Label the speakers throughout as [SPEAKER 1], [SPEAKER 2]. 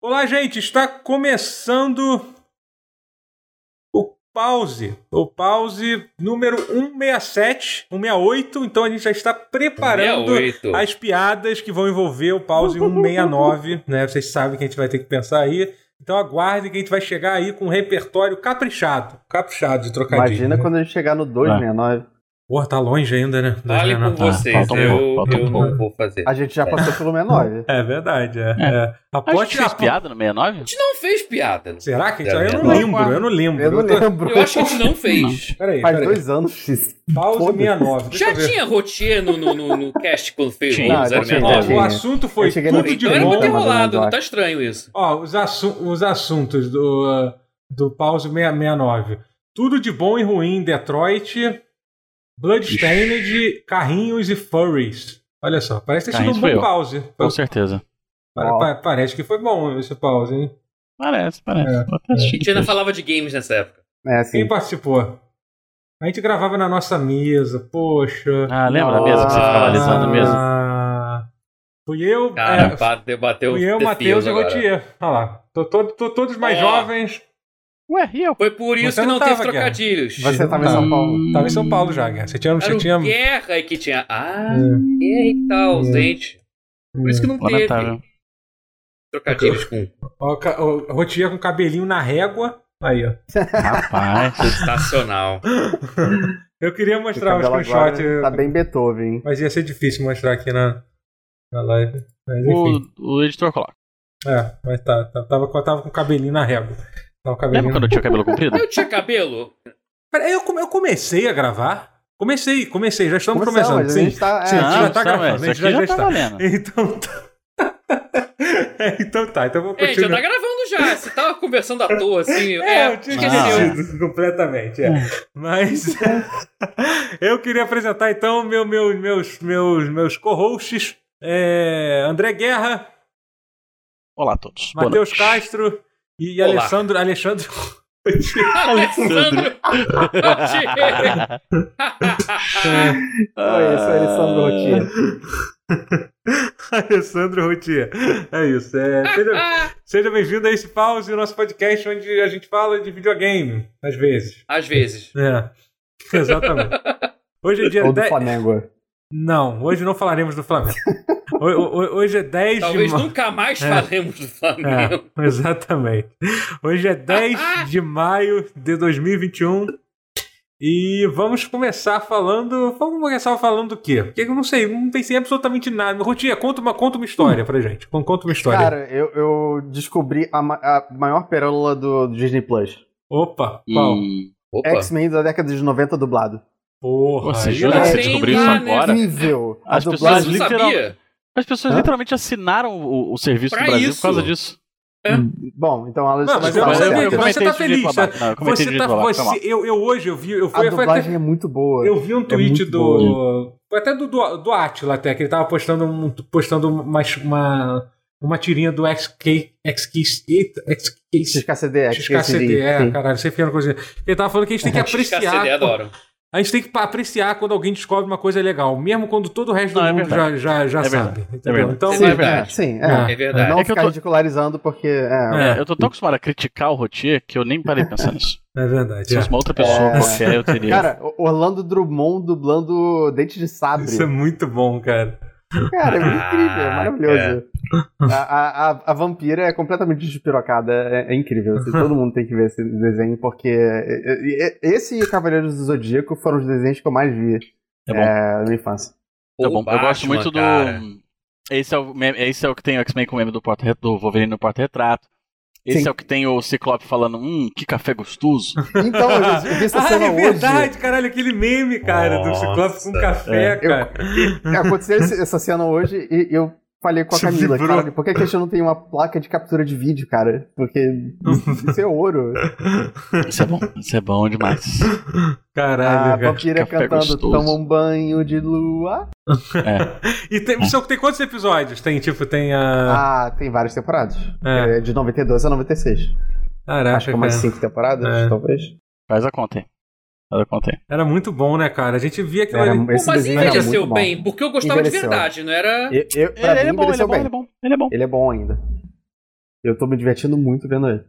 [SPEAKER 1] Olá, gente! Está começando o pause, o pause número 167, 168. Então a gente já está
[SPEAKER 2] Um
[SPEAKER 1] preparando
[SPEAKER 3] 68.
[SPEAKER 1] as piadas que vão envolver o pause 169, né? Vocês sabem que a gente vai ter que pensar aí. Então aguardem que a gente vai chegar aí com um repertório caprichado, caprichado de trocadilho.
[SPEAKER 4] Imagina quando a gente chegar no
[SPEAKER 1] Ah.
[SPEAKER 4] 269.
[SPEAKER 1] Porra, tá longe ainda, né?
[SPEAKER 3] Fale com vocês,
[SPEAKER 2] falta um
[SPEAKER 3] eu,
[SPEAKER 2] pouco, falta
[SPEAKER 3] eu
[SPEAKER 2] um
[SPEAKER 3] não vou fazer.
[SPEAKER 4] A gente já passou pelo 69.
[SPEAKER 1] É verdade, é.
[SPEAKER 2] É.
[SPEAKER 1] é.
[SPEAKER 2] Acho que
[SPEAKER 1] Aposte
[SPEAKER 2] fez
[SPEAKER 1] na
[SPEAKER 2] piada no 69?
[SPEAKER 3] A gente não fez piada.
[SPEAKER 1] Será que a gente...
[SPEAKER 3] É
[SPEAKER 1] Eu não
[SPEAKER 4] verdade.
[SPEAKER 1] lembro, eu não lembro.
[SPEAKER 4] Eu não
[SPEAKER 1] tô-
[SPEAKER 4] lembro.
[SPEAKER 3] Eu acho que a gente não fez.
[SPEAKER 1] Peraí,
[SPEAKER 4] Faz
[SPEAKER 1] peraí.
[SPEAKER 4] dois anos. X.
[SPEAKER 1] Pause
[SPEAKER 4] Foda-se.
[SPEAKER 1] 69. Deixa
[SPEAKER 3] Já
[SPEAKER 1] eu ver.
[SPEAKER 3] tinha rotier no, no, no, no cast quando fez o
[SPEAKER 2] Tinha,
[SPEAKER 3] ano
[SPEAKER 4] tinha,
[SPEAKER 1] Ó,
[SPEAKER 3] 069?
[SPEAKER 4] tinha.
[SPEAKER 1] o assunto foi
[SPEAKER 4] Eu cheguei
[SPEAKER 1] tudo
[SPEAKER 4] no-
[SPEAKER 1] de
[SPEAKER 3] Então era pra ter
[SPEAKER 4] Tinha.
[SPEAKER 1] bom.
[SPEAKER 3] rolado, não tá estranho isso.
[SPEAKER 1] Ó, os, assu os assuntos do, ah, do Pause 669. Tudo de bom e ruim em Detroit. Bloodstained, carrinhos e furries. Olha só, parece ter sido
[SPEAKER 2] Carrinhos
[SPEAKER 1] um
[SPEAKER 2] foi
[SPEAKER 1] bom
[SPEAKER 2] eu.
[SPEAKER 1] pause.
[SPEAKER 2] Com certeza.
[SPEAKER 1] Pa-
[SPEAKER 4] Ó.
[SPEAKER 1] pa- parece que foi bom esse pause, hein?
[SPEAKER 2] Parece, parece.
[SPEAKER 1] É.
[SPEAKER 2] Vou até
[SPEAKER 3] A
[SPEAKER 2] assistir
[SPEAKER 3] gente ainda
[SPEAKER 2] depois.
[SPEAKER 3] falava de games nessa época.
[SPEAKER 4] É assim.
[SPEAKER 1] Quem participou? A gente gravava na nossa mesa, poxa.
[SPEAKER 2] Ah, lembra da mesa que você ficava alisando
[SPEAKER 1] Ah,
[SPEAKER 2] mesmo?
[SPEAKER 1] Fui eu,
[SPEAKER 3] Cara,
[SPEAKER 1] é,
[SPEAKER 3] bateu, bateu
[SPEAKER 1] fui eu,
[SPEAKER 3] The
[SPEAKER 1] Matheus
[SPEAKER 3] Fields
[SPEAKER 1] e
[SPEAKER 3] agora.
[SPEAKER 1] Rotier. Olha lá. Tô, tô- tô- todos mais
[SPEAKER 3] Ó.
[SPEAKER 1] jovens.
[SPEAKER 2] Ué, e eu?
[SPEAKER 3] Foi por isso
[SPEAKER 1] Você
[SPEAKER 3] que
[SPEAKER 1] não
[SPEAKER 3] não,
[SPEAKER 1] tava,
[SPEAKER 3] teve
[SPEAKER 1] cara.
[SPEAKER 3] trocadilhos.
[SPEAKER 4] Você tava em
[SPEAKER 1] Hum.
[SPEAKER 4] São Paulo.
[SPEAKER 2] Hum,
[SPEAKER 1] Tava em São Paulo já, Guerra. Você tinha.
[SPEAKER 3] Era
[SPEAKER 1] Você
[SPEAKER 3] o
[SPEAKER 1] tinha...
[SPEAKER 3] Guerra aí que tinha. Ah,
[SPEAKER 1] Hum,
[SPEAKER 3] Guerra que tá ausente. Por isso que não teve
[SPEAKER 2] Lamentável.
[SPEAKER 3] trocadilhos com. um
[SPEAKER 1] Ó, ca- ó, Rotier com cabelinho na régua. Aí, ó.
[SPEAKER 2] Rapaz.
[SPEAKER 3] Sensacional.
[SPEAKER 1] Eu queria
[SPEAKER 4] Fica
[SPEAKER 1] mostrar o
[SPEAKER 4] bela
[SPEAKER 1] screenshot.
[SPEAKER 4] guarda, Tá bem Beethoven, hein?
[SPEAKER 1] Mas ia ser difícil mostrar aqui na, na live. Mas enfim.
[SPEAKER 2] O, o editor coloca.
[SPEAKER 1] É, mas tá. tá- Tava, com- tava com cabelinho na régua. Tava com cabelinho
[SPEAKER 2] Lembra quando eu tinha o cabelo comprido?
[SPEAKER 3] Eu tinha cabelo?
[SPEAKER 1] Pera, eu, come- eu comecei a gravar? Comecei, comecei. Já estamos
[SPEAKER 4] Começamos,
[SPEAKER 1] começando.
[SPEAKER 4] mas
[SPEAKER 1] Sim.
[SPEAKER 4] a gente tá. é,
[SPEAKER 1] Sim,
[SPEAKER 4] a
[SPEAKER 1] já
[SPEAKER 4] gente-
[SPEAKER 1] tá gravando,
[SPEAKER 2] Isso
[SPEAKER 1] a
[SPEAKER 2] aqui
[SPEAKER 1] gente já-
[SPEAKER 2] já,
[SPEAKER 1] já
[SPEAKER 2] tá
[SPEAKER 1] está.
[SPEAKER 2] valendo.
[SPEAKER 1] Então tá. É, então tá, então vou
[SPEAKER 3] É, já tá
[SPEAKER 1] continuar.
[SPEAKER 3] gravando já. Você tava conversando à toa, assim.
[SPEAKER 1] É, eu tinha
[SPEAKER 3] esqueceu.
[SPEAKER 2] Não.
[SPEAKER 1] esquecido completamente, é. Mas eu queria apresentar então meu, meu- meus, meus, meus co-hosts, é, André Guerra,
[SPEAKER 2] Olá a todos. Boa
[SPEAKER 1] Matheus
[SPEAKER 2] noite.
[SPEAKER 1] Castro e
[SPEAKER 3] Olá.
[SPEAKER 1] Alessandro. Alexandre.
[SPEAKER 3] Tá Alessandro.
[SPEAKER 2] Ah,
[SPEAKER 4] Oi, eu sou
[SPEAKER 2] hum.
[SPEAKER 4] Alessandro
[SPEAKER 1] Ah.
[SPEAKER 4] Rotier.
[SPEAKER 1] Alessandro Routier. É isso. É, seja seja bem-vindo a esse pause, o nosso podcast onde a gente fala de videogame, às vezes.
[SPEAKER 3] Às vezes.
[SPEAKER 1] É, exatamente. Hoje é dia
[SPEAKER 4] Ou do
[SPEAKER 1] 10.
[SPEAKER 4] Flamengo.
[SPEAKER 1] Não, hoje não falaremos do Flamengo. Ho- ho- Hoje é 10
[SPEAKER 3] Talvez
[SPEAKER 1] de maio.
[SPEAKER 3] nunca mais
[SPEAKER 1] É.
[SPEAKER 3] falemos do Flamengo.
[SPEAKER 1] É, exatamente. Hoje é 10 de maio de 2021. E vamos começar falando. Vamos começar falando do quê? Porque eu não sei, não pensei em absolutamente nada. Rotinha, conta uma, conta uma história pra gente. Con- Conta uma história.
[SPEAKER 4] Cara, eu, eu descobri a, ma- a maior pérola do Disney Plus.
[SPEAKER 1] Opa, qual?
[SPEAKER 2] Hum,
[SPEAKER 3] Opa.
[SPEAKER 1] É
[SPEAKER 4] X-Men da década de 90 dublado. é
[SPEAKER 1] Porra,
[SPEAKER 2] você
[SPEAKER 1] aí-
[SPEAKER 2] jura que você
[SPEAKER 3] Tem
[SPEAKER 2] descobriu isso
[SPEAKER 3] lá, né?
[SPEAKER 2] agora?
[SPEAKER 4] Incrível.
[SPEAKER 2] As
[SPEAKER 4] a
[SPEAKER 2] pessoas
[SPEAKER 3] Mas
[SPEAKER 4] dublagem.
[SPEAKER 3] não
[SPEAKER 2] literal-
[SPEAKER 3] sabia?
[SPEAKER 2] As pessoas
[SPEAKER 4] Hã?
[SPEAKER 2] literalmente assinaram o, o serviço
[SPEAKER 3] Pra
[SPEAKER 2] do Brasil
[SPEAKER 3] isso.
[SPEAKER 2] por causa disso.
[SPEAKER 4] Bom, então ela
[SPEAKER 1] Não, Ah, mas eu não
[SPEAKER 2] Desculpa, mas
[SPEAKER 1] sabia,
[SPEAKER 2] eu
[SPEAKER 1] que mas você
[SPEAKER 2] comentei
[SPEAKER 1] tá
[SPEAKER 2] esse vídeo
[SPEAKER 1] feliz.
[SPEAKER 2] com a
[SPEAKER 1] tá?
[SPEAKER 2] Bárbara. Não, eu comentei
[SPEAKER 1] Você
[SPEAKER 2] esse
[SPEAKER 1] tá.
[SPEAKER 2] vídeo com a Bárbara,
[SPEAKER 1] Você, eu, eu hoje, eu vi, eu
[SPEAKER 4] A
[SPEAKER 1] fui. foi até-
[SPEAKER 4] dublagem é muito boa.
[SPEAKER 1] Eu vi um tweet
[SPEAKER 4] muito
[SPEAKER 1] do. Foi até do, do, do Atila até, que ele tava postando, um, postando uma, uma, uma tirinha do XK. XK. XK.
[SPEAKER 4] XKCD,
[SPEAKER 1] XKCD, é,
[SPEAKER 4] sim.
[SPEAKER 1] caralho, sempre era uma coisa. Ele tava falando que a gente tem que
[SPEAKER 3] XKCD,
[SPEAKER 1] apreciar.
[SPEAKER 3] é adoro.
[SPEAKER 4] Tá
[SPEAKER 1] A gente tem que apreciar quando alguém descobre uma coisa legal, mesmo quando todo o resto do
[SPEAKER 2] Não, é
[SPEAKER 1] mundo já,
[SPEAKER 2] verdade.
[SPEAKER 1] já, já
[SPEAKER 2] É
[SPEAKER 1] sabe.
[SPEAKER 2] verdade.
[SPEAKER 1] entendeu?
[SPEAKER 2] É verdade.
[SPEAKER 1] Então,
[SPEAKER 3] Sim, é
[SPEAKER 4] É,
[SPEAKER 3] verdade.
[SPEAKER 4] sim,
[SPEAKER 1] Ah.
[SPEAKER 4] é.
[SPEAKER 3] É verdade.
[SPEAKER 4] Não
[SPEAKER 2] É que eu
[SPEAKER 4] ficar
[SPEAKER 2] tô-
[SPEAKER 4] ridicularizando porque. É,
[SPEAKER 2] É, eu tô tão acostumado a criticar o Rotier que eu nem parei de pensar nisso.
[SPEAKER 1] é verdade.
[SPEAKER 2] Se
[SPEAKER 1] é.
[SPEAKER 2] fosse uma outra pessoa
[SPEAKER 4] É.
[SPEAKER 2] qualquer, eu teria.
[SPEAKER 4] Cara, o- Orlando Drummond dublando Dente de Sabre.
[SPEAKER 1] Isso é muito bom, cara.
[SPEAKER 4] Cara, é muito incrível, é
[SPEAKER 3] Ah,
[SPEAKER 4] maravilhoso.
[SPEAKER 2] é.
[SPEAKER 4] A, a, a, a vampira é completamente despirocada, é, é incrível. Assim, todo mundo tem que ver esse desenho, porque é- é- é- esse e Cavaleiros do Zodíaco foram os desenhos que eu mais vi
[SPEAKER 2] É bom.
[SPEAKER 4] é, na minha infância.
[SPEAKER 2] Tá
[SPEAKER 3] O
[SPEAKER 2] bom. eu gosto
[SPEAKER 3] Batman,
[SPEAKER 2] muito do.
[SPEAKER 3] cara.
[SPEAKER 2] Esse é o, meme- esse é o que tem o X-Men com o meme do, porta, do Wolverine no porta-retrato. Esse
[SPEAKER 4] Sim.
[SPEAKER 2] é o que tem o Ciclope falando, hum, que café gostoso.
[SPEAKER 4] Então, eu vi essa
[SPEAKER 1] ah,
[SPEAKER 4] cena
[SPEAKER 1] é
[SPEAKER 4] hoje.
[SPEAKER 1] verdade, caralho, aquele meme, cara, do
[SPEAKER 3] Nossa.
[SPEAKER 1] Ciclope com café,
[SPEAKER 4] é. Eu-
[SPEAKER 1] cara.
[SPEAKER 4] É, Aconteceu esse- essa cena hoje e eu falei com a
[SPEAKER 1] Você
[SPEAKER 4] Camila,
[SPEAKER 1] vibrou.
[SPEAKER 4] cara, por que que a gente não tem uma placa de captura de vídeo, cara? Porque isso é ouro.
[SPEAKER 2] Isso é bom. Isso é bom demais.
[SPEAKER 1] Caralho,
[SPEAKER 4] A
[SPEAKER 1] cara.
[SPEAKER 4] vampira
[SPEAKER 2] café
[SPEAKER 4] cantando
[SPEAKER 2] gostoso.
[SPEAKER 4] Toma um banho de lua.
[SPEAKER 2] É.
[SPEAKER 1] E tem, são- tem quantos episódios? Tem, tipo, tem a.
[SPEAKER 4] Ah, tem várias temporadas.
[SPEAKER 1] É.
[SPEAKER 4] É, de 92 a 96.
[SPEAKER 1] Caraca,
[SPEAKER 4] Acho que umas
[SPEAKER 1] cara.
[SPEAKER 4] cinco temporadas,
[SPEAKER 1] É.
[SPEAKER 4] talvez.
[SPEAKER 2] Faz a conta aí. Faz a conta aí.
[SPEAKER 1] Era muito bom, né, cara? A gente via aquilo
[SPEAKER 4] Era
[SPEAKER 1] ali.
[SPEAKER 4] muito- Esse
[SPEAKER 3] Pô, é mas
[SPEAKER 4] desenho era
[SPEAKER 3] envelheceu
[SPEAKER 4] muito bom.
[SPEAKER 3] bem, porque eu gostava de
[SPEAKER 4] Envelheceu.
[SPEAKER 3] verdade, não era.
[SPEAKER 4] Eu, eu, pra mim,
[SPEAKER 2] Ele, ele é bom, ele é
[SPEAKER 4] envelheceu
[SPEAKER 2] bom, ele é
[SPEAKER 4] bem.
[SPEAKER 2] bom, ele é bom.
[SPEAKER 4] Ele é bom ainda. Eu tô me divertindo muito vendo ele.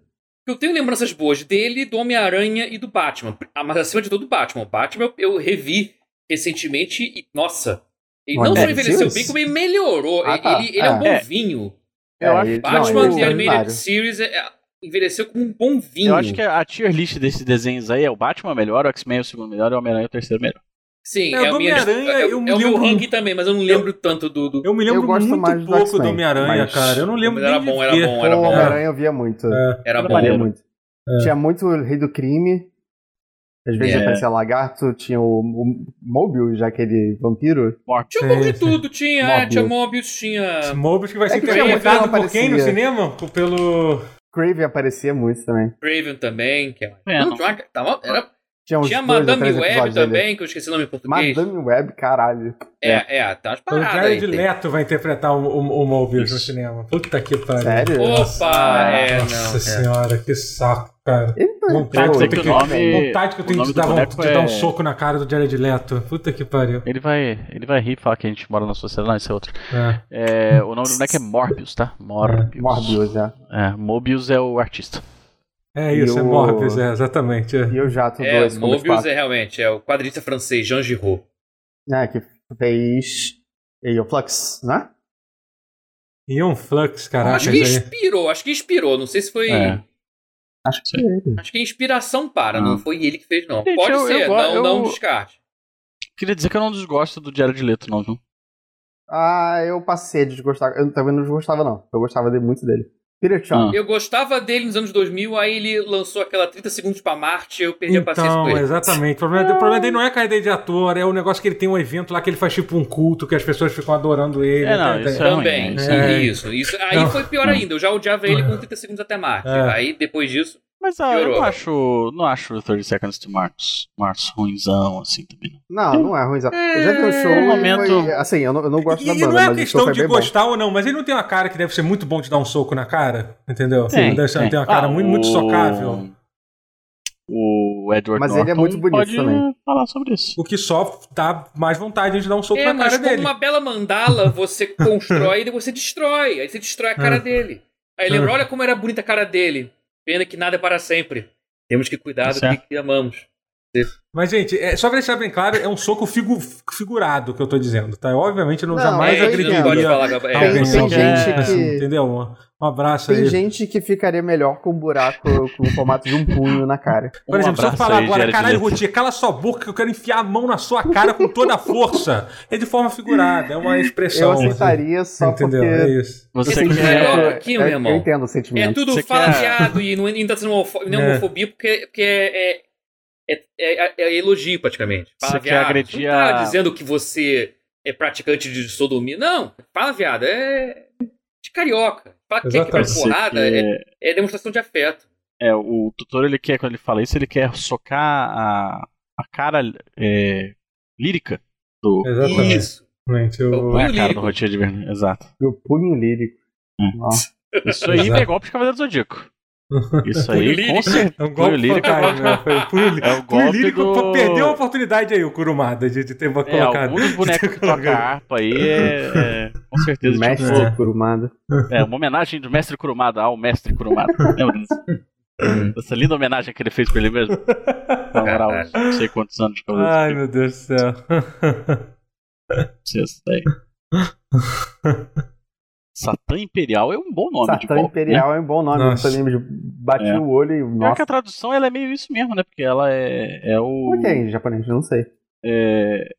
[SPEAKER 3] Eu tenho lembranças boas dele, do Homem-Aranha e do Batman. Ah, Mas acima de tudo, do Batman. O Batman eu, eu revi recentemente e, nossa, ele
[SPEAKER 4] Olha,
[SPEAKER 3] não só
[SPEAKER 4] é,
[SPEAKER 3] envelheceu
[SPEAKER 4] Zeus?
[SPEAKER 3] bem, como ele melhorou.
[SPEAKER 4] Ah,
[SPEAKER 3] Ele-
[SPEAKER 4] tá.
[SPEAKER 3] Ele, ele é um
[SPEAKER 4] É.
[SPEAKER 3] bom
[SPEAKER 2] É.
[SPEAKER 3] vinho.
[SPEAKER 2] Eu acho
[SPEAKER 4] ele-
[SPEAKER 2] que
[SPEAKER 3] Batman
[SPEAKER 4] ele
[SPEAKER 3] The
[SPEAKER 4] é
[SPEAKER 3] Animated
[SPEAKER 4] extraordinário.
[SPEAKER 3] Series é- é- envelheceu com um bom vinho.
[SPEAKER 2] Eu acho que é a tier list desses desenhos aí é o Batman é o melhor, o X-Men é o segundo melhor e o Homem-Aranha é o terceiro melhor.
[SPEAKER 3] Sim,
[SPEAKER 1] É,
[SPEAKER 3] é,
[SPEAKER 1] do
[SPEAKER 3] a minha,
[SPEAKER 1] Homem-Aranha,
[SPEAKER 3] é, é
[SPEAKER 1] eu
[SPEAKER 3] o
[SPEAKER 1] me
[SPEAKER 3] meu
[SPEAKER 1] lembro-
[SPEAKER 3] ranking também, mas eu não lembro tanto do. do...
[SPEAKER 1] Eu me lembro
[SPEAKER 4] Eu gosto
[SPEAKER 1] muito
[SPEAKER 4] mais do
[SPEAKER 1] pouco do
[SPEAKER 4] X-Men,
[SPEAKER 1] Homem-Aranha,
[SPEAKER 4] mas-
[SPEAKER 1] cara. Eu não lembro
[SPEAKER 3] Era
[SPEAKER 1] nem
[SPEAKER 3] bom,
[SPEAKER 1] de
[SPEAKER 3] era
[SPEAKER 1] ver.
[SPEAKER 3] bom, era
[SPEAKER 4] Pô,
[SPEAKER 3] bom.
[SPEAKER 4] Homem-Aranha eu via muito.
[SPEAKER 1] É.
[SPEAKER 3] Era bom.
[SPEAKER 4] Varia
[SPEAKER 2] Maneiro.
[SPEAKER 4] muito. Tinha muito o Rei do Crime. Às vezes
[SPEAKER 2] É.
[SPEAKER 4] aparecia lagarto, tinha o, o Mobius, já aquele vampiro.
[SPEAKER 2] Morte.
[SPEAKER 3] Tinha um pouco
[SPEAKER 1] Sim,
[SPEAKER 3] de
[SPEAKER 1] sim.
[SPEAKER 3] tudo. Tinha, é,
[SPEAKER 4] Morbius.
[SPEAKER 3] tinha Mobius, tinha.
[SPEAKER 1] Mobius que vai
[SPEAKER 4] É
[SPEAKER 1] ser
[SPEAKER 4] que tinha
[SPEAKER 1] interpretado
[SPEAKER 4] muito que não
[SPEAKER 1] por quem no
[SPEAKER 4] aparecia.
[SPEAKER 1] cinema? Por- Pelo.
[SPEAKER 4] Craven aparecia muito também.
[SPEAKER 3] Craven também. Que é...
[SPEAKER 2] É,
[SPEAKER 3] Não,
[SPEAKER 2] não.
[SPEAKER 3] tinha uma- tava- era-
[SPEAKER 4] Tinha, uns
[SPEAKER 3] tinha
[SPEAKER 4] dois ou
[SPEAKER 3] Madame
[SPEAKER 4] três
[SPEAKER 3] Web
[SPEAKER 4] episódios
[SPEAKER 3] também,
[SPEAKER 4] dele.
[SPEAKER 3] que eu esqueci o nome em português.
[SPEAKER 4] Madame Web, caralho.
[SPEAKER 3] É, é, tá umas
[SPEAKER 1] O
[SPEAKER 3] paradas. aí,
[SPEAKER 1] Jared
[SPEAKER 3] tem.
[SPEAKER 1] Leto vai interpretar o, o, o Mobius no cinema. Puta que pariu.
[SPEAKER 4] Sério?
[SPEAKER 3] Opa,
[SPEAKER 4] Ah,
[SPEAKER 3] é,
[SPEAKER 1] Nossa
[SPEAKER 3] não. é.
[SPEAKER 1] senhora, que saco, cara.
[SPEAKER 4] Ele tá-
[SPEAKER 1] Vontade
[SPEAKER 2] Quer
[SPEAKER 1] Pô,
[SPEAKER 2] dizer
[SPEAKER 1] tem
[SPEAKER 2] é que o
[SPEAKER 1] que-
[SPEAKER 2] nome.
[SPEAKER 1] Vontade que eu
[SPEAKER 2] o
[SPEAKER 1] tenho
[SPEAKER 2] nome
[SPEAKER 1] de
[SPEAKER 2] do
[SPEAKER 1] dar, vontade
[SPEAKER 2] boneco
[SPEAKER 1] de dar um
[SPEAKER 2] é-
[SPEAKER 1] soco na cara do Jared Leto. Puta que pariu.
[SPEAKER 2] Ele vai, ele vai rir e falar que a gente mora na sociedade. Não, esse é outro.
[SPEAKER 1] É.
[SPEAKER 2] É, o nome do moleque é Morbius, tá? Morbius.
[SPEAKER 4] Morbius, é.
[SPEAKER 2] É, Mobius é o artista.
[SPEAKER 1] É isso,
[SPEAKER 4] E
[SPEAKER 1] é
[SPEAKER 4] o-
[SPEAKER 1] Morbius, é, exatamente. é.
[SPEAKER 4] E o Jato
[SPEAKER 3] É,
[SPEAKER 4] 2 como
[SPEAKER 3] Mobius
[SPEAKER 4] espaço.
[SPEAKER 3] é realmente, é o quadrista francês, Jean Giraud.
[SPEAKER 4] É, que fez Eoflux, né?
[SPEAKER 1] E um flux, caraca.
[SPEAKER 3] acho que
[SPEAKER 1] isso aí.
[SPEAKER 3] inspirou, acho que inspirou. Não sei se foi.
[SPEAKER 2] É.
[SPEAKER 4] Acho que é ele.
[SPEAKER 3] Acho que é inspiração
[SPEAKER 1] Ah.
[SPEAKER 3] para,
[SPEAKER 2] Não.
[SPEAKER 3] não foi ele que fez, não.
[SPEAKER 2] Gente,
[SPEAKER 3] Pode
[SPEAKER 2] eu-
[SPEAKER 3] ser,
[SPEAKER 2] eu go-
[SPEAKER 3] não,
[SPEAKER 2] eu-
[SPEAKER 3] não descarte.
[SPEAKER 2] Queria dizer que eu não desgosto do Jared Leto, não, viu?
[SPEAKER 4] Ah, eu passei de desgostar. Eu também não desgostava, não. Eu gostava de, muito dele. Peter
[SPEAKER 1] Ah.
[SPEAKER 4] Chong.
[SPEAKER 3] Eu gostava dele nos anos 2000, aí ele lançou aquela 30 segundos pra Marte, eu perdi a paciência com
[SPEAKER 1] Então,
[SPEAKER 3] ele.
[SPEAKER 1] exatamente. O problema, o problema dele não é a carreira de ator, é o negócio que ele tem um evento lá que ele faz tipo um culto que as pessoas ficam adorando ele.
[SPEAKER 2] É, não,
[SPEAKER 1] tá- tá-
[SPEAKER 2] isso é ruim.
[SPEAKER 3] Também,
[SPEAKER 2] né? Isso é ruim.
[SPEAKER 1] É.
[SPEAKER 3] isso, isso. Aí
[SPEAKER 1] Não.
[SPEAKER 3] foi pior ainda, eu já odiava ele com 30 segundos até Marte.
[SPEAKER 1] É.
[SPEAKER 3] Aí depois disso,
[SPEAKER 2] Mas ah, eu
[SPEAKER 3] Piorou.
[SPEAKER 2] não acho, não acho 30 Seconds to Mars, Mars ruinzão, assim, também. não.
[SPEAKER 4] Não, não é ruim. Zé. Eu já vi o show.
[SPEAKER 2] É,
[SPEAKER 4] e
[SPEAKER 2] momento-
[SPEAKER 4] foi- assim, eu não, eu não gosto
[SPEAKER 1] E,
[SPEAKER 4] da
[SPEAKER 1] e
[SPEAKER 4] banda,
[SPEAKER 1] não é
[SPEAKER 4] mas o show
[SPEAKER 1] questão
[SPEAKER 4] foi
[SPEAKER 1] de
[SPEAKER 4] bem bom.
[SPEAKER 1] gostar ou não, mas ele não tem uma cara que deve ser muito bom de dar um soco na cara, entendeu?
[SPEAKER 2] Tem,
[SPEAKER 1] Ele deve ser- tem. uma cara
[SPEAKER 2] Ah,
[SPEAKER 1] muito, muito
[SPEAKER 2] o-
[SPEAKER 1] socável.
[SPEAKER 2] O Edward
[SPEAKER 4] Mas ele é
[SPEAKER 2] Norton
[SPEAKER 4] muito bonito
[SPEAKER 2] pode
[SPEAKER 4] também.
[SPEAKER 2] falar sobre isso.
[SPEAKER 1] O que só dá mais vontade de dar um soco
[SPEAKER 3] é,
[SPEAKER 1] na cara
[SPEAKER 3] mas com
[SPEAKER 1] dele.
[SPEAKER 3] uma bela mandala você constrói e depois você destrói. Aí você destrói a cara
[SPEAKER 1] É.
[SPEAKER 3] dele. Aí lembra, olha como era bonita a cara dele. Pena que nada é para sempre. Temos que cuidar do
[SPEAKER 2] Tá certo.
[SPEAKER 3] que, que amamos.
[SPEAKER 1] Mas, gente, é, só pra deixar bem claro, é um soco figu- figurado que eu tô dizendo, tá? Eu, obviamente, não,
[SPEAKER 4] Não,
[SPEAKER 1] jamais
[SPEAKER 4] é,
[SPEAKER 3] a gente não
[SPEAKER 1] acreditaria.
[SPEAKER 3] pode falar, É, Gabriel.
[SPEAKER 1] alguém
[SPEAKER 4] Tem- é tem
[SPEAKER 1] alguém,
[SPEAKER 4] gente que-
[SPEAKER 1] assim, Entendeu? Um, um abraço
[SPEAKER 4] Tem
[SPEAKER 1] aí.
[SPEAKER 4] gente que ficaria melhor com um buraco com o formato de um punho na cara.
[SPEAKER 1] Por
[SPEAKER 2] Um
[SPEAKER 1] exemplo, se eu
[SPEAKER 2] abraço
[SPEAKER 1] falar
[SPEAKER 2] aí,
[SPEAKER 1] agora,
[SPEAKER 2] Jared
[SPEAKER 1] caralho,
[SPEAKER 2] Leto."
[SPEAKER 1] Rotinha, cala sua boca que eu quero enfiar a mão na sua cara com toda a força. É de forma figurada, é uma
[SPEAKER 4] Eu
[SPEAKER 1] expressão. assim,
[SPEAKER 4] aceitaria só
[SPEAKER 1] entendeu? É
[SPEAKER 4] porque.
[SPEAKER 1] isso.
[SPEAKER 2] Você
[SPEAKER 3] Esse
[SPEAKER 2] quer... um
[SPEAKER 3] cara- pouquinho,
[SPEAKER 4] é-
[SPEAKER 3] meu irmão.
[SPEAKER 4] Eu entendo o
[SPEAKER 3] É
[SPEAKER 4] sentimento.
[SPEAKER 3] tudo
[SPEAKER 2] Você
[SPEAKER 3] fala
[SPEAKER 2] quer-
[SPEAKER 3] viado e não ainda sendo homofo- não é
[SPEAKER 1] É.
[SPEAKER 3] homofobia porque, porque é, é, é- é- é elogio praticamente. Fala
[SPEAKER 2] Você quer
[SPEAKER 3] viado.
[SPEAKER 2] agredir
[SPEAKER 3] não tá
[SPEAKER 2] a-
[SPEAKER 3] dizendo que você é praticante de sodomia. Não, fala viado. É de carioca. Fala que é que pra
[SPEAKER 1] Exatamente.
[SPEAKER 2] Você
[SPEAKER 3] porrada.
[SPEAKER 2] quer-
[SPEAKER 3] É, é demonstração de afeto.
[SPEAKER 2] É, o tutor ele quer, quando ele fala isso, ele quer socar a, a cara é, lírica do.
[SPEAKER 1] Exatamente.
[SPEAKER 3] Isso.
[SPEAKER 1] Gente, eu-
[SPEAKER 2] Não é a cara
[SPEAKER 3] lírico.
[SPEAKER 2] do Rotier de Vermelho. Exato.
[SPEAKER 4] Meu punho lírico.
[SPEAKER 2] É.
[SPEAKER 4] Nossa.
[SPEAKER 2] Isso aí
[SPEAKER 1] Exato.
[SPEAKER 2] é golpe de Cavaleiro do Zodíaco. Isso
[SPEAKER 3] Punho
[SPEAKER 2] aí,
[SPEAKER 3] lírico.
[SPEAKER 2] com certeza.
[SPEAKER 1] É um
[SPEAKER 2] Punho
[SPEAKER 1] golpe
[SPEAKER 2] lírico.
[SPEAKER 1] fantasma. né? Foi punho lírico.
[SPEAKER 2] É o
[SPEAKER 1] Punho
[SPEAKER 2] golpe
[SPEAKER 1] lírico
[SPEAKER 2] do...
[SPEAKER 1] pô, perdeu a oportunidade aí, o Kurumada, de, de ter
[SPEAKER 2] É,
[SPEAKER 1] colocado.
[SPEAKER 2] alguns bonecos que tocam a harpa aí é, é, com certeza
[SPEAKER 4] Mestre
[SPEAKER 2] tipo,
[SPEAKER 1] É.
[SPEAKER 4] Kurumada.
[SPEAKER 2] é uma homenagem do mestre Kurumada ao mestre Kurumada. Lembra disso?
[SPEAKER 4] Uhum.
[SPEAKER 2] Essa linda homenagem que ele fez pra ele mesmo. Na moral, não sei quantos anos de Cavaleiro do
[SPEAKER 1] Ai,
[SPEAKER 2] Zodíaco.
[SPEAKER 1] meu Deus do céu.
[SPEAKER 2] Vocês têm. Satã Imperial é um bom nome de
[SPEAKER 4] Satã
[SPEAKER 2] golpe, né?
[SPEAKER 4] Imperial é um bom nome.
[SPEAKER 1] Nossa.
[SPEAKER 4] Eu lembro de- bati
[SPEAKER 2] É.
[SPEAKER 4] o olho e.
[SPEAKER 2] Pior que
[SPEAKER 4] Nossa.
[SPEAKER 2] a tradução ela é meio isso mesmo, né? Porque ela é, é o.
[SPEAKER 4] Como é que é em japonês? Eu Não sei.
[SPEAKER 2] É,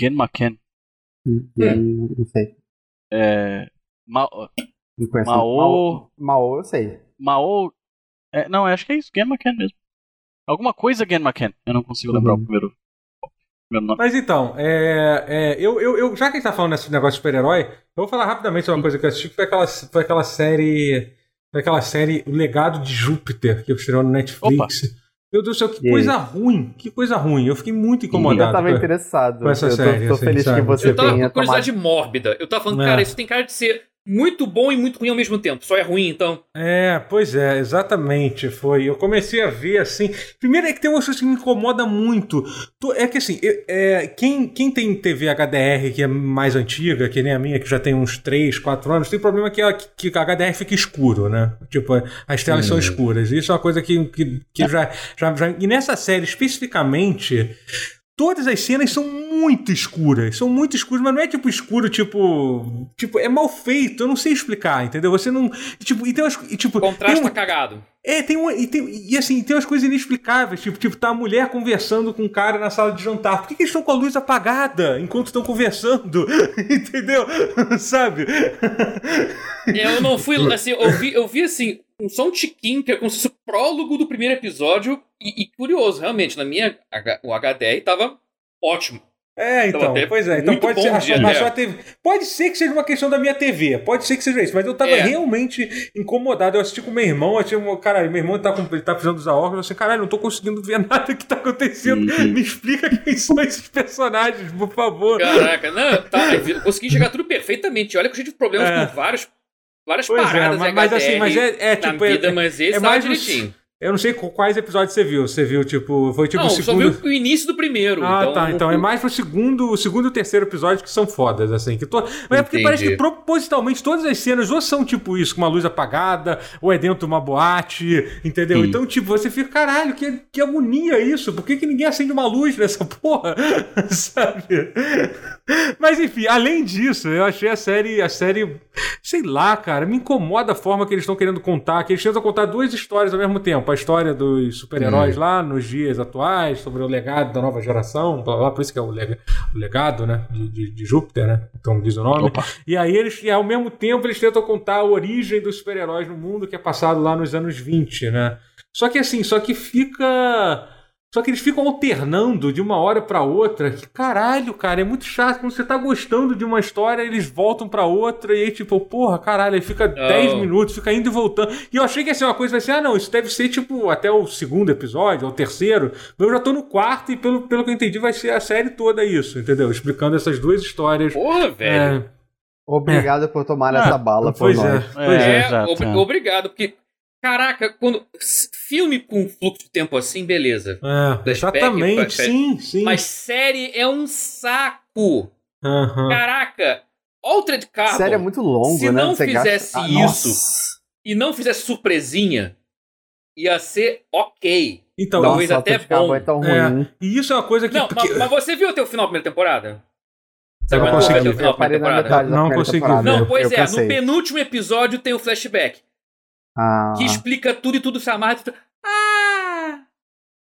[SPEAKER 2] Genmaken.
[SPEAKER 4] Eu Não sei.
[SPEAKER 2] É, Ma-
[SPEAKER 4] Não conheço.
[SPEAKER 2] Mao.
[SPEAKER 4] Mao, eu sei.
[SPEAKER 2] Mao. É, não, acho que é isso, Genmaken mesmo. Alguma coisa Genmaken. Eu não consigo lembrar o primeiro, o primeiro nome.
[SPEAKER 1] Mas então, é, é, eu, eu, eu- já que a gente tá falando desse negócio de super-herói, eu vou falar rapidamente sobre uma coisa que eu assisti, que foi aquela, foi aquela série. Foi aquela série O Legado de Júpiter, que eu estreou no Netflix. Meu Deus do céu, que
[SPEAKER 4] E aí?
[SPEAKER 1] coisa ruim, que coisa ruim. Eu fiquei muito incomodado.
[SPEAKER 4] Eu tava
[SPEAKER 1] com-
[SPEAKER 4] interessado.
[SPEAKER 1] é. com essa
[SPEAKER 4] eu tô,
[SPEAKER 1] série,
[SPEAKER 4] tô
[SPEAKER 1] assim,
[SPEAKER 4] feliz
[SPEAKER 1] sabe?
[SPEAKER 4] que você
[SPEAKER 3] Eu tava com
[SPEAKER 4] tenha tomado.
[SPEAKER 3] curiosidade mórbida. Eu tava falando,
[SPEAKER 1] É.
[SPEAKER 3] cara, isso tem cara de ser muito bom e muito ruim ao mesmo tempo. Só é ruim, então.
[SPEAKER 1] É, pois é, exatamente. Foi. Eu comecei a ver assim. Primeiro é que tem uma coisa que me incomoda muito. Tô- É que assim, eu- é, quem, quem tem TV HDR que é mais antiga, que nem a minha, que já tem uns 3, 4 anos, tem problema que a, que a HDR fica escuro, né? Tipo, as telas são escuras. Isso é uma coisa que, que, que já, já, já. E nessa série especificamente todas as cenas são muito escuras. São muito escuras, mas não é tipo escuro, tipo. Tipo, é mal feito. Eu não sei explicar, entendeu? Você não. Tipo, e tem umas. e, tipo,
[SPEAKER 3] Contraste
[SPEAKER 1] tem um-
[SPEAKER 3] tá cagado.
[SPEAKER 1] é, tem um. E, tem, e assim, tem umas coisas inexplicáveis. Tipo, tipo, tá a mulher conversando com um cara na sala de jantar. Por que, que eles estão com a luz apagada enquanto estão conversando? entendeu? Sabe?
[SPEAKER 3] Eu não fui. Assim, eu vi, eu vi assim, um só um tiquinho, que é como se fosse o prólogo do primeiro episódio. E, e curioso, realmente, na minha. H- O HDR tava ótimo.
[SPEAKER 1] É,
[SPEAKER 3] Então,
[SPEAKER 1] então,
[SPEAKER 3] até
[SPEAKER 1] pois é. Então
[SPEAKER 3] muito
[SPEAKER 1] pode
[SPEAKER 3] bom
[SPEAKER 1] ser, a,
[SPEAKER 3] dia,
[SPEAKER 1] sua- a
[SPEAKER 3] né?
[SPEAKER 1] sua TV. Pode ser que seja uma questão da minha TV, pode ser que seja isso, mas eu tava
[SPEAKER 3] É.
[SPEAKER 1] realmente incomodado. Eu assisti com meu irmão, achei, cara, meu irmão tá, com, ele tá precisando usar óculos, eu assim, caralho, não tô conseguindo ver nada que tá acontecendo. Me explica quem são esses personagens, por favor.
[SPEAKER 3] Caraca, não, tá, eu consegui enxergar tudo perfeitamente. Olha que eu tive problemas
[SPEAKER 1] É.
[SPEAKER 3] com vários, várias
[SPEAKER 1] Pois é,
[SPEAKER 3] paradas
[SPEAKER 1] mas-
[SPEAKER 3] de
[SPEAKER 1] mas
[SPEAKER 3] HDR
[SPEAKER 1] assim, mas é- é,
[SPEAKER 3] na
[SPEAKER 1] tipo, é-
[SPEAKER 3] vida, mas esse
[SPEAKER 1] é
[SPEAKER 3] é
[SPEAKER 1] mais
[SPEAKER 3] mais
[SPEAKER 1] no-
[SPEAKER 3] direitinho.
[SPEAKER 1] Eu não sei qu- quais episódios você viu. Você viu, tipo, foi tipo
[SPEAKER 3] não,
[SPEAKER 1] o
[SPEAKER 3] só
[SPEAKER 1] segundo.
[SPEAKER 3] vi o início do primeiro.
[SPEAKER 1] Ah,
[SPEAKER 3] então,
[SPEAKER 1] tá. Então é mais pro segundo, o segundo e o terceiro episódio que são fodas, assim. Que to... Mas é porque
[SPEAKER 3] Entendi.
[SPEAKER 1] parece que propositalmente todas as cenas ou são tipo isso, com uma luz apagada, ou é dentro de uma boate, entendeu?
[SPEAKER 2] Sim.
[SPEAKER 1] Então, tipo, você fica, caralho, que, que agonia isso. Por que, que ninguém acende uma luz nessa porra? Sabe? Mas enfim, além disso, eu achei a série, a série, sei lá, cara, me incomoda a forma que eles estão querendo contar, que eles tentam contar duas histórias ao mesmo tempo, a história dos super-heróis lá nos dias atuais, sobre o legado da nova geração, blá, blá, blá, por isso que é o, lega- o legado, né, de, de- de Júpiter, né, então diz o nome.
[SPEAKER 2] Opa.
[SPEAKER 1] E aí eles, e ao mesmo tempo, eles tentam contar a origem dos super-heróis no mundo que é passado lá nos anos 20, né. Só que assim, só que fica. Só que eles ficam alternando de uma hora pra outra. Que caralho, cara, é muito chato. Quando você tá gostando de uma história, eles voltam pra outra e aí, tipo, porra, caralho, aí fica 10 minutos, fica indo e voltando. E eu achei que ia ser uma coisa, vai ser, ah, não, isso deve ser, tipo, até o segundo episódio, ou o terceiro. Mas eu já tô no quarto e, pelo, pelo que eu entendi, vai ser a série toda isso, entendeu? Explicando essas duas histórias.
[SPEAKER 3] Porra, velho.
[SPEAKER 1] É,
[SPEAKER 4] Obrigado por tomar
[SPEAKER 1] Ah,
[SPEAKER 4] essa bala por
[SPEAKER 1] pois é,
[SPEAKER 4] nós.
[SPEAKER 1] pois é.
[SPEAKER 3] É,
[SPEAKER 2] exato,
[SPEAKER 3] obri-
[SPEAKER 2] é.
[SPEAKER 3] obrigado, porque, caraca, quando. s- Filme com fluxo de tempo assim, beleza.
[SPEAKER 1] É, exatamente,
[SPEAKER 3] flashback.
[SPEAKER 1] sim, sim.
[SPEAKER 3] Mas série é um saco.
[SPEAKER 1] Aham.
[SPEAKER 3] Caraca, Altered Carbon.
[SPEAKER 4] Série é muito longo,
[SPEAKER 3] Ah, Se
[SPEAKER 4] né?
[SPEAKER 3] não
[SPEAKER 4] Você gasta-
[SPEAKER 3] fizesse
[SPEAKER 4] Ah,
[SPEAKER 3] isso,
[SPEAKER 4] nossa.
[SPEAKER 3] E não fizesse surpresinha, ia ser ok.
[SPEAKER 1] Então,
[SPEAKER 3] Talvez
[SPEAKER 4] Nossa,
[SPEAKER 3] até
[SPEAKER 4] Altered Carbon
[SPEAKER 3] bom.
[SPEAKER 4] é tão ruim.
[SPEAKER 1] É. E isso é uma coisa que.
[SPEAKER 3] Não,
[SPEAKER 1] porque-
[SPEAKER 3] mas, mas você viu até o final da primeira temporada?
[SPEAKER 1] Eu
[SPEAKER 3] Sabe
[SPEAKER 1] não
[SPEAKER 3] quando
[SPEAKER 1] consegui.
[SPEAKER 3] vai até o final da primeira
[SPEAKER 4] Eu parei na
[SPEAKER 3] temporada?
[SPEAKER 4] metade da
[SPEAKER 1] Não
[SPEAKER 4] primeira
[SPEAKER 1] consegui
[SPEAKER 4] temporada.
[SPEAKER 1] ver.
[SPEAKER 3] Não,
[SPEAKER 1] Eu-
[SPEAKER 3] pois
[SPEAKER 4] eu
[SPEAKER 3] é,
[SPEAKER 4] cansei.
[SPEAKER 3] no penúltimo episódio tem o flashback
[SPEAKER 4] Ah,
[SPEAKER 3] que explica tudo e tudo se amarra. e Tudo... Ah!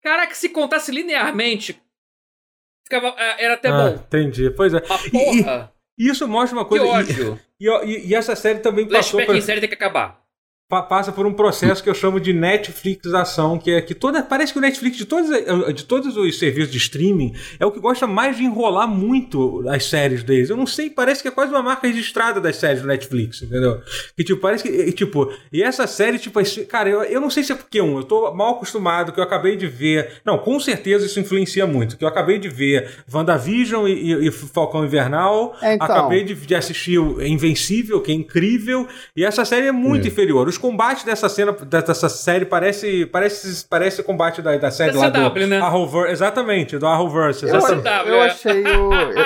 [SPEAKER 3] Caraca, se contasse linearmente, ficava, ah, era até
[SPEAKER 1] Ah,
[SPEAKER 3] bom.
[SPEAKER 1] entendi. Pois é.
[SPEAKER 3] Mas
[SPEAKER 1] E- e-
[SPEAKER 3] porra,
[SPEAKER 1] Isso mostra uma
[SPEAKER 3] que
[SPEAKER 1] coisa. e-
[SPEAKER 3] ódio.
[SPEAKER 1] E, e- e essa série também passou
[SPEAKER 3] Flashback
[SPEAKER 1] por,
[SPEAKER 3] em série tem que acabar.
[SPEAKER 1] pa- passa por um processo que eu chamo de Netflixização, que é que toda. Parece que o Netflix, de todos, de todos os serviços de streaming, é o que gosta mais de enrolar muito as séries deles. Eu não sei, parece que é quase uma marca registrada das séries do Netflix, entendeu? Que tipo, parece que. E, tipo, e essa série, tipo, esse- cara, eu, eu não sei se é porque um, eu tô mal acostumado, que eu acabei de ver. Não, com certeza isso influencia muito. Que eu acabei de ver WandaVision e, e, e Falcão Invernal.
[SPEAKER 4] É, então.
[SPEAKER 1] Acabei de, de assistir o Invencível, que é incrível. E essa série é muito inferior. Os combates dessa cena, dessa série parece. Parece, parece o combate da, da série
[SPEAKER 3] Da
[SPEAKER 1] lá do
[SPEAKER 3] CW, né?
[SPEAKER 1] Arrowverse. Exatamente, do Arrowverse.
[SPEAKER 4] eu,
[SPEAKER 1] Exatamente.
[SPEAKER 3] aceitável,
[SPEAKER 4] eu
[SPEAKER 3] é.
[SPEAKER 4] achei o. Eu,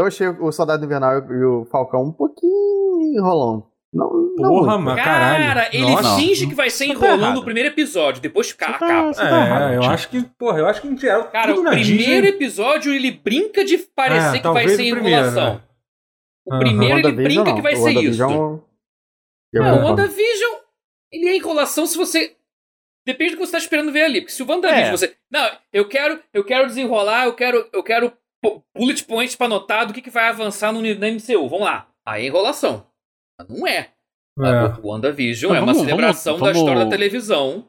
[SPEAKER 4] eu achei o Soldado Invernal e o- e o Falcão um pouquinho enrolão. Não, não
[SPEAKER 1] Porra,
[SPEAKER 4] muito.
[SPEAKER 1] mano, caralho.
[SPEAKER 3] Cara, ele
[SPEAKER 2] Nossa.
[SPEAKER 3] finge que vai ser
[SPEAKER 2] Isso tá
[SPEAKER 3] enrolando
[SPEAKER 2] errado.
[SPEAKER 3] o primeiro episódio, depois ca- acaba.
[SPEAKER 2] Você tá errado,
[SPEAKER 1] é, eu
[SPEAKER 2] tio.
[SPEAKER 1] acho que, porra, eu acho que em geral
[SPEAKER 3] Cara,
[SPEAKER 1] tudo
[SPEAKER 3] o
[SPEAKER 1] na
[SPEAKER 3] primeiro
[SPEAKER 1] Disney...
[SPEAKER 3] episódio ele brinca de parecer
[SPEAKER 1] É,
[SPEAKER 3] que vai
[SPEAKER 1] talvez
[SPEAKER 3] ser
[SPEAKER 1] o primeiro,
[SPEAKER 3] enrolação.
[SPEAKER 1] né?
[SPEAKER 3] O
[SPEAKER 1] Aham.
[SPEAKER 3] primeiro ele
[SPEAKER 4] WandaVision,
[SPEAKER 3] brinca
[SPEAKER 4] não.
[SPEAKER 3] que vai
[SPEAKER 4] O
[SPEAKER 3] ser isso.
[SPEAKER 4] WandaVision, é um Eu
[SPEAKER 3] Não, o
[SPEAKER 4] concordo.
[SPEAKER 3] WandaVision, ele é enrolação se você. Depende do que você tá esperando ver ali. Porque se o WandaVision
[SPEAKER 2] É.
[SPEAKER 3] você. Não, eu quero, eu quero desenrolar, eu quero, eu quero pu- bullet points pra anotar do que, que vai avançar no, na MCU. Vamos lá. Aí é enrolação. Mas não é.
[SPEAKER 1] É.
[SPEAKER 3] O WandaVision
[SPEAKER 2] Mas
[SPEAKER 3] é uma
[SPEAKER 2] vamos- vamos-
[SPEAKER 3] celebração da
[SPEAKER 2] vamos-
[SPEAKER 3] história da televisão.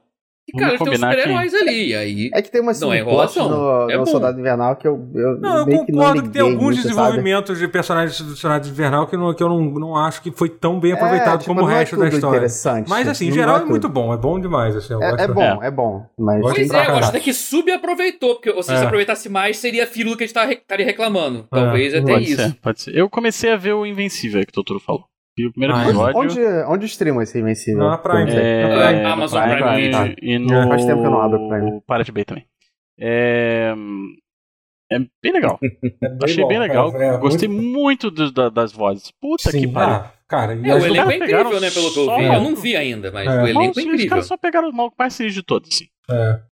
[SPEAKER 3] E,
[SPEAKER 2] vamos
[SPEAKER 3] cara, tem uns
[SPEAKER 2] combinar
[SPEAKER 3] super-heróis ali. Aí.
[SPEAKER 4] É que tem uma
[SPEAKER 3] Não, é
[SPEAKER 4] subplot
[SPEAKER 3] enrolação.
[SPEAKER 4] no,
[SPEAKER 3] É
[SPEAKER 4] no
[SPEAKER 3] bom.
[SPEAKER 4] Soldado Invernal que eu. eu
[SPEAKER 1] Não, eu
[SPEAKER 4] meio que não
[SPEAKER 1] concordo que, tem
[SPEAKER 4] liguei
[SPEAKER 1] alguns
[SPEAKER 4] muito, sabe?
[SPEAKER 1] desenvolvimentos de personagens do Soldado Invernal que, não, que eu não, não acho que foi tão bem aproveitado
[SPEAKER 4] É, tipo,
[SPEAKER 1] como o
[SPEAKER 4] não é
[SPEAKER 1] resto da
[SPEAKER 4] tudo
[SPEAKER 1] história.
[SPEAKER 4] interessante.
[SPEAKER 1] Mas assim, em
[SPEAKER 4] Não
[SPEAKER 1] geral é,
[SPEAKER 4] tudo.
[SPEAKER 1] muito bom, é bom demais. Assim, eu
[SPEAKER 4] É,
[SPEAKER 1] gosto.
[SPEAKER 4] é bom, é. bom. Mas
[SPEAKER 1] Gosto
[SPEAKER 4] tem
[SPEAKER 3] Pois
[SPEAKER 1] pra
[SPEAKER 3] é, eu
[SPEAKER 1] caralho.
[SPEAKER 3] acho até que subaproveitou, porque ou, se
[SPEAKER 1] É.
[SPEAKER 3] se aproveitasse mais, seria aquilo que a gente tá re- estaria reclamando. Talvez até
[SPEAKER 2] É, Pode
[SPEAKER 3] isso.
[SPEAKER 2] ser, pode ser. Eu comecei a ver o Invencível que o Totoro falou. E o primeiro
[SPEAKER 1] Ah,
[SPEAKER 2] episódio.
[SPEAKER 4] Onde, é onde streama esse Invencível?
[SPEAKER 1] Na Prime.
[SPEAKER 2] É, tá.
[SPEAKER 1] Na Prime.
[SPEAKER 2] na
[SPEAKER 3] Amazon Ah, Prime Video.
[SPEAKER 2] E no...
[SPEAKER 4] Faz tempo que eu não abro o Prime.
[SPEAKER 2] Pirate Bay também. É... é bem legal.
[SPEAKER 1] É
[SPEAKER 2] Achei
[SPEAKER 1] bom,
[SPEAKER 2] bem legal.
[SPEAKER 1] cara. É,
[SPEAKER 2] Gostei muito do- da- das vozes. Puta
[SPEAKER 1] Sim,
[SPEAKER 2] que pariu.
[SPEAKER 1] ah, cara, e
[SPEAKER 3] É, o
[SPEAKER 1] as-
[SPEAKER 2] ele-
[SPEAKER 3] elenco é
[SPEAKER 2] caras pegaram
[SPEAKER 3] incrível, né? Pelo que eu
[SPEAKER 2] só-
[SPEAKER 3] vi. Eu não vi ainda, mas
[SPEAKER 1] É.
[SPEAKER 3] o elenco é
[SPEAKER 2] Malzinho, os
[SPEAKER 3] incrível.
[SPEAKER 2] caras só pegaram o maluco mais sinistro de todos, assim.
[SPEAKER 1] É.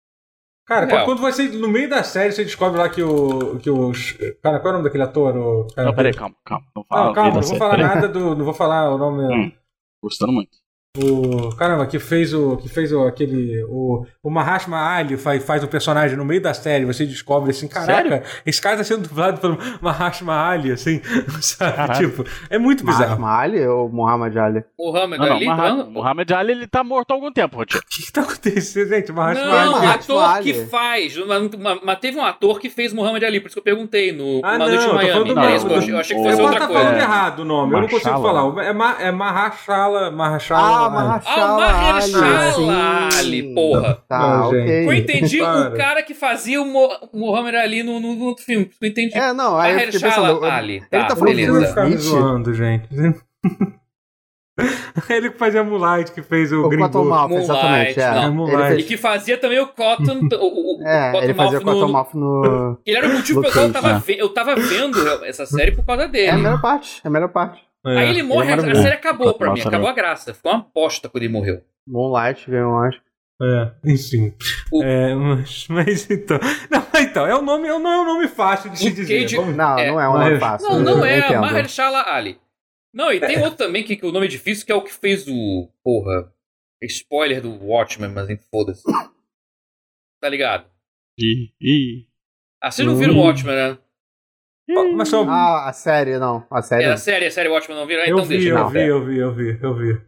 [SPEAKER 1] Cara,
[SPEAKER 3] Legal.
[SPEAKER 1] quando você, no meio da série, você descobre lá que o. Que os, cara, qual é o nome daquele ator? O, cara,
[SPEAKER 2] Não, peraí, calma, calma. é Não fala
[SPEAKER 1] É. Não,
[SPEAKER 2] no meio
[SPEAKER 1] calma,
[SPEAKER 2] da
[SPEAKER 1] não vou
[SPEAKER 2] série,
[SPEAKER 1] falar
[SPEAKER 2] peraí.
[SPEAKER 1] nada do. Não vou falar o nome.
[SPEAKER 2] Hum. tá Gostando muito.
[SPEAKER 1] O, caramba, que fez o. Que fez o, aquele. O, o Mahashma Ali faz, faz o personagem no meio da série. Você descobre assim, caraca, esse cara tá sendo dublado pelo Mahashma Ali, assim, sabe?
[SPEAKER 2] Caraca.
[SPEAKER 1] Tipo, é muito bizarro.
[SPEAKER 4] Mahatma Ali ou Muhammad Ali?
[SPEAKER 3] Mohamed
[SPEAKER 2] Não, não,
[SPEAKER 3] Ali.
[SPEAKER 2] Mohamed,
[SPEAKER 3] não,
[SPEAKER 2] Mohamed Ali ele tá morto há algum tempo, Rodrigo.
[SPEAKER 1] O que, que tá acontecendo, gente? Mahashma
[SPEAKER 3] Não,
[SPEAKER 1] Ali.
[SPEAKER 4] Mohamed
[SPEAKER 3] ator que
[SPEAKER 4] Ali.
[SPEAKER 3] faz. mas- Mas mas teve um ator que fez Mohamed Ali, por isso que eu perguntei no
[SPEAKER 1] Ah,
[SPEAKER 3] Uma
[SPEAKER 1] não,
[SPEAKER 3] Noite em
[SPEAKER 1] eu tô falando
[SPEAKER 3] Miami.
[SPEAKER 1] do
[SPEAKER 3] Não,
[SPEAKER 1] nome
[SPEAKER 3] esse que eu
[SPEAKER 1] do-
[SPEAKER 3] achei- eu achei que
[SPEAKER 2] o-
[SPEAKER 3] fosse
[SPEAKER 1] Eu
[SPEAKER 3] é outra
[SPEAKER 1] tá falando
[SPEAKER 3] coisa.
[SPEAKER 1] errado o nome, eu não consigo
[SPEAKER 2] Mahershala.
[SPEAKER 1] falar. É, ma, é né? Mahashala. Mahashala.
[SPEAKER 4] Ah,
[SPEAKER 1] Ali.
[SPEAKER 3] Ah, o
[SPEAKER 4] Mahershala Ali.
[SPEAKER 3] Mahershala
[SPEAKER 4] sim.
[SPEAKER 3] Ali, porra.
[SPEAKER 4] Tá,
[SPEAKER 1] Não,
[SPEAKER 4] ok.
[SPEAKER 3] Eu entendi
[SPEAKER 1] Para.
[SPEAKER 3] o cara que fazia o Mo- o Mohamed Ali no, no, no outro filme. Eu entendi.
[SPEAKER 4] É, não, aí eu fiquei
[SPEAKER 3] Mahershala
[SPEAKER 4] pensando...
[SPEAKER 3] Ali. Tá,
[SPEAKER 4] tá falando
[SPEAKER 1] Beleza.
[SPEAKER 3] beleza.
[SPEAKER 1] Eu ficava me
[SPEAKER 4] Nietzsche?
[SPEAKER 1] zoando, gente. ele que fazia Moonlight, que fez o,
[SPEAKER 4] O
[SPEAKER 1] Green
[SPEAKER 4] Cotton
[SPEAKER 1] Book.
[SPEAKER 4] Mouth, exatamente. É.
[SPEAKER 3] Moonlight,
[SPEAKER 1] não.
[SPEAKER 4] Ele
[SPEAKER 3] E
[SPEAKER 4] fez-
[SPEAKER 3] que fazia também o Cotton. O, o,
[SPEAKER 4] É,
[SPEAKER 3] o
[SPEAKER 4] ele fazia o
[SPEAKER 3] Cottonmouth no-
[SPEAKER 4] Cotton Mouth no...
[SPEAKER 3] Ele era o motivo pelo
[SPEAKER 4] Lucas,
[SPEAKER 3] qual eu tava,
[SPEAKER 2] né?
[SPEAKER 3] ve- eu tava vendo essa série por causa
[SPEAKER 4] É a
[SPEAKER 1] né?
[SPEAKER 3] dele.
[SPEAKER 4] melhor parte, é a melhor parte.
[SPEAKER 1] É.
[SPEAKER 3] Aí ele né? morre,
[SPEAKER 2] é
[SPEAKER 3] a- a
[SPEAKER 2] maravilhoso.
[SPEAKER 3] série acabou pra mim,
[SPEAKER 2] Nossa,
[SPEAKER 3] acabou a graça. Ficou uma bosta quando ele morreu.
[SPEAKER 4] Moonlight ganhou, um acho.
[SPEAKER 1] É, enfim.
[SPEAKER 3] O-
[SPEAKER 1] É, mas, mas então. Não, mas então, é um nome, é um, não é um nome fácil de se
[SPEAKER 3] O
[SPEAKER 1] dizer.
[SPEAKER 3] Cage-
[SPEAKER 1] Vamos-
[SPEAKER 4] Não,
[SPEAKER 3] É,
[SPEAKER 4] não é um
[SPEAKER 1] mas-
[SPEAKER 4] ano fácil.
[SPEAKER 3] Não, não é
[SPEAKER 4] entendo.
[SPEAKER 3] Mahershala Ali. Não, e tem outro também que, que o nome é difícil, que é o que fez o. Porra. Spoiler do Watchmen, mas enfim, foda-se. Tá ligado?
[SPEAKER 2] Ih, ih.
[SPEAKER 3] Ah, vocês não viram o
[SPEAKER 1] Hum.
[SPEAKER 3] Watchmen, né?
[SPEAKER 1] Ó, Mas só.
[SPEAKER 4] Ah, a série, não. A série.
[SPEAKER 3] É a série, a série Watchmen não viram? Ah,
[SPEAKER 1] eu,
[SPEAKER 3] então
[SPEAKER 1] vi,
[SPEAKER 3] deixa.
[SPEAKER 1] eu
[SPEAKER 3] não.
[SPEAKER 1] vi, eu vi, eu vi, eu vi.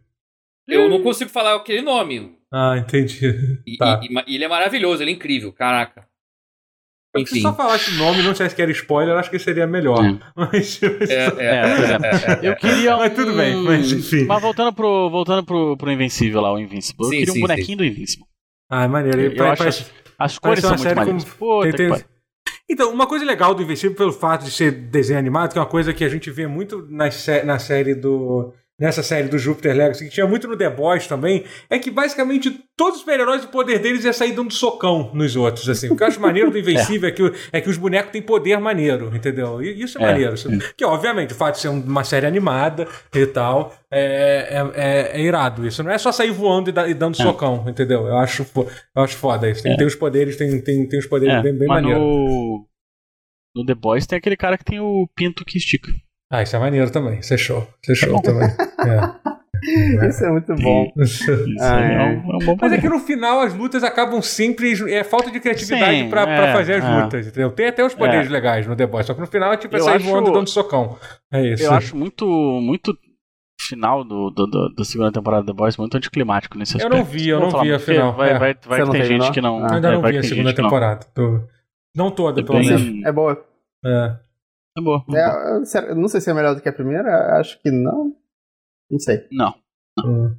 [SPEAKER 3] Eu não consigo falar aquele nome.
[SPEAKER 1] Ah, entendi.
[SPEAKER 3] E,
[SPEAKER 1] Tá.
[SPEAKER 3] e- e- e ele é maravilhoso, ele é incrível, caraca.
[SPEAKER 1] Se
[SPEAKER 3] Enfim.
[SPEAKER 1] só falasse o nome, não dissesse que era spoiler, acho que seria melhor.
[SPEAKER 2] Sim.
[SPEAKER 1] Mas, mas-
[SPEAKER 3] É,
[SPEAKER 2] É, pois é.
[SPEAKER 3] é, é, é,
[SPEAKER 2] Eu queria. um
[SPEAKER 1] Mas tudo bem, mas enfim.
[SPEAKER 2] Mas voltando pro, voltando pro, pro Invencível lá, o Invincible.
[SPEAKER 3] Sim,
[SPEAKER 2] eu queria
[SPEAKER 3] sim,
[SPEAKER 2] um bonequinho do Invincible.
[SPEAKER 1] Ah, é maneiro.
[SPEAKER 2] Eu,
[SPEAKER 1] Ele
[SPEAKER 2] eu
[SPEAKER 1] pare-
[SPEAKER 2] acho
[SPEAKER 1] parece-
[SPEAKER 2] as, as cores
[SPEAKER 1] uma
[SPEAKER 2] são muito
[SPEAKER 1] série
[SPEAKER 2] maneiras.
[SPEAKER 1] com-
[SPEAKER 2] Puta
[SPEAKER 1] Tem-
[SPEAKER 2] que
[SPEAKER 1] tem-
[SPEAKER 2] pariu.
[SPEAKER 1] Então, uma coisa legal do Invencível, pelo fato de ser desenho animado, que é uma coisa que a gente vê muito nas sé- na série do. Nessa série do Jupiter Legacy, que tinha muito no The Boys também, é que basicamente todos os super-heróis, o poder deles é sair dando socão nos outros, assim. O que eu acho maneiro do Invencível é, que, o- é que os bonecos têm poder maneiro, entendeu? E isso é,
[SPEAKER 2] É,
[SPEAKER 1] maneiro. isso- Que, obviamente, o fato de ser um, uma série animada e tal, é, é- é- é irado isso. Não é só sair voando e, da- e dando
[SPEAKER 2] É.
[SPEAKER 1] socão, entendeu? Eu acho, fo- eu acho foda isso. Tem, tem os poderes, tem, tem, tem os poderes
[SPEAKER 2] É,
[SPEAKER 1] bem, bem
[SPEAKER 2] mas
[SPEAKER 1] maneiros.
[SPEAKER 2] no, no The Boys tem aquele cara que tem o pinto que estica.
[SPEAKER 1] Ah, isso é maneiro também. Isso é show. Isso é show também. É.
[SPEAKER 4] Isso é muito bom.
[SPEAKER 2] Isso
[SPEAKER 4] Ah,
[SPEAKER 2] aí é.
[SPEAKER 4] é.
[SPEAKER 2] um, é um bom
[SPEAKER 1] Mas é
[SPEAKER 2] poder.
[SPEAKER 1] que no final as lutas acabam sempre. É falta de criatividade
[SPEAKER 2] Sim,
[SPEAKER 1] pra, pra
[SPEAKER 2] é,
[SPEAKER 1] fazer as
[SPEAKER 2] é.
[SPEAKER 1] lutas, entendeu? Tem até os poderes legais no The Boys, só que no final é tipo é
[SPEAKER 2] Eu
[SPEAKER 1] sair
[SPEAKER 2] acho-
[SPEAKER 1] voando e dando socão. É isso.
[SPEAKER 2] Eu acho muito, muito final do, do- do- da segunda temporada do The Boys muito anticlimático nesse
[SPEAKER 1] Eu
[SPEAKER 2] aspecto.
[SPEAKER 1] não vi, eu
[SPEAKER 2] Vou
[SPEAKER 1] não
[SPEAKER 2] falar
[SPEAKER 1] vi a
[SPEAKER 2] muito, porque
[SPEAKER 1] final.
[SPEAKER 2] Vai,
[SPEAKER 1] é.
[SPEAKER 2] vai, vai
[SPEAKER 4] Você
[SPEAKER 2] que
[SPEAKER 4] não
[SPEAKER 2] tem
[SPEAKER 4] terminou?
[SPEAKER 2] gente que não.
[SPEAKER 4] Ah,
[SPEAKER 1] Eu
[SPEAKER 2] é,
[SPEAKER 1] ainda não
[SPEAKER 2] vai
[SPEAKER 1] vi
[SPEAKER 2] que
[SPEAKER 1] a
[SPEAKER 2] tem
[SPEAKER 1] segunda
[SPEAKER 2] gente que não.
[SPEAKER 1] temporada. Tô- Não toda,
[SPEAKER 2] É
[SPEAKER 1] pelo
[SPEAKER 2] bem-
[SPEAKER 1] menos.
[SPEAKER 4] É boa.
[SPEAKER 1] É.
[SPEAKER 2] É boa.
[SPEAKER 4] É, sério, eu não sei se é melhor do que a primeira, acho que não. Não sei.
[SPEAKER 2] Não,
[SPEAKER 1] Hum.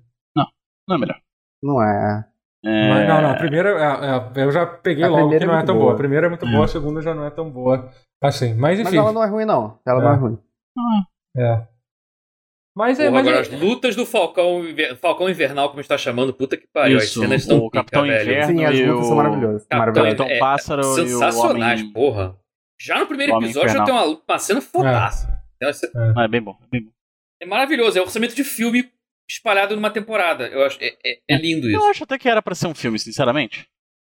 [SPEAKER 2] não é melhor.
[SPEAKER 4] Não é.
[SPEAKER 2] É,
[SPEAKER 1] Mas, não, não, a primeira é, é, eu já peguei
[SPEAKER 4] A
[SPEAKER 1] logo que
[SPEAKER 4] primeira é
[SPEAKER 1] não é
[SPEAKER 4] muito
[SPEAKER 1] tão boa.
[SPEAKER 4] boa. Hum.
[SPEAKER 1] A primeira é muito boa, a segunda já não é tão boa. Assim, mas
[SPEAKER 4] Mas
[SPEAKER 1] enfim.
[SPEAKER 4] ela não é ruim, não. Ela não
[SPEAKER 1] É.
[SPEAKER 4] é ruim.
[SPEAKER 2] ah,
[SPEAKER 1] É. Mas é.
[SPEAKER 3] Porra,
[SPEAKER 1] mas
[SPEAKER 3] agora
[SPEAKER 1] é-
[SPEAKER 3] as lutas do Falcão, Inver- Falcão Invernal, como está chamando, puta que pariu.
[SPEAKER 2] Isso,
[SPEAKER 3] as cenas estão
[SPEAKER 2] o Capitão Inverno. É,
[SPEAKER 4] Sim, as
[SPEAKER 2] e
[SPEAKER 4] lutas
[SPEAKER 2] o-
[SPEAKER 4] são maravilhosas.
[SPEAKER 3] Capitão
[SPEAKER 2] então,
[SPEAKER 4] maravilhosas.
[SPEAKER 2] então,
[SPEAKER 3] é
[SPEAKER 2] pássaro e o
[SPEAKER 3] Sensacionais,
[SPEAKER 2] homem.
[SPEAKER 3] porra. Já no primeiro
[SPEAKER 2] o Homem
[SPEAKER 3] episódio já tem uma, uma cena fodaça. Então, isso
[SPEAKER 2] Ah, é bem bom. É bem bom.
[SPEAKER 3] É maravilhoso, é orçamento de filme espalhado numa temporada. Eu acho, é, é- é lindo
[SPEAKER 2] Eu
[SPEAKER 3] isso.
[SPEAKER 2] acho até que era pra ser um filme, sinceramente.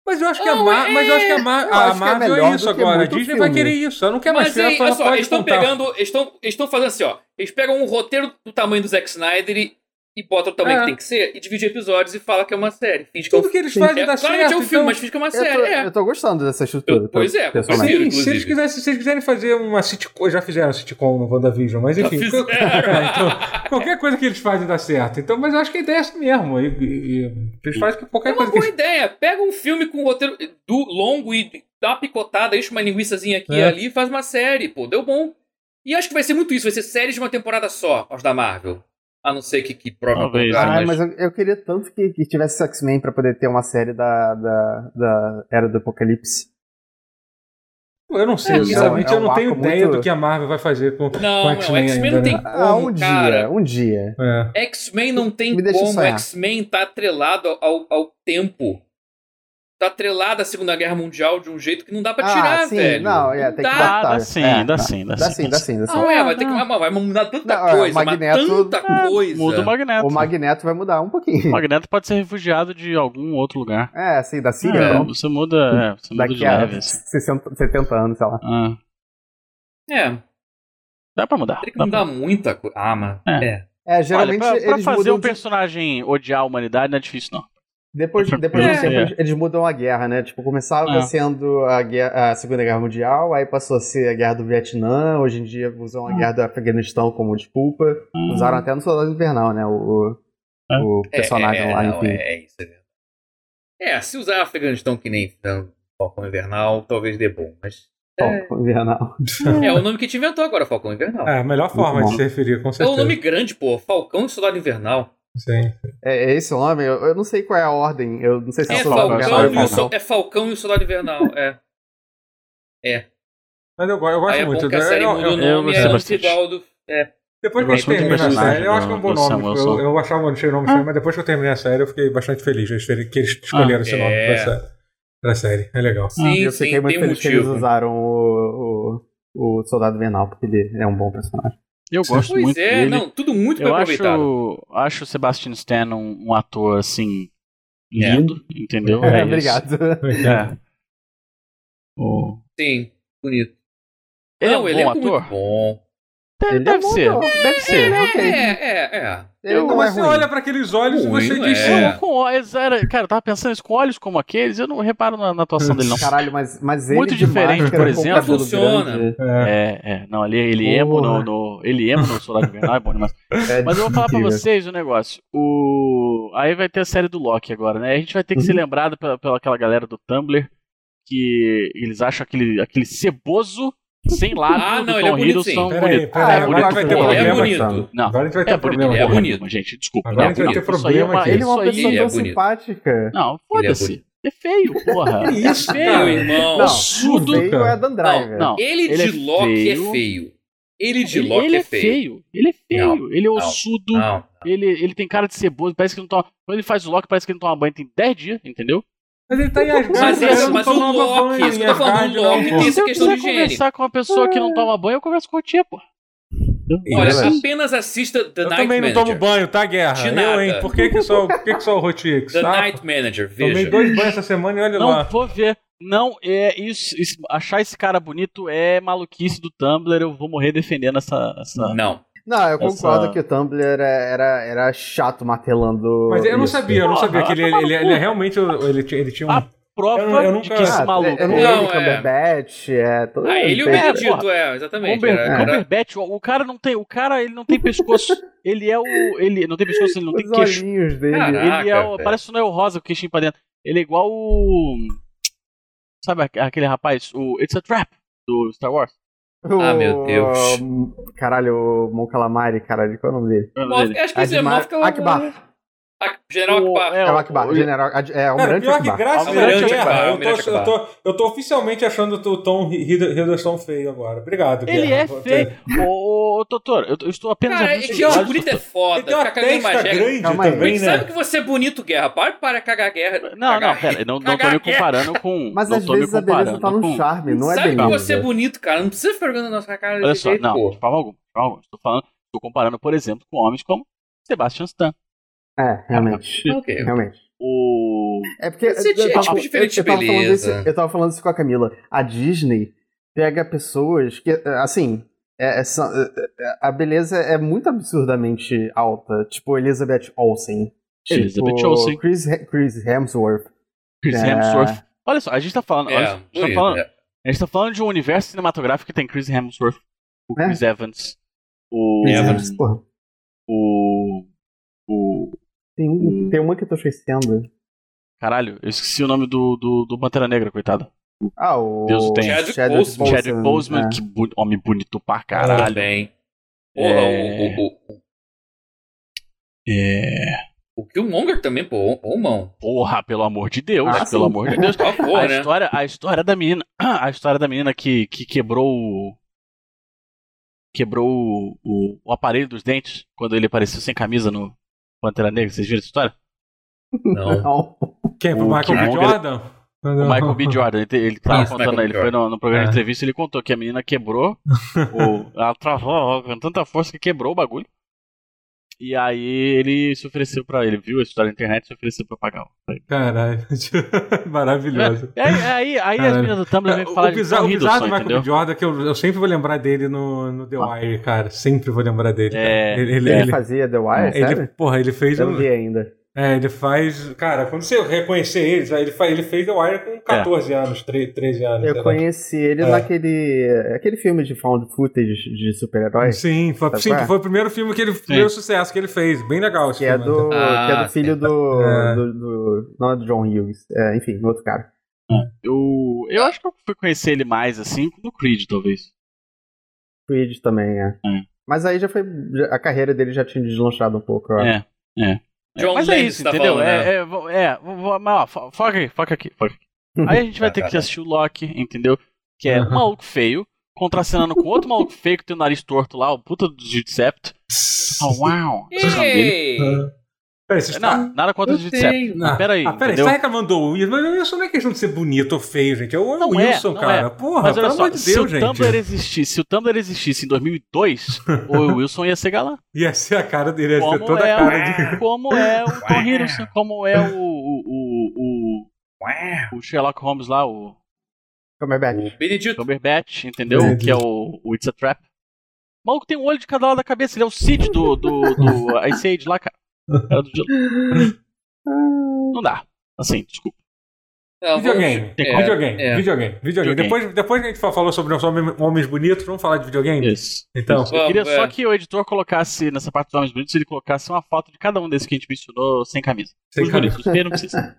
[SPEAKER 1] Mas eu acho que a,
[SPEAKER 3] Não,
[SPEAKER 1] Mar
[SPEAKER 3] é-
[SPEAKER 1] mas eu acho que a, Mar
[SPEAKER 4] eu
[SPEAKER 1] a
[SPEAKER 4] acho que é
[SPEAKER 1] Marvel é,
[SPEAKER 4] melhor
[SPEAKER 1] isso
[SPEAKER 4] do que
[SPEAKER 1] agora. A
[SPEAKER 4] muito
[SPEAKER 1] Disney vai
[SPEAKER 4] filme.
[SPEAKER 1] querer isso. Ela não quer mais
[SPEAKER 3] Mas
[SPEAKER 1] ver,
[SPEAKER 3] aí,
[SPEAKER 1] ela
[SPEAKER 3] olha
[SPEAKER 1] só
[SPEAKER 3] só,
[SPEAKER 1] pode
[SPEAKER 3] eles estão
[SPEAKER 1] contar.
[SPEAKER 3] pegando. Eles estão, eles estão fazendo assim, ó. Eles pegam um roteiro do tamanho do Zack Snyder e, e botam o tamanho
[SPEAKER 1] É.
[SPEAKER 3] que tem que ser e dividem episódios e fala que é uma série. Finge que é um
[SPEAKER 1] Tudo que eles
[SPEAKER 4] Sim.
[SPEAKER 1] fazem
[SPEAKER 3] É,
[SPEAKER 1] dá
[SPEAKER 3] claramente
[SPEAKER 1] certo.
[SPEAKER 3] é um
[SPEAKER 1] então-
[SPEAKER 3] filme, mas finge que é uma
[SPEAKER 4] Eu
[SPEAKER 3] série.
[SPEAKER 4] tô,
[SPEAKER 3] é.
[SPEAKER 4] eu tô gostando dessa estrutura.
[SPEAKER 3] Eu- pois é,
[SPEAKER 1] Sim,
[SPEAKER 4] pessoalmente.
[SPEAKER 3] prefiro,
[SPEAKER 1] se eles,
[SPEAKER 3] inclusive.
[SPEAKER 1] quisessem, se eles quiserem fazer uma sitcom, já fizeram sitcom no WandaVision, mas
[SPEAKER 3] Já
[SPEAKER 1] enfim.
[SPEAKER 3] fizeram.
[SPEAKER 1] É, então, qualquer coisa que eles fazem dá certo. Então, mas eu acho que a ideia é essa mesmo. E, e- e eles fazem qualquer
[SPEAKER 3] É uma
[SPEAKER 1] coisa que
[SPEAKER 3] boa
[SPEAKER 1] eles
[SPEAKER 3] ideia. Pega um filme com um roteiro do longo e dá uma picotada, enche uma linguiçazinha aqui e
[SPEAKER 1] É.
[SPEAKER 3] ali e faz uma série, pô. Deu bom. E acho que vai ser muito isso. Vai ser séries de uma temporada só, os da Marvel. A não ser que, que prova o
[SPEAKER 2] Talvez,
[SPEAKER 3] contrário,
[SPEAKER 4] Ah,
[SPEAKER 1] né?
[SPEAKER 2] Cara,
[SPEAKER 4] mas eu, eu queria tanto que, que tivesse X-Men pra poder ter uma série da, da, da Era do Apocalipse.
[SPEAKER 1] Eu não sei,
[SPEAKER 4] É,
[SPEAKER 1] sinceramente,
[SPEAKER 4] é um- é
[SPEAKER 1] eu
[SPEAKER 4] um
[SPEAKER 1] não tenho
[SPEAKER 4] arco
[SPEAKER 1] ideia
[SPEAKER 4] muito-
[SPEAKER 1] do que a Marvel vai fazer com, com
[SPEAKER 3] Não, não,
[SPEAKER 1] X-Men
[SPEAKER 3] X-Men
[SPEAKER 1] ainda,
[SPEAKER 3] não
[SPEAKER 1] né?
[SPEAKER 3] tem
[SPEAKER 4] Ah, um
[SPEAKER 3] como, cara.
[SPEAKER 4] dia, um dia.
[SPEAKER 1] É.
[SPEAKER 3] X-Men não tem
[SPEAKER 4] Me deixa
[SPEAKER 3] como.
[SPEAKER 4] sonhar.
[SPEAKER 3] X-Men tá atrelado ao, ao tempo. Tá atrelado à Segunda Guerra Mundial de um jeito que não dá pra tirar,
[SPEAKER 4] ah, sim,
[SPEAKER 3] velho.
[SPEAKER 4] Não, é, tem que
[SPEAKER 3] Dá,
[SPEAKER 2] Ah,
[SPEAKER 4] adaptar.
[SPEAKER 2] dá sim,
[SPEAKER 4] É,
[SPEAKER 2] dá
[SPEAKER 4] dá-
[SPEAKER 2] sim, dá
[SPEAKER 4] Dá
[SPEAKER 2] sim.
[SPEAKER 4] sim, dá sim, dá sim.
[SPEAKER 3] Não, é, vai ter que vai mudar tanta
[SPEAKER 4] Não, é,
[SPEAKER 3] coisa, mas
[SPEAKER 4] Magneto- é,
[SPEAKER 3] tanta
[SPEAKER 2] Ah,
[SPEAKER 3] coisa.
[SPEAKER 2] Muda o Magneto.
[SPEAKER 4] O
[SPEAKER 3] é.
[SPEAKER 4] Magneto vai mudar um
[SPEAKER 2] O
[SPEAKER 4] pouquinho.
[SPEAKER 2] Magneto pode ser refugiado de algum outro lugar.
[SPEAKER 4] É, assim, da Síria,
[SPEAKER 2] É,
[SPEAKER 4] pronto.
[SPEAKER 2] você muda, é, você muda de
[SPEAKER 4] Daqui a
[SPEAKER 2] leve. assim.
[SPEAKER 4] 60, 70 anos, sei lá.
[SPEAKER 2] Ah,
[SPEAKER 3] É,
[SPEAKER 2] dá pra mudar.
[SPEAKER 3] tem que
[SPEAKER 2] dá
[SPEAKER 3] mudar
[SPEAKER 2] pra-
[SPEAKER 3] muita coisa. Ah, mano.
[SPEAKER 2] É.
[SPEAKER 3] É.
[SPEAKER 4] É, geralmente
[SPEAKER 2] Olha, pra, pra
[SPEAKER 4] eles
[SPEAKER 2] fazer
[SPEAKER 4] mudam
[SPEAKER 2] o
[SPEAKER 4] de-
[SPEAKER 2] personagem odiar a humanidade não é difícil, não.
[SPEAKER 4] Depois, depois
[SPEAKER 3] É.
[SPEAKER 4] de um tempo, eles- eles mudam a guerra, né? Tipo, começava
[SPEAKER 2] É.
[SPEAKER 4] sendo a, guerra- a Segunda Guerra Mundial, aí passou a ser a Guerra do Vietnã, hoje em dia usam
[SPEAKER 2] Ah.
[SPEAKER 4] a Guerra do Afeganistão como desculpa. Usaram até no Soldado Invernal, né? O,
[SPEAKER 2] É.
[SPEAKER 4] o, o
[SPEAKER 3] É,
[SPEAKER 4] personagem
[SPEAKER 3] é, é,
[SPEAKER 4] lá,
[SPEAKER 3] não,
[SPEAKER 4] enfim.
[SPEAKER 3] é, é isso, é verdade. É, se usar Afeganistão que nem não, Falcão Invernal, talvez dê bom, mas.
[SPEAKER 4] Falcão Invernal.
[SPEAKER 3] É o nome que te inventou agora, Falcão Invernal.
[SPEAKER 1] É, a melhor forma
[SPEAKER 4] Muito
[SPEAKER 1] de se referir, com
[SPEAKER 3] É um
[SPEAKER 1] certeza.
[SPEAKER 3] nome grande, pô. Falcão e Soldado Invernal.
[SPEAKER 1] Sim.
[SPEAKER 4] É, é esse o nome? Eu, eu não sei qual é a ordem. Eu não sei se
[SPEAKER 3] É,
[SPEAKER 4] é,
[SPEAKER 2] Soldado
[SPEAKER 3] Falcão,
[SPEAKER 2] Invernal,
[SPEAKER 3] e o
[SPEAKER 2] Falcão.
[SPEAKER 3] Sol- é Falcão e o Soldado Invernal. É.
[SPEAKER 1] Mas eu, go- eu gosto
[SPEAKER 3] Aí é bom
[SPEAKER 1] muito.
[SPEAKER 3] que a série
[SPEAKER 1] eu, eu-
[SPEAKER 3] muda o
[SPEAKER 2] eu
[SPEAKER 3] nome,
[SPEAKER 2] gostei
[SPEAKER 3] é
[SPEAKER 2] bastante.
[SPEAKER 3] Antivaldo. É.
[SPEAKER 1] depois
[SPEAKER 2] eu
[SPEAKER 1] que
[SPEAKER 2] gosto muito do
[SPEAKER 1] termina a
[SPEAKER 2] personagem
[SPEAKER 1] série, eu acho que é um
[SPEAKER 2] do-
[SPEAKER 1] bom
[SPEAKER 2] do
[SPEAKER 1] nome.
[SPEAKER 2] Samuel
[SPEAKER 1] Eu,
[SPEAKER 2] Sol.
[SPEAKER 1] eu achava não achei o nome
[SPEAKER 3] Hum.
[SPEAKER 1] estranho, mas depois que eu terminei a série, eu fiquei bastante feliz de eles terem- que eles escolheram esse nome
[SPEAKER 3] é.
[SPEAKER 1] pra série. Pra série. É legal.
[SPEAKER 3] Sim,
[SPEAKER 4] Ah, eu
[SPEAKER 3] sim,
[SPEAKER 4] fiquei muito
[SPEAKER 3] tem um
[SPEAKER 4] feliz que eles
[SPEAKER 3] motivo.
[SPEAKER 4] usaram o, o, o Soldado Invernal, porque ele é um bom personagem.
[SPEAKER 2] Eu gosto
[SPEAKER 3] Pois
[SPEAKER 2] muito
[SPEAKER 3] é,
[SPEAKER 2] dele.
[SPEAKER 3] não, tudo muito bem
[SPEAKER 2] eu
[SPEAKER 3] aproveitado.
[SPEAKER 2] acho, acho o Sebastian Stan um, um ator, assim, lindo, entendeu? É,
[SPEAKER 4] É,
[SPEAKER 2] isso.
[SPEAKER 4] obrigado.
[SPEAKER 2] É.
[SPEAKER 1] Então,
[SPEAKER 2] O-
[SPEAKER 3] Sim, bonito.
[SPEAKER 2] Ele
[SPEAKER 3] não,
[SPEAKER 2] é um
[SPEAKER 3] ele
[SPEAKER 2] bom
[SPEAKER 3] é muito
[SPEAKER 2] ator?
[SPEAKER 3] bom.
[SPEAKER 2] Deve,
[SPEAKER 4] Ele é
[SPEAKER 2] deve
[SPEAKER 4] bom
[SPEAKER 2] ser,
[SPEAKER 4] ator.
[SPEAKER 2] deve ser.
[SPEAKER 3] É,
[SPEAKER 4] ok.
[SPEAKER 3] é, é.
[SPEAKER 4] Ele
[SPEAKER 1] Então
[SPEAKER 4] não é
[SPEAKER 1] você
[SPEAKER 4] ruim.
[SPEAKER 1] olha pra aqueles olhos
[SPEAKER 3] Ruim,
[SPEAKER 1] e você
[SPEAKER 3] não
[SPEAKER 1] diz. "Pô,
[SPEAKER 3] é.
[SPEAKER 2] Com- com olhos- era- cara, eu tava pensando isso, com olhos como aqueles, eu não reparo na, na atuação dele, não.
[SPEAKER 4] Caralho, mas, mas ele
[SPEAKER 2] Muito
[SPEAKER 4] de
[SPEAKER 2] diferente,
[SPEAKER 4] máscara,
[SPEAKER 2] por
[SPEAKER 4] com
[SPEAKER 2] exemplo.
[SPEAKER 4] cabelo
[SPEAKER 3] Funciona.
[SPEAKER 4] grande.
[SPEAKER 1] É.
[SPEAKER 2] É, é. Não, ali ele emo no,
[SPEAKER 4] Porra.
[SPEAKER 2] no. Ele emo no Soldado Invernal, é bom demais.
[SPEAKER 4] É
[SPEAKER 2] Mas eu vou falar pra
[SPEAKER 4] incrível.
[SPEAKER 2] vocês um negócio. O... Aí vai ter a série do Loki agora, né? A gente vai ter que
[SPEAKER 1] Uhum.
[SPEAKER 2] ser lembrado pela, pela aquela galera do Tumblr que eles acham aquele, aquele ceboso sem lábio
[SPEAKER 3] Ah, não, ele
[SPEAKER 2] do
[SPEAKER 3] é
[SPEAKER 2] Tom
[SPEAKER 3] bonito,
[SPEAKER 2] Hiddleston
[SPEAKER 3] sim.
[SPEAKER 2] um bonito.
[SPEAKER 1] Peraí,
[SPEAKER 4] Ah,
[SPEAKER 1] peraí,
[SPEAKER 4] é
[SPEAKER 1] agora
[SPEAKER 4] bonito,
[SPEAKER 1] vai ter
[SPEAKER 4] pô.
[SPEAKER 3] Ele é
[SPEAKER 1] problema.
[SPEAKER 3] bonito.
[SPEAKER 2] Não,
[SPEAKER 1] Agora a gente vai ter
[SPEAKER 2] é bonito,
[SPEAKER 1] problema.
[SPEAKER 2] ele
[SPEAKER 3] é
[SPEAKER 2] é
[SPEAKER 1] agora.
[SPEAKER 2] bonito, gente. Desculpa.
[SPEAKER 1] Agora
[SPEAKER 2] ele
[SPEAKER 1] a
[SPEAKER 2] é
[SPEAKER 1] gente vai
[SPEAKER 2] bonito.
[SPEAKER 1] ter
[SPEAKER 2] Isso aí é uma-
[SPEAKER 1] problema aqui.
[SPEAKER 4] Ele é uma
[SPEAKER 2] isso aí-
[SPEAKER 4] pessoa
[SPEAKER 3] Ele é
[SPEAKER 4] tão
[SPEAKER 3] bonito.
[SPEAKER 4] simpática.
[SPEAKER 2] Não, foda-se. É feio, porra.
[SPEAKER 1] Que isso,
[SPEAKER 2] é
[SPEAKER 3] Meu
[SPEAKER 1] cara?
[SPEAKER 2] feio.
[SPEAKER 3] irmão.
[SPEAKER 4] Não,
[SPEAKER 1] Absurdo,
[SPEAKER 4] Veio
[SPEAKER 1] cara.
[SPEAKER 4] é a Dan Driver.
[SPEAKER 2] Não, não.
[SPEAKER 3] Ele,
[SPEAKER 2] Ele
[SPEAKER 3] de
[SPEAKER 2] é
[SPEAKER 3] Loki
[SPEAKER 2] feio.
[SPEAKER 3] é feio. Ele de
[SPEAKER 2] Ele,
[SPEAKER 3] Loki
[SPEAKER 2] ele
[SPEAKER 3] é feio.
[SPEAKER 2] Ele é feio.
[SPEAKER 3] Não,
[SPEAKER 2] ele é
[SPEAKER 3] não, Ah.
[SPEAKER 2] ossudo.
[SPEAKER 3] Não.
[SPEAKER 2] Ele, ele tem cara de ceboso, parece que não toma. Quando ele faz o Loki, parece que ele não toma banho tem 10 dias, entendeu?
[SPEAKER 1] Mas ele tá em Asgard,
[SPEAKER 3] Mas,
[SPEAKER 1] cara,
[SPEAKER 3] esse,
[SPEAKER 1] eu não
[SPEAKER 3] mas o
[SPEAKER 1] tomava
[SPEAKER 3] Loki,
[SPEAKER 1] banho
[SPEAKER 3] isso que
[SPEAKER 1] em
[SPEAKER 3] eu tô falando,
[SPEAKER 1] Asgard,
[SPEAKER 3] o
[SPEAKER 1] não,
[SPEAKER 3] Loki
[SPEAKER 1] pô.
[SPEAKER 3] tem
[SPEAKER 2] se
[SPEAKER 3] essa
[SPEAKER 2] eu
[SPEAKER 3] questão de
[SPEAKER 2] quiser
[SPEAKER 3] higiene.
[SPEAKER 2] conversar com uma pessoa que não toma banho, eu converso com a tia, pô.
[SPEAKER 1] Ih,
[SPEAKER 3] Olha,
[SPEAKER 1] beleza.
[SPEAKER 3] apenas assista The
[SPEAKER 1] é Eu
[SPEAKER 3] Night
[SPEAKER 1] também não
[SPEAKER 3] Manager.
[SPEAKER 1] tomo banho, tá, Guerra?
[SPEAKER 3] De
[SPEAKER 1] Eu,
[SPEAKER 3] nada.
[SPEAKER 1] hein? Por que que só, por que que só o Rotier?
[SPEAKER 3] The Night Manager,
[SPEAKER 1] Tomei
[SPEAKER 3] veja.
[SPEAKER 1] dois banhos essa semana e olha
[SPEAKER 2] Não
[SPEAKER 1] lá.
[SPEAKER 2] vou ver. Não, é isso, isso- Achar esse cara bonito é maluquice do Tumblr. Eu vou morrer defendendo essa. essa...
[SPEAKER 3] Não.
[SPEAKER 4] Não, eu
[SPEAKER 2] Essa-
[SPEAKER 4] concordo que o Tumblr era, era, era chato martelando.
[SPEAKER 1] Mas eu não
[SPEAKER 4] isso.
[SPEAKER 1] sabia, eu não
[SPEAKER 2] Porra,
[SPEAKER 1] sabia que ele,
[SPEAKER 2] vai tomar
[SPEAKER 1] ele,
[SPEAKER 2] no
[SPEAKER 1] ele é
[SPEAKER 2] cu.
[SPEAKER 1] realmente ele, tinha- ele tinha um.
[SPEAKER 2] Ah, Prova
[SPEAKER 1] Eu não- eu
[SPEAKER 2] de
[SPEAKER 1] nunca-
[SPEAKER 2] que esse
[SPEAKER 4] Ah,
[SPEAKER 2] maluco.
[SPEAKER 4] É, é,
[SPEAKER 3] Não,
[SPEAKER 4] ele,
[SPEAKER 3] é.
[SPEAKER 4] Cumberbatch, é. Todo
[SPEAKER 3] Ah, ele e o
[SPEAKER 4] tem-
[SPEAKER 2] Benedict.
[SPEAKER 3] Benedito, é, exatamente.
[SPEAKER 2] Cumber,
[SPEAKER 3] Era, era...
[SPEAKER 2] Cumberbatch, o, o cara não tem. O cara ele não tem pescoço. ele é o. Ele não tem pescoço, ele não tem
[SPEAKER 4] Os
[SPEAKER 2] queixo.
[SPEAKER 4] olhinhos dele.
[SPEAKER 3] Ah, Cara,
[SPEAKER 2] ele é o.
[SPEAKER 3] velho.
[SPEAKER 2] Parece o Noel Rosa com o queixinho pra dentro. Ele é igual o. Sabe aque- aquele rapaz? O It's a Trap do Star Wars.
[SPEAKER 3] Ah, meu Deus.
[SPEAKER 4] O- Caralho, o Mon Calamari, caralho, qual é o nome dele?
[SPEAKER 3] Moff- Acho que esse é
[SPEAKER 4] Admar-
[SPEAKER 3] Moff Calamari.
[SPEAKER 4] Akbar.
[SPEAKER 3] Ak- General Akbar.
[SPEAKER 4] É o Akbar, general. Ad- É, o
[SPEAKER 1] Cara,
[SPEAKER 4] Almirante
[SPEAKER 1] pior que
[SPEAKER 4] Akbar.
[SPEAKER 1] graças a
[SPEAKER 3] Almirante
[SPEAKER 1] Deus,
[SPEAKER 3] Akbar,
[SPEAKER 1] eu
[SPEAKER 3] Almirante
[SPEAKER 1] tô, eu,
[SPEAKER 3] Akbar.
[SPEAKER 1] tô, eu tô oficialmente achando o Tom Hidd- Hiddleston feio agora. Obrigado.
[SPEAKER 2] Ele
[SPEAKER 1] Guerra.
[SPEAKER 2] é feio. Ô, ô, ô, doutor, eu, eu estou apenas
[SPEAKER 3] Cara,
[SPEAKER 2] abrindo
[SPEAKER 3] é
[SPEAKER 2] os
[SPEAKER 3] que gente
[SPEAKER 2] olhos,
[SPEAKER 3] bonita é
[SPEAKER 2] doutor.
[SPEAKER 1] Ele
[SPEAKER 3] foda.
[SPEAKER 1] tem uma
[SPEAKER 3] Fica cagando
[SPEAKER 1] testa
[SPEAKER 3] magia.
[SPEAKER 1] grande
[SPEAKER 4] Calma aí.
[SPEAKER 3] A
[SPEAKER 1] também,
[SPEAKER 3] gente
[SPEAKER 1] né?
[SPEAKER 3] sabe que você é bonito, Guerra. Para para cagar guerra.
[SPEAKER 2] Não, não,
[SPEAKER 3] cagar-
[SPEAKER 2] pera, não, não tô
[SPEAKER 3] cagar
[SPEAKER 2] me
[SPEAKER 3] guerra.
[SPEAKER 2] comparando com.
[SPEAKER 4] Mas
[SPEAKER 2] não
[SPEAKER 4] às
[SPEAKER 2] tô me
[SPEAKER 4] vezes a beleza tá
[SPEAKER 2] comparando
[SPEAKER 4] no
[SPEAKER 2] com-
[SPEAKER 4] charme, não é
[SPEAKER 3] Sabe que você é
[SPEAKER 4] beleza.
[SPEAKER 3] bonito, cara. Não precisa ficar jogando na nossa cara
[SPEAKER 2] Olha
[SPEAKER 3] desse
[SPEAKER 2] só,
[SPEAKER 3] jeito,
[SPEAKER 2] não, de
[SPEAKER 3] pô.
[SPEAKER 2] forma alguma, de forma alguma. Estou falando, estou comparando, por exemplo, com homens como Sebastian Stan.
[SPEAKER 4] É, realmente.
[SPEAKER 3] Ok.
[SPEAKER 4] Realmente.
[SPEAKER 2] O.
[SPEAKER 4] É porque
[SPEAKER 3] Esse
[SPEAKER 4] eu- eu
[SPEAKER 3] é
[SPEAKER 4] tava-
[SPEAKER 3] tipo diferente
[SPEAKER 4] eu, eu tava
[SPEAKER 3] de
[SPEAKER 4] falando
[SPEAKER 3] beleza.
[SPEAKER 4] isso, eu tava falando isso com a Camila. A Disney pega pessoas que, eh, assim, é- é- são- é- é- a beleza é muito absurdamente alta. Tipo Elizabeth Olsen. Tipo,
[SPEAKER 2] Elizabeth Olsen.
[SPEAKER 4] Chris, He- Chris Hemsworth.
[SPEAKER 2] Chris
[SPEAKER 4] É.
[SPEAKER 2] Hemsworth. Olha só, a gente tá falando. olha
[SPEAKER 3] É,
[SPEAKER 2] só, a, gente tá
[SPEAKER 3] bonito,
[SPEAKER 2] falando
[SPEAKER 3] é.
[SPEAKER 2] a gente tá falando de um universo cinematográfico que tem Chris Hemsworth, o
[SPEAKER 4] É.
[SPEAKER 2] Chris Evans, o.
[SPEAKER 4] Chris Hemsworth, porra.
[SPEAKER 2] O. O.
[SPEAKER 4] Tem, um- tem uma que eu tô esquecendo.
[SPEAKER 2] Caralho, eu esqueci o nome do, do, do Pantera Negra, coitado.
[SPEAKER 4] Ah, o.
[SPEAKER 2] Deus o tenha.
[SPEAKER 3] Chadwick Boseman.
[SPEAKER 2] Chadwick Boseman,
[SPEAKER 4] é.
[SPEAKER 2] que bu- homem bonito pra caralho.
[SPEAKER 3] É. Também. Porra,
[SPEAKER 2] É.
[SPEAKER 3] o, o, o,
[SPEAKER 2] É.
[SPEAKER 3] o Killmonger também, pô, homão.
[SPEAKER 2] Porra, pelo amor de Deus,
[SPEAKER 3] Ah,
[SPEAKER 2] pelo
[SPEAKER 3] sim.
[SPEAKER 2] amor de Deus.
[SPEAKER 3] Por favor,
[SPEAKER 2] a,
[SPEAKER 3] né?
[SPEAKER 2] história, a história da menina. A história da menina que, que quebrou o. Quebrou o, o, o aparelho dos dentes quando ele apareceu sem camisa no Pantera Negra. Vocês viram essa história?
[SPEAKER 3] Não.
[SPEAKER 4] Não.
[SPEAKER 1] Quem? é Pro
[SPEAKER 2] O
[SPEAKER 1] Michael B.
[SPEAKER 2] Killmonger-
[SPEAKER 1] Jordan?
[SPEAKER 2] O Michael B. Jordan, ele, ele tava
[SPEAKER 3] Isso,
[SPEAKER 2] contando,
[SPEAKER 3] Michael
[SPEAKER 2] ele
[SPEAKER 3] B.
[SPEAKER 2] foi no, no programa
[SPEAKER 1] É.
[SPEAKER 2] de entrevista ele contou que a menina quebrou, o, ela travou com tanta força que quebrou o bagulho. E aí ele se ofereceu pra ele, viu a história na internet e se ofereceu pra pagar. Pra ele.
[SPEAKER 1] Caralho, maravilhoso.
[SPEAKER 2] E aí, aí, aí as
[SPEAKER 1] Caralho.
[SPEAKER 2] meninas do Tumblr vêm falar
[SPEAKER 1] É, O
[SPEAKER 2] de
[SPEAKER 1] bizarro, o
[SPEAKER 2] Tom
[SPEAKER 1] bizarro
[SPEAKER 2] Hiddleston,
[SPEAKER 1] do Michael
[SPEAKER 2] entendeu? Ah.
[SPEAKER 1] B. Jordan é que eu, eu sempre vou lembrar dele no, no The Wire, cara. Sempre vou lembrar dele. cara.
[SPEAKER 2] É,
[SPEAKER 1] ele, ele,
[SPEAKER 4] Ele,
[SPEAKER 1] ele-
[SPEAKER 4] fazia The Wire,
[SPEAKER 1] ele-
[SPEAKER 4] sério?
[SPEAKER 1] porra, ele fez.
[SPEAKER 4] Eu
[SPEAKER 1] um-
[SPEAKER 4] não vi ainda.
[SPEAKER 1] é, ele faz. Cara, quando você reconhecer eles, aí ele, fa- ele fez The Wire
[SPEAKER 2] É.
[SPEAKER 1] com 14 anos, 13, 13 anos. sei
[SPEAKER 4] Eu
[SPEAKER 1] lá.
[SPEAKER 4] conheci ele
[SPEAKER 1] É.
[SPEAKER 4] naquele. aquele filme de found footage de super-herói.
[SPEAKER 1] Sim, foi,
[SPEAKER 4] Sabe
[SPEAKER 1] sim,
[SPEAKER 4] qual é?
[SPEAKER 1] foi o primeiro filme que ele. Primeiro sucesso que ele fez. Bem legal esse
[SPEAKER 4] Que é
[SPEAKER 1] filme.
[SPEAKER 4] do,
[SPEAKER 3] Ah,
[SPEAKER 4] que é do filho do,
[SPEAKER 1] É.
[SPEAKER 4] do, do- Não é do John Hughes. É, enfim, do outro cara.
[SPEAKER 2] Eu, eu acho que eu fui conhecer ele mais, assim, no Creed, talvez.
[SPEAKER 4] Creed também, é.
[SPEAKER 2] Hum.
[SPEAKER 4] Mas aí já foi. já- A carreira dele já tinha deslanchado um pouco. eu acho.
[SPEAKER 2] É, é.
[SPEAKER 3] John
[SPEAKER 2] Mas é
[SPEAKER 3] Lennon
[SPEAKER 2] isso,
[SPEAKER 3] tá
[SPEAKER 2] entendeu?
[SPEAKER 3] falando,
[SPEAKER 2] é, é, vo- é, vo- vo- mas ó, fo- foca aqui, foca aqui, foca aqui.
[SPEAKER 1] Uhum.
[SPEAKER 2] Aí a gente vai ter que assistir o Loki, entendeu? Que é um maluco feio, contracenando com outro maluco feio que tem o nariz torto lá, o puta do Judicept. Oh, uau! esse é o nome dele.
[SPEAKER 3] Ei!
[SPEAKER 1] É. Peraí, vocês estão.
[SPEAKER 2] Não, nada contra o
[SPEAKER 3] Eu
[SPEAKER 2] Judicept.
[SPEAKER 3] tenho.
[SPEAKER 1] Ah,
[SPEAKER 2] peraí,
[SPEAKER 1] Ah, peraí, você
[SPEAKER 2] entendeu?
[SPEAKER 1] tá reclamando do Wilson, mas o Wilson não é questão de ser bonito ou feio, gente. É o
[SPEAKER 2] Não é,
[SPEAKER 1] Wilson,
[SPEAKER 2] não
[SPEAKER 1] cara.
[SPEAKER 2] é.
[SPEAKER 1] Porra,
[SPEAKER 2] Mas
[SPEAKER 1] pelo
[SPEAKER 2] olha só,
[SPEAKER 1] amor de
[SPEAKER 2] se,
[SPEAKER 1] Deus,
[SPEAKER 2] o
[SPEAKER 1] gente.
[SPEAKER 2] Tumblr existisse, se o Tumblr existisse em 2002, o Wilson ia ser galã.
[SPEAKER 1] Ia ser a cara dele, ia ser
[SPEAKER 2] Como
[SPEAKER 1] toda a
[SPEAKER 2] é,
[SPEAKER 1] cara de.
[SPEAKER 2] o, como é o Tom Hiddleston, como é o, o, o, o- o Sherlock Holmes lá, o
[SPEAKER 4] Cumberbatch.
[SPEAKER 3] O Benedito.
[SPEAKER 2] Cumberbatch, entendeu?
[SPEAKER 1] Entendi.
[SPEAKER 2] Que é o, o It's a Trap. O maluco tem um olho de cada lado da cabeça, ele é o Cid do, do, do Ice Age lá, cara. Era do gelo. Não dá. Assim, desculpa.
[SPEAKER 3] Não,
[SPEAKER 1] Videogame. videogame,
[SPEAKER 3] É,
[SPEAKER 1] videogame,
[SPEAKER 3] é.
[SPEAKER 1] videogame.
[SPEAKER 2] Videogame.
[SPEAKER 1] Depois, depois que a gente fa- falou sobre os homens, homens bonitos, vamos falar de videogame?
[SPEAKER 2] Isso.
[SPEAKER 1] Então,
[SPEAKER 2] Eu queria
[SPEAKER 3] Vamos,
[SPEAKER 2] só
[SPEAKER 3] é.
[SPEAKER 2] que o editor colocasse, nessa parte dos homens bonitos, ele colocasse uma foto de cada um desses que a gente mencionou sem camisa.
[SPEAKER 1] sem
[SPEAKER 2] Os
[SPEAKER 1] camisa.
[SPEAKER 2] bonitos, os feios não precisa.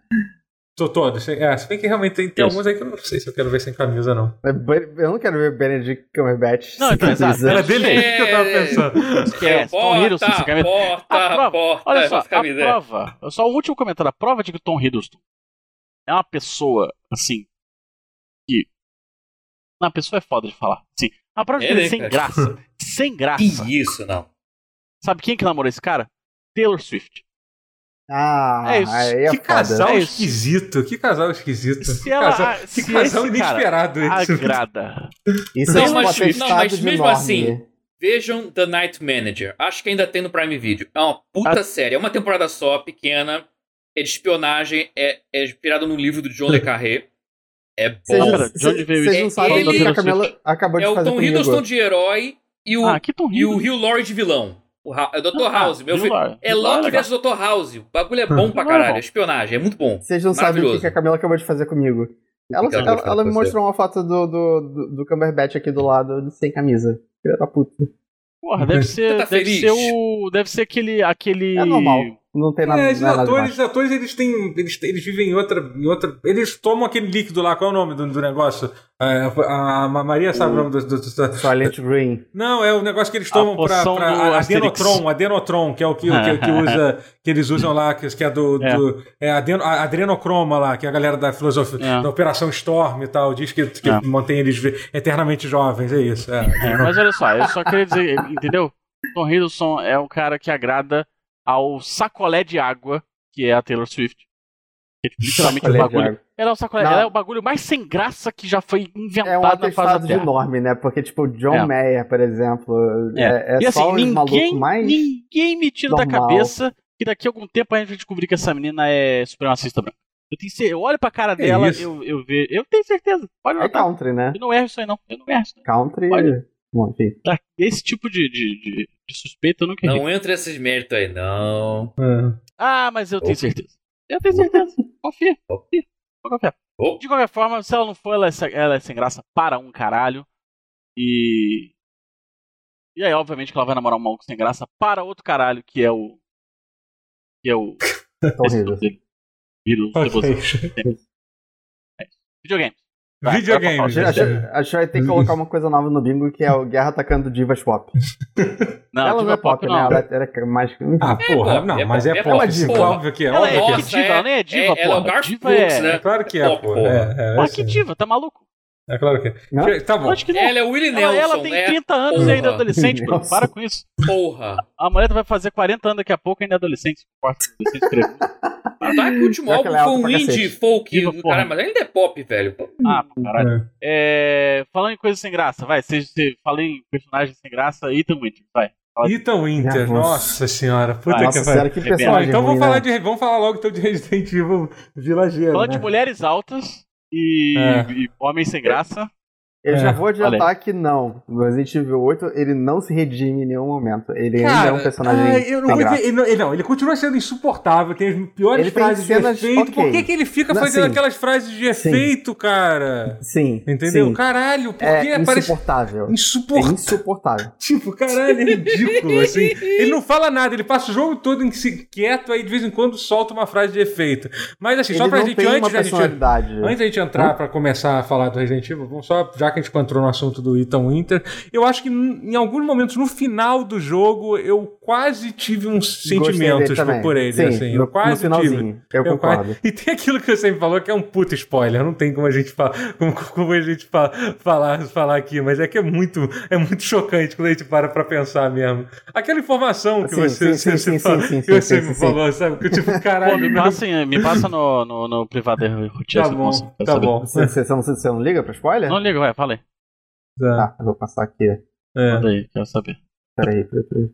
[SPEAKER 1] Tô todo. sem- É, se bem que realmente tem, tem
[SPEAKER 2] Isso.
[SPEAKER 1] alguns aí que eu não sei se eu quero ver sem camisa, não.
[SPEAKER 4] É, Ben- Eu não quero ver Benedict Cumberbatch.
[SPEAKER 2] Não,
[SPEAKER 4] sem
[SPEAKER 2] então, exato.
[SPEAKER 4] camisa.
[SPEAKER 1] Era dele
[SPEAKER 3] É.
[SPEAKER 1] que eu tava pensando.
[SPEAKER 2] Esquece. Tom
[SPEAKER 3] Porta,
[SPEAKER 2] Hiddleston assim, sem camisa.
[SPEAKER 3] porta,
[SPEAKER 2] A prova.
[SPEAKER 3] porta.
[SPEAKER 2] Olha só, a
[SPEAKER 3] essa camisa.
[SPEAKER 2] prova. Só o último comentário. A prova de que o Tom Hiddleston é uma pessoa, assim. Que. Não, a pessoa é foda de falar. Sim. A prova de que
[SPEAKER 3] Ele,
[SPEAKER 2] ele é sem
[SPEAKER 3] cara.
[SPEAKER 2] graça. Sem graça.
[SPEAKER 3] Que isso, não.
[SPEAKER 2] Sabe quem é que namorou esse cara? Taylor Swift.
[SPEAKER 4] Ah,
[SPEAKER 2] É isso.
[SPEAKER 4] aí é
[SPEAKER 1] que
[SPEAKER 4] foda.
[SPEAKER 1] casal
[SPEAKER 2] É isso.
[SPEAKER 1] esquisito, que casal esquisito.
[SPEAKER 2] Se
[SPEAKER 1] que
[SPEAKER 2] ela-
[SPEAKER 1] casal,
[SPEAKER 2] se
[SPEAKER 1] que casal
[SPEAKER 2] esse cara
[SPEAKER 1] inesperado
[SPEAKER 2] Ah,
[SPEAKER 1] esse.
[SPEAKER 2] Agrada.
[SPEAKER 4] Isso
[SPEAKER 3] Não,
[SPEAKER 4] é um
[SPEAKER 3] mas-
[SPEAKER 4] potestado
[SPEAKER 3] não, mas
[SPEAKER 4] de
[SPEAKER 3] mesmo
[SPEAKER 4] Norm.
[SPEAKER 3] assim- Vejam The Night Manager. Acho que ainda tem no Prime Video. É uma puta série. É uma temporada só, pequena. É de espionagem. É, é inspirado num livro do John Le Carré. É
[SPEAKER 4] Vocês
[SPEAKER 2] Ah,
[SPEAKER 4] não-
[SPEAKER 3] bom.
[SPEAKER 2] pera, de onde veio
[SPEAKER 4] vocês
[SPEAKER 2] isso?
[SPEAKER 4] não sabem
[SPEAKER 3] Ele-
[SPEAKER 4] o que a Camila acabou
[SPEAKER 3] É
[SPEAKER 4] de
[SPEAKER 3] o
[SPEAKER 4] fazer
[SPEAKER 3] Tom
[SPEAKER 4] comigo.
[SPEAKER 3] Hiddleston de herói e o,
[SPEAKER 2] Ah, que Tom
[SPEAKER 3] e o
[SPEAKER 2] Hiddleston.
[SPEAKER 3] Hugh Laurie de vilão. O, Ha- é o Dr.
[SPEAKER 2] Ah,
[SPEAKER 3] House, meu
[SPEAKER 2] Hugh
[SPEAKER 3] filho.
[SPEAKER 2] Laurie.
[SPEAKER 3] É
[SPEAKER 2] Hugh Laurie
[SPEAKER 3] Loki
[SPEAKER 2] legal.
[SPEAKER 3] versus Dr. House. O bagulho é bom pra
[SPEAKER 2] Hugh Laurie é
[SPEAKER 3] caralho.
[SPEAKER 2] bom.
[SPEAKER 3] É espionagem. É muito bom.
[SPEAKER 4] Vocês não sabem o que
[SPEAKER 3] Maravilhoso.
[SPEAKER 4] que a Camila acabou de fazer comigo. Ela,
[SPEAKER 3] que ela
[SPEAKER 4] ela,
[SPEAKER 3] acabou de
[SPEAKER 4] ela me
[SPEAKER 3] fazer?
[SPEAKER 4] mostrou uma foto do, do, do, do Cumberbatch aqui do lado, de sem camisa. Filha da puta.
[SPEAKER 2] Porra, deve ser.
[SPEAKER 3] tá
[SPEAKER 2] deve
[SPEAKER 3] feliz?
[SPEAKER 2] ser o. Deve ser aquele. aquele...
[SPEAKER 4] É normal. Não tem nada,
[SPEAKER 1] É,
[SPEAKER 4] não é
[SPEAKER 1] esses
[SPEAKER 4] nada
[SPEAKER 1] atores,
[SPEAKER 4] demais.
[SPEAKER 1] os atores eles têm. Eles, têm- eles vivem em outra, em outra. Eles tomam aquele líquido lá, qual é o nome do, do negócio? É, a, a Maria sabe o nome do. do- do- do-
[SPEAKER 4] Silent Green.
[SPEAKER 1] não, é o negócio que eles tomam pra.
[SPEAKER 2] poção
[SPEAKER 1] pra
[SPEAKER 2] do
[SPEAKER 1] a-
[SPEAKER 2] Asterix.
[SPEAKER 1] adenotron, adenotron, que é o que, o que, que usa. Que eles usam lá, que, que é do.
[SPEAKER 2] É.
[SPEAKER 1] do- é adeno- a- adrenocroma lá, que é a galera da filosofia.
[SPEAKER 2] É.
[SPEAKER 1] Da Operação Storm e tal. Diz que, que
[SPEAKER 2] É.
[SPEAKER 1] mantém eles vi- eternamente jovens, é isso. É,
[SPEAKER 2] É, mas olha só, eu só queria dizer, entendeu? Tom Hiddleston é um cara que agrada ao sacolé de água, que é a Taylor Swift. Que é, tipo, literalmente o
[SPEAKER 4] Olha,
[SPEAKER 2] bagulho.
[SPEAKER 4] Thiago,
[SPEAKER 2] Ela é, um sacolé,
[SPEAKER 4] Não.
[SPEAKER 2] ela é o bagulho mais sem graça que já foi
[SPEAKER 4] É um
[SPEAKER 2] inventado Tá na face
[SPEAKER 4] atestado
[SPEAKER 2] da
[SPEAKER 4] de
[SPEAKER 2] Terra.
[SPEAKER 4] norme, né? Porque, tipo, John
[SPEAKER 2] É.
[SPEAKER 4] Mayer, por exemplo,
[SPEAKER 2] É.
[SPEAKER 4] é, é,
[SPEAKER 2] E
[SPEAKER 4] só
[SPEAKER 2] assim,
[SPEAKER 4] um maluco
[SPEAKER 2] ninguém,
[SPEAKER 4] mais...
[SPEAKER 2] ninguém me tira da
[SPEAKER 4] normal.
[SPEAKER 2] cabeça que daqui a algum tempo a gente vai descobrir que essa menina é supremacista branca. Eu, tenho cer- eu olho pra cara
[SPEAKER 1] Que
[SPEAKER 2] dela,
[SPEAKER 1] isso?
[SPEAKER 2] eu, eu vejo. Eu tenho certeza. Pode
[SPEAKER 4] É
[SPEAKER 2] notar.
[SPEAKER 4] country, né?
[SPEAKER 2] Eu não erro isso aí, não. Eu não erro isso. não.
[SPEAKER 4] Country...
[SPEAKER 2] Olha.
[SPEAKER 4] Bom, enfim.
[SPEAKER 2] Tá, Esse tipo de, de, de- de suspeita eu nunca errei.
[SPEAKER 3] Não entra esses méritos aí, não.
[SPEAKER 1] É,
[SPEAKER 2] Ah, mas eu tenho
[SPEAKER 3] Opa.
[SPEAKER 2] certeza. Eu tenho certeza. Confia.
[SPEAKER 3] Opa. Oh.
[SPEAKER 2] Confia. Vou confiar.
[SPEAKER 3] Opa.
[SPEAKER 2] De qualquer forma, se ela não for, ela é, se- ela é sem graça para um caralho. E. E aí, obviamente, que ela vai namorar um maluco sem graça para outro caralho, que é o. Que é o.
[SPEAKER 4] Tom
[SPEAKER 2] esse
[SPEAKER 4] Hiddleston.
[SPEAKER 2] nome dele. Hiddleston,
[SPEAKER 1] Ok.
[SPEAKER 2] Cebosinha. Videogame.
[SPEAKER 1] Vai, assim. Videogame.
[SPEAKER 4] Acho, acho, acho que vai ter que colocar uma coisa nova no bingo que é o Guerra atacando divas pop.
[SPEAKER 2] Não,
[SPEAKER 4] ela não
[SPEAKER 2] diva
[SPEAKER 4] é pop, né?
[SPEAKER 2] não.
[SPEAKER 4] Ela era mais.
[SPEAKER 1] Ah, porra,
[SPEAKER 3] pop,
[SPEAKER 1] não,
[SPEAKER 3] é
[SPEAKER 1] mas
[SPEAKER 3] pop,
[SPEAKER 1] é
[SPEAKER 3] é
[SPEAKER 1] pop.
[SPEAKER 3] pop,
[SPEAKER 1] sim,
[SPEAKER 4] porra.
[SPEAKER 1] óbvio que é.
[SPEAKER 2] Ela é
[SPEAKER 1] óbvio que
[SPEAKER 3] Nossa,
[SPEAKER 2] diva, ela nem é diva,
[SPEAKER 3] é, ela é o
[SPEAKER 2] porra.
[SPEAKER 3] Garth
[SPEAKER 2] Diva é-
[SPEAKER 3] Brooks,
[SPEAKER 1] é.
[SPEAKER 3] né?
[SPEAKER 1] É claro que é,
[SPEAKER 3] pop,
[SPEAKER 1] pô. É, é,
[SPEAKER 2] Porra,
[SPEAKER 1] assim.
[SPEAKER 2] que diva, tá maluco?
[SPEAKER 1] É claro que é.
[SPEAKER 4] Não?
[SPEAKER 1] Che- Tá bom.
[SPEAKER 2] Lógico que não.
[SPEAKER 3] Ela é o Willie
[SPEAKER 2] Ela,
[SPEAKER 3] Nelson,
[SPEAKER 2] ela tem
[SPEAKER 3] né?
[SPEAKER 2] 30 anos
[SPEAKER 3] Porra.
[SPEAKER 2] e ainda é adolescente, Bruno.
[SPEAKER 4] Nossa.
[SPEAKER 2] Para com isso.
[SPEAKER 3] Porra.
[SPEAKER 2] A mulher vai fazer 40 anos daqui a pouco e ainda é adolescente. Quarto adolescente trevo.
[SPEAKER 3] Tá que o último
[SPEAKER 4] Já que
[SPEAKER 3] álbum
[SPEAKER 4] ela é
[SPEAKER 3] foi
[SPEAKER 4] alta
[SPEAKER 3] um
[SPEAKER 4] pra
[SPEAKER 3] indie
[SPEAKER 4] cacete.
[SPEAKER 3] folk.
[SPEAKER 2] Diva,
[SPEAKER 3] do
[SPEAKER 2] porra.
[SPEAKER 3] Caralho, mas ainda é pop, velho.
[SPEAKER 2] Ah, pô, caralho.
[SPEAKER 1] É.
[SPEAKER 2] É, falando em coisas sem graça, vai. Você, você fala em personagens sem graça, Ethan Winters, vai.
[SPEAKER 1] Ethan Winter,
[SPEAKER 4] Nossa.
[SPEAKER 1] nossa senhora. Puta
[SPEAKER 2] Ah,
[SPEAKER 4] Nossa
[SPEAKER 1] que pariu.
[SPEAKER 4] senhora, que
[SPEAKER 2] Rebelde.
[SPEAKER 1] Ó,
[SPEAKER 4] personagem.
[SPEAKER 1] então
[SPEAKER 4] ruim,
[SPEAKER 1] vamos falar,
[SPEAKER 4] né?
[SPEAKER 1] de, vamos falar logo então de Resident Evil Vilageiro.
[SPEAKER 2] Falando
[SPEAKER 1] né?
[SPEAKER 2] de mulheres altas e,
[SPEAKER 1] É.
[SPEAKER 2] e homens sem graça.
[SPEAKER 4] Eu
[SPEAKER 1] É,
[SPEAKER 4] já vou adiantar
[SPEAKER 2] olha
[SPEAKER 4] que não. No Resident Evil 8, ele não se redime em nenhum momento. Ele ainda é um personagem.
[SPEAKER 1] ai, eu não
[SPEAKER 4] sem
[SPEAKER 1] vou
[SPEAKER 4] graça.
[SPEAKER 1] dizer- ele, não- ele não, ele continua sendo insuportável, tem as piores
[SPEAKER 4] Ele tem
[SPEAKER 1] frases de
[SPEAKER 4] cenas-
[SPEAKER 1] efeito.
[SPEAKER 4] ok.
[SPEAKER 1] Por que, que ele fica
[SPEAKER 4] Não,
[SPEAKER 1] fazendo
[SPEAKER 4] sim.
[SPEAKER 1] aquelas frases de
[SPEAKER 4] Sim.
[SPEAKER 1] efeito, cara?
[SPEAKER 4] Sim.
[SPEAKER 1] Entendeu?
[SPEAKER 4] sim.
[SPEAKER 1] Caralho, por que
[SPEAKER 4] É
[SPEAKER 1] parece
[SPEAKER 4] insuportável. É
[SPEAKER 1] insuportável?
[SPEAKER 4] insuportável.
[SPEAKER 1] Tipo, caralho, é ridículo, assim. Ele não fala nada, ele passa o jogo todo em si- quieto, aí de vez em quando solta uma frase de efeito. Mas assim, só
[SPEAKER 4] ele
[SPEAKER 1] pra
[SPEAKER 4] não
[SPEAKER 1] gente,
[SPEAKER 4] tem uma
[SPEAKER 1] antes da gente
[SPEAKER 4] personalidade.
[SPEAKER 1] Antes da gente entrar pra começar a falar do Resident Evil, vamos só, já que a gente entrou no assunto do Ethan Winter, eu acho que n- em alguns momentos no final do jogo eu quase tive uns
[SPEAKER 4] Gostei dele
[SPEAKER 1] sentimentos por,
[SPEAKER 4] também.
[SPEAKER 1] por ele,
[SPEAKER 4] Sim,
[SPEAKER 1] assim,
[SPEAKER 4] no,
[SPEAKER 1] eu quase
[SPEAKER 4] no
[SPEAKER 1] tive.
[SPEAKER 4] finalzinho. Eu,
[SPEAKER 1] Eu quase-
[SPEAKER 4] concordo.
[SPEAKER 1] E tem aquilo que eu sempre falo, que é um puto spoiler, não tem como a gente, fa- como, como a gente fa- falar, falar aqui, mas é que é muito, é muito chocante quando a gente para pra pensar mesmo. Aquela informação que
[SPEAKER 4] Sim,
[SPEAKER 1] você,
[SPEAKER 4] sim, sim,
[SPEAKER 1] você-
[SPEAKER 4] sim,
[SPEAKER 1] você fa-
[SPEAKER 4] sim, sim,
[SPEAKER 1] que
[SPEAKER 4] sim,
[SPEAKER 1] você
[SPEAKER 4] sim,
[SPEAKER 1] me
[SPEAKER 4] sim.
[SPEAKER 1] falou, sabe? Que eu tipo,
[SPEAKER 2] Pô,
[SPEAKER 1] caralho,
[SPEAKER 2] me
[SPEAKER 1] meu
[SPEAKER 2] passa, em- me passa no, no, no privado. eu te
[SPEAKER 1] Tá
[SPEAKER 2] essa
[SPEAKER 1] bom,
[SPEAKER 2] moça, quero
[SPEAKER 1] tá
[SPEAKER 2] saber.
[SPEAKER 1] bom.
[SPEAKER 4] Você, você, não, você não liga pra spoiler?
[SPEAKER 2] Não liga, vai, fala aí.
[SPEAKER 1] Tá,
[SPEAKER 4] Ah, eu vou passar aqui. Tá.
[SPEAKER 1] é.
[SPEAKER 2] Manda aí, quero saber.
[SPEAKER 4] Peraí, peraí. é peraí.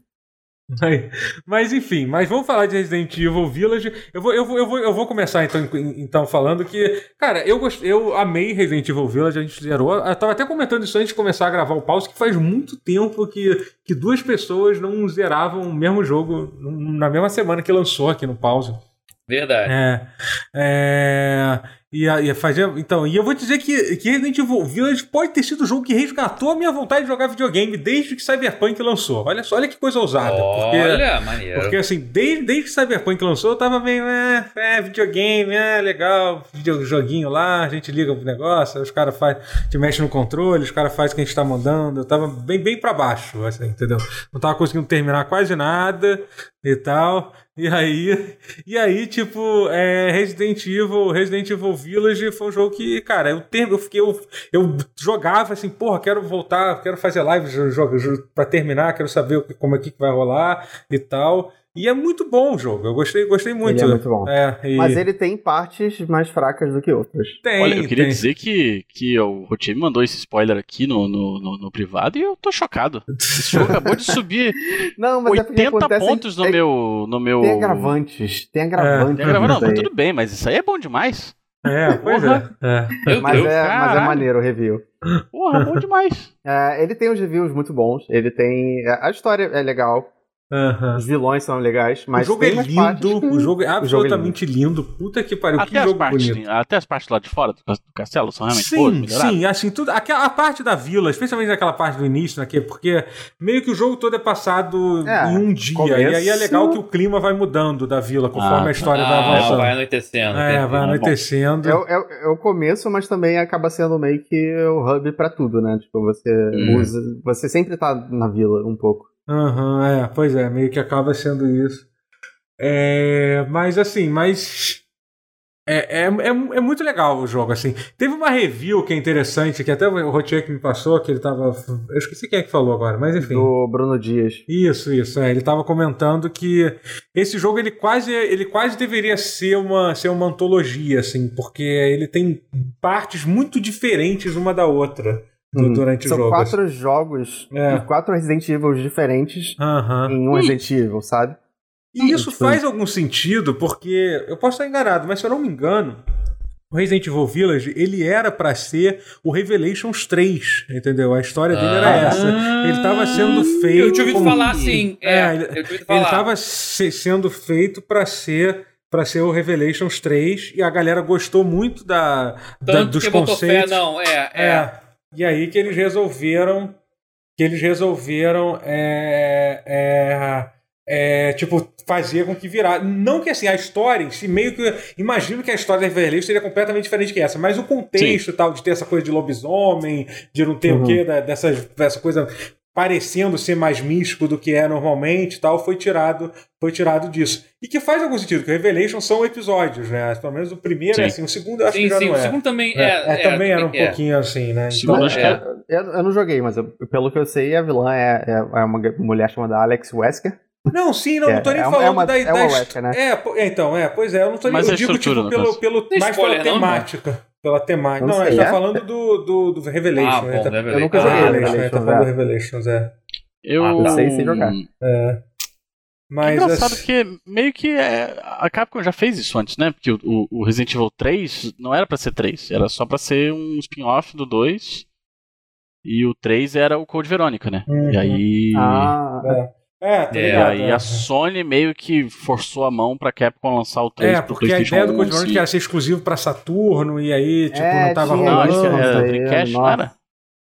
[SPEAKER 1] Mas, mas, enfim, mas vamos falar de Resident Evil Village. Eu vou, eu vou, eu vou, eu vou começar então, em- então falando que, cara, eu, gost... eu amei Resident Evil Village, a gente zerou. Eu tava até comentando isso antes de começar a gravar o pause, que faz muito tempo que, que duas pessoas não zeravam o mesmo jogo na mesma semana que lançou aqui no pause.
[SPEAKER 3] Verdade.
[SPEAKER 1] É. é, E, a- e a fazer, então, e eu vou dizer que, que Resident Evil Village pode ter sido o jogo que resgatou a minha vontade de jogar videogame desde que Cyberpunk lançou. Olha só, olha que coisa ousada. porque,
[SPEAKER 3] Olha, maneiro.
[SPEAKER 1] porque assim, desde, desde que Cyberpunk lançou, eu tava meio, é, é videogame, é legal, video- joguinho lá, a gente liga o negócio, aí os caras fazem, te mexe no controle, os caras fazem o que a gente tá mandando. Eu tava bem, bem pra baixo, assim, entendeu? Não tava conseguindo terminar quase nada e tal. E aí, e aí tipo, é, Resident Evil, Resident Evil Village foi um jogo que, cara, eu, ter, eu fiquei, eu, eu jogava assim, porra, quero voltar, quero fazer live jo- jo- jo- pra terminar, quero saber o que- como é que vai rolar e tal. E é muito bom o jogo, eu gostei, gostei muito.
[SPEAKER 4] Ele é muito bom.
[SPEAKER 1] É, e
[SPEAKER 4] Mas ele tem partes mais fracas do que outras.
[SPEAKER 1] tem,
[SPEAKER 2] Olha, eu queria
[SPEAKER 1] tem.
[SPEAKER 2] dizer que, que o Rotier me mandou esse spoiler aqui no, no, no, no privado e eu tô chocado. Esse jogo acabou de subir
[SPEAKER 4] Não, mas é porque
[SPEAKER 2] 80
[SPEAKER 4] acontece.
[SPEAKER 2] pontos no
[SPEAKER 4] é-
[SPEAKER 2] meu. No meu...
[SPEAKER 4] Tem agravantes. Tem agravantes.
[SPEAKER 2] Tem gravado, não,
[SPEAKER 4] nisso
[SPEAKER 2] mas
[SPEAKER 4] aí.
[SPEAKER 2] tudo bem, mas isso aí é bom demais.
[SPEAKER 1] É, pois é.
[SPEAKER 2] Porra.
[SPEAKER 1] é.
[SPEAKER 3] Meu
[SPEAKER 4] Mas
[SPEAKER 3] Deus.
[SPEAKER 4] é, mas é
[SPEAKER 2] caralho.
[SPEAKER 4] maneiro o review.
[SPEAKER 2] Porra, bom demais.
[SPEAKER 4] É, ele tem uns reviews muito bons. Ele tem. é, A história é legal.
[SPEAKER 1] Aham.
[SPEAKER 4] Os vilões são legais. Mas
[SPEAKER 1] o jogo é
[SPEAKER 4] tem umas partes
[SPEAKER 1] lindo,
[SPEAKER 4] que-
[SPEAKER 1] o jogo é
[SPEAKER 4] O jogo é lindo.
[SPEAKER 1] absolutamente lindo. Puta que pariu, que
[SPEAKER 2] Até as,
[SPEAKER 1] jogo
[SPEAKER 2] partes,
[SPEAKER 1] bonito.
[SPEAKER 2] tem- até as partes lá de fora do, do castelo são realmente boas,
[SPEAKER 1] Sim,
[SPEAKER 2] melhoradas.
[SPEAKER 1] sim, assim, tudo, aquela, a parte da vila, especialmente aquela parte do início, né, que- porque meio que o jogo todo é passado
[SPEAKER 4] É,
[SPEAKER 1] em um dia,
[SPEAKER 4] começo-
[SPEAKER 1] e aí é legal que o clima vai mudando da vila, conforme
[SPEAKER 2] Ah,
[SPEAKER 1] a história vai
[SPEAKER 3] Ah,
[SPEAKER 1] avançando.
[SPEAKER 3] vai anoitecendo.
[SPEAKER 1] é, vai
[SPEAKER 2] bom.
[SPEAKER 1] anoitecendo.
[SPEAKER 4] É, o- é o- é o começo, mas também acaba sendo meio que o hub pra tudo, né? Tipo, você
[SPEAKER 3] Hum.
[SPEAKER 1] Uhum.
[SPEAKER 4] usa. Você sempre tá na vila um pouco.
[SPEAKER 1] Aham, é, pois é, meio que acaba sendo isso. É, mas assim, mas. É, é, é, é muito legal o jogo, assim. Teve uma review que é interessante, que até o Rotier que me passou, que ele tava. Eu esqueci quem é que falou agora, mas enfim.
[SPEAKER 4] Do Bruno Dias.
[SPEAKER 1] Isso, isso. é. Ele estava comentando que esse jogo ele quase, ele quase deveria ser uma, ser uma antologia, assim, porque ele tem partes muito diferentes uma da outra do-
[SPEAKER 4] Uhum.
[SPEAKER 1] durante
[SPEAKER 4] São
[SPEAKER 1] o jogo. assim.
[SPEAKER 4] quatro jogos
[SPEAKER 1] É.
[SPEAKER 4] e quatro Resident Evil diferentes
[SPEAKER 1] assim. Aham.
[SPEAKER 4] em um Resident Evil, sabe?
[SPEAKER 1] E isso
[SPEAKER 4] Sim.
[SPEAKER 1] faz algum sentido, porque eu posso estar enganado, mas se eu não me engano, o Resident Evil Village ele era para ser o Revelations 3, entendeu? A história dele era
[SPEAKER 3] Ah.
[SPEAKER 1] essa. Ele tava sendo
[SPEAKER 3] Eu
[SPEAKER 1] feito
[SPEAKER 3] tinha ouvido
[SPEAKER 1] como-
[SPEAKER 3] falar assim. É,
[SPEAKER 1] É, ele-
[SPEAKER 3] eu tinha ouvido
[SPEAKER 1] Ele
[SPEAKER 3] falar.
[SPEAKER 1] estava sendo feito para ser para ser o Revelations 3 e a galera gostou muito da, da-
[SPEAKER 3] Tanto
[SPEAKER 1] dos
[SPEAKER 3] que botou fé,
[SPEAKER 1] conceitos.
[SPEAKER 3] não. É, é.
[SPEAKER 1] É. E aí que eles resolveram que eles resolveram é, é, é, tipo, fazia com que virar. Não que assim, a história em si, meio que. Imagino que a história da River Lake seria completamente diferente que essa, mas o contexto e tal, de ter essa coisa de lobisomem, de não
[SPEAKER 3] Uhum.
[SPEAKER 1] ter o quê, da- dessa, dessa coisa parecendo ser mais místico do que é normalmente e tal, foi tirado, foi tirado disso. E que faz algum sentido, que o Revelation são episódios, né? Pelo menos o primeiro
[SPEAKER 2] Sim.
[SPEAKER 1] é assim, o segundo eu acho que
[SPEAKER 3] Sim,
[SPEAKER 1] já
[SPEAKER 3] sim.
[SPEAKER 1] não
[SPEAKER 3] O
[SPEAKER 1] é.
[SPEAKER 3] segundo também é.
[SPEAKER 1] É, é, também era um
[SPEAKER 3] é.
[SPEAKER 1] pouquinho assim, né?
[SPEAKER 4] Tipo,
[SPEAKER 2] Sim,
[SPEAKER 1] Então,
[SPEAKER 2] mas-
[SPEAKER 1] é,
[SPEAKER 3] É.
[SPEAKER 4] Eu, eu não joguei, mas eu- pelo que eu sei, a vilã é, é- é uma g- mulher chamada Alex Wesker.
[SPEAKER 1] Não, sim, não,
[SPEAKER 4] É,
[SPEAKER 1] não tô nem
[SPEAKER 4] é uma-
[SPEAKER 1] falando
[SPEAKER 4] é uma-
[SPEAKER 1] da,
[SPEAKER 4] é
[SPEAKER 1] da
[SPEAKER 4] uma
[SPEAKER 1] his-
[SPEAKER 4] Wesker, né?
[SPEAKER 1] É, po- é, então, é, pois é, eu não tô
[SPEAKER 2] Mas
[SPEAKER 1] nem
[SPEAKER 2] a
[SPEAKER 1] eu digo
[SPEAKER 2] estrutura,
[SPEAKER 1] tipo
[SPEAKER 2] no
[SPEAKER 1] pelo,
[SPEAKER 2] caso.
[SPEAKER 1] pelo
[SPEAKER 3] Tem
[SPEAKER 1] mais
[SPEAKER 3] spoiler,
[SPEAKER 1] pela
[SPEAKER 3] não,
[SPEAKER 1] temática, pela temática.
[SPEAKER 4] Não
[SPEAKER 1] Não, a gente
[SPEAKER 4] sei,
[SPEAKER 1] tá
[SPEAKER 4] é?
[SPEAKER 1] falando do, do, do Revelation,
[SPEAKER 3] Ah,
[SPEAKER 1] né?
[SPEAKER 3] bom,
[SPEAKER 1] Tá-
[SPEAKER 3] Revelation.
[SPEAKER 4] eu nunca
[SPEAKER 1] Ah,
[SPEAKER 3] Ah,
[SPEAKER 4] joguei,
[SPEAKER 3] tá.
[SPEAKER 1] Revelation, né? Tá
[SPEAKER 4] Revelations,
[SPEAKER 1] falando
[SPEAKER 4] é.
[SPEAKER 1] do Revelations, é.
[SPEAKER 2] Eu,
[SPEAKER 4] Eu sei sem jogar.
[SPEAKER 1] É.
[SPEAKER 2] É
[SPEAKER 1] Mas
[SPEAKER 2] engraçado
[SPEAKER 1] assim,
[SPEAKER 2] que meio que é, a Capcom já fez isso antes, né? Porque o, o- o Resident Evil 3 não era pra ser 3, era só pra ser um spin-off do 2. E o 3 era o Code Verônica, né?
[SPEAKER 1] Uhum.
[SPEAKER 2] E aí.
[SPEAKER 4] Ah,
[SPEAKER 1] é, tá
[SPEAKER 3] É,
[SPEAKER 2] E
[SPEAKER 1] ligado.
[SPEAKER 2] aí
[SPEAKER 1] é.
[SPEAKER 2] a Sony meio que forçou a mão pra Capcom lançar o 3
[SPEAKER 1] É,
[SPEAKER 2] pro
[SPEAKER 1] porque a
[SPEAKER 2] PlayStation
[SPEAKER 1] ideia do Code
[SPEAKER 2] 11.
[SPEAKER 1] Verônica era ser exclusivo pra Saturno e aí, tipo,
[SPEAKER 4] É,
[SPEAKER 1] não tava
[SPEAKER 4] tinha
[SPEAKER 2] Não,
[SPEAKER 1] rolando. né?
[SPEAKER 2] isso era
[SPEAKER 4] Nossa,
[SPEAKER 2] Dreamcast, não
[SPEAKER 4] nossa.
[SPEAKER 2] era?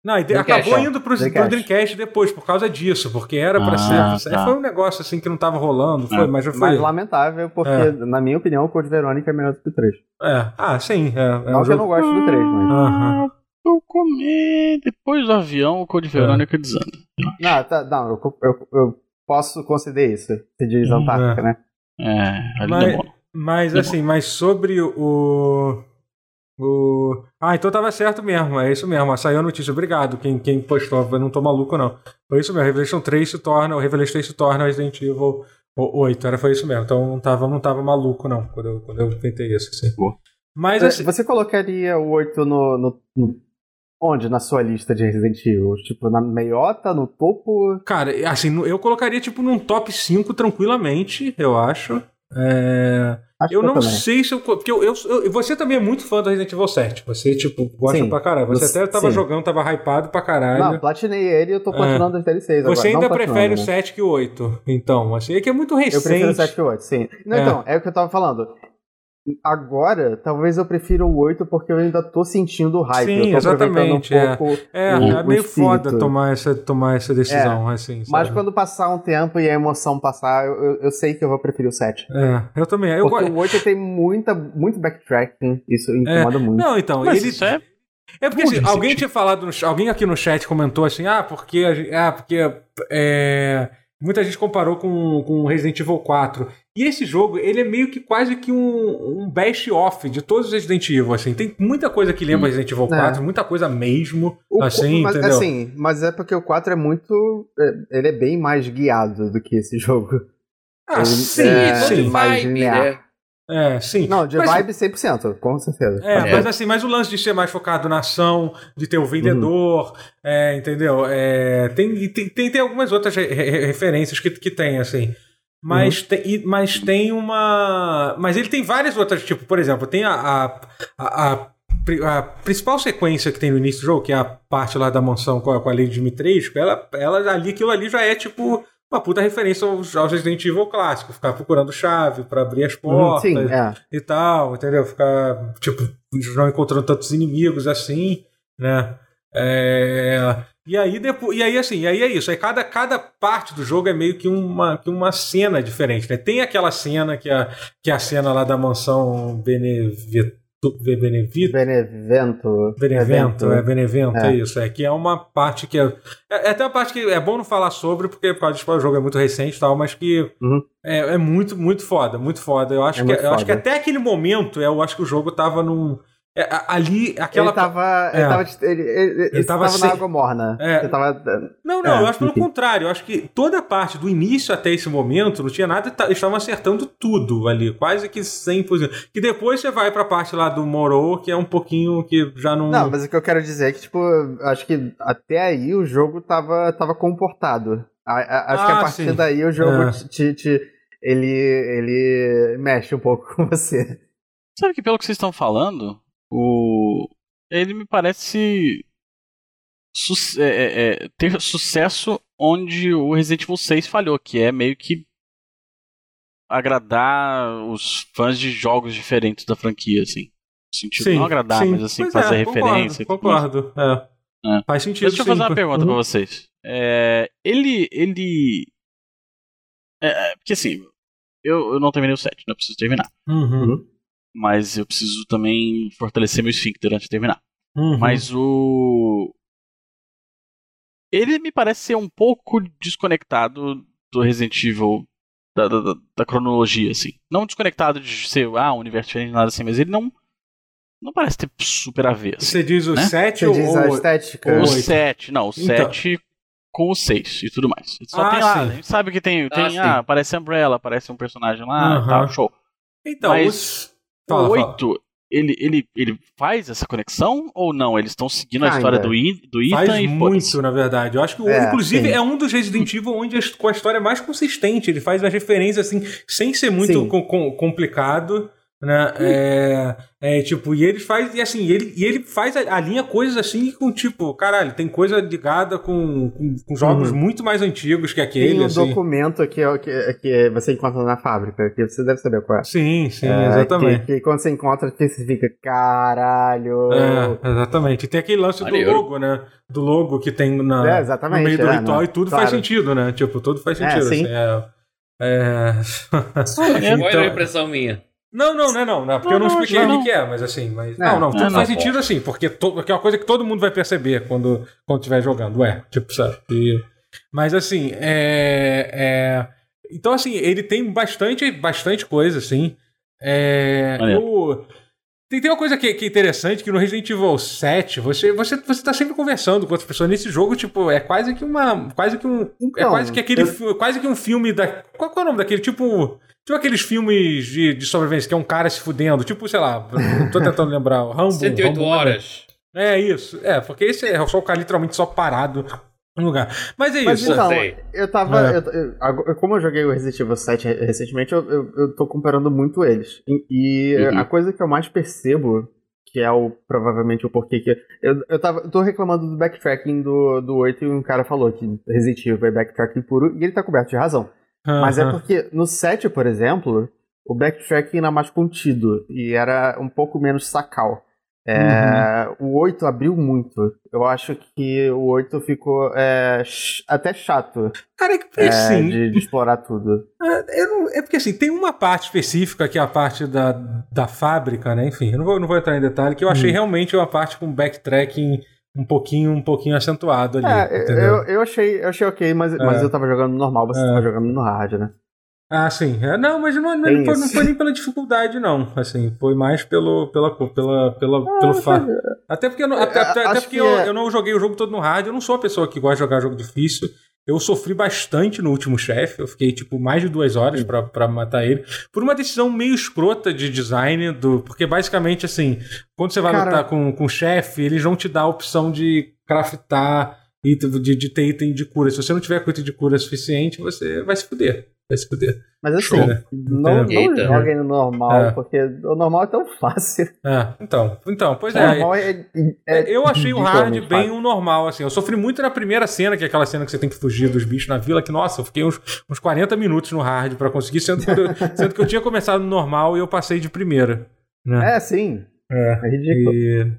[SPEAKER 1] Não, e de-
[SPEAKER 3] Dreamcast,
[SPEAKER 2] é.
[SPEAKER 1] acabou
[SPEAKER 4] ó.
[SPEAKER 1] indo pro pro Dreamcast.
[SPEAKER 4] Dreamcast.
[SPEAKER 1] depois, por causa disso, porque era pra
[SPEAKER 2] Ah,
[SPEAKER 1] ser.
[SPEAKER 2] tá.
[SPEAKER 1] Foi um negócio assim que não tava rolando, foi,
[SPEAKER 2] É.
[SPEAKER 1] mas já foi.
[SPEAKER 4] mas lamentável, porque,
[SPEAKER 1] É.
[SPEAKER 4] na minha opinião, o Code Verônica é melhor do que o 3.
[SPEAKER 1] É. Ah, sim. É, é
[SPEAKER 4] não
[SPEAKER 1] um
[SPEAKER 4] que eu
[SPEAKER 1] jogo...
[SPEAKER 4] não gosto do 3, mas.
[SPEAKER 1] Aham.
[SPEAKER 2] Ah, Eu comi depois do avião o Code
[SPEAKER 1] É.
[SPEAKER 2] Verônica desanda.
[SPEAKER 1] Ah.
[SPEAKER 4] Não, tá, não eu, eu- eu posso conceder isso. Você diz
[SPEAKER 2] Hum,
[SPEAKER 4] Antártica, né?
[SPEAKER 2] É, ali
[SPEAKER 1] Mas-
[SPEAKER 2] demora.
[SPEAKER 1] Mas assim, mas sobre o. O... Ah, então tava certo mesmo, é isso mesmo. ah, Saiu a notícia, obrigado. Quem, quem postou, eu não tô maluco, não. Foi isso mesmo, Revelation 3 se torna, o Revelation 3 se torna Resident Evil 8. Era, foi isso mesmo. Então não tava, não tava maluco, não, quando eu, quando eu tentei isso. Assim.
[SPEAKER 2] Boa.
[SPEAKER 1] Mas
[SPEAKER 4] Você,
[SPEAKER 1] assim.
[SPEAKER 4] você colocaria o 8 no, no- no- Onde na sua lista de Resident Evil? Tipo, na meiota, no topo?
[SPEAKER 1] Cara, assim, eu colocaria tipo num top 5 tranquilamente, eu acho. É.
[SPEAKER 4] Acho
[SPEAKER 1] Eu
[SPEAKER 4] que
[SPEAKER 1] não
[SPEAKER 4] também.
[SPEAKER 1] sei se eu. Porque eu, eu, eu- você também é muito fã do Resident Evil 7. Você, tipo, gosta
[SPEAKER 4] Sim.
[SPEAKER 1] pra caralho. Você
[SPEAKER 4] Você-
[SPEAKER 1] até tava
[SPEAKER 4] sim.
[SPEAKER 1] jogando, tava hypado pra
[SPEAKER 4] Não,
[SPEAKER 1] caralho.
[SPEAKER 4] platinei ele e eu tô platinando as DLCs agora.
[SPEAKER 1] É. você
[SPEAKER 4] não
[SPEAKER 1] ainda
[SPEAKER 4] platinando,
[SPEAKER 1] prefere o
[SPEAKER 4] né?
[SPEAKER 1] 7 que o 8. Então, assim, é que é muito recente.
[SPEAKER 4] Eu prefiro o 7 que o 8, sim. Não,
[SPEAKER 1] É.
[SPEAKER 4] Então, é o que eu tava falando. Agora, talvez eu prefira o 8 porque eu ainda tô sentindo o hype.
[SPEAKER 1] Sim,
[SPEAKER 4] eu tô
[SPEAKER 1] exatamente, é.
[SPEAKER 4] aproveitando um pouco.
[SPEAKER 1] É,
[SPEAKER 4] o-
[SPEAKER 1] é
[SPEAKER 4] o
[SPEAKER 1] meio
[SPEAKER 4] espírito. É,
[SPEAKER 1] foda tomar essa, tomar essa decisão, assim.
[SPEAKER 4] Mas
[SPEAKER 1] sabe?
[SPEAKER 4] quando passar um tempo e a emoção passar, eu, eu- eu sei que eu vou preferir o 7.
[SPEAKER 1] É, eu também. Eu
[SPEAKER 4] porque
[SPEAKER 1] go- É.
[SPEAKER 4] o 8 tem muita, muito backtracking, isso incomoda muito.
[SPEAKER 1] Não, então,
[SPEAKER 2] Mas
[SPEAKER 1] ele.
[SPEAKER 2] isso é
[SPEAKER 1] É porque
[SPEAKER 2] Bom
[SPEAKER 1] assim,
[SPEAKER 2] de
[SPEAKER 1] alguém
[SPEAKER 2] sentir.
[SPEAKER 1] tinha falado, no ch- alguém aqui no chat comentou assim, ah, porque, a gen- ah, porque é, muita gente comparou com, com Resident Evil 4. E esse jogo, ele é meio que quase que um, um best-off de todos os Resident Evil, assim. Tem muita coisa que
[SPEAKER 4] Hum,
[SPEAKER 1] lembra Resident
[SPEAKER 4] é.
[SPEAKER 1] Evil 4, muita coisa mesmo,
[SPEAKER 4] O qu-
[SPEAKER 1] assim,
[SPEAKER 4] mas,
[SPEAKER 1] entendeu?
[SPEAKER 4] assim, mas é porque o 4 é muito. é- Ele é bem mais guiado do que esse jogo.
[SPEAKER 1] ah,
[SPEAKER 4] ele-
[SPEAKER 1] sim,
[SPEAKER 4] é,
[SPEAKER 3] Sim,
[SPEAKER 1] sim.
[SPEAKER 3] de
[SPEAKER 4] mais
[SPEAKER 3] vibe,
[SPEAKER 4] linear.
[SPEAKER 3] né?
[SPEAKER 1] É, sim.
[SPEAKER 4] Não, de
[SPEAKER 1] Mas-
[SPEAKER 4] vibe 100%, com certeza.
[SPEAKER 1] É,
[SPEAKER 3] É.
[SPEAKER 1] mas assim, mas o lance de ser mais focado na ação, de ter o vendedor,
[SPEAKER 4] Uhum.
[SPEAKER 1] é, entendeu? É, tem, tem, tem, tem algumas outras re- re- referências que, que tem, assim. Mas,
[SPEAKER 4] Uhum.
[SPEAKER 1] tem, e- mas tem uma. Mas ele tem várias outras, tipo, por exemplo, tem a, a, a- a pri- a principal sequência que tem no início do jogo, que é a parte lá da mansão com a, com a Lady Dimitrescu, ela, ela ali, aquilo ali já é tipo uma puta referência aos, aos Resident Evil clássico, ficar procurando chave pra abrir as
[SPEAKER 4] Uhum,
[SPEAKER 1] portas
[SPEAKER 4] Sim, é.
[SPEAKER 1] e tal, entendeu? Ficar, tipo, não encontrando tantos inimigos assim, né? É, E aí, depois, e aí, assim, e aí é isso. Aí cada, cada parte do jogo é meio que uma, que uma cena diferente, né? Tem aquela cena que é, que é a cena lá da mansão Benevito, Benevito
[SPEAKER 4] Benevento.
[SPEAKER 1] Benevento, é Benevento, é.
[SPEAKER 4] É.
[SPEAKER 1] isso. É que é uma parte que é, é é até uma parte que é bom não falar sobre porque por causa do jogo é muito recente e tal, mas que
[SPEAKER 4] Uhum.
[SPEAKER 1] é, é muito muito foda, muito foda. Eu acho
[SPEAKER 4] É
[SPEAKER 1] que
[SPEAKER 4] muito
[SPEAKER 1] eu acho que
[SPEAKER 4] foda.
[SPEAKER 1] até aquele momento eu acho que o jogo tava num é, a- ali aquela
[SPEAKER 4] Ele tava. Ele
[SPEAKER 1] é.
[SPEAKER 4] tava, ele, ele, ele
[SPEAKER 1] tava
[SPEAKER 4] tava,
[SPEAKER 1] sem-
[SPEAKER 4] na água morna.
[SPEAKER 1] É.
[SPEAKER 4] Ele tava.
[SPEAKER 1] Não, não,
[SPEAKER 4] É,
[SPEAKER 1] eu acho pelo
[SPEAKER 4] enfim.
[SPEAKER 1] contrário. Eu acho que toda a parte, do início até esse momento, não tinha nada, tá- eles estavam acertando tudo ali, quase que 100%. Que depois você vai pra parte lá do Moro, que é um pouquinho que já não.
[SPEAKER 4] Não, mas o que eu quero dizer é que, tipo, acho que até aí o jogo tava, tava comportado. A- a- acho que
[SPEAKER 1] Ah,
[SPEAKER 4] a partir
[SPEAKER 1] sim.
[SPEAKER 4] daí o jogo
[SPEAKER 1] É.
[SPEAKER 4] te, te- te- ele, ele mexe um pouco com você.
[SPEAKER 2] Sabe que pelo que vocês estão falando, o ele me parece su- é, é, é, ter sucesso onde o Resident Evil 6 falhou, que é meio que agradar os fãs de jogos diferentes da franquia, assim. No sentido não agradar,
[SPEAKER 1] sim.
[SPEAKER 2] mas assim,
[SPEAKER 1] Pois
[SPEAKER 2] fazer
[SPEAKER 1] é,
[SPEAKER 2] referência. e tudo mais.
[SPEAKER 1] Concordo, concordo. É.
[SPEAKER 2] É.
[SPEAKER 1] Faz sentido.
[SPEAKER 2] Deixa eu
[SPEAKER 1] sim.
[SPEAKER 2] fazer uma pergunta
[SPEAKER 1] Uhum.
[SPEAKER 2] pra vocês. É, ele, ele É, é, porque assim, eu, eu não terminei o set, não preciso terminar.
[SPEAKER 1] Uhum.
[SPEAKER 2] Mas eu preciso também fortalecer meu esfíncter antes de terminar.
[SPEAKER 1] Uhum.
[SPEAKER 2] Mas o. Ele me parece ser um pouco desconectado do Resident Evil, da, da, da- da cronologia, assim. Não desconectado de ser, ah, um universo diferente, nada assim, mas ele não. Não parece ter super a ver, assim.
[SPEAKER 1] Você diz o
[SPEAKER 2] Né?
[SPEAKER 1] 7
[SPEAKER 4] Você
[SPEAKER 1] ou
[SPEAKER 4] diz a estética.
[SPEAKER 1] ou-
[SPEAKER 2] O
[SPEAKER 1] Oito.
[SPEAKER 2] 7, não, o
[SPEAKER 1] Então.
[SPEAKER 2] 7 com o 6 e tudo mais. Só
[SPEAKER 1] Ah,
[SPEAKER 2] tem lá,
[SPEAKER 1] sim.
[SPEAKER 2] a gente sabe que tem, tem,
[SPEAKER 3] sim.
[SPEAKER 2] ah, aparece Umbrella, aparece um personagem lá,
[SPEAKER 1] Aham.
[SPEAKER 2] tal, show.
[SPEAKER 1] Então,
[SPEAKER 2] Mas
[SPEAKER 1] os... Fala,
[SPEAKER 2] o
[SPEAKER 1] fala.
[SPEAKER 2] 8, ele, ele, ele faz essa conexão ou não? Eles estão seguindo a história
[SPEAKER 4] Ainda.
[SPEAKER 2] do, I, do Ethan
[SPEAKER 1] Faz
[SPEAKER 2] e foda-se.
[SPEAKER 1] muito, na verdade. Eu acho que, o-
[SPEAKER 4] É,
[SPEAKER 1] inclusive,
[SPEAKER 4] sim.
[SPEAKER 1] é um dos Resident Evil onde as- com a história mais consistente. Ele faz as referências, assim, sem ser muito
[SPEAKER 4] Sim.
[SPEAKER 1] com- com- complicado, né? É, é, tipo, e ele faz, e assim, ele, e ele faz a, a linha coisas assim com, tipo, caralho, tem coisa ligada com, com, com jogos muito mais antigos que aquele,
[SPEAKER 4] Uhum. Tem um
[SPEAKER 1] assim.
[SPEAKER 4] documento aqui, ó, que, que você encontra na fábrica, que você deve saber qual é.
[SPEAKER 1] Sim, sim,
[SPEAKER 4] É,
[SPEAKER 1] exatamente.
[SPEAKER 4] Que, que quando você encontra, que você fica, caralho.
[SPEAKER 1] É, exatamente. E tem aquele lance do
[SPEAKER 3] Maneiro.
[SPEAKER 1] logo, né? Do logo que tem na,
[SPEAKER 4] É, exatamente,
[SPEAKER 1] no meio do
[SPEAKER 4] é,
[SPEAKER 1] ritual
[SPEAKER 4] não,
[SPEAKER 1] e tudo
[SPEAKER 4] claro.
[SPEAKER 1] faz sentido, né? Tipo, tudo faz
[SPEAKER 4] É,
[SPEAKER 1] sentido.
[SPEAKER 4] sim.
[SPEAKER 1] assim, é, é...
[SPEAKER 3] Spoiler
[SPEAKER 1] Então-
[SPEAKER 3] é impressão
[SPEAKER 4] tá
[SPEAKER 3] minha.
[SPEAKER 1] Não, não, não, é não, não, porque eu não,
[SPEAKER 2] Não, não,
[SPEAKER 1] expliquei
[SPEAKER 2] não.
[SPEAKER 1] o que que é, mas assim, mas.
[SPEAKER 4] É,
[SPEAKER 1] não, não, tudo
[SPEAKER 2] não,
[SPEAKER 1] faz
[SPEAKER 3] não,
[SPEAKER 1] sentido assim, porque, to, porque é uma coisa que todo mundo vai perceber quando quando estiver jogando, é, tipo, sabe? E- mas assim, é, é, Então, assim, ele tem bastante, bastante coisa, assim. É,
[SPEAKER 2] Maneiro.
[SPEAKER 1] o- tem, tem uma coisa que, que é interessante, que no Resident Evil 7, você, você, você tá sempre conversando com outras pessoas. Nesse jogo, tipo, é quase que uma. Quase que um. é
[SPEAKER 4] Então,
[SPEAKER 1] quase que aquele.
[SPEAKER 4] eu-
[SPEAKER 1] fi- Quase que um filme da. Qual, qual é o nome daquele? Tipo. Tipo aqueles filmes de, de sobrevivência, que é um cara se fudendo. Tipo, sei lá, eu tô tentando lembrar. o Rambo.
[SPEAKER 3] 108
[SPEAKER 1] Rambo,
[SPEAKER 3] horas.
[SPEAKER 1] É isso. É, porque esse é só o cara literalmente só parado no lugar. Mas é
[SPEAKER 4] Mas
[SPEAKER 1] isso.
[SPEAKER 4] então,
[SPEAKER 3] sei.
[SPEAKER 4] eu tava.
[SPEAKER 1] É.
[SPEAKER 4] eu- eu- agora- como eu joguei o Resident Evil 7 re- recentemente, eu, eu, eu tô comparando muito eles. E, e
[SPEAKER 2] Uhum.
[SPEAKER 4] a coisa que eu mais percebo, que é o provavelmente o porquê que. Eu, eu, tava, eu tô reclamando do backtracking do, do 8 e um cara falou que Resident Evil é backtracking puro, e ele tá coberto de razão. Mas é
[SPEAKER 1] Aham.
[SPEAKER 4] porque no 7, por exemplo, o backtracking era mais contido e era um pouco menos sacal. É,
[SPEAKER 1] Uhum.
[SPEAKER 4] O 8 abriu muito. Eu acho que o 8 ficou é, ch- até chato
[SPEAKER 1] Cara, é que
[SPEAKER 4] é,
[SPEAKER 1] sim.
[SPEAKER 4] de, de explorar tudo.
[SPEAKER 1] É, eu não- é porque assim, tem uma parte específica que é a parte da, da fábrica, né? Enfim, eu não vou, não vou entrar em detalhe, que eu
[SPEAKER 4] Hum.
[SPEAKER 1] achei realmente uma parte com backtracking um pouquinho, um pouquinho acentuado ali.
[SPEAKER 4] É, eu-
[SPEAKER 1] entendeu?
[SPEAKER 4] eu, eu, achei, eu achei ok, mas, mas eu tava jogando normal, você
[SPEAKER 1] É.
[SPEAKER 4] tava jogando no hard, né?
[SPEAKER 1] Ah, sim. É, não, mas não, não,
[SPEAKER 4] Tem
[SPEAKER 1] foi, não
[SPEAKER 4] isso.
[SPEAKER 1] foi nem pela dificuldade, não. Assim, foi mais pelo, pela, co- pela, pela, Ah, pelo fato. Até porque, eu não, até,
[SPEAKER 4] Ah, É,
[SPEAKER 1] até- até
[SPEAKER 4] acho
[SPEAKER 1] porque
[SPEAKER 4] que
[SPEAKER 1] eu,
[SPEAKER 4] é-
[SPEAKER 1] eu não joguei o jogo todo no hard, eu não sou uma pessoa que gosta de jogar jogo difícil. Eu sofri bastante no último chefe, eu fiquei tipo mais de duas horas
[SPEAKER 4] Hum.
[SPEAKER 1] pra pra matar ele. Por uma decisão meio escrota de design, do porque basicamente assim, quando você vai
[SPEAKER 4] Cara-
[SPEAKER 1] lutar com, com o chefe, eles vão te dar a opção de craftar, item, de, de ter item de cura. Se você não tiver com item de cura suficiente, você vai se fuder. Vai se fuder.
[SPEAKER 4] Mas assim,
[SPEAKER 1] Show.
[SPEAKER 4] não, não
[SPEAKER 3] Eita.
[SPEAKER 4] joguem no normal,
[SPEAKER 1] né? É.
[SPEAKER 4] porque o normal é tão fácil.
[SPEAKER 1] É, então, então, pois
[SPEAKER 4] O
[SPEAKER 1] é.
[SPEAKER 4] normal é, é-
[SPEAKER 1] eu achei o hard
[SPEAKER 4] ridiculamente
[SPEAKER 1] bem
[SPEAKER 4] fácil.
[SPEAKER 1] o normal, assim. Eu sofri muito na primeira cena, que é aquela cena que você tem que fugir dos bichos na vila, que, nossa, eu fiquei uns, uns 40 minutos no hard pra conseguir, sendo, que eu, sendo que eu tinha começado no normal e eu passei de primeira. Né?
[SPEAKER 4] É, sim.
[SPEAKER 1] É.
[SPEAKER 4] É ridículo.
[SPEAKER 1] E-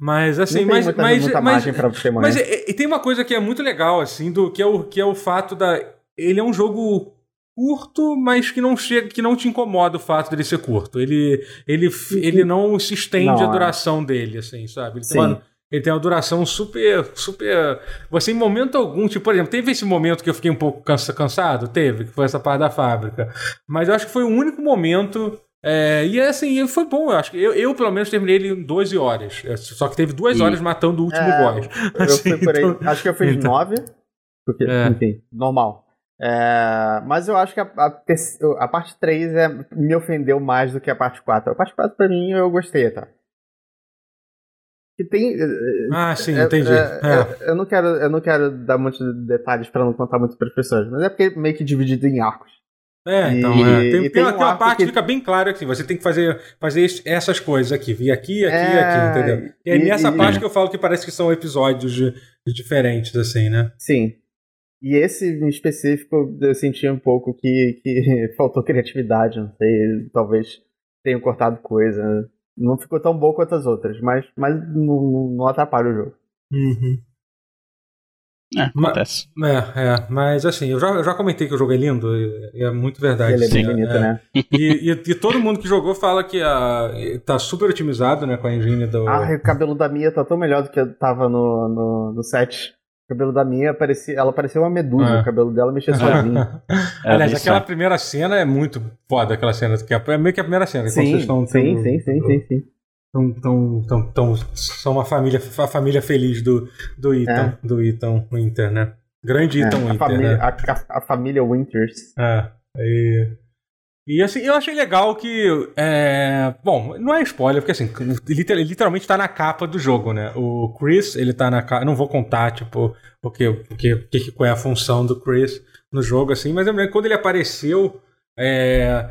[SPEAKER 1] Mas, assim,
[SPEAKER 4] não tem
[SPEAKER 1] mas.
[SPEAKER 4] muita,
[SPEAKER 1] mas,
[SPEAKER 4] muita
[SPEAKER 1] mas,
[SPEAKER 4] margem pra você morrer.
[SPEAKER 1] mas é- é- e tem uma coisa que é muito legal, assim, do que é o, que é o fato da. Ele é um jogo curto, mas que não chega, que não te incomoda o fato dele ser curto. Ele, ele, f- ele não se estende
[SPEAKER 4] Não,
[SPEAKER 1] a
[SPEAKER 4] é.
[SPEAKER 1] duração dele, assim, sabe? Ele tem,
[SPEAKER 4] Sim.
[SPEAKER 1] uma, ele tem uma duração super, super. Você em momento algum, tipo, por exemplo, teve esse momento que eu fiquei um pouco cansa, cansado, teve, que foi essa parte da fábrica. Mas eu acho que foi o único momento. é, e assim, foi bom, eu acho que eu, eu, pelo menos terminei ele em 12 horas. É, Só que teve duas
[SPEAKER 2] E-
[SPEAKER 1] horas matando o último
[SPEAKER 4] É,
[SPEAKER 1] boss.
[SPEAKER 4] Eu
[SPEAKER 1] Assim,
[SPEAKER 4] fui por aí.
[SPEAKER 1] então-
[SPEAKER 4] Acho que eu fiz
[SPEAKER 1] então.
[SPEAKER 4] nove. Porque,
[SPEAKER 1] É.
[SPEAKER 4] enfim, normal. É, mas eu acho que a, a terce- a parte 3 é, me ofendeu mais do que a parte 4. A parte 4, pra mim, eu gostei, tá? Que tem. é,
[SPEAKER 1] Ah, sim,
[SPEAKER 4] é,
[SPEAKER 1] entendi.
[SPEAKER 4] é,
[SPEAKER 1] É.
[SPEAKER 4] é, eu, não quero, eu não quero dar muitos detalhes pra não contar muito pras pessoas, mas é porque meio que dividido em arcos.
[SPEAKER 1] É,
[SPEAKER 4] E-
[SPEAKER 1] então, é.
[SPEAKER 4] e
[SPEAKER 1] Tem,
[SPEAKER 4] tem
[SPEAKER 1] tem
[SPEAKER 4] um
[SPEAKER 1] uma- tem uma
[SPEAKER 4] arco
[SPEAKER 1] parte que
[SPEAKER 4] que-
[SPEAKER 1] fica bem clara que você tem que fazer, fazer es- essas coisas aqui, vir aqui, aqui e
[SPEAKER 4] É,
[SPEAKER 1] aqui, entendeu? E é
[SPEAKER 4] e-
[SPEAKER 1] nessa
[SPEAKER 4] e-
[SPEAKER 1] parte que eu falo que parece que são episódios de- de diferentes, assim, né?
[SPEAKER 4] Sim. E esse em específico eu senti um pouco que, que faltou criatividade, não sei, talvez tenham cortado coisa. né? Não ficou tão bom quanto as outras, mas, mas não, não- não atrapalha o jogo.
[SPEAKER 1] Uhum.
[SPEAKER 2] É, acontece.
[SPEAKER 1] É, é, mas assim, eu já, eu já comentei que o jogo é lindo, e, e é muito verdade.
[SPEAKER 4] Ele é bem
[SPEAKER 1] assim,
[SPEAKER 4] bonito,
[SPEAKER 1] é.
[SPEAKER 4] né?
[SPEAKER 1] E, e- e todo mundo que jogou fala que a, tá super otimizado, né, com a engine do.
[SPEAKER 4] Ah, o cabelo da Mia tá tão melhor do que tava no, no, no set. O cabelo da Mia, parecia, ela parecia uma medusa.
[SPEAKER 1] É.
[SPEAKER 4] O cabelo dela mexia sozinho.
[SPEAKER 2] É,
[SPEAKER 1] Aliás,
[SPEAKER 2] bem
[SPEAKER 1] aquela
[SPEAKER 2] só.
[SPEAKER 1] primeira cena é muito foda, aquela cena. Que é, é meio que a primeira cena. quando vocês estão,
[SPEAKER 4] sim, sim, sim, sim, sim.
[SPEAKER 1] Tão, tão, tão, tão- são uma família, a família feliz do, do Ethan,
[SPEAKER 4] É.
[SPEAKER 1] do Ethan Winter, né? Grande
[SPEAKER 4] É,
[SPEAKER 1] Ethan
[SPEAKER 4] a,
[SPEAKER 1] Winter,
[SPEAKER 4] família,
[SPEAKER 1] né?
[SPEAKER 4] a, a- a família Winters.
[SPEAKER 1] É, e, e assim, eu achei legal que. é, bom, não é spoiler, porque assim, literal- literalmente tá na capa do jogo, né? O Chris, ele tá na capa. Não vou contar, tipo, porque, porque, porque, qual é a função do Chris no jogo, assim, mas eu lembro que quando ele apareceu, é,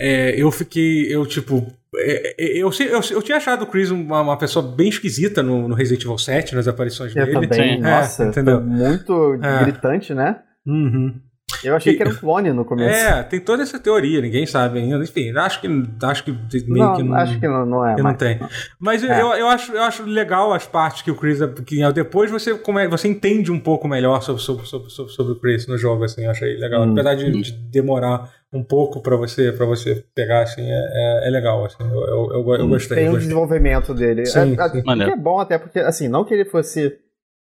[SPEAKER 1] é, eu fiquei. Eu, tipo. é, é, Eu, sei- eu, eu tinha achado o Chris uma, uma pessoa bem esquisita no, no Resident Evil 7, nas aparições
[SPEAKER 4] Eu
[SPEAKER 1] dele.
[SPEAKER 4] também,
[SPEAKER 2] Sim.
[SPEAKER 4] nossa,
[SPEAKER 1] É, entendeu?
[SPEAKER 4] foi muito
[SPEAKER 1] É.
[SPEAKER 4] gritante, né?
[SPEAKER 1] Uhum.
[SPEAKER 4] Eu achei
[SPEAKER 1] E-
[SPEAKER 4] que era um clone no começo.
[SPEAKER 1] É, tem toda essa teoria, ninguém sabe ainda. Enfim, acho que acho que meio
[SPEAKER 4] não,
[SPEAKER 1] que não.
[SPEAKER 4] acho que não, não é.
[SPEAKER 1] que não
[SPEAKER 4] mas-
[SPEAKER 1] tem. Mas eu-
[SPEAKER 4] É.
[SPEAKER 1] eu, eu, acho, eu acho legal as partes que o Chris. Que depois você, come, você entende um pouco melhor sobre, sobre, sobre, sobre, sobre o Chris no jogo, assim. Eu achei legal.
[SPEAKER 4] Hum.
[SPEAKER 1] Apesar de, de demorar um pouco pra você, pra você pegar, assim, é, é, é legal. Assim, eu, eu, eu, eu gostei.
[SPEAKER 4] Tem um
[SPEAKER 1] gostei.
[SPEAKER 4] desenvolvimento dele.
[SPEAKER 1] Sim,
[SPEAKER 4] É- é,
[SPEAKER 1] sim.
[SPEAKER 4] o que
[SPEAKER 2] Maneiro.
[SPEAKER 4] é bom até porque, assim, não que ele fosse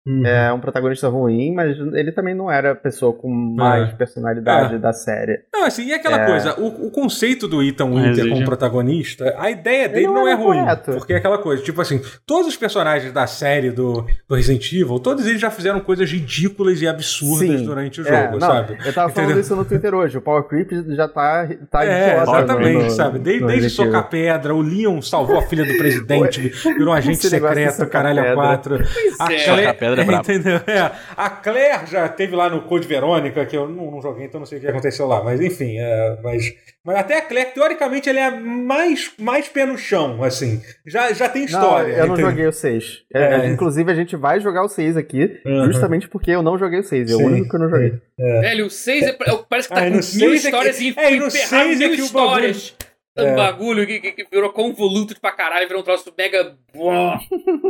[SPEAKER 1] Uhum.
[SPEAKER 4] é, um protagonista ruim, mas ele também não era a pessoa com mais personalidade
[SPEAKER 1] É.
[SPEAKER 4] da série.
[SPEAKER 1] Não, assim, e aquela
[SPEAKER 4] É.
[SPEAKER 1] coisa, o, o conceito do Ethan Winter
[SPEAKER 2] Exige.
[SPEAKER 1] como protagonista, a ideia dele
[SPEAKER 4] não
[SPEAKER 1] não, é
[SPEAKER 4] era
[SPEAKER 1] ruim.
[SPEAKER 4] correto.
[SPEAKER 1] Porque é aquela coisa, tipo assim, todos os personagens da série do, do Resident Evil, todos eles já fizeram coisas ridículas e absurdas
[SPEAKER 4] Sim.
[SPEAKER 1] durante o
[SPEAKER 4] É,
[SPEAKER 1] jogo,
[SPEAKER 4] não,
[SPEAKER 1] sabe?
[SPEAKER 4] Eu tava falando
[SPEAKER 1] Entendeu?
[SPEAKER 4] isso no Twitter hoje. O Power Creep já tá, tá
[SPEAKER 1] É,
[SPEAKER 4] idiota
[SPEAKER 1] exatamente,
[SPEAKER 4] no- no-
[SPEAKER 1] sabe? Desde,
[SPEAKER 4] no
[SPEAKER 1] desde
[SPEAKER 4] Resident Evil.
[SPEAKER 1] socar pedra, o Leon salvou a filha do presidente, virou um agente
[SPEAKER 4] Esse negócio de
[SPEAKER 1] secreto,
[SPEAKER 4] socar
[SPEAKER 1] caralho a
[SPEAKER 4] pedra.
[SPEAKER 1] quatro.
[SPEAKER 3] Pois
[SPEAKER 1] A
[SPEAKER 3] é.
[SPEAKER 1] Claire,
[SPEAKER 2] Socar pedra é brabo.
[SPEAKER 1] entendeu? É. A Claire já teve lá no Code Verônica, que eu não, não joguei, então não sei o que aconteceu lá. Mas enfim, é, mas, mas até a Claire, teoricamente, ela é mais, mais pé no chão, assim. Já, já tem
[SPEAKER 4] Não,
[SPEAKER 1] história.
[SPEAKER 4] eu não
[SPEAKER 1] entendeu?
[SPEAKER 4] joguei o 6.
[SPEAKER 1] É.
[SPEAKER 4] Inclusive, a gente vai jogar o 6 aqui,
[SPEAKER 1] Uhum.
[SPEAKER 4] justamente porque eu não joguei o 6. É o
[SPEAKER 1] Sim.
[SPEAKER 4] único que eu não joguei.
[SPEAKER 3] Velho, o 6 é, pra- parece que tá
[SPEAKER 1] Ah, e no
[SPEAKER 3] com mil
[SPEAKER 1] seis é
[SPEAKER 3] histórias
[SPEAKER 1] que-
[SPEAKER 3] e
[SPEAKER 1] é, e no
[SPEAKER 3] enterrar
[SPEAKER 1] seis é
[SPEAKER 3] mil
[SPEAKER 1] que o é.
[SPEAKER 3] histórias. Um bagulho que, que- que virou convoluto pra caralho, virou um troço mega ó,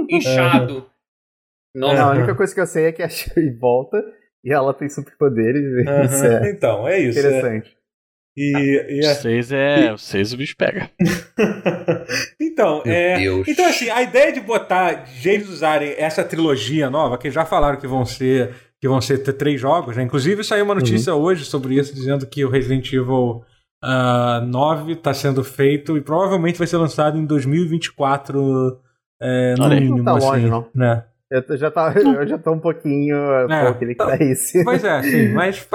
[SPEAKER 3] inchado. Nossa,
[SPEAKER 4] Não, a
[SPEAKER 1] Uhum.
[SPEAKER 4] única coisa que eu sei é que a Shuri volta e ela tem superpoderes. e Isso
[SPEAKER 1] Aham,
[SPEAKER 4] é
[SPEAKER 1] Então, é isso. é.
[SPEAKER 4] interessante.
[SPEAKER 1] E, e
[SPEAKER 2] O
[SPEAKER 1] é-
[SPEAKER 2] 6 é. O 6 o bicho pega.
[SPEAKER 1] então,
[SPEAKER 2] Ah.
[SPEAKER 3] meu
[SPEAKER 1] é.
[SPEAKER 3] Deus.
[SPEAKER 1] Então, assim, a ideia de botar, de eles usarem essa trilogia nova, que já falaram que vão ser, que vão ser t- três jogos, né? Inclusive saiu uma notícia
[SPEAKER 2] Uhum.
[SPEAKER 1] hoje sobre isso, dizendo que o Resident Evil ah, 9 está sendo feito e provavelmente vai ser lançado em 2024, é, no
[SPEAKER 2] Olha aí.
[SPEAKER 1] mínimo,
[SPEAKER 4] Não tá
[SPEAKER 1] assim,
[SPEAKER 4] longe, não.
[SPEAKER 1] né?
[SPEAKER 4] Eu já, tá, eu já tô um pouquinho.
[SPEAKER 1] É,
[SPEAKER 4] pô, eu queria que
[SPEAKER 1] tá.
[SPEAKER 4] saísse.
[SPEAKER 1] Pois é, sim, mas...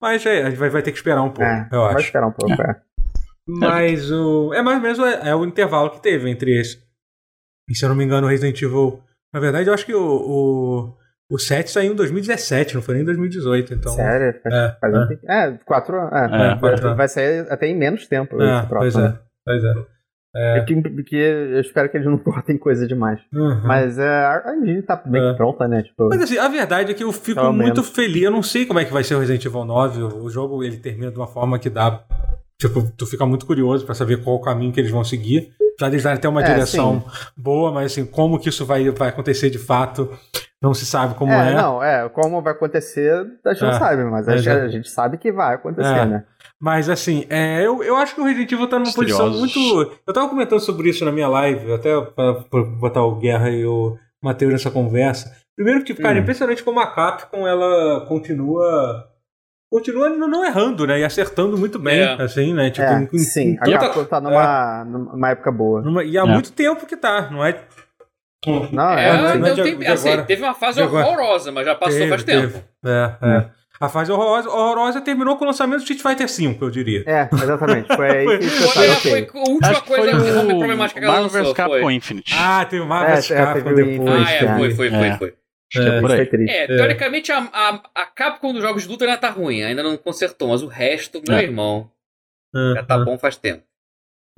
[SPEAKER 1] Mas é, a gente vai, vai ter que esperar um pouco,
[SPEAKER 4] É,
[SPEAKER 1] eu
[SPEAKER 4] Vai
[SPEAKER 1] acho.
[SPEAKER 4] esperar um pouco. É.
[SPEAKER 1] Mas o. É mais ou menos é, é o intervalo que teve entre esse. E se eu não me engano, o Resident Evil. Na verdade, eu acho que o. O, o 7 saiu em 2017, não foi nem em 2018, então.
[SPEAKER 4] Sério? Faz,
[SPEAKER 1] É,
[SPEAKER 4] faz um tempo. É, quatro anos. É,
[SPEAKER 2] É,
[SPEAKER 4] vai-
[SPEAKER 1] quatro anos.
[SPEAKER 4] Vai sair até em menos tempo.
[SPEAKER 1] é,
[SPEAKER 4] esse
[SPEAKER 1] pois
[SPEAKER 4] troço, né?
[SPEAKER 1] é. Pois é.
[SPEAKER 4] Eu que- Porque eu espero que eles não cortem coisa demais.
[SPEAKER 1] Uhum.
[SPEAKER 4] Mas é, a a gente tá bem
[SPEAKER 1] É.
[SPEAKER 4] pronta, né? Tipo,
[SPEAKER 1] Mas assim, a verdade é que eu fico
[SPEAKER 4] Pelo
[SPEAKER 1] muito
[SPEAKER 4] menos.
[SPEAKER 1] feliz. Eu não sei como é que vai ser o Resident Evil 9. O o jogo ele termina de uma forma que dá. Tipo, tu fica muito curioso pra saber qual o caminho que eles vão seguir. Já eles darem até uma
[SPEAKER 4] É,
[SPEAKER 1] direção boa, mas assim, como que isso vai, vai acontecer de fato, não se sabe como é.
[SPEAKER 4] é, não, é, como vai acontecer, a gente
[SPEAKER 1] É,
[SPEAKER 4] não sabe, mas a
[SPEAKER 1] é,
[SPEAKER 4] gente,
[SPEAKER 1] já-
[SPEAKER 4] a gente sabe que vai acontecer,
[SPEAKER 1] É.
[SPEAKER 4] né?
[SPEAKER 1] Mas assim, é, eu, eu acho que o Resident Evil tá numa posição
[SPEAKER 2] Misteriosos.
[SPEAKER 1] muito. Eu tava comentando sobre isso na minha live, até pra, pra botar o Guerra e o Matheus nessa conversa. Primeiro que, tipo, cara,
[SPEAKER 4] Hum.
[SPEAKER 1] impressionante como a Capcom ela continua. Continua não não errando, né? E acertando muito bem,
[SPEAKER 3] É.
[SPEAKER 1] assim, né? Tipo,
[SPEAKER 4] É,
[SPEAKER 1] em- em-
[SPEAKER 4] sim,
[SPEAKER 1] em
[SPEAKER 4] a
[SPEAKER 1] tanta-
[SPEAKER 4] Capcom tá numa, numa época boa.
[SPEAKER 1] numa- e há
[SPEAKER 2] É.
[SPEAKER 1] muito tempo que tá, não é?
[SPEAKER 4] Não,
[SPEAKER 3] É,
[SPEAKER 4] é,
[SPEAKER 1] não,
[SPEAKER 4] né?
[SPEAKER 1] não.
[SPEAKER 3] deu
[SPEAKER 1] de-
[SPEAKER 3] tempo-
[SPEAKER 1] de
[SPEAKER 3] assim,
[SPEAKER 1] agora.
[SPEAKER 3] teve uma fase
[SPEAKER 1] De agora.
[SPEAKER 3] horrorosa, mas já passou
[SPEAKER 1] Teve,
[SPEAKER 3] faz tempo.
[SPEAKER 1] teve. É, é.
[SPEAKER 4] Hum.
[SPEAKER 1] A fase horrorosa, horrorosa terminou com o lançamento do Street Fighter V, eu diria.
[SPEAKER 4] É, exatamente. Foi aí que
[SPEAKER 3] Foi, é,
[SPEAKER 4] saiu
[SPEAKER 3] foi
[SPEAKER 4] ok.
[SPEAKER 3] a última
[SPEAKER 2] Acho que foi
[SPEAKER 3] coisa que foi
[SPEAKER 2] o
[SPEAKER 3] problemática que ela
[SPEAKER 2] Marvel
[SPEAKER 3] lançou.
[SPEAKER 2] vs Capcom
[SPEAKER 3] Foi.
[SPEAKER 2] Infinite.
[SPEAKER 1] Ah, teve Marvel
[SPEAKER 4] É,
[SPEAKER 1] vs
[SPEAKER 4] é,
[SPEAKER 1] Capcom
[SPEAKER 4] teve o-
[SPEAKER 1] depois.
[SPEAKER 3] Ah, é,
[SPEAKER 1] cara.
[SPEAKER 3] foi, foi, foi,
[SPEAKER 2] É.
[SPEAKER 3] foi.
[SPEAKER 2] Acho que é
[SPEAKER 4] Isso
[SPEAKER 2] por
[SPEAKER 4] foi
[SPEAKER 2] aí.
[SPEAKER 4] triste.
[SPEAKER 3] É, teoricamente a, a, a Capcom dos jogos de luta ainda tá ruim, ainda não consertou, mas o resto, meu
[SPEAKER 2] É.
[SPEAKER 3] irmão,
[SPEAKER 1] É,
[SPEAKER 3] já tá bom faz tempo.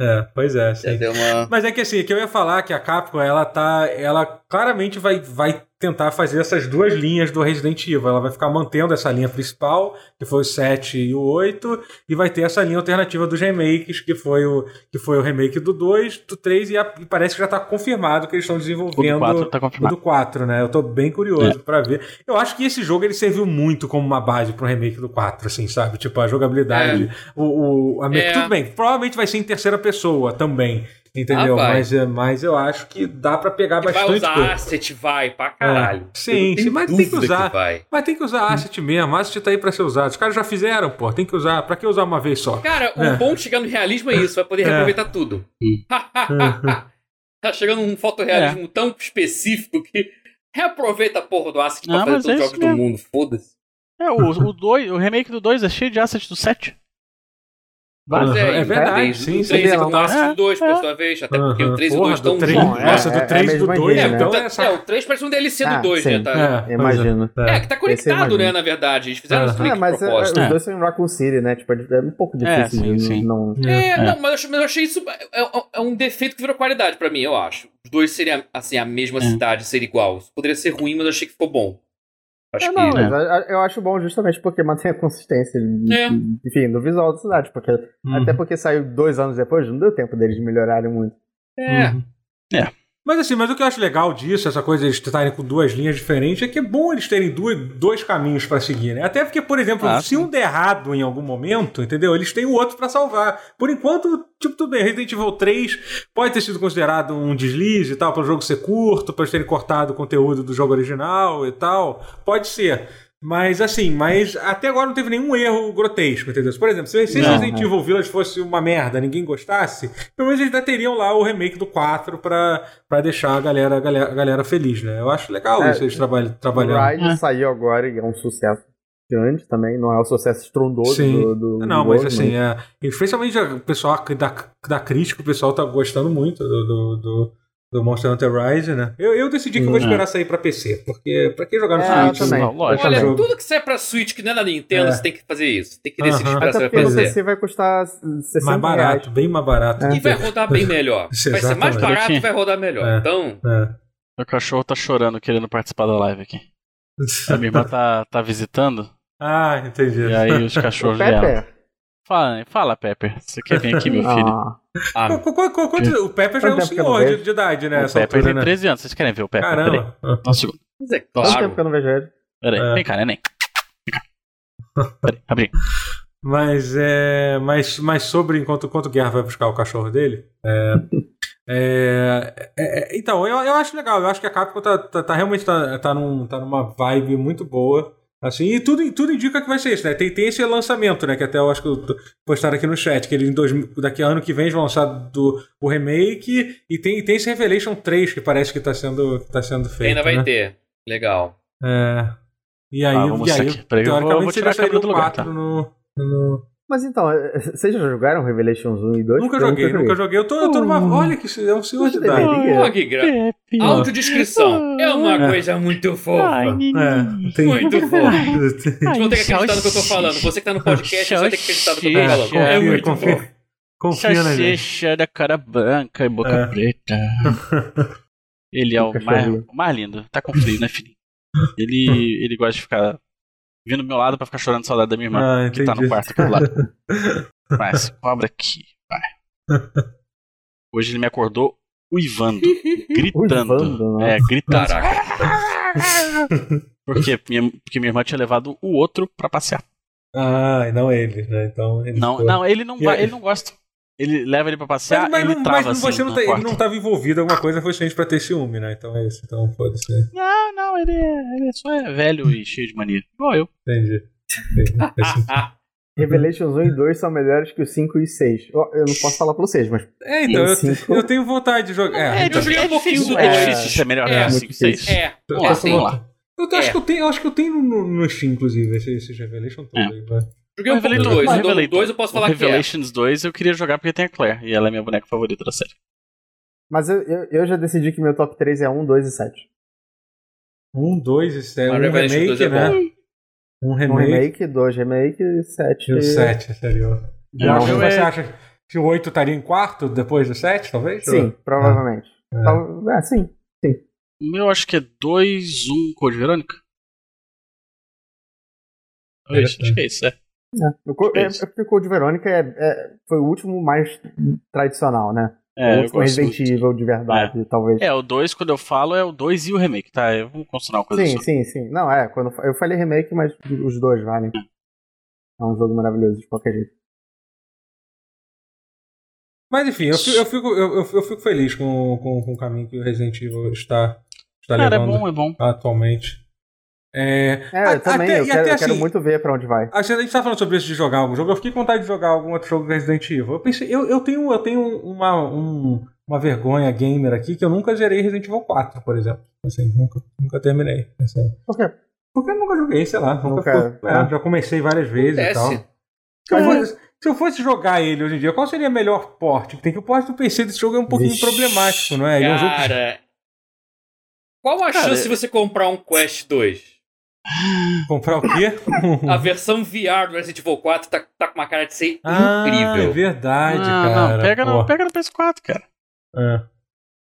[SPEAKER 1] É, pois é,
[SPEAKER 3] Já
[SPEAKER 1] sim.
[SPEAKER 3] deu uma.
[SPEAKER 1] Mas é que assim, que eu ia falar que a Capcom, ela tá. Ela claramente vai, vai tentar fazer essas duas linhas do Resident Evil. Ela vai ficar mantendo essa linha principal, que foi o 7 e o 8, e vai ter essa linha alternativa dos remakes, que foi o, que foi o remake do 2, do 3, e, a, e parece que já está confirmado que eles estão desenvolvendo o do
[SPEAKER 2] 4, tá
[SPEAKER 1] o
[SPEAKER 2] confirmado.
[SPEAKER 1] do 4, né? Eu tô bem
[SPEAKER 3] É.
[SPEAKER 1] curioso pra ver. Eu acho que esse jogo ele serviu muito como uma base pro remake do 4, assim, sabe? Tipo, a jogabilidade, o, o, a me-
[SPEAKER 3] É.
[SPEAKER 1] Tudo bem, provavelmente vai ser em terceira pessoa também. Entendeu?
[SPEAKER 3] Ah, vai.
[SPEAKER 1] mas, é- mas eu acho que dá pra pegar
[SPEAKER 3] Vai
[SPEAKER 1] bastante
[SPEAKER 3] usar
[SPEAKER 1] coisa.
[SPEAKER 3] asset, vai, pra caralho.
[SPEAKER 1] É. Sim,
[SPEAKER 3] Eu não
[SPEAKER 1] sim, mas tem que
[SPEAKER 3] dúvida Hum.
[SPEAKER 1] usar.
[SPEAKER 3] vai.
[SPEAKER 1] Mas tem que usar asset mesmo, asset tá aí pra ser usado. Os caras já fizeram, pô, tem que usar. Pra que usar uma vez só?
[SPEAKER 3] Cara, o
[SPEAKER 1] É.
[SPEAKER 3] bom de chegar no realismo é isso, vai poder
[SPEAKER 1] É.
[SPEAKER 3] reaproveitar tudo. tá chegando um fotorrealismo
[SPEAKER 2] É.
[SPEAKER 3] tão específico que reaproveita a porra do asset pra
[SPEAKER 2] Não,
[SPEAKER 3] fazer
[SPEAKER 2] mas
[SPEAKER 3] todos os
[SPEAKER 2] é
[SPEAKER 3] jogos
[SPEAKER 2] isso
[SPEAKER 3] do
[SPEAKER 2] mesmo.
[SPEAKER 3] mundo, foda-se.
[SPEAKER 2] É, o, o, dois, o remake do 2 é cheio de assets do 7.
[SPEAKER 1] Uhum.
[SPEAKER 3] Mas
[SPEAKER 1] É verdade,
[SPEAKER 3] três-
[SPEAKER 1] sim,
[SPEAKER 3] O 3
[SPEAKER 4] sim.
[SPEAKER 3] é com o asset do 2, por
[SPEAKER 2] É.
[SPEAKER 3] sua vez, até porque o é 3 e o
[SPEAKER 1] Porra,
[SPEAKER 3] 2 estão
[SPEAKER 1] do três-
[SPEAKER 4] juntos, né?
[SPEAKER 1] Nossa,
[SPEAKER 4] É,
[SPEAKER 1] do
[SPEAKER 4] é
[SPEAKER 1] 3
[SPEAKER 4] a
[SPEAKER 1] e do
[SPEAKER 4] mesma
[SPEAKER 1] 2,
[SPEAKER 4] ideia, né?
[SPEAKER 1] então
[SPEAKER 3] Tá-
[SPEAKER 1] é
[SPEAKER 3] É,
[SPEAKER 1] essa.
[SPEAKER 3] o 3 parece um DLC do
[SPEAKER 4] Ah,
[SPEAKER 3] 2, né?
[SPEAKER 4] sim.
[SPEAKER 3] Tá?
[SPEAKER 1] pois é.
[SPEAKER 4] Imagino.
[SPEAKER 1] É.
[SPEAKER 3] É, que tá conectado,
[SPEAKER 4] imagino.
[SPEAKER 3] né, na verdade. Eles fizeram
[SPEAKER 1] Aham.
[SPEAKER 3] isso
[SPEAKER 4] É,
[SPEAKER 3] meio que
[SPEAKER 4] mas é,
[SPEAKER 3] proposta.
[SPEAKER 2] é.
[SPEAKER 4] os dois são em Raccoon City, né? Tipo, é um pouco
[SPEAKER 2] É,
[SPEAKER 4] difícil
[SPEAKER 2] sim,
[SPEAKER 4] de
[SPEAKER 2] sim.
[SPEAKER 4] não.
[SPEAKER 1] Hum.
[SPEAKER 3] É,
[SPEAKER 2] É.
[SPEAKER 3] não, mas eu, achei- mas eu achei isso. É, é- é um defeito que virou qualidade pra mim, eu acho. Os dois seriam, assim, a mesma
[SPEAKER 2] É.
[SPEAKER 3] cidade, ser igual. Isso poderia ser ruim, mas eu achei que ficou bom. Acho
[SPEAKER 4] É,
[SPEAKER 3] que.
[SPEAKER 4] não,
[SPEAKER 2] né?
[SPEAKER 4] mas a- a- eu acho bom justamente porque mantém a consistência,
[SPEAKER 3] É.
[SPEAKER 4] enfim, do visual da cidade. Porque,
[SPEAKER 1] Uhum.
[SPEAKER 4] Até porque saiu dois anos depois, não deu tempo deles melhorarem muito.
[SPEAKER 3] É.
[SPEAKER 1] Uhum.
[SPEAKER 2] É.
[SPEAKER 1] Mas assim, mas o que eu acho legal disso, essa coisa de eles estarem com duas linhas diferentes, é que é bom eles terem du- dois caminhos pra seguir, né? Até porque, por exemplo,
[SPEAKER 2] Ah,
[SPEAKER 1] se um der errado em algum momento, entendeu? Eles têm o outro pra salvar. Por enquanto, tipo, tudo bem, Resident Evil 3 pode ter sido considerado um deslize e tal, para o jogo ser curto, para eles terem cortado o conteúdo do jogo original e tal. Pode ser. Mas assim, mas até agora não teve nenhum erro grotesco, entendeu? Por exemplo, se, se
[SPEAKER 2] Não,
[SPEAKER 1] Resident Evil Village fosse uma merda, ninguém gostasse, pelo menos eles ainda teriam lá o remake do 4 pra, pra deixar a galera, a galera, a galera feliz, né? Eu acho legal
[SPEAKER 4] É,
[SPEAKER 1] isso, eles trabalha,
[SPEAKER 4] O
[SPEAKER 1] trabalhando.
[SPEAKER 4] Ride
[SPEAKER 2] É.
[SPEAKER 4] saiu agora e é um sucesso grande também, não é o sucesso estrondoso
[SPEAKER 1] Sim.
[SPEAKER 4] do, do.
[SPEAKER 1] Não,
[SPEAKER 4] do
[SPEAKER 1] mas
[SPEAKER 4] outro,
[SPEAKER 1] assim, é, e principalmente o pessoal da, da crítica, o pessoal tá gostando muito do, do, do, do Monster Hunter Rise, né? Eu, eu decidi que eu vou
[SPEAKER 2] Hum.
[SPEAKER 1] esperar sair pra PC, porque pra que jogar no
[SPEAKER 4] É,
[SPEAKER 1] Switch?
[SPEAKER 4] eu também.
[SPEAKER 2] Não, lógico.
[SPEAKER 4] um
[SPEAKER 3] Olha,
[SPEAKER 1] também.
[SPEAKER 3] tudo que sai pra Switch que não é da Nintendo,
[SPEAKER 1] É.
[SPEAKER 3] você tem que fazer isso. Tem que decidir
[SPEAKER 1] Aham.
[SPEAKER 3] pra você
[SPEAKER 4] Até
[SPEAKER 3] vai
[SPEAKER 4] porque no
[SPEAKER 3] fazer.
[SPEAKER 4] PC vai custar 60
[SPEAKER 1] Mais
[SPEAKER 4] reais.
[SPEAKER 1] barato, bem mais barato.
[SPEAKER 4] É.
[SPEAKER 3] E vai rodar bem melhor.
[SPEAKER 1] Isso,
[SPEAKER 3] Vai ser mais
[SPEAKER 1] exatamente.
[SPEAKER 3] barato e
[SPEAKER 2] Sim.
[SPEAKER 3] vai rodar melhor.
[SPEAKER 1] É.
[SPEAKER 3] Então,
[SPEAKER 1] É.
[SPEAKER 2] Meu cachorro tá chorando, querendo participar da live aqui. A minha irmã tá, tá visitando,
[SPEAKER 1] É. ah, entendi.
[SPEAKER 2] e aí os
[SPEAKER 4] O
[SPEAKER 2] cachorros dela.
[SPEAKER 4] Pepe.
[SPEAKER 2] Fala, fala, Pepper. Você quer vir aqui, meu filho?
[SPEAKER 4] Ah,
[SPEAKER 3] ah,
[SPEAKER 2] Então,
[SPEAKER 1] Qu- qu- qu- qu- quanto- o Pepe já é um
[SPEAKER 4] Quanto tempo que eu não
[SPEAKER 1] senhor de,
[SPEAKER 4] vejo?
[SPEAKER 1] de idade, né?
[SPEAKER 2] o
[SPEAKER 1] essa
[SPEAKER 2] Pepper
[SPEAKER 1] altura,
[SPEAKER 2] tem
[SPEAKER 1] né?
[SPEAKER 2] 13 anos. Vocês querem ver o Pepper? Peraí.
[SPEAKER 1] Caramba.
[SPEAKER 2] Só um segundo.
[SPEAKER 3] mas é
[SPEAKER 4] faz tempo
[SPEAKER 3] claro.
[SPEAKER 4] que eu não vejo ele.
[SPEAKER 2] Peraí.
[SPEAKER 1] É.
[SPEAKER 2] Vem cá, neném. Peraí, abri.
[SPEAKER 1] Mas é. Mas, mas sobre enquanto, enquanto o Guerra vai buscar o cachorro dele. é, é, é, é, então, eu, eu acho legal, eu acho que a Capcom tá, tá, tá realmente tá, tá, num- tá numa vibe muito boa. Assim, e tudo, tudo indica que vai ser isso, né? Tem, tem esse lançamento, né? Que até eu acho que eu t- postaram aqui no chat, que ele em dois, mil- daqui a ano que vem eles vão lançar do, o remake e tem, tem esse Revelation 3 que parece que tá sendo, que tá sendo feito.
[SPEAKER 3] Ainda vai
[SPEAKER 1] né?
[SPEAKER 3] ter. Legal.
[SPEAKER 1] É. E aí,
[SPEAKER 2] Ah, vamos
[SPEAKER 1] e aí
[SPEAKER 2] aqui. Peraí, eu vou- eu vou
[SPEAKER 1] teoricamente
[SPEAKER 2] tirar
[SPEAKER 1] seria
[SPEAKER 2] a
[SPEAKER 1] sair
[SPEAKER 2] câmera
[SPEAKER 1] o
[SPEAKER 2] do lugar,
[SPEAKER 1] 4
[SPEAKER 2] tá?
[SPEAKER 1] no. no-
[SPEAKER 4] Mas então, eh, vocês já jogaram Revelations 1 e 2?
[SPEAKER 1] Nunca
[SPEAKER 4] Eu
[SPEAKER 1] joguei, nunca joguei. Eu tô, eu tô numa.
[SPEAKER 2] Hum.
[SPEAKER 1] Olha que isso é um senhor de
[SPEAKER 4] Você deveria.
[SPEAKER 1] idade.
[SPEAKER 2] Queria.
[SPEAKER 3] Pô, Gigra,
[SPEAKER 2] Pepe.
[SPEAKER 3] audiodescrição é uma coisa muito
[SPEAKER 2] Ai,
[SPEAKER 3] fofa.
[SPEAKER 2] neném.
[SPEAKER 1] É, então- tem.
[SPEAKER 3] Muito
[SPEAKER 1] Tem-
[SPEAKER 3] Vocês vão ter que
[SPEAKER 2] Ai,
[SPEAKER 3] acreditar no que eu tô
[SPEAKER 2] salsicha.
[SPEAKER 3] falando. Você que tá no podcast, você vai ter que acreditar no que eu tô falando.
[SPEAKER 2] Salsicha.
[SPEAKER 3] É muito
[SPEAKER 1] confia,
[SPEAKER 3] bom.
[SPEAKER 2] é
[SPEAKER 1] confia na gente.
[SPEAKER 2] Salsicha da cara branca e boca
[SPEAKER 1] É. Um
[SPEAKER 2] preta. Ele é o
[SPEAKER 4] Cachorro.
[SPEAKER 2] mais, o mais lindo. Tá com frio, né, filhinho? Ele, ele gosta de ficar vindo do meu lado pra ficar chorando saudade da minha irmã,
[SPEAKER 1] Ah,
[SPEAKER 2] que tá no
[SPEAKER 1] entendi.
[SPEAKER 2] quarto aqui do lado. Mas, cobra aqui, vai. Hoje ele me acordou uivando, gritando.
[SPEAKER 4] Uivando, né?
[SPEAKER 2] é, gritando.
[SPEAKER 3] Caraca.
[SPEAKER 2] Porque minha, porque minha irmã tinha levado o outro pra passear.
[SPEAKER 1] Ah, e não ele, né? Então. Ele
[SPEAKER 2] Não,
[SPEAKER 1] ficou-
[SPEAKER 2] não, ele não,
[SPEAKER 1] E
[SPEAKER 2] vai-
[SPEAKER 1] aí?
[SPEAKER 2] ele não gosta. Ele leva ele pra passear,
[SPEAKER 1] Mas, mas
[SPEAKER 2] ele
[SPEAKER 1] não,
[SPEAKER 2] trava
[SPEAKER 1] mas não-
[SPEAKER 2] assim,
[SPEAKER 1] você não
[SPEAKER 2] na
[SPEAKER 1] tá, ele
[SPEAKER 2] porta.
[SPEAKER 1] não tava envolvido em alguma coisa foi suficiente pra ter ciúme, né? Então é isso. Então foda-se.
[SPEAKER 2] Não, não, ele, é- ele só é velho e cheio de mania. Igual eu.
[SPEAKER 1] Entendi. Entendi. Faz
[SPEAKER 3] Ah,
[SPEAKER 1] sentido.
[SPEAKER 4] Revelations 1 e 2 são melhores que o 5 e 6. Eu eu não posso falar pelo 6, mas.
[SPEAKER 1] É, então, eu,
[SPEAKER 4] Cinco.
[SPEAKER 1] eu tenho vontade de jogar. É, então.
[SPEAKER 3] eu joguei um pouquinho do
[SPEAKER 2] É
[SPEAKER 3] dois.
[SPEAKER 2] difícil ser melhor
[SPEAKER 3] É,
[SPEAKER 2] que
[SPEAKER 4] muito
[SPEAKER 2] 5, 6.
[SPEAKER 4] difícil.
[SPEAKER 3] É.
[SPEAKER 1] Eu
[SPEAKER 2] Vamos
[SPEAKER 3] é
[SPEAKER 2] lá,
[SPEAKER 3] assim.
[SPEAKER 2] vamos lá.
[SPEAKER 1] Eu, tô- acho
[SPEAKER 3] É.
[SPEAKER 1] que eu tenho, eu acho que eu tenho no, no Steam, inclusive, esse, esse Revelation
[SPEAKER 2] É.
[SPEAKER 1] todo. aí, vai.
[SPEAKER 3] Joguei um pouco
[SPEAKER 2] Revelator,
[SPEAKER 3] dois. O do
[SPEAKER 2] Revelator.
[SPEAKER 3] dois eu posso
[SPEAKER 2] O
[SPEAKER 3] falar que é.
[SPEAKER 2] Revelations 2 eu queria jogar porque tem a Claire e ela é minha boneca favorita da série.
[SPEAKER 4] Mas eu, eu, eu já decidi que meu top 3 é 1, 2 e 7.
[SPEAKER 1] Um, dois, esse é
[SPEAKER 3] Mas
[SPEAKER 1] um
[SPEAKER 3] Revelation dois
[SPEAKER 1] remake,
[SPEAKER 3] é
[SPEAKER 1] né? Um
[SPEAKER 4] Um
[SPEAKER 1] remake
[SPEAKER 4] remake, 2 remake e 7.
[SPEAKER 1] e o 7, seria.
[SPEAKER 2] É,
[SPEAKER 1] Não,
[SPEAKER 2] o meu
[SPEAKER 1] você
[SPEAKER 2] é-
[SPEAKER 1] acha que o 8 estaria em quarto depois do 7, talvez?
[SPEAKER 4] é, Sim, provavelmente. Tal- É, sim.
[SPEAKER 2] O meu acho que é 2, 1, Code Verônica. Oi, acho que é isso, é.
[SPEAKER 4] É, o co-
[SPEAKER 2] É
[SPEAKER 4] é,
[SPEAKER 2] isso.
[SPEAKER 4] é porque o Code Verônica é, é- foi o último mais tradicional, né? o
[SPEAKER 2] É, eu
[SPEAKER 4] último
[SPEAKER 2] gosto
[SPEAKER 4] Resident
[SPEAKER 2] muito.
[SPEAKER 4] Evil de verdade, talvez.
[SPEAKER 2] É, o 2, quando eu falo, é o 2 e o remake, tá? Eu vou considerar uma coisa
[SPEAKER 4] sim,
[SPEAKER 2] só.
[SPEAKER 4] sim, sim. Não, é, quando eu fa- eu falei remake, mas os dois valem. É um jogo maravilhoso de qualquer jeito.
[SPEAKER 1] Mas enfim, eu fico, eu fico, eu, eu- eu fico feliz com, com, com o caminho que o Resident Evil está, está
[SPEAKER 2] Cara, é
[SPEAKER 1] tá levando
[SPEAKER 2] bom, é bom.
[SPEAKER 1] atualmente. É,
[SPEAKER 4] É, eu
[SPEAKER 1] a-
[SPEAKER 4] também,
[SPEAKER 1] até-
[SPEAKER 4] eu,
[SPEAKER 1] e
[SPEAKER 4] quero,
[SPEAKER 1] até
[SPEAKER 4] eu quero
[SPEAKER 1] assim-
[SPEAKER 4] muito ver pra onde vai.
[SPEAKER 1] A gente tá falando sobre isso de jogar algum jogo. Eu fiquei com vontade de jogar algum outro jogo do Resident Evil. Eu pensei, eu, eu tenho, eu tenho uma, um- uma vergonha gamer aqui que eu nunca zerei Resident Evil 4, por exemplo. Assim, nunca, nunca terminei. assim.
[SPEAKER 4] Por quê?
[SPEAKER 1] Porque eu nunca joguei, sei lá. Nunca,
[SPEAKER 4] Nunca,
[SPEAKER 1] fui- é,
[SPEAKER 4] né?
[SPEAKER 1] Já comecei várias vezes e
[SPEAKER 3] Acontece.
[SPEAKER 1] tal.
[SPEAKER 2] É.
[SPEAKER 1] Mas, se eu fosse jogar ele hoje em dia, qual seria o melhor porte? Tem que o porte do PC desse jogo é um pouquinho
[SPEAKER 4] Vixe,
[SPEAKER 1] problemático, não é? Ele é um jogo que
[SPEAKER 3] Cara. Qual a
[SPEAKER 2] Cara,
[SPEAKER 3] chance de
[SPEAKER 2] é-
[SPEAKER 3] você comprar um Quest 2?
[SPEAKER 1] Comprar o
[SPEAKER 3] É
[SPEAKER 1] quê?
[SPEAKER 3] A versão VR do Resident Evil 4 tá, tá com uma cara de ser
[SPEAKER 1] Ah, É
[SPEAKER 3] incrível.
[SPEAKER 1] verdade,
[SPEAKER 2] Ah,
[SPEAKER 1] cara.
[SPEAKER 2] não, pega
[SPEAKER 1] Pô,
[SPEAKER 2] no, pega no PS4, cara.
[SPEAKER 1] é.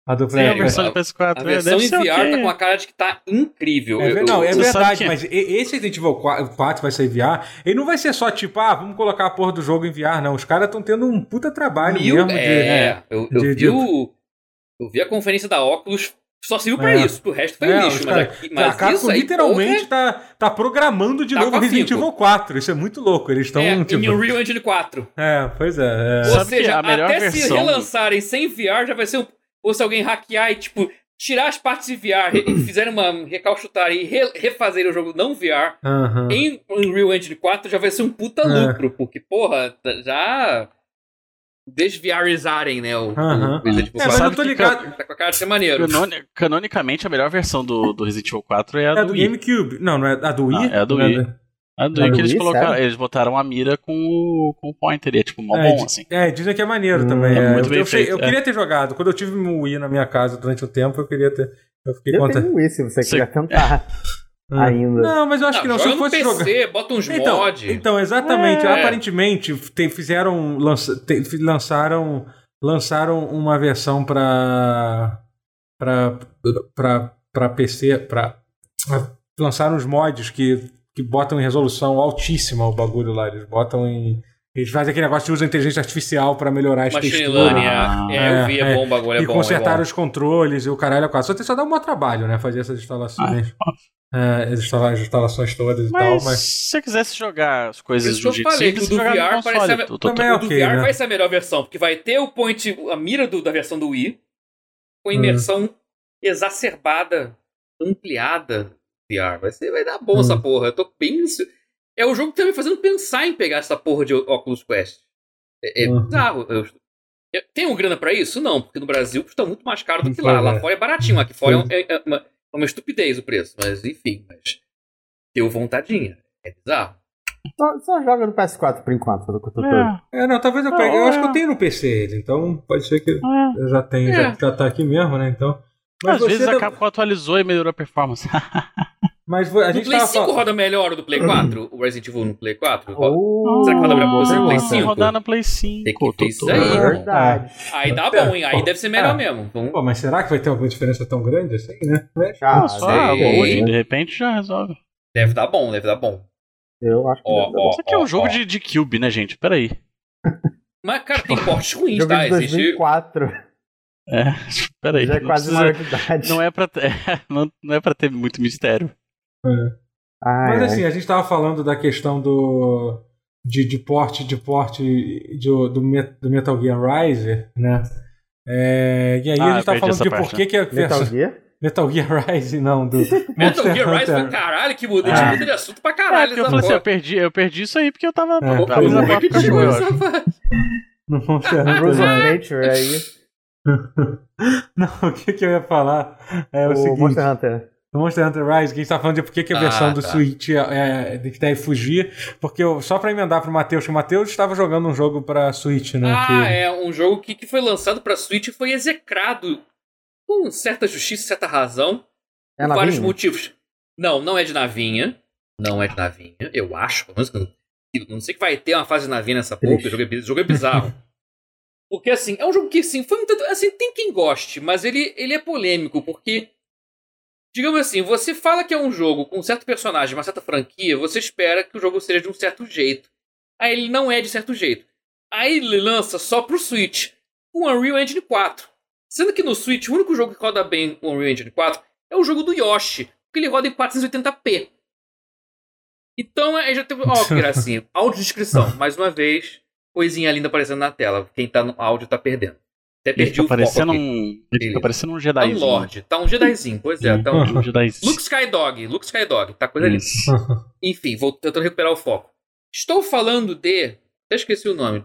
[SPEAKER 1] A do
[SPEAKER 2] Tem a
[SPEAKER 3] Sério,
[SPEAKER 1] Play-
[SPEAKER 2] versão
[SPEAKER 3] a-
[SPEAKER 2] do PS4,
[SPEAKER 3] A
[SPEAKER 2] né?
[SPEAKER 3] versão
[SPEAKER 2] Deve
[SPEAKER 3] em
[SPEAKER 2] ser
[SPEAKER 3] VR
[SPEAKER 2] ok.
[SPEAKER 3] tá com uma cara de que tá incrível.
[SPEAKER 1] É,
[SPEAKER 3] Eu-
[SPEAKER 1] ver-
[SPEAKER 3] eu-
[SPEAKER 1] não, é
[SPEAKER 2] você sabe
[SPEAKER 1] verdade,
[SPEAKER 2] que-
[SPEAKER 1] mas e- esse Resident Evil 4 4 vai ser VR, ele não vai ser só tipo, ah, vamos colocar a porra do jogo em VR, não. Os caras estão tendo um puta trabalho
[SPEAKER 3] Mil-
[SPEAKER 1] mesmo de. né?
[SPEAKER 3] é, eu, eu
[SPEAKER 1] de-
[SPEAKER 3] vi
[SPEAKER 1] de-
[SPEAKER 3] o- eu vi a conferência da Oculus, só serviu pra
[SPEAKER 1] É.
[SPEAKER 3] isso, o resto foi
[SPEAKER 1] É, os
[SPEAKER 3] lixo. Mas,
[SPEAKER 1] cara-
[SPEAKER 3] aqui,
[SPEAKER 1] a
[SPEAKER 3] mas
[SPEAKER 1] Capcom
[SPEAKER 3] isso aí,
[SPEAKER 1] literalmente tá, tá programando de
[SPEAKER 3] Tá
[SPEAKER 1] novo
[SPEAKER 3] com
[SPEAKER 1] Resident
[SPEAKER 3] afinco.
[SPEAKER 1] Evil 4. Isso é muito louco. Eles estão
[SPEAKER 3] porra, é,
[SPEAKER 1] tipo.
[SPEAKER 3] em Unreal Engine 4.
[SPEAKER 1] É, pois é. é.
[SPEAKER 3] Ou
[SPEAKER 2] Sabe que
[SPEAKER 3] seja,
[SPEAKER 2] a melhor
[SPEAKER 3] até se
[SPEAKER 2] versão-
[SPEAKER 3] relançarem sem VR, já vai ser um... Ou se alguém hackear e, tipo, tirar as partes de VR, re- fizerem uma... recalchutar e re- refazer o jogo não VR
[SPEAKER 1] Aham.
[SPEAKER 3] em Unreal Engine 4, já vai ser um puta
[SPEAKER 1] É.
[SPEAKER 3] lucro, porque, porra, tá- já... Desviarizarem, né? O,
[SPEAKER 1] Aham.
[SPEAKER 3] o Resident Evil
[SPEAKER 1] É, mas eu
[SPEAKER 3] 4.
[SPEAKER 2] sabe
[SPEAKER 1] tô
[SPEAKER 2] que
[SPEAKER 1] ligado.
[SPEAKER 3] Tá com a cara de ser maneiro.
[SPEAKER 2] Canoni- canonicamente, a melhor versão do, do Resident Evil 4 é a
[SPEAKER 1] É a
[SPEAKER 2] do
[SPEAKER 1] do
[SPEAKER 2] Wii.
[SPEAKER 1] GameCube. Não, não é a do Wii?
[SPEAKER 2] Ah, é a do
[SPEAKER 1] Não
[SPEAKER 2] Wii. A do
[SPEAKER 4] É
[SPEAKER 2] Wii
[SPEAKER 4] do
[SPEAKER 2] que eles
[SPEAKER 4] Wii,
[SPEAKER 2] colocaram.
[SPEAKER 4] sério?
[SPEAKER 2] Eles botaram a mira com o, com o pointer. E é tipo mó
[SPEAKER 1] É,
[SPEAKER 2] bom,
[SPEAKER 1] di-
[SPEAKER 2] assim.
[SPEAKER 1] é, dizem que é maneiro
[SPEAKER 4] Hum,
[SPEAKER 1] também.
[SPEAKER 2] é
[SPEAKER 1] é.
[SPEAKER 2] muito
[SPEAKER 1] eu
[SPEAKER 2] bem
[SPEAKER 1] eu sei-
[SPEAKER 2] feito,
[SPEAKER 1] eu
[SPEAKER 2] é.
[SPEAKER 1] queria ter jogado. Quando eu tive um Wii na minha casa durante o tempo, eu queria ter. Eu fiquei
[SPEAKER 4] Eu
[SPEAKER 1] conta.
[SPEAKER 4] tenho isso, se você
[SPEAKER 2] Você-
[SPEAKER 4] quiser tentar
[SPEAKER 1] Ah.
[SPEAKER 4] ainda.
[SPEAKER 1] Não, mas eu acho que não.
[SPEAKER 3] joga
[SPEAKER 1] Se eu
[SPEAKER 3] no
[SPEAKER 1] fosse jogar.
[SPEAKER 3] PC, bota uns
[SPEAKER 1] Então,
[SPEAKER 3] mod.
[SPEAKER 1] então, exatamente.
[SPEAKER 3] É.
[SPEAKER 1] Aparentemente, te- fizeram. lança- te- fi- lançaram. Lançaram uma versão pra. pra. pra, pra PC. Pra, lançaram os mods que, que botam em resolução altíssima o bagulho lá. Eles botam em. Eles fazem aquele negócio de usam inteligência artificial pra melhorar as
[SPEAKER 3] Machine
[SPEAKER 1] texturas.
[SPEAKER 3] Learning,
[SPEAKER 2] Ah,
[SPEAKER 3] é, é, eu vi, é,
[SPEAKER 1] é.
[SPEAKER 3] bom o bagulho, é
[SPEAKER 1] e
[SPEAKER 3] bom.
[SPEAKER 1] consertaram
[SPEAKER 3] é
[SPEAKER 1] os controles e o caralho é quase. Só, tem- só dá um maior trabalho, né? Fazer essas instalações. É, as instala- as instalações todas e tal,
[SPEAKER 2] Mas,
[SPEAKER 1] mas.
[SPEAKER 2] se você quisesse jogar as coisas
[SPEAKER 3] Isso
[SPEAKER 2] de um
[SPEAKER 3] que eu
[SPEAKER 2] jeito
[SPEAKER 3] falei,
[SPEAKER 2] simples,
[SPEAKER 3] que o do
[SPEAKER 2] você jogava no
[SPEAKER 3] VR parece
[SPEAKER 2] console.
[SPEAKER 3] a-
[SPEAKER 2] Tô- tô- tô-
[SPEAKER 1] Também é
[SPEAKER 3] bom. O do
[SPEAKER 1] ok,
[SPEAKER 3] VR
[SPEAKER 1] né?
[SPEAKER 3] vai ser a melhor versão, porque vai ter o point, a mira do- da versão do Wii, com
[SPEAKER 1] Hum.
[SPEAKER 3] imersão exacerbada, ampliada VR. Vai, ser, vai dar bom
[SPEAKER 1] Hum.
[SPEAKER 3] essa porra. Eu tô penso. É o jogo que tá me fazendo pensar em pegar essa porra de Oculus Quest. É, é
[SPEAKER 1] Uhum.
[SPEAKER 3] bizarro. Eu, eu, tenho grana pra isso? Não, porque no Brasil custa muito mais caro do que
[SPEAKER 1] Pois
[SPEAKER 3] lá. Lá
[SPEAKER 1] é.
[SPEAKER 3] fora é baratinho, aqui fora é, um- é- é uma, é uma estupidez o preço. Mas enfim, mas deu vontadinha. É bizarro.
[SPEAKER 4] Só, só joga no PS4 por enquanto, pelo que eu tô todo.
[SPEAKER 2] É,
[SPEAKER 1] É, não, talvez eu
[SPEAKER 2] Não,
[SPEAKER 1] pegue. Eu
[SPEAKER 2] é.
[SPEAKER 1] acho que eu tenho no PC ele, então pode ser que
[SPEAKER 2] é.
[SPEAKER 1] eu já tenha,
[SPEAKER 3] É.
[SPEAKER 1] já, já tá aqui mesmo, né? Então. Mas
[SPEAKER 2] Às
[SPEAKER 1] você
[SPEAKER 2] vezes
[SPEAKER 1] tá-
[SPEAKER 2] a Capcom atualizou e melhorou a performance.
[SPEAKER 1] Mas vo- a
[SPEAKER 3] No
[SPEAKER 1] gente
[SPEAKER 3] Play
[SPEAKER 1] tava
[SPEAKER 3] 5
[SPEAKER 1] falando.
[SPEAKER 3] roda melhor o do Play 4? O Resident Evil no Play 4? Roda-
[SPEAKER 4] Oh,
[SPEAKER 3] Será que vai
[SPEAKER 1] Ah,
[SPEAKER 3] dobrar pra você no Play
[SPEAKER 4] nossa,
[SPEAKER 3] 5?
[SPEAKER 2] rodar no Play
[SPEAKER 3] Tem
[SPEAKER 2] 5.
[SPEAKER 3] que ver isso
[SPEAKER 2] Totoro.
[SPEAKER 3] aí.
[SPEAKER 4] É Verdade.
[SPEAKER 3] Aí dá bom, hein? Aí deve ser
[SPEAKER 2] É.
[SPEAKER 3] melhor mesmo. Então, Vamos-
[SPEAKER 1] Pô, mas será que vai ter alguma diferença tão grande assim, né? Mas-
[SPEAKER 4] Ah,
[SPEAKER 2] Ah, só a
[SPEAKER 3] sei.
[SPEAKER 2] loading, de repente já resolve.
[SPEAKER 3] Deve dar bom, deve dar bom.
[SPEAKER 4] Eu acho que
[SPEAKER 3] Ó,
[SPEAKER 4] deve dar
[SPEAKER 3] ó.
[SPEAKER 2] Isso aqui é um jogo de, de Cube, né, gente? Peraí.
[SPEAKER 3] Mas, cara, tem portes
[SPEAKER 4] bom.
[SPEAKER 3] ruins,
[SPEAKER 4] Jogo
[SPEAKER 3] tá?
[SPEAKER 4] de
[SPEAKER 3] Existe.
[SPEAKER 4] 2004,
[SPEAKER 2] É, peraí.
[SPEAKER 4] já é
[SPEAKER 2] não
[SPEAKER 4] quase
[SPEAKER 2] precisa-
[SPEAKER 4] maior de idade.
[SPEAKER 2] Não é, pra ter, não, não é pra ter muito mistério. Ah,
[SPEAKER 4] Ai,
[SPEAKER 1] Mas
[SPEAKER 2] é.
[SPEAKER 4] ai.
[SPEAKER 1] assim, a gente tava falando da questão do. De, de porte, de porte de- do, Met- do Metal Gear Rise, né? É, e aí
[SPEAKER 2] Ah,
[SPEAKER 1] a gente
[SPEAKER 2] eu perdi
[SPEAKER 1] tava falando
[SPEAKER 2] essa
[SPEAKER 1] de
[SPEAKER 2] parte,
[SPEAKER 1] por que, que a
[SPEAKER 4] Metal
[SPEAKER 1] versão.
[SPEAKER 4] Gear?
[SPEAKER 1] Metal Gear Rise, não, do.
[SPEAKER 3] Metal
[SPEAKER 2] é
[SPEAKER 1] Monster
[SPEAKER 3] Gear Rise
[SPEAKER 1] Hunter.
[SPEAKER 3] foi caralho, que muda.
[SPEAKER 2] Ah.
[SPEAKER 3] A gente muda de assunto pra caralho.
[SPEAKER 2] eu
[SPEAKER 3] essa
[SPEAKER 2] falei assim,
[SPEAKER 3] porra.
[SPEAKER 2] eu perdi, eu perdi isso aí porque eu tava
[SPEAKER 1] É,
[SPEAKER 3] tá
[SPEAKER 2] tava abrindo a
[SPEAKER 1] pois é.
[SPEAKER 2] porta pro cachorro, eu acho.
[SPEAKER 1] No Monster
[SPEAKER 4] Rules
[SPEAKER 1] Hunter.
[SPEAKER 4] of Nature é aí.
[SPEAKER 1] Não, o que, que eu ia falar é o,
[SPEAKER 4] o
[SPEAKER 1] seguinte.
[SPEAKER 4] Monster Hunter.
[SPEAKER 1] No Monster Hunter Rise, que a gente tá falando de por que que a
[SPEAKER 3] Ah,
[SPEAKER 1] versão do
[SPEAKER 3] tá.
[SPEAKER 1] Switch é, é, que deve fugir. Porque eu, só pra emendar pro Matheus, que o Matheus estava jogando um jogo pra Switch, né?
[SPEAKER 3] Ah,
[SPEAKER 1] que-
[SPEAKER 3] é um jogo que, que foi lançado pra Switch e foi execrado com certa justiça, certa razão,
[SPEAKER 4] É
[SPEAKER 3] por vários
[SPEAKER 4] novinho?
[SPEAKER 3] motivos. Não, não é de navinha. Não é de navinha, eu acho. Pelo menos que eu não- eu não sei que vai ter uma fase de navinha nessa porra, porque o jogo é, bi- o jogo é bizarro. Porque assim, é um jogo que assim, foi um tanto. Assim, tem quem goste, mas ele, ele é polêmico, porque Digamos assim, você fala que é um jogo com um certo personagem, uma certa franquia, você espera que o jogo seja de um certo jeito. Aí ele não é de certo jeito. Aí ele lança só pro Switch o Unreal Engine 4. Sendo que no Switch o único jogo que roda bem o Unreal Engine 4 é o jogo do Yoshi, porque ele roda em 480p. Então aí já teve. Ó, oh, que gracinha. Audiodescrição, mais uma vez, coisinha linda aparecendo na tela. Quem tá no áudio tá perdendo. Até
[SPEAKER 2] Ele
[SPEAKER 3] perdi
[SPEAKER 2] fica
[SPEAKER 3] o
[SPEAKER 2] tá parecendo
[SPEAKER 3] foco aqui.
[SPEAKER 2] um. Ele
[SPEAKER 3] Beleza.
[SPEAKER 2] fica parecendo um
[SPEAKER 3] Tá
[SPEAKER 2] Jedi.
[SPEAKER 3] um Lorde, tá um Jedizinho, pois é. Tá um...
[SPEAKER 2] Um Jedi.
[SPEAKER 3] Luke Skydog, Luke Skydog, tá
[SPEAKER 2] Hum.
[SPEAKER 3] coisa linda. Enfim, vou tentando recuperar o foco. Estou falando de. Até esqueci o nome.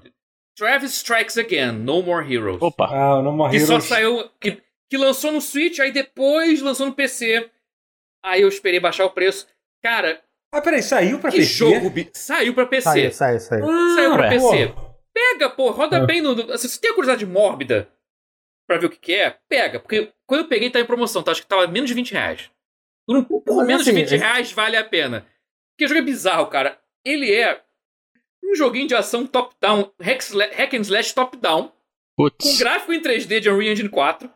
[SPEAKER 3] Travis Strikes Again, No More Heroes.
[SPEAKER 2] Opa.
[SPEAKER 1] Ah, o No More
[SPEAKER 3] que só
[SPEAKER 1] Heroes.
[SPEAKER 3] saiu. Que, que lançou no Switch, aí depois lançou no PC. Aí eu esperei baixar o preço. Cara,
[SPEAKER 1] Ah, peraí, saiu pra
[SPEAKER 3] que
[SPEAKER 1] PC?
[SPEAKER 3] jogo. bi- Saiu pra PC.
[SPEAKER 4] Saiu, saiu, saiu.
[SPEAKER 1] Ah,
[SPEAKER 3] Saiu pra
[SPEAKER 1] pô.
[SPEAKER 3] PC. Pega, pô, roda
[SPEAKER 1] É.
[SPEAKER 3] bem no. no- assim, se tem a curiosidade mórbida pra ver o que, que é, pega. Porque quando eu peguei, tá em promoção, tá? Acho que tava menos de 20 reais. Por, um- por
[SPEAKER 4] Mas,
[SPEAKER 3] menos
[SPEAKER 4] assim,
[SPEAKER 3] de 20
[SPEAKER 4] esse-
[SPEAKER 3] reais vale a pena. Porque o jogo é bizarro, cara. Ele é um joguinho de ação top-down, hack, sla- hack and slash top-down, com
[SPEAKER 2] Putz.
[SPEAKER 3] gráfico em 3D de Unreal Engine 4.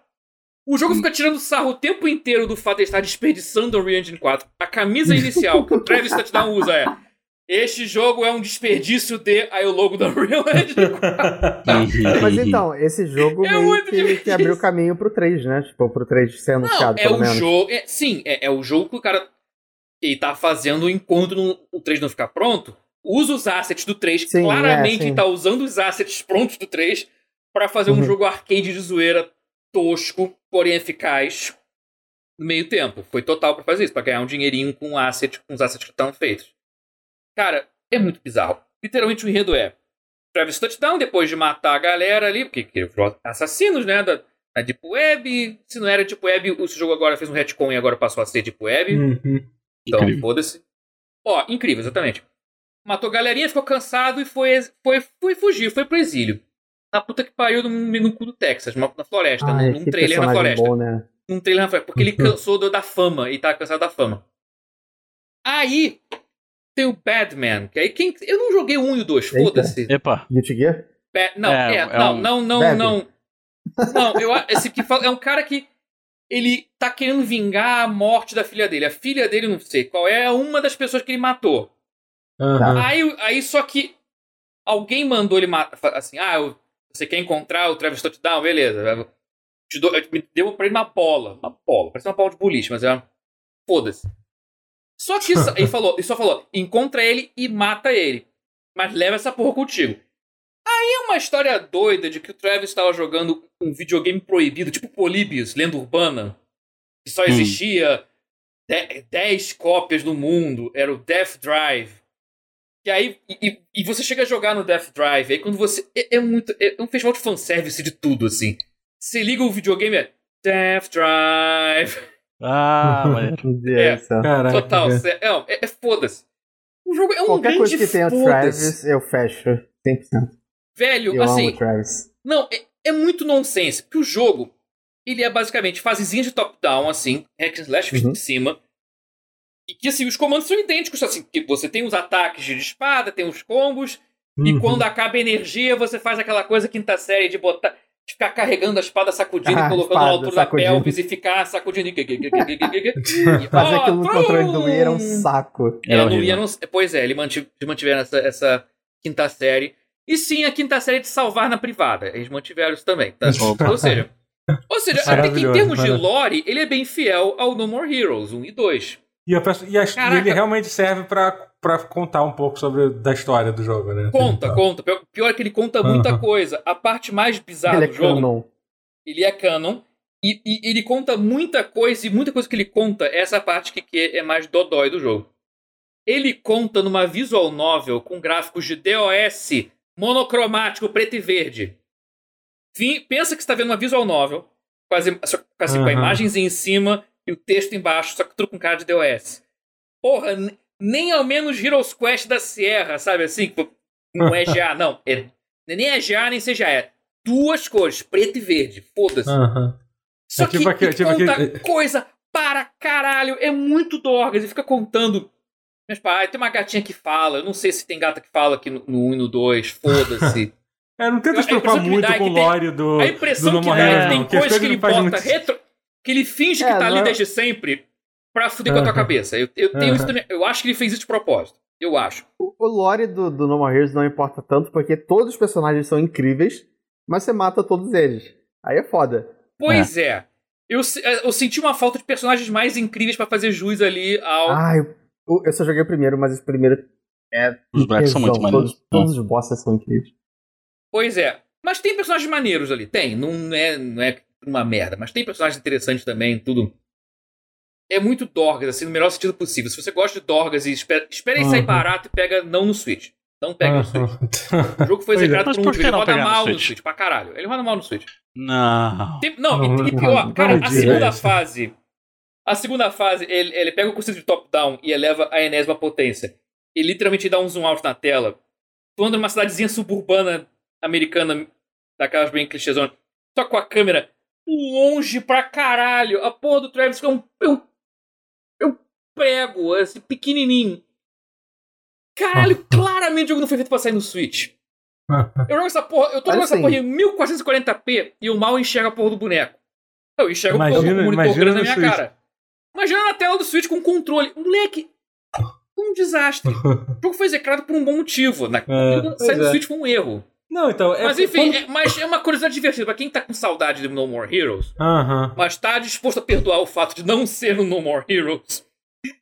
[SPEAKER 3] O jogo fica tirando sarro o tempo inteiro do fato de estar desperdiçando o Unreal Engine 4. A camisa inicial que o Travis Touchdown usa é Este jogo é um desperdício de... Aí o logo do Unreal Engine 4. Uhum.
[SPEAKER 4] Mas então, esse jogo
[SPEAKER 3] É
[SPEAKER 4] meio
[SPEAKER 3] muito
[SPEAKER 4] que, que
[SPEAKER 3] difícil.
[SPEAKER 4] abriu o caminho pro 3, né? Tipo, pro 3 ser
[SPEAKER 3] Não,
[SPEAKER 4] anunciado,
[SPEAKER 3] é
[SPEAKER 4] pelo
[SPEAKER 3] o
[SPEAKER 4] menos.
[SPEAKER 3] jogo... é- sim, é, é o jogo que o cara... Ele tá fazendo enquanto não- o 3 não ficar pronto. Usa os assets do 3.
[SPEAKER 4] Sim, é,
[SPEAKER 3] Claramente
[SPEAKER 4] sim.
[SPEAKER 3] ele tá usando os assets prontos do 3 pra fazer um
[SPEAKER 4] Uhum.
[SPEAKER 3] jogo arcade de zoeira tosco, porém eficaz no meio tempo. Foi total pra fazer isso, pra ganhar um dinheirinho com asset, com os assets que estão feitos. Cara, é muito bizarro. Literalmente o enredo é Travis Touchdown, depois de matar a galera ali, porque que virou assassinos, né, da, da Deep Web, se não era Deep Web, esse jogo agora fez um retcon e agora passou a ser Deep Web.
[SPEAKER 1] Uhum.
[SPEAKER 3] Então,
[SPEAKER 2] Incrível.
[SPEAKER 3] foda-se. Ó, incrível, exatamente. Matou a galerinha, ficou cansado e foi, foi, foi fugir, foi pro exílio. Na puta que pariu no, no cu do Texas, na na floresta,
[SPEAKER 4] Ai,
[SPEAKER 3] tá num
[SPEAKER 4] que
[SPEAKER 3] trailer na
[SPEAKER 4] Ah, personagem
[SPEAKER 3] floresta
[SPEAKER 4] bom, né?
[SPEAKER 3] num um trailer na frente, porque ele
[SPEAKER 4] Uhum.
[SPEAKER 3] cansou do- da fama e tá cansado da fama. Aí tem o Batman, que aí quem. Eu não joguei o 1 e o 2,
[SPEAKER 4] Eita.
[SPEAKER 3] foda-se.
[SPEAKER 2] Epa.
[SPEAKER 4] Guilty Gear?
[SPEAKER 3] Ba- não,
[SPEAKER 2] É,
[SPEAKER 3] é,
[SPEAKER 2] é
[SPEAKER 3] não,
[SPEAKER 2] um-
[SPEAKER 3] não, não,
[SPEAKER 4] Batman.
[SPEAKER 3] não. Não, eu, a- esse que fala, é um cara que. Ele tá querendo vingar a morte da filha dele. A filha dele, não sei qual é, é uma das pessoas que ele matou.
[SPEAKER 1] Aham.
[SPEAKER 3] Aí, aí só que alguém mandou ele matar. Assim, ah, eu- você quer encontrar o Travis Touchdown? Beleza. Eu te dou, eu me deu pra ele uma bola. Uma bola. Parece uma bola de boliche, mas é uma. Foda-se. Só que isso, ele falou, ele só falou: encontra ele e mata ele. Mas leva essa porra contigo. Aí é uma história doida de que o Travis estava jogando um videogame proibido, tipo Polybius, lenda urbana. Que só existia 10 cópias no mundo. Era o Death Drive. E aí, e, e- e você chega a jogar no Death Drive, aí quando você. É, é muito. É um festival de fanservice de tudo, assim. Você liga o videogame, é. Death Drive.
[SPEAKER 4] Uhum.
[SPEAKER 2] Ah, maneiro.
[SPEAKER 4] Meu
[SPEAKER 3] É.
[SPEAKER 4] Deus do céu.
[SPEAKER 1] Caraca.
[SPEAKER 3] Total.
[SPEAKER 1] cara.
[SPEAKER 3] cê- É, é, é foda-se. O jogo é um
[SPEAKER 4] Qualquer
[SPEAKER 3] grande
[SPEAKER 4] coisa que tenha
[SPEAKER 3] foda-se.
[SPEAKER 4] Travis, eu fecho. 100%.
[SPEAKER 3] Velho,
[SPEAKER 4] Eu
[SPEAKER 3] assim.
[SPEAKER 4] amo Travis.
[SPEAKER 3] Não, é, é muito nonsense. Porque o jogo, ele é basicamente fasezinha de top-down, assim, hack and slash visto
[SPEAKER 4] Uhum.
[SPEAKER 3] de cima. E que, assim, os comandos são idênticos, assim, que você tem os ataques de espada, tem os combos, e
[SPEAKER 1] Uhum.
[SPEAKER 3] quando acaba a energia, você faz aquela coisa quinta série de botar. De ficar carregando a espada, sacudindo,
[SPEAKER 4] Ah,
[SPEAKER 3] e colocando
[SPEAKER 4] espada,
[SPEAKER 3] na altura
[SPEAKER 4] sacudindo.
[SPEAKER 3] da pelvis e ficar sacudindo. e- E,
[SPEAKER 4] Fazer
[SPEAKER 3] ó, tá
[SPEAKER 4] aquilo no controle do Wii era um
[SPEAKER 3] trum!
[SPEAKER 4] saco.
[SPEAKER 3] É,
[SPEAKER 2] Era
[SPEAKER 3] não
[SPEAKER 2] horrível.
[SPEAKER 3] ia, não, pois é, ele mantive, eles mantiveram essa, essa quinta série. E sim, a quinta série de salvar na privada. Eles mantiveram isso também. tá?
[SPEAKER 2] Opa.
[SPEAKER 3] Ou seja, ou seja até que em
[SPEAKER 1] Maravilhoso,
[SPEAKER 3] termos de
[SPEAKER 1] maravilhoso.
[SPEAKER 3] lore, ele é bem fiel ao No More Heroes 1 e 2.
[SPEAKER 1] E, a peço- e as- e
[SPEAKER 3] Caraca.
[SPEAKER 1] ele realmente serve pra, pra contar um pouco sobre da história do jogo, né?
[SPEAKER 3] Conta,
[SPEAKER 1] Tá.
[SPEAKER 3] conta. Pior- Pior é que ele conta muita
[SPEAKER 1] Aham.
[SPEAKER 3] coisa. A parte mais bizarra
[SPEAKER 4] Ele é
[SPEAKER 3] do jogo,
[SPEAKER 4] canon.
[SPEAKER 3] ele é canon. E, e ele conta muita coisa, e muita coisa que ele conta é essa parte que, que é mais dodói do jogo. Ele conta numa visual novel com gráficos de DOS monocromático, preto e verde. Fim- pensa que você está vendo uma visual novel, quase, só, que, assim, com
[SPEAKER 1] Aham.
[SPEAKER 3] a imagens em cima e o texto embaixo, só que tudo com cara de DOS. Porra, n- nem ao menos Heroes Quest da Sierra, sabe assim? Pô, Não é GA, não. É, nem é GA, nem seja é. Duas cores, preto e verde. Foda-se.
[SPEAKER 1] Aham.
[SPEAKER 3] Só
[SPEAKER 1] É Ah, tipo
[SPEAKER 3] que,
[SPEAKER 1] aquele-
[SPEAKER 3] que
[SPEAKER 1] tipo
[SPEAKER 3] conta
[SPEAKER 1] aquele-
[SPEAKER 3] coisa para caralho. É muito Dorgas. E fica contando. Mas pá, ah, tem uma gatinha que fala. Eu não sei se tem gata que fala aqui no 1 e no 2. Foda-se.
[SPEAKER 1] É, não tenta
[SPEAKER 3] A
[SPEAKER 1] se preocupar
[SPEAKER 3] impressão que me
[SPEAKER 1] muito
[SPEAKER 3] dá é
[SPEAKER 1] com o
[SPEAKER 3] que tem-
[SPEAKER 1] lore do.
[SPEAKER 3] A
[SPEAKER 1] do
[SPEAKER 3] impressão
[SPEAKER 1] No
[SPEAKER 3] que
[SPEAKER 1] More
[SPEAKER 3] dá é
[SPEAKER 1] Heroes,
[SPEAKER 3] que
[SPEAKER 1] não,
[SPEAKER 3] tem
[SPEAKER 1] que as coisas
[SPEAKER 3] coisas que ele
[SPEAKER 1] não fazem
[SPEAKER 3] bota
[SPEAKER 1] muito-
[SPEAKER 3] retro. Que ele finge
[SPEAKER 4] É,
[SPEAKER 3] que tá ali
[SPEAKER 4] não é-
[SPEAKER 3] desde sempre. pra fuder com a tua cabeça. Eu, eu tenho isso também. Eu acho que ele fez isso de propósito. Eu acho.
[SPEAKER 4] O, o lore do, do No More Heroes não importa tanto, porque todos os personagens são incríveis, mas você mata todos eles. Aí é foda.
[SPEAKER 3] Pois é. Eu, se- é, eu senti uma falta de personagens mais incríveis pra fazer jus ali ao.
[SPEAKER 4] Ah, eu, eu- eu só joguei o primeiro, mas os primeiros.
[SPEAKER 2] Os bonecos são muito maneiros.
[SPEAKER 4] Todos, todos os bosses são incríveis.
[SPEAKER 3] Pois é. Mas tem personagens maneiros ali. Tem. Não é, não é uma merda. Mas tem personagens interessantes também, tudo. É muito Dorgas, assim, no melhor sentido possível. Se você gosta de Dorgas e espera, espera ele sair
[SPEAKER 1] Uhum.
[SPEAKER 3] barato e pega não no Switch. Não pega no Switch. O jogo foi
[SPEAKER 1] Pois é.
[SPEAKER 3] execrado
[SPEAKER 2] Mas
[SPEAKER 3] por um
[SPEAKER 2] por
[SPEAKER 3] jogo.
[SPEAKER 2] que
[SPEAKER 3] Ele
[SPEAKER 2] não
[SPEAKER 3] roda
[SPEAKER 2] pegar no
[SPEAKER 3] mal no
[SPEAKER 2] Switch?
[SPEAKER 3] Switch. pra caralho. Ele roda mal no Switch.
[SPEAKER 2] Não.
[SPEAKER 3] Tem- não, e, e
[SPEAKER 1] Não,
[SPEAKER 3] pior,
[SPEAKER 1] não
[SPEAKER 3] cara,
[SPEAKER 1] me
[SPEAKER 3] a
[SPEAKER 1] diga
[SPEAKER 3] segunda
[SPEAKER 1] isso.
[SPEAKER 3] fase. A segunda fase, ele, ele pega o conceito de top-down e eleva a enésima potência. Ele literalmente dá um zoom out na tela. Tu anda numa cidadezinha suburbana americana, daquelas bem clichêzonas, só com a câmera longe pra caralho. A porra do Travis é um, é um, é um prego, assim, pequenininho. Caralho, claramente o jogo não foi feito pra sair no Switch. Eu jogo essa porra, eu tô
[SPEAKER 4] Olha
[SPEAKER 3] jogando essa
[SPEAKER 4] assim.
[SPEAKER 3] porra em 1440p e eu mal enxergo a porra do boneco. Eu enxergo o porra
[SPEAKER 1] Imagina-
[SPEAKER 3] do monitor
[SPEAKER 1] imagina
[SPEAKER 3] grande na
[SPEAKER 1] no
[SPEAKER 3] minha
[SPEAKER 1] Switch.
[SPEAKER 3] cara. Imagina na tela do Switch com controle. Moleque, um desastre. O jogo foi execrado por um bom motivo. Na... Sair
[SPEAKER 1] pois
[SPEAKER 3] do
[SPEAKER 1] é.
[SPEAKER 3] Switch foi um erro.
[SPEAKER 1] Não, então. É
[SPEAKER 3] mas enfim,
[SPEAKER 1] quando-
[SPEAKER 3] é, mas é uma curiosidade divertida. Pra quem tá com saudade do No More Heroes,
[SPEAKER 1] Aham.
[SPEAKER 3] mas tá disposto a perdoar o fato de não ser um No More Heroes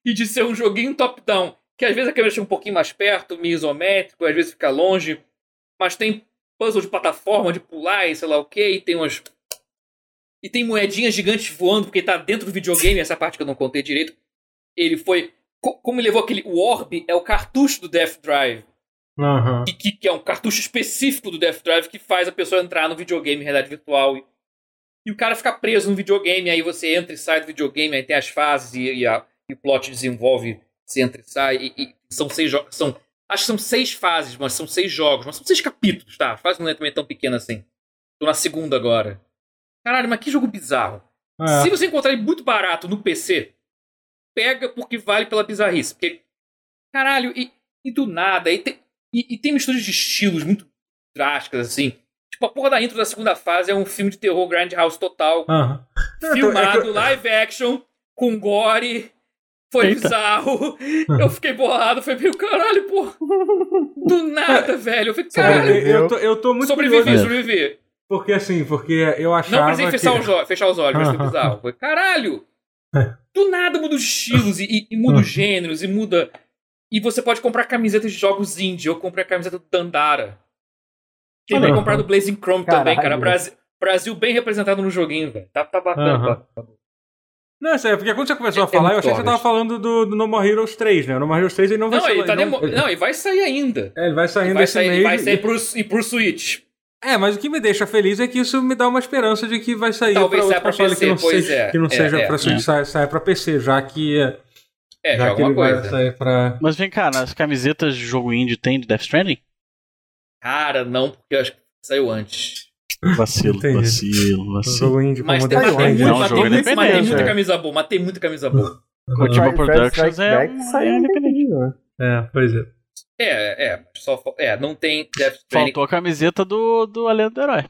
[SPEAKER 3] e de ser um joguinho top-down, que às vezes a câmera chega um pouquinho mais perto, meio isométrico, às vezes fica longe, mas tem puzzle de plataforma, de pular e sei lá o que, e tem umas. E tem moedinhas gigantes voando, porque tá dentro do videogame, essa parte que eu não contei direito. Ele foi. co- Como ele levou aquele. O Orb é o cartucho do Death Drive,
[SPEAKER 1] Aham.
[SPEAKER 3] que, que- que é um cartucho específico do Death Drive que faz a pessoa entrar no videogame, em realidade virtual. E, e o cara fica preso no videogame, aí você entra e sai do videogame, aí tem as fases e, e a- e o plot desenvolve, você entra e sai. E, e são seis jogos. São, acho que são seis fases, mas são seis jogos, mas são seis capítulos, tá? As fases não é também tão pequena assim. Tô na segunda agora. Caralho, mas que jogo bizarro.
[SPEAKER 1] É.
[SPEAKER 3] Se você encontrar ele muito barato no PC, pega porque vale pela bizarrice. Porque, caralho, e, e do nada, e tem, e, e tem misturas de estilos muito drásticas, assim. Tipo, a porra da intro da segunda fase é um filme de terror Grindhouse total,
[SPEAKER 1] Aham. Não, então, é que-
[SPEAKER 3] filmado, live action, com gore. Foi
[SPEAKER 2] Eita.
[SPEAKER 3] bizarro. Eu fiquei bolado, foi meio caralho, pô. Do nada, velho. Eu fiquei, caralho.
[SPEAKER 1] É, Eu, eu tô, eu tô muito
[SPEAKER 3] sobrevivi,
[SPEAKER 1] curioso,
[SPEAKER 3] sobrevivi.
[SPEAKER 1] porque assim, porque eu
[SPEAKER 3] Não
[SPEAKER 1] achava
[SPEAKER 3] precisei
[SPEAKER 1] que...
[SPEAKER 3] fechar, os olhos, fechar os olhos, mas foi bizarro. Foi, caralho! Do nada muda os estilos e, e- e muda
[SPEAKER 1] Hum.
[SPEAKER 3] os gêneros e muda. E você pode comprar camisetas de jogos indie. Eu comprei a camiseta do Dandara. Tentei
[SPEAKER 1] Olha. é.
[SPEAKER 3] comprar do Blazing Chrome também, cara.
[SPEAKER 4] Caralho.
[SPEAKER 3] Brasil, Brasil bem representado no joguinho, velho. Tá, tá bacana.
[SPEAKER 1] Aham.
[SPEAKER 3] tá-
[SPEAKER 1] Não, é sério, porque quando você começou
[SPEAKER 3] É-
[SPEAKER 1] a falar,
[SPEAKER 3] é
[SPEAKER 1] eu achei que você
[SPEAKER 3] muito
[SPEAKER 1] tava falando do, do No More Heroes 3, né? O No More Heroes 3 ele não vai
[SPEAKER 3] Não,
[SPEAKER 1] ser...
[SPEAKER 3] ele tá
[SPEAKER 1] não-
[SPEAKER 3] demo... não, e vai sair ainda.
[SPEAKER 1] É, ele vai
[SPEAKER 3] E
[SPEAKER 1] saindo
[SPEAKER 3] vai
[SPEAKER 1] esse
[SPEAKER 3] sair, e
[SPEAKER 1] mês.
[SPEAKER 3] vai sair pro, e pro Switch.
[SPEAKER 1] É, mas o que me deixa feliz é que isso me dá uma esperança de que vai sair
[SPEAKER 3] Talvez
[SPEAKER 1] pra outro
[SPEAKER 3] saia pra
[SPEAKER 1] console
[SPEAKER 3] PC,
[SPEAKER 1] que não
[SPEAKER 3] pois
[SPEAKER 1] seja,
[SPEAKER 3] é,
[SPEAKER 1] que não
[SPEAKER 3] é,
[SPEAKER 1] seja
[SPEAKER 3] é.
[SPEAKER 1] pra Switch, saia, saia pra PC, já que,
[SPEAKER 3] É, já
[SPEAKER 1] já que ele
[SPEAKER 3] alguma
[SPEAKER 1] vai
[SPEAKER 3] coisa.
[SPEAKER 1] sair pra...
[SPEAKER 2] Mas vem cá, nas camisetas de jogo indie tem do Death Stranding?
[SPEAKER 3] Cara, não, porque eu acho que saiu antes.
[SPEAKER 2] Vacilo,
[SPEAKER 1] Entendi.
[SPEAKER 2] vacilo,
[SPEAKER 1] Um
[SPEAKER 2] vacilo.
[SPEAKER 1] jogo indie
[SPEAKER 3] Mas
[SPEAKER 1] como né?
[SPEAKER 3] tem,
[SPEAKER 1] Death
[SPEAKER 3] mas tem,
[SPEAKER 1] Stranding.
[SPEAKER 3] muito,
[SPEAKER 2] um
[SPEAKER 3] mas tem
[SPEAKER 2] jogo
[SPEAKER 3] muito- mas tem
[SPEAKER 2] independente,
[SPEAKER 3] muita
[SPEAKER 4] é.
[SPEAKER 3] camisa boa, mas tem muita camisa boa.
[SPEAKER 2] Kojima
[SPEAKER 4] Fred
[SPEAKER 2] Productions é
[SPEAKER 4] Strike Back
[SPEAKER 2] um-
[SPEAKER 4] saiu
[SPEAKER 2] é independente.
[SPEAKER 4] independente, né?
[SPEAKER 1] É, pois é.
[SPEAKER 3] É, é, só fal- é, não tem Death Stranding.
[SPEAKER 2] Faltou a camiseta do, do Além do Herói.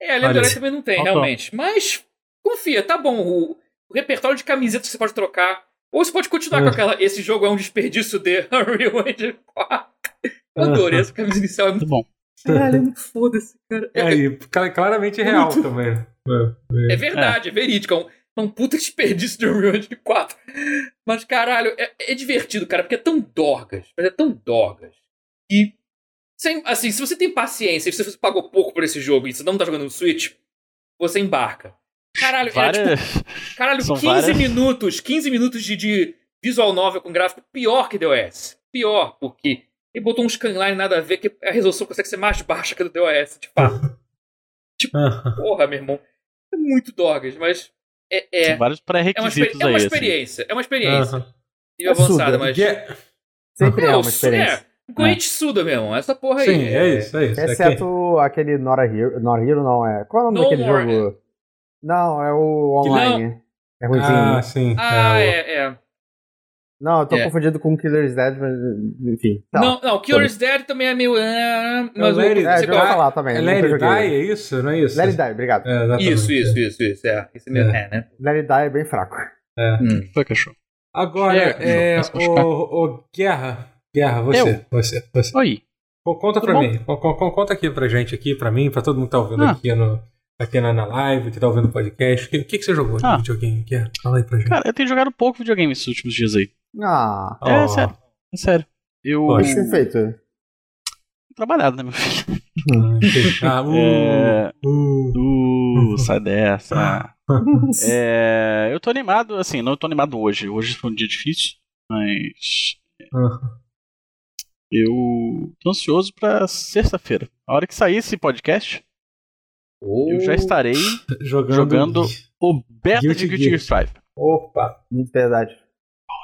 [SPEAKER 3] É, a Lenda
[SPEAKER 1] Olha.
[SPEAKER 3] Herói também não tem,
[SPEAKER 2] Faltou.
[SPEAKER 3] realmente. Mas confia, tá bom. O, o repertório de camisetas que você pode trocar. Ou você pode continuar com
[SPEAKER 1] É.
[SPEAKER 3] aquela. Esse jogo é um desperdício de Unreal Engine 4. Eu adorei essa camisa inicial, é muito
[SPEAKER 2] Muito bom.
[SPEAKER 3] caralho, é muito foda-se, cara. É,
[SPEAKER 1] É, e cla- claramente é real também. É.
[SPEAKER 3] é verdade, é, verídico. É um, é um puta desperdício de Unreal Engine 4. Mas, caralho, é, é divertido, cara, porque é tão dorgas. Mas é tão dorgas. E. sem- assim, se você tem paciência, se você pagou pouco por esse jogo e você não tá jogando no Switch, você embarca. Caralho, era tipo
[SPEAKER 2] Várias...
[SPEAKER 3] Caralho,
[SPEAKER 2] São
[SPEAKER 3] 15
[SPEAKER 2] várias.
[SPEAKER 3] minutos, 15 minutos de, de visual novel com gráfico pior que DOS. Pior, porque ele botou um scanline nada a ver, que a resolução consegue ser mais baixa que a do DOS, de fato.
[SPEAKER 1] Ah,
[SPEAKER 3] tipo, Porra, meu irmão. É muito Dogs, mas é, é,
[SPEAKER 2] São vários
[SPEAKER 3] é uma, experi-
[SPEAKER 2] pré-requisitos
[SPEAKER 3] é uma
[SPEAKER 2] aí. assim.
[SPEAKER 3] experiência. É uma experiência.
[SPEAKER 1] ah.
[SPEAKER 3] E avançada,
[SPEAKER 4] Absurda.
[SPEAKER 3] mas.
[SPEAKER 1] Yeah.
[SPEAKER 4] Sempre é
[SPEAKER 3] Não,
[SPEAKER 4] uma experiência.
[SPEAKER 3] É, Goichi Suda, meu irmão. Essa porra aí.
[SPEAKER 1] Sim, é isso, é isso. É
[SPEAKER 4] Exceto aquele Not a Hero. Not a Hero não é. Qual é o nome
[SPEAKER 3] No
[SPEAKER 4] daquele
[SPEAKER 3] More
[SPEAKER 4] jogo? Não, é o online.
[SPEAKER 1] que-
[SPEAKER 4] É ruimzinho.
[SPEAKER 1] Ah, sim.
[SPEAKER 3] Ah,
[SPEAKER 1] é, o-
[SPEAKER 3] é, é.
[SPEAKER 4] Não, eu tô
[SPEAKER 3] É.
[SPEAKER 4] confundido com Killer's Dead, mas enfim. Tá.
[SPEAKER 3] Não, não, Killer's Dead também é meio. ah, mas o
[SPEAKER 1] Larry-
[SPEAKER 3] você
[SPEAKER 4] é, eu já vou
[SPEAKER 3] gosta-
[SPEAKER 4] falar também.
[SPEAKER 1] É
[SPEAKER 4] nunca
[SPEAKER 1] Larry Die,
[SPEAKER 4] joguei.
[SPEAKER 1] é isso? Não é isso?
[SPEAKER 4] Larry Die, obrigado.
[SPEAKER 1] É, exatamente.
[SPEAKER 3] Isso, isso, isso, isso. É, isso mesmo. É, né?
[SPEAKER 4] Larry Die é bem fraco.
[SPEAKER 2] Foi, cachorro.
[SPEAKER 1] Agora,
[SPEAKER 2] Share.
[SPEAKER 1] é,
[SPEAKER 2] Não, posso buscar.
[SPEAKER 1] o, o Guerra. Guerra, você. Você, você.
[SPEAKER 2] Oi.
[SPEAKER 1] Co- Conta
[SPEAKER 2] Tudo
[SPEAKER 1] pra
[SPEAKER 2] bom?
[SPEAKER 1] mim. Co- co- Conta aqui pra gente, aqui, pra mim, pra todo mundo que tá ouvindo
[SPEAKER 2] Ah.
[SPEAKER 1] aqui, no, aqui na, na live, que tá ouvindo o podcast. O que, que, que você jogou
[SPEAKER 2] Ah.
[SPEAKER 1] de videogame? Guerra? Fala aí pra gente.
[SPEAKER 2] Cara, eu tenho jogado pouco videogame esses últimos dias aí.
[SPEAKER 4] Ah,
[SPEAKER 1] Ó,
[SPEAKER 2] é sério. É sério. Eu.
[SPEAKER 4] o que
[SPEAKER 1] Poxa.
[SPEAKER 4] você tem feito?
[SPEAKER 2] Trabalhado, né, meu filho?
[SPEAKER 1] entendi. Ah, uh,
[SPEAKER 2] É.
[SPEAKER 1] uh.
[SPEAKER 2] Uh, sai
[SPEAKER 1] Ah.
[SPEAKER 2] dessa. É, eu tô animado, assim, não tô animado hoje. Hoje foi um dia difícil, mas.
[SPEAKER 1] Aham.
[SPEAKER 2] Eu tô ansioso pra sexta-feira. A hora que sair esse podcast, eu
[SPEAKER 3] Oh.
[SPEAKER 2] já estarei
[SPEAKER 1] Jogando.
[SPEAKER 2] É. Jogando. o beta
[SPEAKER 1] Guilty
[SPEAKER 2] de Guilty Gear
[SPEAKER 1] Gear.
[SPEAKER 2] 5.
[SPEAKER 1] Opa.
[SPEAKER 4] Muito verdade.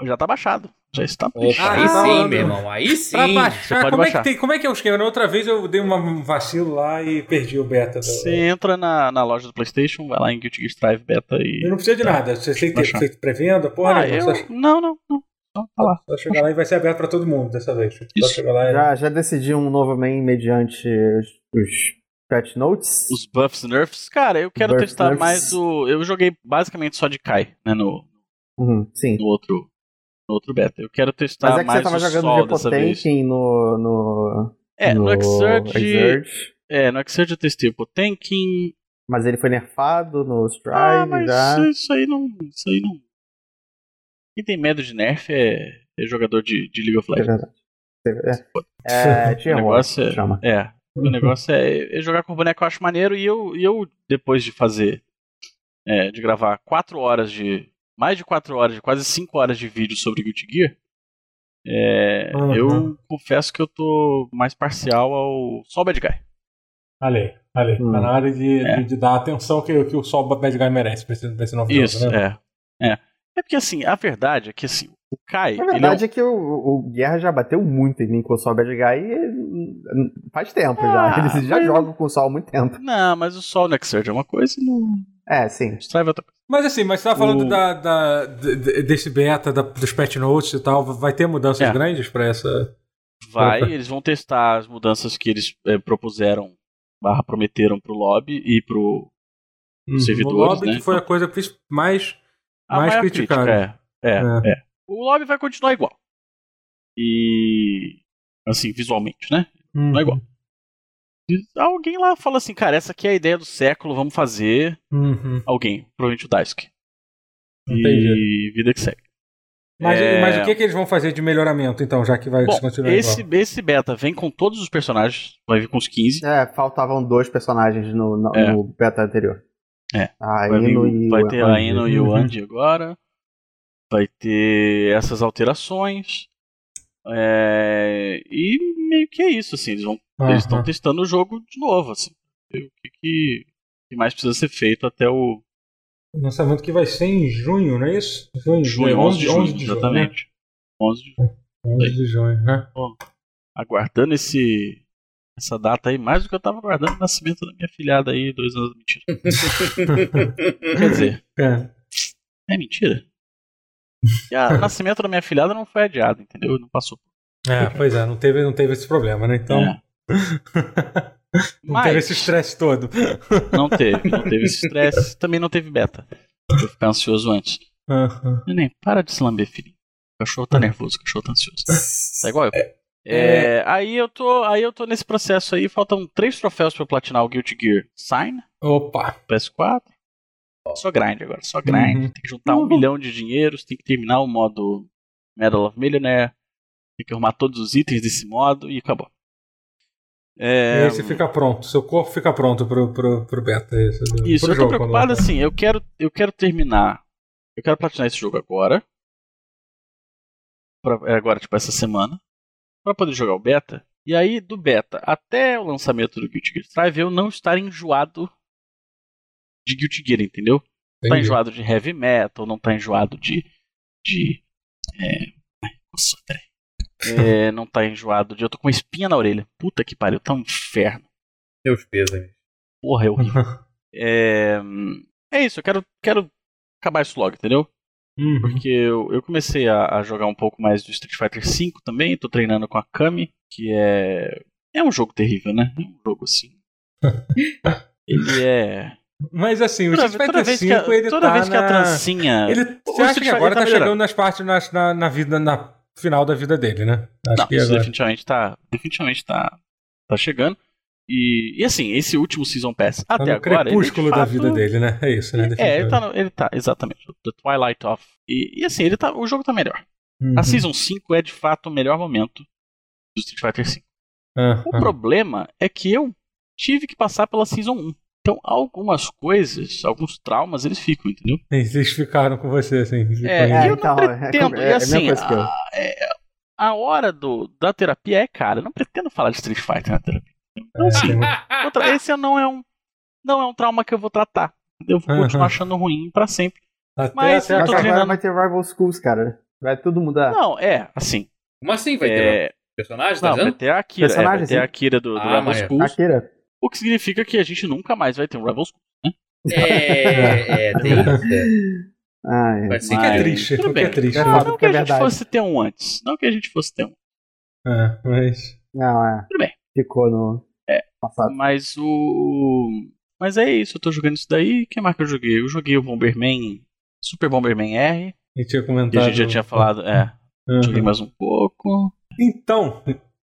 [SPEAKER 2] Já tá baixado. Já está
[SPEAKER 3] Opa,
[SPEAKER 2] baixado.
[SPEAKER 3] aí
[SPEAKER 1] Ah,
[SPEAKER 3] sim,
[SPEAKER 1] mano.
[SPEAKER 3] meu irmão. Aí sim.
[SPEAKER 1] Pra
[SPEAKER 2] você
[SPEAKER 1] baixar,
[SPEAKER 2] pode
[SPEAKER 1] como é, que
[SPEAKER 2] baixar.
[SPEAKER 1] tem, como é que é o esquema? Na outra vez eu dei uma- um vacilo lá e perdi o beta. do-
[SPEAKER 2] Você entra na, na loja do PlayStation, vai lá em Guilty Gear Strive Beta e.
[SPEAKER 1] Eu não preciso de nada. Você tem que ter
[SPEAKER 2] Tá. Baixar.
[SPEAKER 1] feito pré-venda, porra,
[SPEAKER 2] Ah,
[SPEAKER 1] nenhuma.
[SPEAKER 2] eu-
[SPEAKER 1] Só-
[SPEAKER 2] Não, não, não. Só tá lá.
[SPEAKER 1] Só chegar lá e vai ser aberto pra todo mundo dessa vez. Só
[SPEAKER 2] Isso.
[SPEAKER 1] chegar lá e.
[SPEAKER 4] Já, já decidi um novo main mediante os, os patch notes.
[SPEAKER 2] Os buffs nerfs, cara, eu quero
[SPEAKER 4] Buffs,
[SPEAKER 2] testar
[SPEAKER 4] nerfs.
[SPEAKER 2] mais o. Eu joguei basicamente só de Kai, né? No,
[SPEAKER 4] Uhum, sim.
[SPEAKER 2] no outro. No outro beta. Eu quero testar
[SPEAKER 4] Mas é que
[SPEAKER 2] Tá mais
[SPEAKER 4] você tava
[SPEAKER 2] o
[SPEAKER 4] jogando
[SPEAKER 2] Sol dessa vez.
[SPEAKER 4] Repotenkin no, no.
[SPEAKER 2] É, no, Exurge.
[SPEAKER 4] Exurge,
[SPEAKER 2] É, no Exurge eu testei o Potenkin.
[SPEAKER 4] Mas ele foi nerfado no Strive
[SPEAKER 2] Ah, mas
[SPEAKER 4] já.
[SPEAKER 2] isso aí não. Isso aí não. Quem tem medo de nerf é, é jogador de, de League of
[SPEAKER 4] É
[SPEAKER 2] Legends.
[SPEAKER 4] verdade. É, é tier
[SPEAKER 2] O
[SPEAKER 4] one,
[SPEAKER 2] negócio é-
[SPEAKER 4] chama.
[SPEAKER 2] É, O negócio é, é jogar com o boneco eu acho maneiro e eu, e eu depois de fazer, é, de gravar 4 horas de, mais de 4 horas, de quase 5 horas de vídeo sobre Guilty Gear, é,
[SPEAKER 1] Uhum.
[SPEAKER 2] eu confesso que eu tô mais parcial ao Só Bad Guy.
[SPEAKER 1] Olha aí, olha aí.
[SPEAKER 4] Hum.
[SPEAKER 1] Tá na hora de,
[SPEAKER 2] É.
[SPEAKER 1] de- de dar a atenção que, que o Sol Bad Guy merece pra esse, pra esse novo
[SPEAKER 2] Isso,
[SPEAKER 1] jogo, né?
[SPEAKER 2] é, é. É porque assim, a verdade é que assim, o Kai,
[SPEAKER 4] Na
[SPEAKER 2] ele é um-
[SPEAKER 4] verdade é que o, o Guerra já bateu muito em mim com o Sol Bad Guy e, hum, hum, faz tempo
[SPEAKER 2] Ah,
[SPEAKER 4] já. Eles já
[SPEAKER 2] mas-
[SPEAKER 4] jogam com o Sol há muito tempo.
[SPEAKER 2] um, Não, mas o Sol no Exurge é uma coisa e no
[SPEAKER 4] É, sim.
[SPEAKER 2] Strive é outra coisa.
[SPEAKER 1] Mas assim, mas você tá falando
[SPEAKER 2] O-
[SPEAKER 1] da, da- de- de- desse beta, da- dos patch notes e tal, vai ter mudanças
[SPEAKER 2] É.
[SPEAKER 1] grandes pra essa.
[SPEAKER 2] Vai,
[SPEAKER 1] Opa.
[SPEAKER 2] eles vão testar as mudanças que eles é, propuseram, barra prometeram pro lobby e pro, servidores,
[SPEAKER 1] no lobby,
[SPEAKER 2] né?
[SPEAKER 1] que foi a coisa pris- mais.
[SPEAKER 2] A
[SPEAKER 1] mais
[SPEAKER 2] maior
[SPEAKER 1] criticada.
[SPEAKER 2] crítica, é, é,
[SPEAKER 1] É.
[SPEAKER 2] é. O lobby vai continuar igual. E. Assim, visualmente, né?
[SPEAKER 1] Hum,
[SPEAKER 2] Não é igual. E Alguém lá fala assim, cara, essa aqui é a ideia do século, vamos fazer.
[SPEAKER 1] uhum,
[SPEAKER 2] Alguém, provavelmente o Daisuke.
[SPEAKER 1] entendi.
[SPEAKER 2] E vida que segue.
[SPEAKER 1] Mas,
[SPEAKER 2] É.
[SPEAKER 1] mas o que, que eles vão fazer de melhoramento, então, já que vai
[SPEAKER 2] Bom,
[SPEAKER 1] continuar
[SPEAKER 2] esse,
[SPEAKER 1] igual?
[SPEAKER 2] esse beta vem com todos os personagens, vai vir com os 15.
[SPEAKER 4] É, faltavam dois personagens no, no,
[SPEAKER 2] É.
[SPEAKER 4] no beta anterior. Ah,
[SPEAKER 2] É.
[SPEAKER 4] A
[SPEAKER 2] Vai, vir,
[SPEAKER 4] Ino
[SPEAKER 2] o-
[SPEAKER 4] Tá e
[SPEAKER 2] vai
[SPEAKER 4] o
[SPEAKER 2] ter a
[SPEAKER 4] Andy.
[SPEAKER 2] Ino e
[SPEAKER 1] Uhum.
[SPEAKER 2] o Andy agora. Vai ter essas alterações. É, e meio que é isso, assim. Eles vão Eles estão
[SPEAKER 1] Aham.
[SPEAKER 2] testando o jogo de novo, assim. Ver O que, que- o que mais precisa ser feito até o
[SPEAKER 1] Lançamento que vai ser em junho, não é isso? Junho,
[SPEAKER 2] junho, 11 de junho, exatamente. 11 de junho.
[SPEAKER 1] Né? 11 de junho, né?
[SPEAKER 2] Aguardando esse, essa data aí, mais do que eu tava aguardando o nascimento da minha filhada aí, dois anos. Mentira. Quer dizer,
[SPEAKER 1] É.
[SPEAKER 2] é mentira. E a- o nascimento da minha filhada não foi adiado, entendeu? Não passou.
[SPEAKER 1] É, pois é, não teve, não teve esse problema, né? Então.
[SPEAKER 2] É.
[SPEAKER 1] não
[SPEAKER 2] Mas-
[SPEAKER 1] teve esse estresse todo.
[SPEAKER 2] Não teve, não teve esse estresse, também não teve beta. Vou ficar ansioso antes.
[SPEAKER 1] Aham.
[SPEAKER 2] Neném, para de se lamber, filhinho. O cachorro tá nervoso, o cachorro tá ansioso. Tá igual eu. É, aí, eu tô, aí eu tô nesse processo aí, faltam três troféus pra eu platinar o Guilty Gear Sign,
[SPEAKER 1] Opa!
[SPEAKER 2] PS4. Só grind agora, só grind.
[SPEAKER 1] Uhum.
[SPEAKER 2] Tem que juntar um milhão de dinheiros, tem que terminar o modo Medal of Millionaire, tem que arrumar todos os itens desse modo e acabou.
[SPEAKER 1] e
[SPEAKER 2] É,
[SPEAKER 1] aí você fica pronto, seu corpo fica pronto pro, pro, pro beta. Isso, do-
[SPEAKER 2] isso,
[SPEAKER 1] pro
[SPEAKER 2] eu tô
[SPEAKER 1] jogo, né? quando
[SPEAKER 2] preocupado
[SPEAKER 1] lançar.
[SPEAKER 2] assim, eu quero, eu quero terminar, eu quero platinar esse jogo agora, Pra- é, agora, tipo, essa semana, pra poder jogar o beta, e aí do beta até o lançamento do Guilty Gear Strive, eu não estar enjoado de Guilty Gear, entendeu? Não tá
[SPEAKER 1] Entendi.
[SPEAKER 2] enjoado de heavy metal, não tá enjoado de. de é... ai, Nossa, peraí. É, não tá enjoado de. Eu tô com uma espinha na orelha. Puta que pariu, tá um inferno.
[SPEAKER 3] Meus pesos.
[SPEAKER 2] Porra, é horrível. é, é isso, eu quero, quero acabar isso logo, entendeu?
[SPEAKER 1] Uhum.
[SPEAKER 2] Porque eu, eu comecei a, a jogar um pouco mais do Street Fighter V também, tô treinando com a Kami, que é. É um jogo terrível, né? É um jogo assim. Ele é.
[SPEAKER 1] Mas assim, o
[SPEAKER 2] Toda,
[SPEAKER 1] Street
[SPEAKER 2] vez-
[SPEAKER 1] Fighter
[SPEAKER 2] toda vez, que,
[SPEAKER 1] V,
[SPEAKER 2] a,
[SPEAKER 1] ele
[SPEAKER 2] toda
[SPEAKER 1] tá
[SPEAKER 2] vez que a
[SPEAKER 1] na-
[SPEAKER 2] trancinha.
[SPEAKER 1] Ele,
[SPEAKER 2] O
[SPEAKER 1] você acha
[SPEAKER 2] Street
[SPEAKER 1] que agora tá
[SPEAKER 2] Fighter tá melhorando.
[SPEAKER 1] chegando nas partes, nas- na, na vida, na final da vida dele, né? Acho
[SPEAKER 2] Não,
[SPEAKER 1] que
[SPEAKER 2] isso
[SPEAKER 1] agora.
[SPEAKER 2] definitivamente tá. Definitivamente tá. Tá chegando. E, e assim, esse último Season Pass
[SPEAKER 1] Tá
[SPEAKER 2] até
[SPEAKER 1] no
[SPEAKER 2] agora. ele, é de
[SPEAKER 1] crepúsculo da
[SPEAKER 2] fato,
[SPEAKER 1] vida dele, né? É isso, né?
[SPEAKER 2] É, ele
[SPEAKER 1] Definitivamente.
[SPEAKER 2] tá, no- ele tá, exatamente. The Twilight of. E, e assim, ele tá, o jogo tá melhor.
[SPEAKER 1] Uhum.
[SPEAKER 2] A Season 5 é de fato o melhor momento do Street Fighter 5.
[SPEAKER 1] Ah,
[SPEAKER 2] O
[SPEAKER 1] ah.
[SPEAKER 2] problema é que eu tive que passar pela Season 1. Então, algumas coisas, alguns traumas, eles ficam, entendeu?
[SPEAKER 1] Eles ficaram com você, assim.
[SPEAKER 2] É, e eu
[SPEAKER 4] então,
[SPEAKER 2] não pretendo.
[SPEAKER 4] é,
[SPEAKER 2] e
[SPEAKER 4] é a mesma
[SPEAKER 2] assim,
[SPEAKER 4] coisa que eu.
[SPEAKER 2] a, é- a hora do, da terapia é cara. Eu não pretendo falar de Street Fighter na terapia. Então,
[SPEAKER 1] É,
[SPEAKER 2] assim,
[SPEAKER 1] sim.
[SPEAKER 2] vou tra- esse não é, um, não é um trauma que eu vou tratar. Eu vou continuar
[SPEAKER 1] Aham.
[SPEAKER 2] achando ruim pra sempre.
[SPEAKER 1] Até,
[SPEAKER 2] mas
[SPEAKER 1] até
[SPEAKER 2] eu
[SPEAKER 1] a-
[SPEAKER 4] Mas
[SPEAKER 2] tô
[SPEAKER 4] agora
[SPEAKER 2] treinando.
[SPEAKER 4] vai ter Rival Schools, cara. Vai tudo mudar.
[SPEAKER 2] Não, é, assim.
[SPEAKER 3] Como assim? Vai ter
[SPEAKER 2] É,
[SPEAKER 3] personagem, tá
[SPEAKER 2] não, vai
[SPEAKER 3] dizendo?
[SPEAKER 2] ter a Akira. É, vai
[SPEAKER 4] Personagem,
[SPEAKER 2] ter a
[SPEAKER 4] sim.
[SPEAKER 2] Akira do, do
[SPEAKER 3] Ah,
[SPEAKER 2] Rebel
[SPEAKER 3] maneiro.
[SPEAKER 2] Schools.
[SPEAKER 4] Akira.
[SPEAKER 2] O que significa que a gente nunca mais vai ter um Rebel Schools.
[SPEAKER 3] É, é, tem. é.
[SPEAKER 4] Ah, é.
[SPEAKER 3] Vai ser
[SPEAKER 1] que é
[SPEAKER 2] Mas-
[SPEAKER 1] triste,
[SPEAKER 2] tudo
[SPEAKER 1] o que é
[SPEAKER 2] bem.
[SPEAKER 1] triste.
[SPEAKER 4] É
[SPEAKER 1] né?
[SPEAKER 2] Não,
[SPEAKER 4] fato.
[SPEAKER 2] não
[SPEAKER 4] que
[SPEAKER 2] que
[SPEAKER 4] é
[SPEAKER 2] a gente
[SPEAKER 4] verdade.
[SPEAKER 2] fosse ter um antes. Não que a gente fosse ter um.
[SPEAKER 1] Ah, mas...
[SPEAKER 4] Não, é.
[SPEAKER 2] Tudo bem.
[SPEAKER 4] Ficou no
[SPEAKER 2] É.
[SPEAKER 4] passado.
[SPEAKER 2] Mas o. Mas é isso, eu tô jogando isso daí. O que mais que eu joguei? Eu joguei o Bomberman. Super Bomberman R.
[SPEAKER 1] A gente tinha
[SPEAKER 2] Que
[SPEAKER 1] comentado.
[SPEAKER 2] a gente já
[SPEAKER 4] Tá.
[SPEAKER 2] tinha falado. É,
[SPEAKER 1] Aham.
[SPEAKER 4] Uhum.
[SPEAKER 2] joguei mais um pouco.
[SPEAKER 1] Então.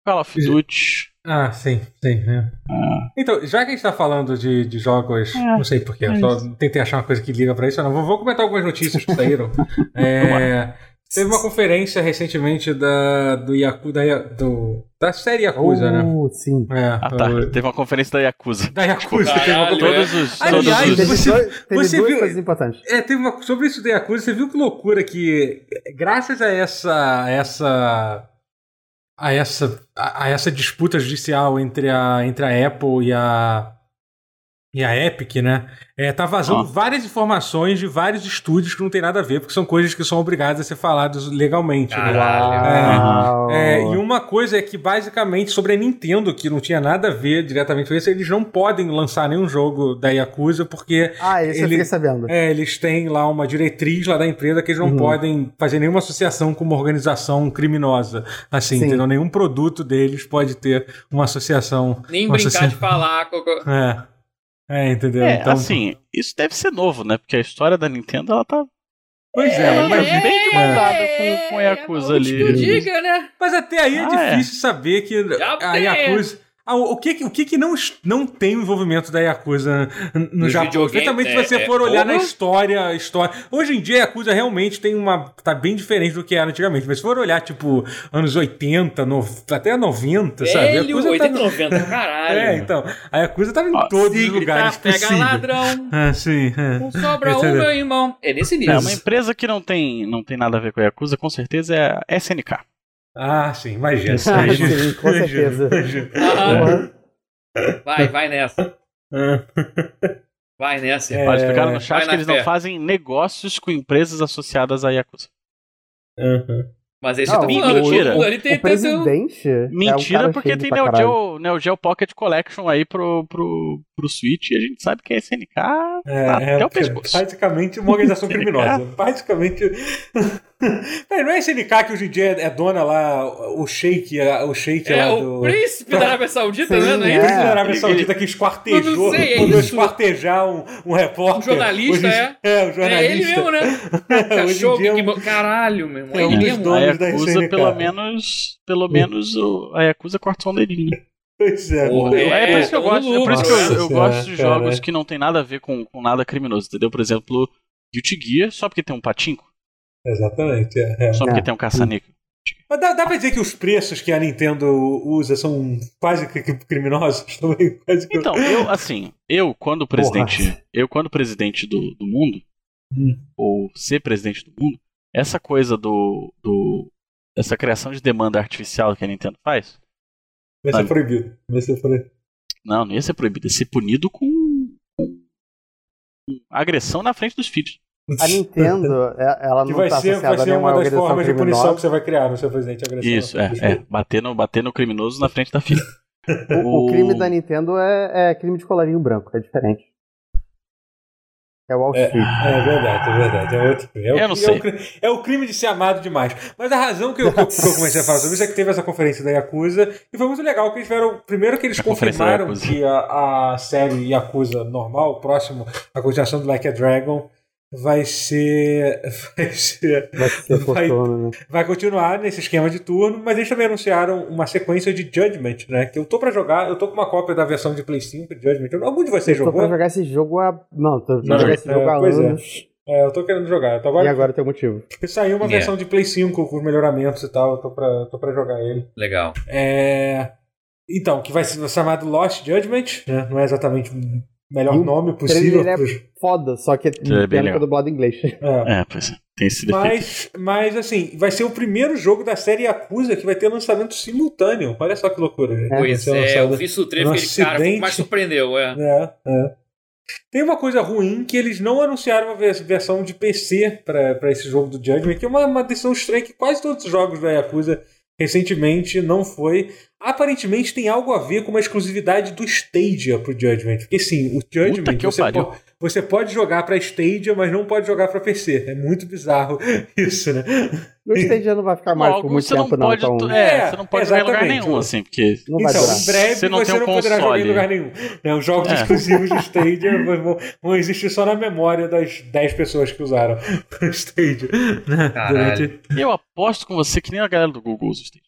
[SPEAKER 2] Call of Duty.
[SPEAKER 1] Ah, sim, sim. né?
[SPEAKER 2] Ah,
[SPEAKER 1] Então, já que a gente tá falando de, de jogos,
[SPEAKER 2] É,
[SPEAKER 1] não sei porquê,
[SPEAKER 2] é
[SPEAKER 1] só tentei achar uma coisa que liga pra isso. Não, vou, vou comentar algumas notícias que saíram. É, teve uma conferência recentemente da, do Yaku, da, Ya- do, da série Yakuza, né?
[SPEAKER 4] Oh, sim.
[SPEAKER 1] É,
[SPEAKER 2] Uh. ah, tá.
[SPEAKER 1] o-
[SPEAKER 2] Teve uma conferência da Yakuza.
[SPEAKER 1] da Yakuza.
[SPEAKER 3] Caralho,
[SPEAKER 1] teve uma conferência.
[SPEAKER 2] Todos os. Todos
[SPEAKER 1] Aliás,
[SPEAKER 2] os...
[SPEAKER 4] teve
[SPEAKER 1] você-
[SPEAKER 4] dois, teve
[SPEAKER 1] você
[SPEAKER 4] duas
[SPEAKER 1] viu-
[SPEAKER 4] coisas importantes.
[SPEAKER 1] É, teve uma, sobre isso da Yakuza, você viu que loucura que eh, graças a essa essa a essa a, a essa disputa judicial entre a entre a Apple e a e a Epic, né? É, tá vazando
[SPEAKER 2] Ah.
[SPEAKER 1] várias informações de vários estúdios que não tem nada a ver, porque são coisas que são obrigadas a ser faladas legalmente. né?
[SPEAKER 3] Caralho.
[SPEAKER 4] Uau.
[SPEAKER 1] É, e uma coisa é que, basicamente, sobre a Nintendo, que não tinha nada a ver diretamente com isso, eles não podem lançar nenhum jogo da Yakuza, porque
[SPEAKER 4] Ah, isso eu
[SPEAKER 1] ele-
[SPEAKER 4] fiquei sabendo.
[SPEAKER 1] é, eles têm lá uma diretriz lá da empresa que eles não
[SPEAKER 4] Uhum.
[SPEAKER 1] podem fazer nenhuma associação com uma organização criminosa. Assim,
[SPEAKER 4] Sim.
[SPEAKER 1] entendeu? Nenhum produto deles pode ter uma associação.
[SPEAKER 3] Nem
[SPEAKER 1] Nossa
[SPEAKER 3] brincar de
[SPEAKER 1] senhora.
[SPEAKER 3] falar. co- co-
[SPEAKER 1] É. É, entendeu?
[SPEAKER 2] É,
[SPEAKER 1] então,
[SPEAKER 2] assim, isso deve ser novo, né? Porque a história da Nintendo, ela tá
[SPEAKER 1] pois é,
[SPEAKER 2] ela
[SPEAKER 1] mas,
[SPEAKER 2] é bem de mão dada com- com a Yakuza
[SPEAKER 3] é,
[SPEAKER 2] ali.
[SPEAKER 3] Que eu diga, né?
[SPEAKER 1] mas até aí é
[SPEAKER 2] Ah,
[SPEAKER 1] difícil saber que
[SPEAKER 3] Já
[SPEAKER 1] a
[SPEAKER 3] tem.
[SPEAKER 1] Yakuza. ah, o o que, o que que não, es- não tem o envolvimento da Yakuza n- no
[SPEAKER 3] Nos
[SPEAKER 1] Japão?
[SPEAKER 3] videogames,
[SPEAKER 1] Especialmente se
[SPEAKER 3] é-
[SPEAKER 1] você
[SPEAKER 3] é
[SPEAKER 1] for olhar na
[SPEAKER 3] porra.
[SPEAKER 1] história, a história. Hoje em dia a Yakuza realmente tem uma. tá bem diferente do que era antigamente. Mas se for olhar, tipo, anos 80, no- até 90, sabe? A
[SPEAKER 3] Velho, um.
[SPEAKER 1] Yakuza tá
[SPEAKER 3] 80
[SPEAKER 1] no-
[SPEAKER 3] 90, caralho.
[SPEAKER 1] É, então. A Yakuza tava em
[SPEAKER 2] Ó,
[SPEAKER 1] todos
[SPEAKER 3] Se
[SPEAKER 1] os
[SPEAKER 3] gritar,
[SPEAKER 1] lugares
[SPEAKER 3] tá, pega
[SPEAKER 1] possíveis.
[SPEAKER 3] ladrão.
[SPEAKER 1] Ah, sim. é.
[SPEAKER 3] Não sobra um,
[SPEAKER 1] Entendeu?
[SPEAKER 3] meu irmão. É nesse
[SPEAKER 2] É,
[SPEAKER 3] nível.
[SPEAKER 2] uma empresa que não tem, não tem nada a ver com a Yakuza, com certeza é a SNK.
[SPEAKER 1] Ah, sim, imagina.
[SPEAKER 2] Isso
[SPEAKER 4] Ah,
[SPEAKER 2] aí.
[SPEAKER 1] imagina,
[SPEAKER 4] sim, com
[SPEAKER 1] imagina,
[SPEAKER 4] certeza.
[SPEAKER 1] imagina.
[SPEAKER 3] Aham.
[SPEAKER 4] Porra.
[SPEAKER 3] Vai, vai nessa.
[SPEAKER 1] Ah,
[SPEAKER 3] Vai nessa.
[SPEAKER 1] É.
[SPEAKER 2] Olha, explicaram no chat
[SPEAKER 3] Vai na
[SPEAKER 2] que eles
[SPEAKER 3] fé.
[SPEAKER 2] não fazem negócios com empresas associadas à Yakuza.
[SPEAKER 1] ah.
[SPEAKER 3] Mas aí você tá
[SPEAKER 4] Não,
[SPEAKER 3] falando.
[SPEAKER 2] mentira.
[SPEAKER 3] todo mundo ali tem-
[SPEAKER 4] O
[SPEAKER 3] tem- tem-
[SPEAKER 4] presidente. é um
[SPEAKER 2] Mentira,
[SPEAKER 4] cara
[SPEAKER 2] porque
[SPEAKER 4] cheio de
[SPEAKER 2] tem
[SPEAKER 4] pra
[SPEAKER 2] Neo
[SPEAKER 4] caralho.
[SPEAKER 2] Geo, Neo Geo Pocket Collection aí pro, pro, pro Switch e a gente sabe que é a SNK
[SPEAKER 3] Ah,
[SPEAKER 2] tá
[SPEAKER 1] É,
[SPEAKER 2] até o
[SPEAKER 1] é
[SPEAKER 2] pescoço.
[SPEAKER 1] praticamente uma organização criminosa. Praticamente. Peraí, não é a SNK que hoje em dia é dona lá, o Sheik, a- o Sheik
[SPEAKER 3] É
[SPEAKER 1] lá
[SPEAKER 3] o
[SPEAKER 1] do.
[SPEAKER 3] príncipe da Arábia Saudita, né?
[SPEAKER 4] Sim,
[SPEAKER 3] Não é
[SPEAKER 4] é.
[SPEAKER 3] isso?
[SPEAKER 1] Príncipe da Arábia
[SPEAKER 2] ele-
[SPEAKER 1] Saudita que esquartejou,
[SPEAKER 3] Eu não sei, é
[SPEAKER 1] mandou
[SPEAKER 3] isso.
[SPEAKER 1] esquartejar um, um repórter.
[SPEAKER 3] Um
[SPEAKER 1] Hoje-
[SPEAKER 3] jornalista, é.
[SPEAKER 1] É, um
[SPEAKER 3] É ele
[SPEAKER 1] jornalista.
[SPEAKER 3] mesmo, né?
[SPEAKER 1] Hoje
[SPEAKER 3] Cachorro
[SPEAKER 1] em dia é um-
[SPEAKER 3] que. mo- Caralho, meu irmão.
[SPEAKER 1] É
[SPEAKER 3] É ele
[SPEAKER 1] um dos
[SPEAKER 3] mesmo.
[SPEAKER 2] A
[SPEAKER 1] donos da
[SPEAKER 2] Yakuza,
[SPEAKER 1] SNK.
[SPEAKER 2] pelo menos,
[SPEAKER 4] Hum.
[SPEAKER 2] pelo menos o- a Yakuza corta só um dedinho. né?
[SPEAKER 1] Pois é,
[SPEAKER 3] Porra,
[SPEAKER 1] mano.
[SPEAKER 2] É, por isso que eu
[SPEAKER 3] todo
[SPEAKER 2] gosto, é por
[SPEAKER 3] lucro,
[SPEAKER 2] isso que eu-
[SPEAKER 1] Nossa
[SPEAKER 2] eu,
[SPEAKER 1] senhora,
[SPEAKER 2] gosto de
[SPEAKER 1] cara.
[SPEAKER 4] é.
[SPEAKER 2] jogos que não tem nada a ver com, com nada criminoso, entendeu? Por exemplo, Guilty Gear, só porque tem um patinco,
[SPEAKER 1] Exatamente. é, é.
[SPEAKER 2] só porque
[SPEAKER 4] É.
[SPEAKER 2] tem um caça-níquel.
[SPEAKER 1] Mas dá, dá pra dizer que os preços que a Nintendo usa são quase que que criminosos também? Quase que...
[SPEAKER 2] Então, eu, assim, eu, quando presidente. Eu, quando presidente do, do mundo,
[SPEAKER 1] Hum.
[SPEAKER 2] ou ser presidente do mundo, essa coisa do. do essa criação de demanda artificial que a Nintendo faz,
[SPEAKER 1] Vai ser proibido. Vai ser proibido.
[SPEAKER 2] não, não ia ser proibido, ia ser punido com, com agressão na frente dos filhos.
[SPEAKER 4] A Nintendo, é- ela
[SPEAKER 1] Que
[SPEAKER 4] não
[SPEAKER 1] vai
[SPEAKER 4] tá
[SPEAKER 1] ser, vai
[SPEAKER 4] associada a
[SPEAKER 1] ser uma
[SPEAKER 4] nenhuma
[SPEAKER 1] das
[SPEAKER 4] organização
[SPEAKER 1] formas de punição
[SPEAKER 4] criminosa.
[SPEAKER 1] que você vai criar no seu presidente agressão.
[SPEAKER 2] Isso, é, é. Bater no, bater no criminoso na frente da filha.
[SPEAKER 4] O, o crime da Nintendo é, é crime de colarinho branco, é diferente. É o Outfit.
[SPEAKER 1] É verdade, é verdade. É outro crime. É o,
[SPEAKER 2] Eu não
[SPEAKER 1] é
[SPEAKER 2] sei.
[SPEAKER 1] o cri- é o crime de ser amado demais. Mas a razão que eu, que eu- que eu comecei a falar sobre isso é que teve essa conferência da Yakuza e foi muito legal que eles tiveram. Primeiro que eles
[SPEAKER 2] A conferência da
[SPEAKER 1] confirmaram
[SPEAKER 2] Yakuza.
[SPEAKER 1] que a, a série Yakuza normal, próximo, a continuação do Like a Dragon, vai ser. Vai ser.
[SPEAKER 4] Vai ser
[SPEAKER 1] Vai-
[SPEAKER 4] Fortuna, né?
[SPEAKER 1] Vai continuar nesse esquema de turno, mas eles também anunciaram uma sequência de Judgment, né? Que eu tô pra jogar, eu tô com uma cópia da versão de Play 5 de Judgment. Algum de vocês
[SPEAKER 4] Tô pra
[SPEAKER 1] jogou?
[SPEAKER 4] jogar esse jogo há. Não, tô pra
[SPEAKER 2] Não,
[SPEAKER 4] jogar esse
[SPEAKER 1] é,
[SPEAKER 4] jogo há
[SPEAKER 1] pois é.
[SPEAKER 4] anos.
[SPEAKER 1] É, eu tô querendo jogar. Eu tô
[SPEAKER 4] E
[SPEAKER 1] agora
[SPEAKER 4] agora tem um motivo.
[SPEAKER 1] Porque saiu uma
[SPEAKER 3] É.
[SPEAKER 1] versão de Play 5 com os melhoramentos e tal, eu tô pra, tô pra jogar ele.
[SPEAKER 3] Legal.
[SPEAKER 1] É... Então, que vai ser chamado Lost Judgment, né? não é exatamente o melhor
[SPEAKER 4] E o
[SPEAKER 1] nome possível.
[SPEAKER 4] trailer é-
[SPEAKER 1] pros-
[SPEAKER 4] Foda, só que
[SPEAKER 2] bem
[SPEAKER 4] pena que
[SPEAKER 2] legal.
[SPEAKER 4] é dublado em inglês.
[SPEAKER 1] é.
[SPEAKER 2] É, pois é. Tem esse defeito.
[SPEAKER 1] Mas, mas, assim, vai ser o primeiro jogo da série Yakuza que vai ter lançamento simultâneo. Olha só que loucura. né? Vai
[SPEAKER 3] Pois
[SPEAKER 1] ser
[SPEAKER 3] é,
[SPEAKER 1] lançado-
[SPEAKER 3] eu vi isso o trecho
[SPEAKER 1] no
[SPEAKER 3] que ele, cara, foi o que mais
[SPEAKER 1] Um acidente.
[SPEAKER 3] surpreendeu, é.
[SPEAKER 1] É, é. Tem uma coisa ruim que eles não anunciaram uma vers- versão de PC pra pra esse jogo do Judgment, que é uma, uma decisão estranha que quase todos os jogos da Yakuza recentemente não foi. Aparentemente tem algo a ver com uma exclusividade do Stadia pro Judgment. Porque sim, o Judgment
[SPEAKER 2] que eu
[SPEAKER 1] você,
[SPEAKER 2] pariu.
[SPEAKER 1] po- você pode jogar pra Stadia, mas não pode jogar pra PC. É muito bizarro isso, né?
[SPEAKER 4] O Stadia não vai ficar mais por
[SPEAKER 2] Logo,
[SPEAKER 4] muito
[SPEAKER 2] Então, você
[SPEAKER 4] tempo,
[SPEAKER 2] não
[SPEAKER 4] não.
[SPEAKER 2] pode.
[SPEAKER 4] Então,
[SPEAKER 2] tu- é, você não pode jogar em lugar
[SPEAKER 1] exatamente.
[SPEAKER 2] nenhum, assim, porque.
[SPEAKER 4] não vai
[SPEAKER 1] então,
[SPEAKER 4] durar.
[SPEAKER 1] em breve
[SPEAKER 2] Você
[SPEAKER 1] você
[SPEAKER 2] não
[SPEAKER 1] não,
[SPEAKER 2] tem um
[SPEAKER 1] poderá jogar em
[SPEAKER 2] console.
[SPEAKER 1] lugar nenhum. Né, os jogos
[SPEAKER 2] É.
[SPEAKER 1] exclusivos do Stadia vão- vão, vão existir só na memória das 10 pessoas que usaram o Stadia. né,
[SPEAKER 3] Caralho.
[SPEAKER 1] durante-
[SPEAKER 2] Eu aposto com você que nem a galera do Google usa o Stadia.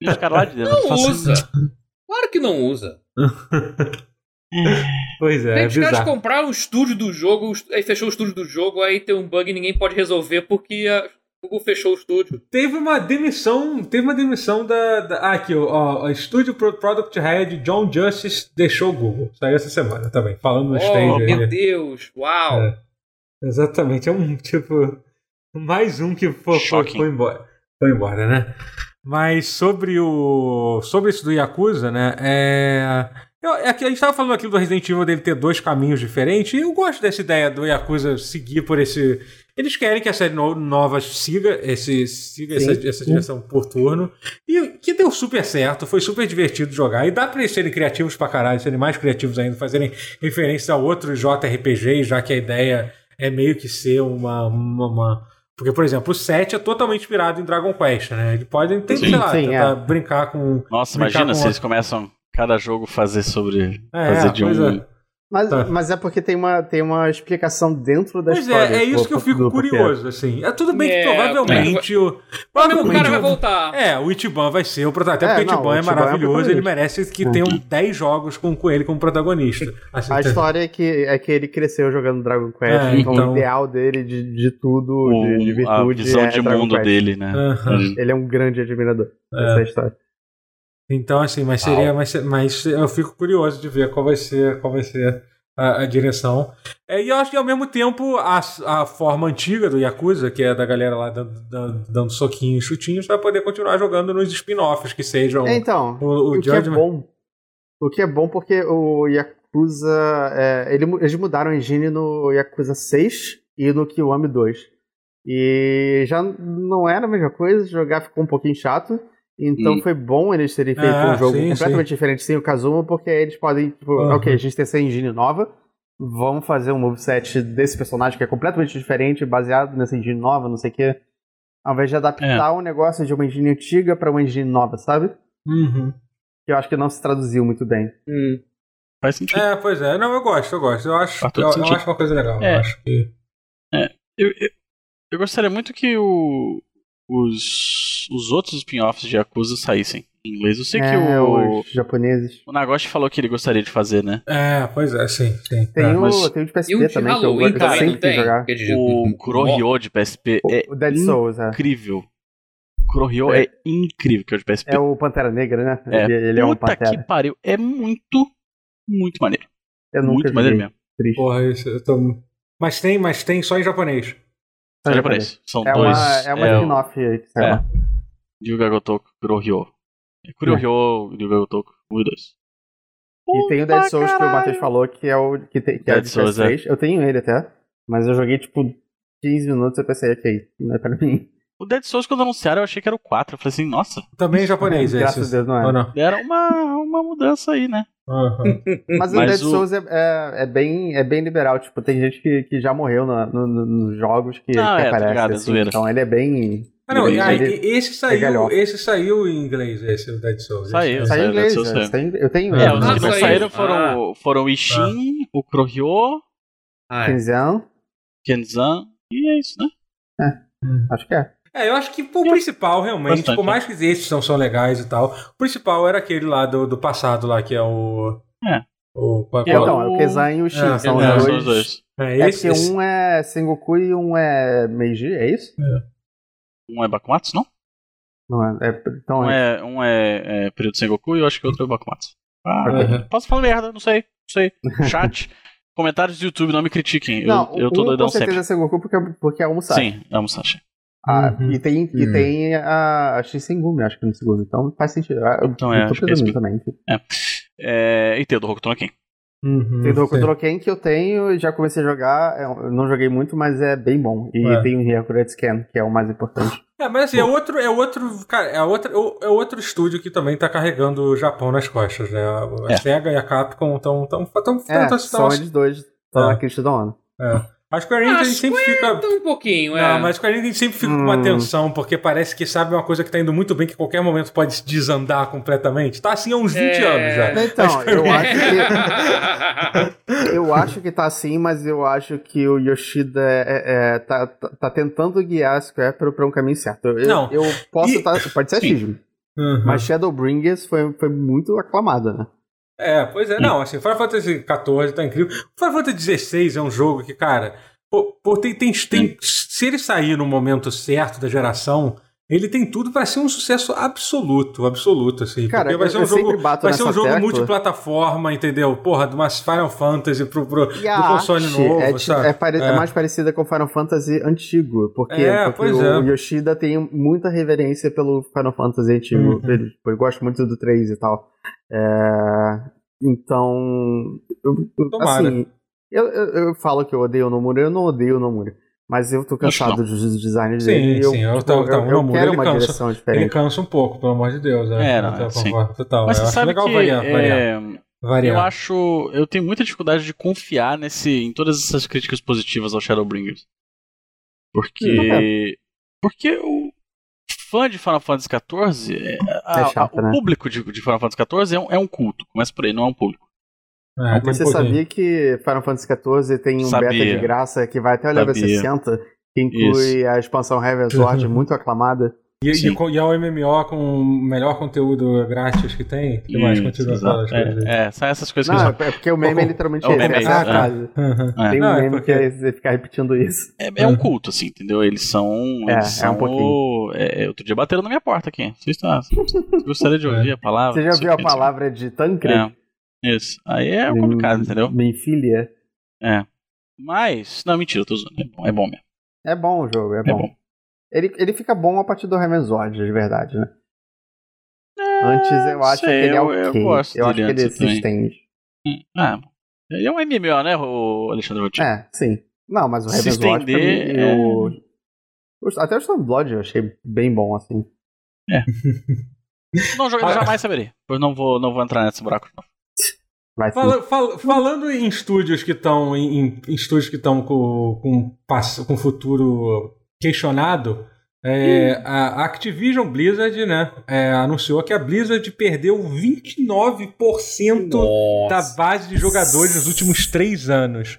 [SPEAKER 2] E os caras lá de dentro.
[SPEAKER 3] Não
[SPEAKER 2] fazem-
[SPEAKER 3] usa. Claro que não usa.
[SPEAKER 1] Pois é,
[SPEAKER 3] Tem
[SPEAKER 1] é
[SPEAKER 3] os caras
[SPEAKER 1] bizarro.
[SPEAKER 3] compraram o estúdio do jogo, o estu- aí fechou o estúdio do jogo, aí tem um bug e ninguém pode resolver porque a Google fechou o estúdio.
[SPEAKER 1] Teve uma demissão, teve uma demissão da. da- ah, aqui, ó, ó, Studio Pro- Product Head John Justice deixou o Google. Saiu essa semana também, falando no
[SPEAKER 3] Oh,
[SPEAKER 1] Stadia.
[SPEAKER 3] meu
[SPEAKER 1] né?
[SPEAKER 3] Deus, uau.
[SPEAKER 1] É. Exatamente, é um tipo. Mais um que foi, foi,
[SPEAKER 2] Shocking.
[SPEAKER 1] foi embora. Foi embora, né? Mas sobre o. Sobre isso do Yakuza, né? É. eu- é que a gente tava falando aqui do Resident Evil dele ter dois caminhos diferentes, e eu gosto dessa ideia do Yakuza seguir por esse. Eles querem que a série no- nova siga, esse, siga
[SPEAKER 4] Sim.
[SPEAKER 1] essa, essa direção por turno. E que deu super certo, foi super divertido jogar. E dá pra eles serem criativos pra caralho, serem mais criativos ainda, fazerem referência a outros JRPGs, já que a ideia é meio que ser uma. uma, uma- Porque, por exemplo, o 7 é totalmente inspirado em Dragon Quest, né? Eles podem ter,
[SPEAKER 2] Sim.
[SPEAKER 1] sei lá,
[SPEAKER 4] Sim,
[SPEAKER 1] tentar
[SPEAKER 4] é.
[SPEAKER 1] brincar com.
[SPEAKER 2] Nossa,
[SPEAKER 1] Brincar
[SPEAKER 2] imagina
[SPEAKER 1] tá com
[SPEAKER 2] se
[SPEAKER 1] a-
[SPEAKER 2] eles começam cada jogo fazer sobre.
[SPEAKER 1] É,
[SPEAKER 2] Fazer de
[SPEAKER 1] pois
[SPEAKER 2] um-
[SPEAKER 1] é.
[SPEAKER 4] Mas,
[SPEAKER 1] Tá.
[SPEAKER 4] mas é porque tem uma, tem uma explicação dentro da
[SPEAKER 1] Pois
[SPEAKER 4] história.
[SPEAKER 1] é, é isso
[SPEAKER 4] do-
[SPEAKER 1] que eu fico
[SPEAKER 4] do roteiro.
[SPEAKER 1] curioso, assim. É tudo bem que
[SPEAKER 3] É,
[SPEAKER 1] provavelmente o.
[SPEAKER 3] o cara vai
[SPEAKER 1] Provavelmente o-
[SPEAKER 3] voltar.
[SPEAKER 1] É, o Ichiban vai ser o protagonista. Até
[SPEAKER 4] É,
[SPEAKER 1] porque o
[SPEAKER 4] não,
[SPEAKER 1] Ichiban
[SPEAKER 4] o
[SPEAKER 1] é
[SPEAKER 4] Ichiban é
[SPEAKER 1] maravilhoso, ele
[SPEAKER 4] protagonista.
[SPEAKER 1] merece que tenham 10 jogos com, com ele como protagonista. Assim,
[SPEAKER 4] A
[SPEAKER 1] tá-
[SPEAKER 4] história é que, é que ele cresceu jogando Dragon Quest,
[SPEAKER 1] É,
[SPEAKER 4] então,
[SPEAKER 1] então-
[SPEAKER 4] o ideal dele de, de tudo, de, de
[SPEAKER 2] o- a
[SPEAKER 4] virtude,
[SPEAKER 2] visão
[SPEAKER 4] é
[SPEAKER 2] de
[SPEAKER 4] Dragon
[SPEAKER 2] mundo
[SPEAKER 4] Quest.
[SPEAKER 2] dele, né?
[SPEAKER 1] Aham.
[SPEAKER 4] Ele é um grande admirador
[SPEAKER 1] É.
[SPEAKER 4] dessa história.
[SPEAKER 1] Então, assim, mas seria. Mas, mas eu fico curioso de ver qual vai ser, qual vai ser a, a direção. É, e eu acho que ao mesmo tempo a, a forma antiga do Yakuza, que é da galera lá dando, dando, dando soquinhos e chutinhos, vai poder continuar jogando nos spin-offs que sejam
[SPEAKER 4] Então,
[SPEAKER 1] o, o,
[SPEAKER 4] o que é
[SPEAKER 1] Judgment.
[SPEAKER 4] bom. O que é bom porque o Yakuza. é, ele mu- eles mudaram a engine no Yakuza 6 e no Kiwami 2. E já não era a mesma coisa, jogar ficou um pouquinho chato. Então
[SPEAKER 3] Hum.
[SPEAKER 4] foi bom eles terem feito
[SPEAKER 1] Ah,
[SPEAKER 4] um jogo
[SPEAKER 1] sim,
[SPEAKER 4] completamente diferente sem o Kazuma, porque aí eles podem, tipo,
[SPEAKER 1] Uhum.
[SPEAKER 4] ok, a gente tem essa engine nova, vamos fazer um moveset desse personagem que é completamente diferente, baseado nessa engine nova, não sei o quê. Ao invés de adaptar um negócio de uma engine antiga pra uma engine nova, sabe?
[SPEAKER 1] Uhum.
[SPEAKER 4] que eu acho que não se traduziu muito bem.
[SPEAKER 3] Hum.
[SPEAKER 2] Faz sentido.
[SPEAKER 1] É, pois é. Não, eu gosto, eu gosto. Eu acho,
[SPEAKER 2] Faz
[SPEAKER 1] eu,
[SPEAKER 2] todo
[SPEAKER 1] eu
[SPEAKER 2] sentido.
[SPEAKER 1] acho uma coisa legal.
[SPEAKER 2] É.
[SPEAKER 1] Eu acho que.
[SPEAKER 2] Eu, eu, eu gostaria muito que o- os, os outros spin-offs de Yakuza saíssem em inglês. Eu sei que
[SPEAKER 4] É,
[SPEAKER 2] o,
[SPEAKER 4] os japoneses.
[SPEAKER 2] o Nagoshi falou que ele gostaria de fazer, né?
[SPEAKER 1] É, pois é, sim, sim.
[SPEAKER 4] Tem, um-
[SPEAKER 1] É.
[SPEAKER 4] o,
[SPEAKER 2] mas-
[SPEAKER 4] tem o de
[SPEAKER 3] E
[SPEAKER 4] PSP
[SPEAKER 3] o um de
[SPEAKER 4] também, que eu,
[SPEAKER 3] Halloween
[SPEAKER 4] eu
[SPEAKER 3] também, não
[SPEAKER 4] sempre quis
[SPEAKER 3] tem?
[SPEAKER 4] jogar.
[SPEAKER 3] Que é de-
[SPEAKER 2] O Kurohyo de PSP é
[SPEAKER 4] O, o Dead Souls, é.
[SPEAKER 2] incrível. O Kurohyo é. incrível que é o de PSP.
[SPEAKER 4] É o Pantera Negra, né?
[SPEAKER 2] É.
[SPEAKER 4] Ele, ele é um
[SPEAKER 2] Puta
[SPEAKER 4] Pantera.
[SPEAKER 2] que pariu. É muito, muito maneiro.
[SPEAKER 4] Eu nunca
[SPEAKER 2] Muito
[SPEAKER 4] joguei.
[SPEAKER 2] maneiro mesmo.
[SPEAKER 4] Triste.
[SPEAKER 1] Porra, isso, eu tô... Mas tem, mas tem só em japonês.
[SPEAKER 2] Só
[SPEAKER 4] É
[SPEAKER 2] japonês. São
[SPEAKER 4] É
[SPEAKER 2] dois.
[SPEAKER 4] uma, é né? uma
[SPEAKER 2] o
[SPEAKER 4] spin-off, sei
[SPEAKER 2] é.
[SPEAKER 4] lá.
[SPEAKER 2] Ryuga Gotoku, Kurohyo. É Kurohyo, Ryuga Gotoku, um e dois.
[SPEAKER 4] E tem o Dead
[SPEAKER 2] Puta
[SPEAKER 4] Souls que o Matheus
[SPEAKER 2] caralho.
[SPEAKER 4] falou, que é o que, tem, que é o
[SPEAKER 2] Dead
[SPEAKER 4] de
[SPEAKER 2] Souls,
[SPEAKER 4] PS3. Eu tenho ele até, mas eu joguei tipo 15 minutos e eu pensei, ok, não é pra mim.
[SPEAKER 2] O Dead Souls, quando anunciaram, eu achei que era o 4. Eu falei assim, nossa,
[SPEAKER 1] Também em japonês, é
[SPEAKER 4] Graças a
[SPEAKER 1] esse.
[SPEAKER 4] Deus, não é.
[SPEAKER 1] Ou não?
[SPEAKER 2] era uma, uma mudança aí, né?
[SPEAKER 1] Aham.
[SPEAKER 4] Mas o
[SPEAKER 2] Mas
[SPEAKER 4] Dead
[SPEAKER 2] o-
[SPEAKER 4] Souls é, é, é bem, é bem liberal. Tipo, tem gente que, que já morreu na- no- no- nos jogos que,
[SPEAKER 2] Ah,
[SPEAKER 4] que
[SPEAKER 2] é, tá
[SPEAKER 4] aparece.
[SPEAKER 2] ligado, é
[SPEAKER 4] assim.
[SPEAKER 2] zoeira.
[SPEAKER 4] então ele é bem.
[SPEAKER 1] Ah, não,
[SPEAKER 4] ele,
[SPEAKER 1] e aí,
[SPEAKER 4] ele- é
[SPEAKER 1] e- esse saiu,
[SPEAKER 4] galhofa.
[SPEAKER 1] esse saiu em inglês, esse o Dead Souls.
[SPEAKER 2] Saiu.
[SPEAKER 1] Esse
[SPEAKER 4] Sai em
[SPEAKER 2] É, Dead
[SPEAKER 4] inglês,
[SPEAKER 2] Souls
[SPEAKER 4] né?
[SPEAKER 2] saiu.
[SPEAKER 4] Sai em- eu tenho.
[SPEAKER 2] É, os
[SPEAKER 3] Ah,
[SPEAKER 2] que não
[SPEAKER 3] saiu.
[SPEAKER 2] saíram
[SPEAKER 4] Ah.
[SPEAKER 2] foram, foram o Ishin, o Krohyo,
[SPEAKER 3] Ah, é.
[SPEAKER 4] Quinzão,
[SPEAKER 2] Kenzan, e é isso, né?
[SPEAKER 4] acho que é.
[SPEAKER 1] É, eu acho que pô, o principal, realmente,
[SPEAKER 2] Bastante,
[SPEAKER 1] por
[SPEAKER 2] né?
[SPEAKER 1] mais que esses são, são legais e tal, o principal era aquele lá do, do passado lá, que é o.
[SPEAKER 2] É.
[SPEAKER 1] O, qual-
[SPEAKER 2] É,
[SPEAKER 1] qual-
[SPEAKER 4] então, é o Kizan e o Shin.
[SPEAKER 1] Ah,
[SPEAKER 4] são,
[SPEAKER 1] é,
[SPEAKER 2] É,
[SPEAKER 4] os
[SPEAKER 2] são
[SPEAKER 4] dois.
[SPEAKER 2] os dois.
[SPEAKER 1] é,
[SPEAKER 4] É
[SPEAKER 1] esse,
[SPEAKER 4] porque
[SPEAKER 1] esse-
[SPEAKER 4] um é Sengoku e um é Meiji, é isso?
[SPEAKER 2] Um é Bakumatsu, não?
[SPEAKER 4] Não é, é- então
[SPEAKER 2] Um
[SPEAKER 4] é.
[SPEAKER 2] é, um é, é período sem Goku e eu acho que o outro é o Bakumatsu. Ah,
[SPEAKER 4] É.
[SPEAKER 1] Uhum.
[SPEAKER 2] Posso falar merda, não sei, não sei. Chat, comentários do YouTube, não me critiquem.
[SPEAKER 4] Não,
[SPEAKER 2] eu, eu tô
[SPEAKER 4] um,
[SPEAKER 2] doidão
[SPEAKER 4] com certeza
[SPEAKER 2] sempre.
[SPEAKER 4] é Sengoku porque, porque é um Sai.
[SPEAKER 2] Sim, amo Sasha.
[SPEAKER 4] Ah,
[SPEAKER 1] Uhum.
[SPEAKER 4] E tem, e
[SPEAKER 1] Hum.
[SPEAKER 4] tem a, a Shinsengumi, acho que no segundo. Então faz sentido. Ah, Eu,
[SPEAKER 2] Então é,
[SPEAKER 4] eu tô
[SPEAKER 2] acho que é isso
[SPEAKER 4] pensando
[SPEAKER 2] mesmo.
[SPEAKER 4] também. enfim.
[SPEAKER 2] É, e tem o do Hokuto no Ken.
[SPEAKER 1] Uhum,
[SPEAKER 4] Tem Doku
[SPEAKER 1] sim.
[SPEAKER 4] Droken que eu tenho e já comecei a jogar. é um, Eu não joguei muito, mas é bem bom. E
[SPEAKER 1] É.
[SPEAKER 4] tem o Hyakura Scan, que é o mais importante.
[SPEAKER 1] É, mas assim, é outro, é outro, cara, é outro, é outro estúdio que também tá carregando o Japão nas costas, né? A, a
[SPEAKER 2] É.
[SPEAKER 1] SEGA e a Capcom estão tão, tão, tão,
[SPEAKER 4] É, tá.
[SPEAKER 1] tão-
[SPEAKER 4] são
[SPEAKER 1] tão-
[SPEAKER 4] eles dois. Estão
[SPEAKER 1] É.
[SPEAKER 4] na crista da onda.
[SPEAKER 1] A Square Enix a gente
[SPEAKER 3] Ah,
[SPEAKER 1] sempre fica...
[SPEAKER 3] Então um pouquinho, é.
[SPEAKER 1] Não, mas a Square Enix sempre fica com uma
[SPEAKER 4] Hum.
[SPEAKER 1] tensão, porque parece que sabe uma coisa que tá indo muito bem, que a qualquer momento pode se desandar completamente. Tá assim há uns 20
[SPEAKER 3] É.
[SPEAKER 1] anos já.
[SPEAKER 4] Então, eu acho,
[SPEAKER 3] acho
[SPEAKER 4] que, eu acho que tá assim, mas eu acho que o Yoshida é, é, tá, tá, tá tentando guiar a Square pra, pra um caminho certo. Eu,
[SPEAKER 1] Não.
[SPEAKER 4] eu posso
[SPEAKER 1] E-
[SPEAKER 4] tá, Pode ser achismo.
[SPEAKER 1] Uhum.
[SPEAKER 4] Mas Shadowbringers foi, foi muito aclamada, né?
[SPEAKER 1] É, pois é, não, assim, Final Fantasy XIV tá incrível. Final Fantasy XVI é um jogo que, cara, pô, pô, tem, tem,
[SPEAKER 4] Hum.
[SPEAKER 1] tem- se ele sair no momento certo da geração, ele tem tudo pra ser um sucesso absoluto, absoluto, assim.
[SPEAKER 4] Cara,
[SPEAKER 1] porque vai ser um
[SPEAKER 4] eu sempre
[SPEAKER 1] jogo,
[SPEAKER 4] bato
[SPEAKER 1] vai ser um
[SPEAKER 4] nessa
[SPEAKER 1] jogo
[SPEAKER 4] tecla.
[SPEAKER 1] multiplataforma, entendeu? Porra, de umas Final Fantasy pro, pro,
[SPEAKER 4] E a
[SPEAKER 1] pro console
[SPEAKER 4] arte
[SPEAKER 1] novo,
[SPEAKER 4] é, ti-
[SPEAKER 1] sabe?
[SPEAKER 4] é pare- é
[SPEAKER 1] É.
[SPEAKER 4] mais parecida com Final Fantasy antigo, porque,
[SPEAKER 1] É,
[SPEAKER 4] porque
[SPEAKER 1] pois
[SPEAKER 4] o
[SPEAKER 1] é.
[SPEAKER 4] Yoshida tem muita reverência pelo Final Fantasy antigo.
[SPEAKER 1] Uhum.
[SPEAKER 4] Ele, tipo, ele gosta muito do 3 e tal. É, então, eu- eu-
[SPEAKER 1] Tomara.
[SPEAKER 4] assim, eu, eu- eu falo que eu odeio o Nomura, eu não odeio o Nomura. Mas eu tô cansado dos dos designs
[SPEAKER 1] Sim,
[SPEAKER 4] dele. e eu,
[SPEAKER 1] sim, eu
[SPEAKER 4] tipo,
[SPEAKER 1] tô- tá, o Nomura,
[SPEAKER 4] quero
[SPEAKER 1] ele
[SPEAKER 4] uma
[SPEAKER 1] cansa.
[SPEAKER 4] direção
[SPEAKER 1] Ele
[SPEAKER 4] diferente.
[SPEAKER 1] cansa um pouco, pelo amor de Deus.
[SPEAKER 2] É, não,
[SPEAKER 1] eu
[SPEAKER 2] é, sim.
[SPEAKER 1] concordo total.
[SPEAKER 2] Mas
[SPEAKER 1] eu
[SPEAKER 2] você
[SPEAKER 1] acho
[SPEAKER 2] sabe
[SPEAKER 1] legal
[SPEAKER 2] que
[SPEAKER 1] variar,
[SPEAKER 2] é,
[SPEAKER 1] variar, variar.
[SPEAKER 2] eu acho. Eu tenho muita dificuldade de confiar nesse, em todas essas críticas positivas ao Shadowbringers.
[SPEAKER 4] é,
[SPEAKER 2] Porque. Porque o fã de Final Fantasy XIV. é- a- a-
[SPEAKER 4] chato,
[SPEAKER 2] o
[SPEAKER 4] né?
[SPEAKER 2] público de, de Final Fantasy XIV é um, é um culto. Começa por aí, não é um público.
[SPEAKER 1] É, tem
[SPEAKER 4] Você
[SPEAKER 1] um pouquinho.
[SPEAKER 4] sabia que Final Fantasy XIV tem um beta
[SPEAKER 2] Sabia.
[SPEAKER 4] de graça que vai até o level
[SPEAKER 2] Sabia.
[SPEAKER 4] 60, que inclui a expansão Heaven's Sword,
[SPEAKER 1] Uhum.
[SPEAKER 4] muito aclamada?
[SPEAKER 1] E, e,
[SPEAKER 2] Sim.
[SPEAKER 1] co- e é o MMO com o melhor conteúdo grátis que tem? que mais?
[SPEAKER 2] Isso,
[SPEAKER 1] Continua
[SPEAKER 2] Hum, exato.
[SPEAKER 1] falando as coisas.
[SPEAKER 2] é, é, são essas coisas que
[SPEAKER 4] Não,
[SPEAKER 2] eu
[SPEAKER 4] é porque o meme é literalmente
[SPEAKER 2] É o meme,
[SPEAKER 4] esse, essa
[SPEAKER 1] é.
[SPEAKER 4] frase.
[SPEAKER 1] Uhum.
[SPEAKER 2] É.
[SPEAKER 4] Tem um
[SPEAKER 1] Não, é
[SPEAKER 4] meme
[SPEAKER 1] porque-
[SPEAKER 4] que é você ficar repetindo isso.
[SPEAKER 2] É, é um culto, assim, entendeu? Eles são.
[SPEAKER 4] É,
[SPEAKER 2] eles
[SPEAKER 4] é um
[SPEAKER 2] são
[SPEAKER 4] pouquinho.
[SPEAKER 2] é, outro dia bateram na minha porta aqui. Você está. Gostaria de ouvir a palavra?
[SPEAKER 4] Você já
[SPEAKER 2] não sei
[SPEAKER 4] viu
[SPEAKER 2] o
[SPEAKER 4] a
[SPEAKER 2] que, não sei o
[SPEAKER 4] palavra de
[SPEAKER 2] que.
[SPEAKER 4] Tancred?
[SPEAKER 2] É. Isso. Aí tipo é
[SPEAKER 4] Hum.
[SPEAKER 2] complicado, entendeu?
[SPEAKER 4] Minfilia.
[SPEAKER 2] Mas. Não, mentira, eu tô zoando. É bom, é bom mesmo.
[SPEAKER 4] É bom o jogo, é
[SPEAKER 2] É
[SPEAKER 4] bom.
[SPEAKER 2] bom.
[SPEAKER 4] Ele, ele fica bom a partir do Heaven's Sword, de verdade, né? Antes eu
[SPEAKER 2] não
[SPEAKER 4] acho
[SPEAKER 2] sei,
[SPEAKER 4] que ele é
[SPEAKER 2] eu- eu
[SPEAKER 4] ok. Eu,
[SPEAKER 2] gosto
[SPEAKER 4] acho que
[SPEAKER 2] dele
[SPEAKER 4] ele
[SPEAKER 2] antes
[SPEAKER 4] se
[SPEAKER 2] também.
[SPEAKER 4] estende.
[SPEAKER 2] Hum, Ah, bom. ele é um MMO, né, o Alexandre Rotinho?
[SPEAKER 4] É, sim. Não, mas o
[SPEAKER 2] Se
[SPEAKER 4] Heaven's Watch pra mim,
[SPEAKER 2] estender,
[SPEAKER 3] é.
[SPEAKER 4] e o- os- Até o Stormblood eu achei bem bom, assim. É.
[SPEAKER 2] Não, joga-
[SPEAKER 1] Ah.
[SPEAKER 2] jamais saberei. Pois não vou, não vou entrar nesse buraco. não.
[SPEAKER 4] Mas
[SPEAKER 1] Fala- fal- falando em estúdios que estão em, em- em estúdios que estão com, com, pass- com futuro questionado, é, a Activision Blizzard né, é, anunciou que a Blizzard perdeu 29% da
[SPEAKER 3] Nossa.
[SPEAKER 1] base de jogadores nos últimos três anos.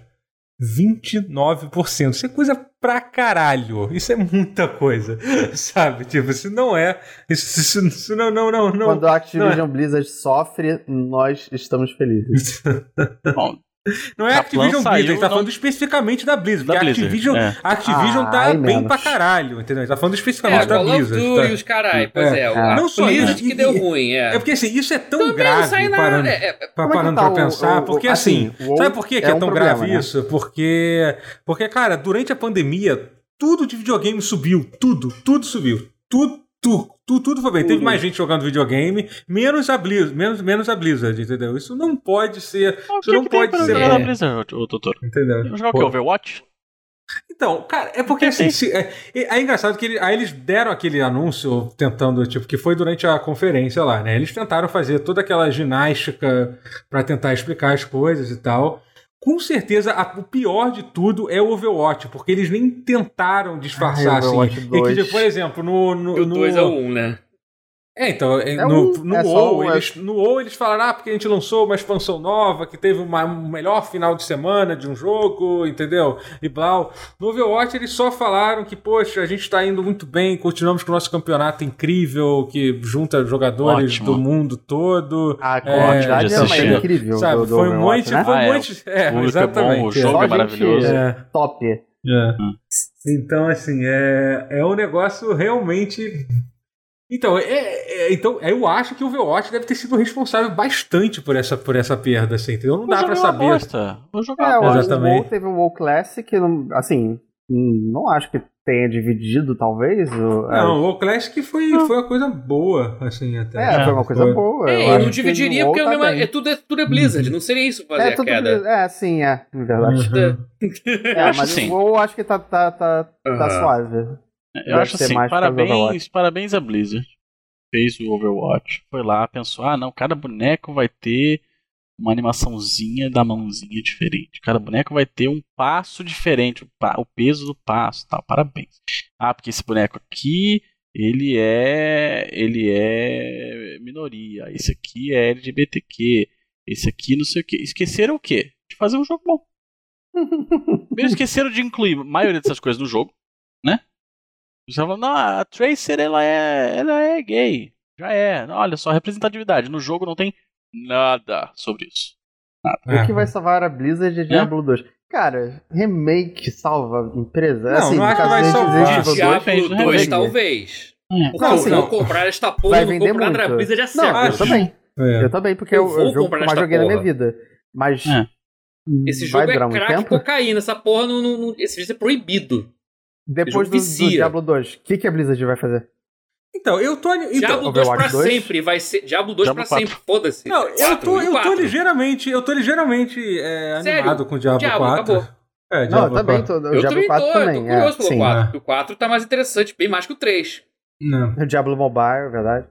[SPEAKER 1] 29%. Isso é coisa pra caralho. Isso é muita coisa. Sabe? Tipo, isso não é. Isso, isso- isso não, não, não, não. é.
[SPEAKER 4] Quando a Activision Blizzard sofre, nós estamos felizes.
[SPEAKER 2] Bom,
[SPEAKER 1] Não é a
[SPEAKER 2] Kaplan
[SPEAKER 1] Activision
[SPEAKER 2] saiu,
[SPEAKER 1] Blizzard, ele tá
[SPEAKER 2] não-
[SPEAKER 1] falando especificamente da Blizzard.
[SPEAKER 2] Da
[SPEAKER 1] porque a
[SPEAKER 2] Blizzard,
[SPEAKER 1] Activision,
[SPEAKER 2] é.
[SPEAKER 1] a Activision tá
[SPEAKER 4] Ai,
[SPEAKER 1] bem
[SPEAKER 4] menos.
[SPEAKER 1] pra caralho, entendeu? Ele tá falando
[SPEAKER 3] É,
[SPEAKER 1] especificamente da
[SPEAKER 3] Call of
[SPEAKER 1] Blizzard.
[SPEAKER 3] Duty,
[SPEAKER 1] tá?
[SPEAKER 3] os caralho. Pois é,
[SPEAKER 1] É.
[SPEAKER 3] o a
[SPEAKER 1] Não só
[SPEAKER 3] Blizzard
[SPEAKER 1] isso.
[SPEAKER 3] que deu ruim, é.
[SPEAKER 1] É porque assim, isso é tão
[SPEAKER 3] Também não
[SPEAKER 1] grave
[SPEAKER 3] sai nada-
[SPEAKER 1] parando,
[SPEAKER 3] é, é,
[SPEAKER 1] pa-
[SPEAKER 4] Como é que
[SPEAKER 1] parando
[SPEAKER 4] tá
[SPEAKER 1] pra
[SPEAKER 4] o-
[SPEAKER 1] pensar.
[SPEAKER 4] o- o-
[SPEAKER 1] porque assim,
[SPEAKER 4] o WoW
[SPEAKER 1] Sabe por que, que é,
[SPEAKER 4] um
[SPEAKER 1] tão
[SPEAKER 4] problema,
[SPEAKER 1] grave
[SPEAKER 4] né?
[SPEAKER 1] isso? Porque, porque, cara, durante a pandemia, tudo de videogame subiu. Tudo, tudo subiu. Tudo, tudo, tudo, tudo foi bem. Teve mais gente jogando videogame, menos a Blizzard, menos, menos a Blizzard, entendeu? Isso não pode ser,
[SPEAKER 2] o
[SPEAKER 1] Você
[SPEAKER 2] que
[SPEAKER 1] não
[SPEAKER 2] que tem
[SPEAKER 1] pode
[SPEAKER 2] pra
[SPEAKER 1] ser
[SPEAKER 4] É.
[SPEAKER 1] É.
[SPEAKER 2] jogar na
[SPEAKER 1] bom.
[SPEAKER 2] Blizzard, ô, ô, doutor?
[SPEAKER 1] entendeu?
[SPEAKER 2] Jogar o quê? Overwatch?
[SPEAKER 1] Então, cara, é porque assim. se- é, é engraçado que ele- aí eles deram aquele anúncio tentando, tipo, que foi durante a conferência lá, né? Eles tentaram fazer toda aquela ginástica pra tentar explicar as coisas e tal. Com certeza, a- o pior de tudo é o Overwatch, porque eles nem tentaram disfarçar
[SPEAKER 4] Ai,
[SPEAKER 1] assim.
[SPEAKER 4] Overwatch
[SPEAKER 1] É que, tipo, por
[SPEAKER 4] 2.
[SPEAKER 1] exemplo, no. no,
[SPEAKER 3] E o
[SPEAKER 1] no-
[SPEAKER 3] 2 é o 1, né?
[SPEAKER 1] É, então, é,
[SPEAKER 4] É
[SPEAKER 1] no,
[SPEAKER 4] um-
[SPEAKER 1] no,
[SPEAKER 4] é só
[SPEAKER 1] WoW,
[SPEAKER 4] um, é-
[SPEAKER 1] eles, no WoW eles falaram, ah, porque a gente lançou uma expansão nova, que teve uma- um melhor final de semana de um jogo, entendeu? E blau. No Overwatch eles só falaram que, poxa, a gente tá indo muito bem, continuamos com o nosso campeonato incrível, que junta jogadores
[SPEAKER 2] Ótimo.
[SPEAKER 1] do mundo todo.
[SPEAKER 4] A
[SPEAKER 2] quantidade
[SPEAKER 4] quantidade é,
[SPEAKER 2] de
[SPEAKER 4] uma
[SPEAKER 2] assistência.
[SPEAKER 4] incrível.
[SPEAKER 1] sabe,
[SPEAKER 4] do, do
[SPEAKER 1] foi um
[SPEAKER 4] Overwatch,
[SPEAKER 1] monte,
[SPEAKER 4] né?
[SPEAKER 1] foi
[SPEAKER 2] Ah,
[SPEAKER 1] um
[SPEAKER 2] é,
[SPEAKER 1] monte. É,
[SPEAKER 2] o público é
[SPEAKER 1] exatamente.
[SPEAKER 2] bom, o jogo
[SPEAKER 4] Só
[SPEAKER 2] é
[SPEAKER 4] gente-
[SPEAKER 2] maravilhoso.
[SPEAKER 1] É.
[SPEAKER 4] Top.
[SPEAKER 1] É. Então, assim, é, é um negócio realmente. Então, é, é- então, eu acho que o Overwatch deve ter sido responsável bastante por essa, por essa perda, assim, entendeu? Não
[SPEAKER 2] Vou
[SPEAKER 1] dá
[SPEAKER 2] jogar
[SPEAKER 1] pra
[SPEAKER 2] uma
[SPEAKER 1] saber. assim.
[SPEAKER 2] bosta. Vou jogar
[SPEAKER 4] É,
[SPEAKER 2] uma
[SPEAKER 4] eu
[SPEAKER 2] bosta.
[SPEAKER 4] acho que o
[SPEAKER 1] Ah, Exatamente.
[SPEAKER 4] WoW teve o WoW Classic, não- assim, hum, não acho que tenha dividido, talvez. o- é,
[SPEAKER 1] Não, o Classic foi, foi uma coisa boa, assim, até.
[SPEAKER 4] é, foi uma coisa boa.
[SPEAKER 3] É,
[SPEAKER 4] eu
[SPEAKER 3] eu
[SPEAKER 4] acho
[SPEAKER 3] não
[SPEAKER 4] que
[SPEAKER 3] dividiria
[SPEAKER 4] o WoW
[SPEAKER 3] porque é o
[SPEAKER 4] tá
[SPEAKER 3] mesmo-
[SPEAKER 4] bem.
[SPEAKER 3] é tudo, é, tudo é Blizzard. Não seria isso fazer
[SPEAKER 4] é,
[SPEAKER 3] a
[SPEAKER 4] tudo
[SPEAKER 3] queda.
[SPEAKER 4] bem- é, sim, é, na verdade.
[SPEAKER 1] Uhum.
[SPEAKER 4] É,
[SPEAKER 2] acho
[SPEAKER 4] mas
[SPEAKER 3] assim.
[SPEAKER 2] sim.
[SPEAKER 4] o WoW acho que tá, tá, tá,
[SPEAKER 1] Ah.
[SPEAKER 4] tá
[SPEAKER 3] Aham.
[SPEAKER 4] suave.
[SPEAKER 2] Eu acho
[SPEAKER 4] ser
[SPEAKER 2] assim,
[SPEAKER 4] mais por causa do
[SPEAKER 2] parabéns,
[SPEAKER 4] Overwatch.
[SPEAKER 2] parabéns a Blizzard. Fez o Overwatch, foi lá, pensou, ah não, cada boneco vai ter uma animaçãozinha da mãozinha diferente. Cada boneco vai ter um passo diferente, o, pa- o peso do passo, e tal. Parabéns. Ah, porque esse boneco aqui, ele é ele é minoria. Esse aqui é LGBTQ. Esse aqui não sei o que. Esqueceram o quê? De fazer um jogo bom. Primeiro esqueceram de incluir a maioria dessas coisas no jogo, né? Você falando, não, a Tracer ela é, ela é gay. Já é. Olha só, representatividade. No jogo não tem nada sobre isso.
[SPEAKER 1] É.
[SPEAKER 4] O que vai salvar a Blizzard é Diablo 2. Cara, remake salva empresa.
[SPEAKER 1] Não,
[SPEAKER 4] assim,
[SPEAKER 1] não acho que
[SPEAKER 4] caso
[SPEAKER 1] vai
[SPEAKER 4] Resident
[SPEAKER 1] salvar.
[SPEAKER 4] Evil dois- né?
[SPEAKER 2] fez
[SPEAKER 3] Diablo
[SPEAKER 2] um
[SPEAKER 3] 2,
[SPEAKER 2] remake.
[SPEAKER 3] talvez. Porque
[SPEAKER 4] Não,
[SPEAKER 3] eu
[SPEAKER 4] assim,
[SPEAKER 3] vou comprar esta porra,
[SPEAKER 4] vai
[SPEAKER 3] eu não
[SPEAKER 4] vender
[SPEAKER 3] compro nada na
[SPEAKER 4] muito.
[SPEAKER 3] Blizzard há
[SPEAKER 4] Não,
[SPEAKER 1] séculos.
[SPEAKER 4] eu também. Eu também, porque
[SPEAKER 3] Eu
[SPEAKER 4] é o- é
[SPEAKER 3] vou
[SPEAKER 4] o jogo que
[SPEAKER 3] comprar
[SPEAKER 4] eu mais
[SPEAKER 3] esta
[SPEAKER 4] joguei na minha
[SPEAKER 3] porra.
[SPEAKER 4] vida. Mas
[SPEAKER 2] É.
[SPEAKER 4] hum,
[SPEAKER 3] Esse
[SPEAKER 4] vai
[SPEAKER 3] jogo
[SPEAKER 4] durar
[SPEAKER 3] é
[SPEAKER 4] muito
[SPEAKER 3] crack e
[SPEAKER 4] tempo.
[SPEAKER 3] cocaína. Essa porra não, não, não- esse jogo é proibido.
[SPEAKER 4] Depois
[SPEAKER 3] jogo
[SPEAKER 4] do, do
[SPEAKER 3] vicia.
[SPEAKER 4] Diablo 2, o que, que a Blizzard vai fazer?
[SPEAKER 1] Então, eu tô. ani- Então,
[SPEAKER 3] Diablo 2 pra
[SPEAKER 4] Overwatch 2?
[SPEAKER 3] sempre vai ser. Diablo 2
[SPEAKER 2] Diablo
[SPEAKER 3] pra
[SPEAKER 2] 4.
[SPEAKER 3] sempre, foda-se.
[SPEAKER 1] não, eu
[SPEAKER 3] Quatro,
[SPEAKER 1] tô,
[SPEAKER 3] e
[SPEAKER 1] eu tô
[SPEAKER 3] quatro.
[SPEAKER 1] ligeiramente, eu tô ligeiramente é,
[SPEAKER 3] Sério?
[SPEAKER 1] animado com o Diablo,
[SPEAKER 3] Diablo,
[SPEAKER 1] 4.
[SPEAKER 3] acabou.
[SPEAKER 1] É,
[SPEAKER 4] Não,
[SPEAKER 1] Diablo
[SPEAKER 4] eu também.
[SPEAKER 1] 4.
[SPEAKER 4] Tô, o
[SPEAKER 3] Eu
[SPEAKER 4] Diablo
[SPEAKER 3] também
[SPEAKER 4] 4
[SPEAKER 3] tô,
[SPEAKER 4] também.
[SPEAKER 3] eu tô
[SPEAKER 4] é,
[SPEAKER 3] curioso pelo
[SPEAKER 4] sim.
[SPEAKER 3] 4. O 4 tá mais interessante, bem mais que o 3.
[SPEAKER 1] Não.
[SPEAKER 4] O Diablo Mobile, é verdade.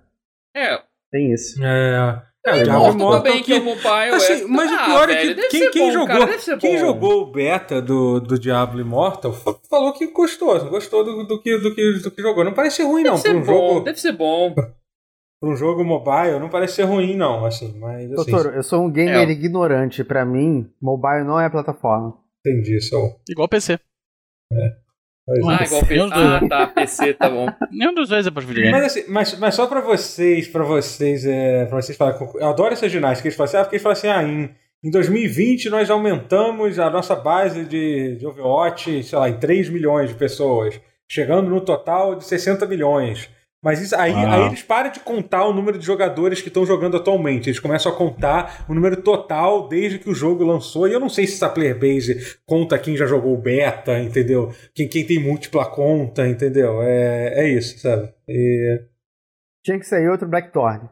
[SPEAKER 3] É,
[SPEAKER 4] Tem isso.
[SPEAKER 1] É, é, o
[SPEAKER 4] Eu
[SPEAKER 1] Diablo
[SPEAKER 3] Mortal
[SPEAKER 1] Immortal
[SPEAKER 3] também, que é o mobile.
[SPEAKER 1] Assim,
[SPEAKER 3] é-
[SPEAKER 1] mas o
[SPEAKER 3] Ah,
[SPEAKER 1] pior é
[SPEAKER 3] velho,
[SPEAKER 1] que
[SPEAKER 3] deve
[SPEAKER 1] quem,
[SPEAKER 3] ser
[SPEAKER 1] quem
[SPEAKER 3] bom,
[SPEAKER 1] jogou,
[SPEAKER 3] cara, deve ser
[SPEAKER 1] quem
[SPEAKER 3] bom.
[SPEAKER 1] jogou o beta do, do Diablo Immortal fa- falou que gostou, gostou do, do que, do, que, do que jogou. Não parece ser ruim,
[SPEAKER 3] Deve
[SPEAKER 1] não. Pra
[SPEAKER 3] ser
[SPEAKER 1] um,
[SPEAKER 3] bom,
[SPEAKER 1] jogo,
[SPEAKER 3] deve ser bom.
[SPEAKER 1] pra um jogo mobile, não parece ser ruim, não. Assim, mas assim,
[SPEAKER 4] Doutor, eu sou um gamer
[SPEAKER 3] É.
[SPEAKER 4] ignorante. Pra mim, mobile não é plataforma.
[SPEAKER 1] assim, entendi só.
[SPEAKER 2] Igual PC.
[SPEAKER 1] Mas,
[SPEAKER 3] Ah, igual o
[SPEAKER 2] Deus
[SPEAKER 3] PC. Ah, tá, PC, tá bom.
[SPEAKER 2] Nenhum dos dois é pra videogame.
[SPEAKER 1] mas, assim, mas, mas só pra vocês, pra vocês, é, pra vocês falarem. Eu adoro essa ginástica. Eles falam assim, ah, porque eles falam assim, ah, em, em 2020 nós aumentamos a nossa base de, de Overwatch, sei lá, em 3 milhões de pessoas, chegando no total de 60 milhões. Mas isso, aí,
[SPEAKER 2] Ah.
[SPEAKER 1] aí eles param de contar o número de jogadores que estão jogando atualmente. Eles começam a contar o número total desde que o jogo lançou. E eu não sei se essa player base conta quem já jogou o beta, entendeu? Quem, quem tem múltipla conta, entendeu? É, é isso, sabe? E-
[SPEAKER 4] Tinha que sair outro Blackthorn.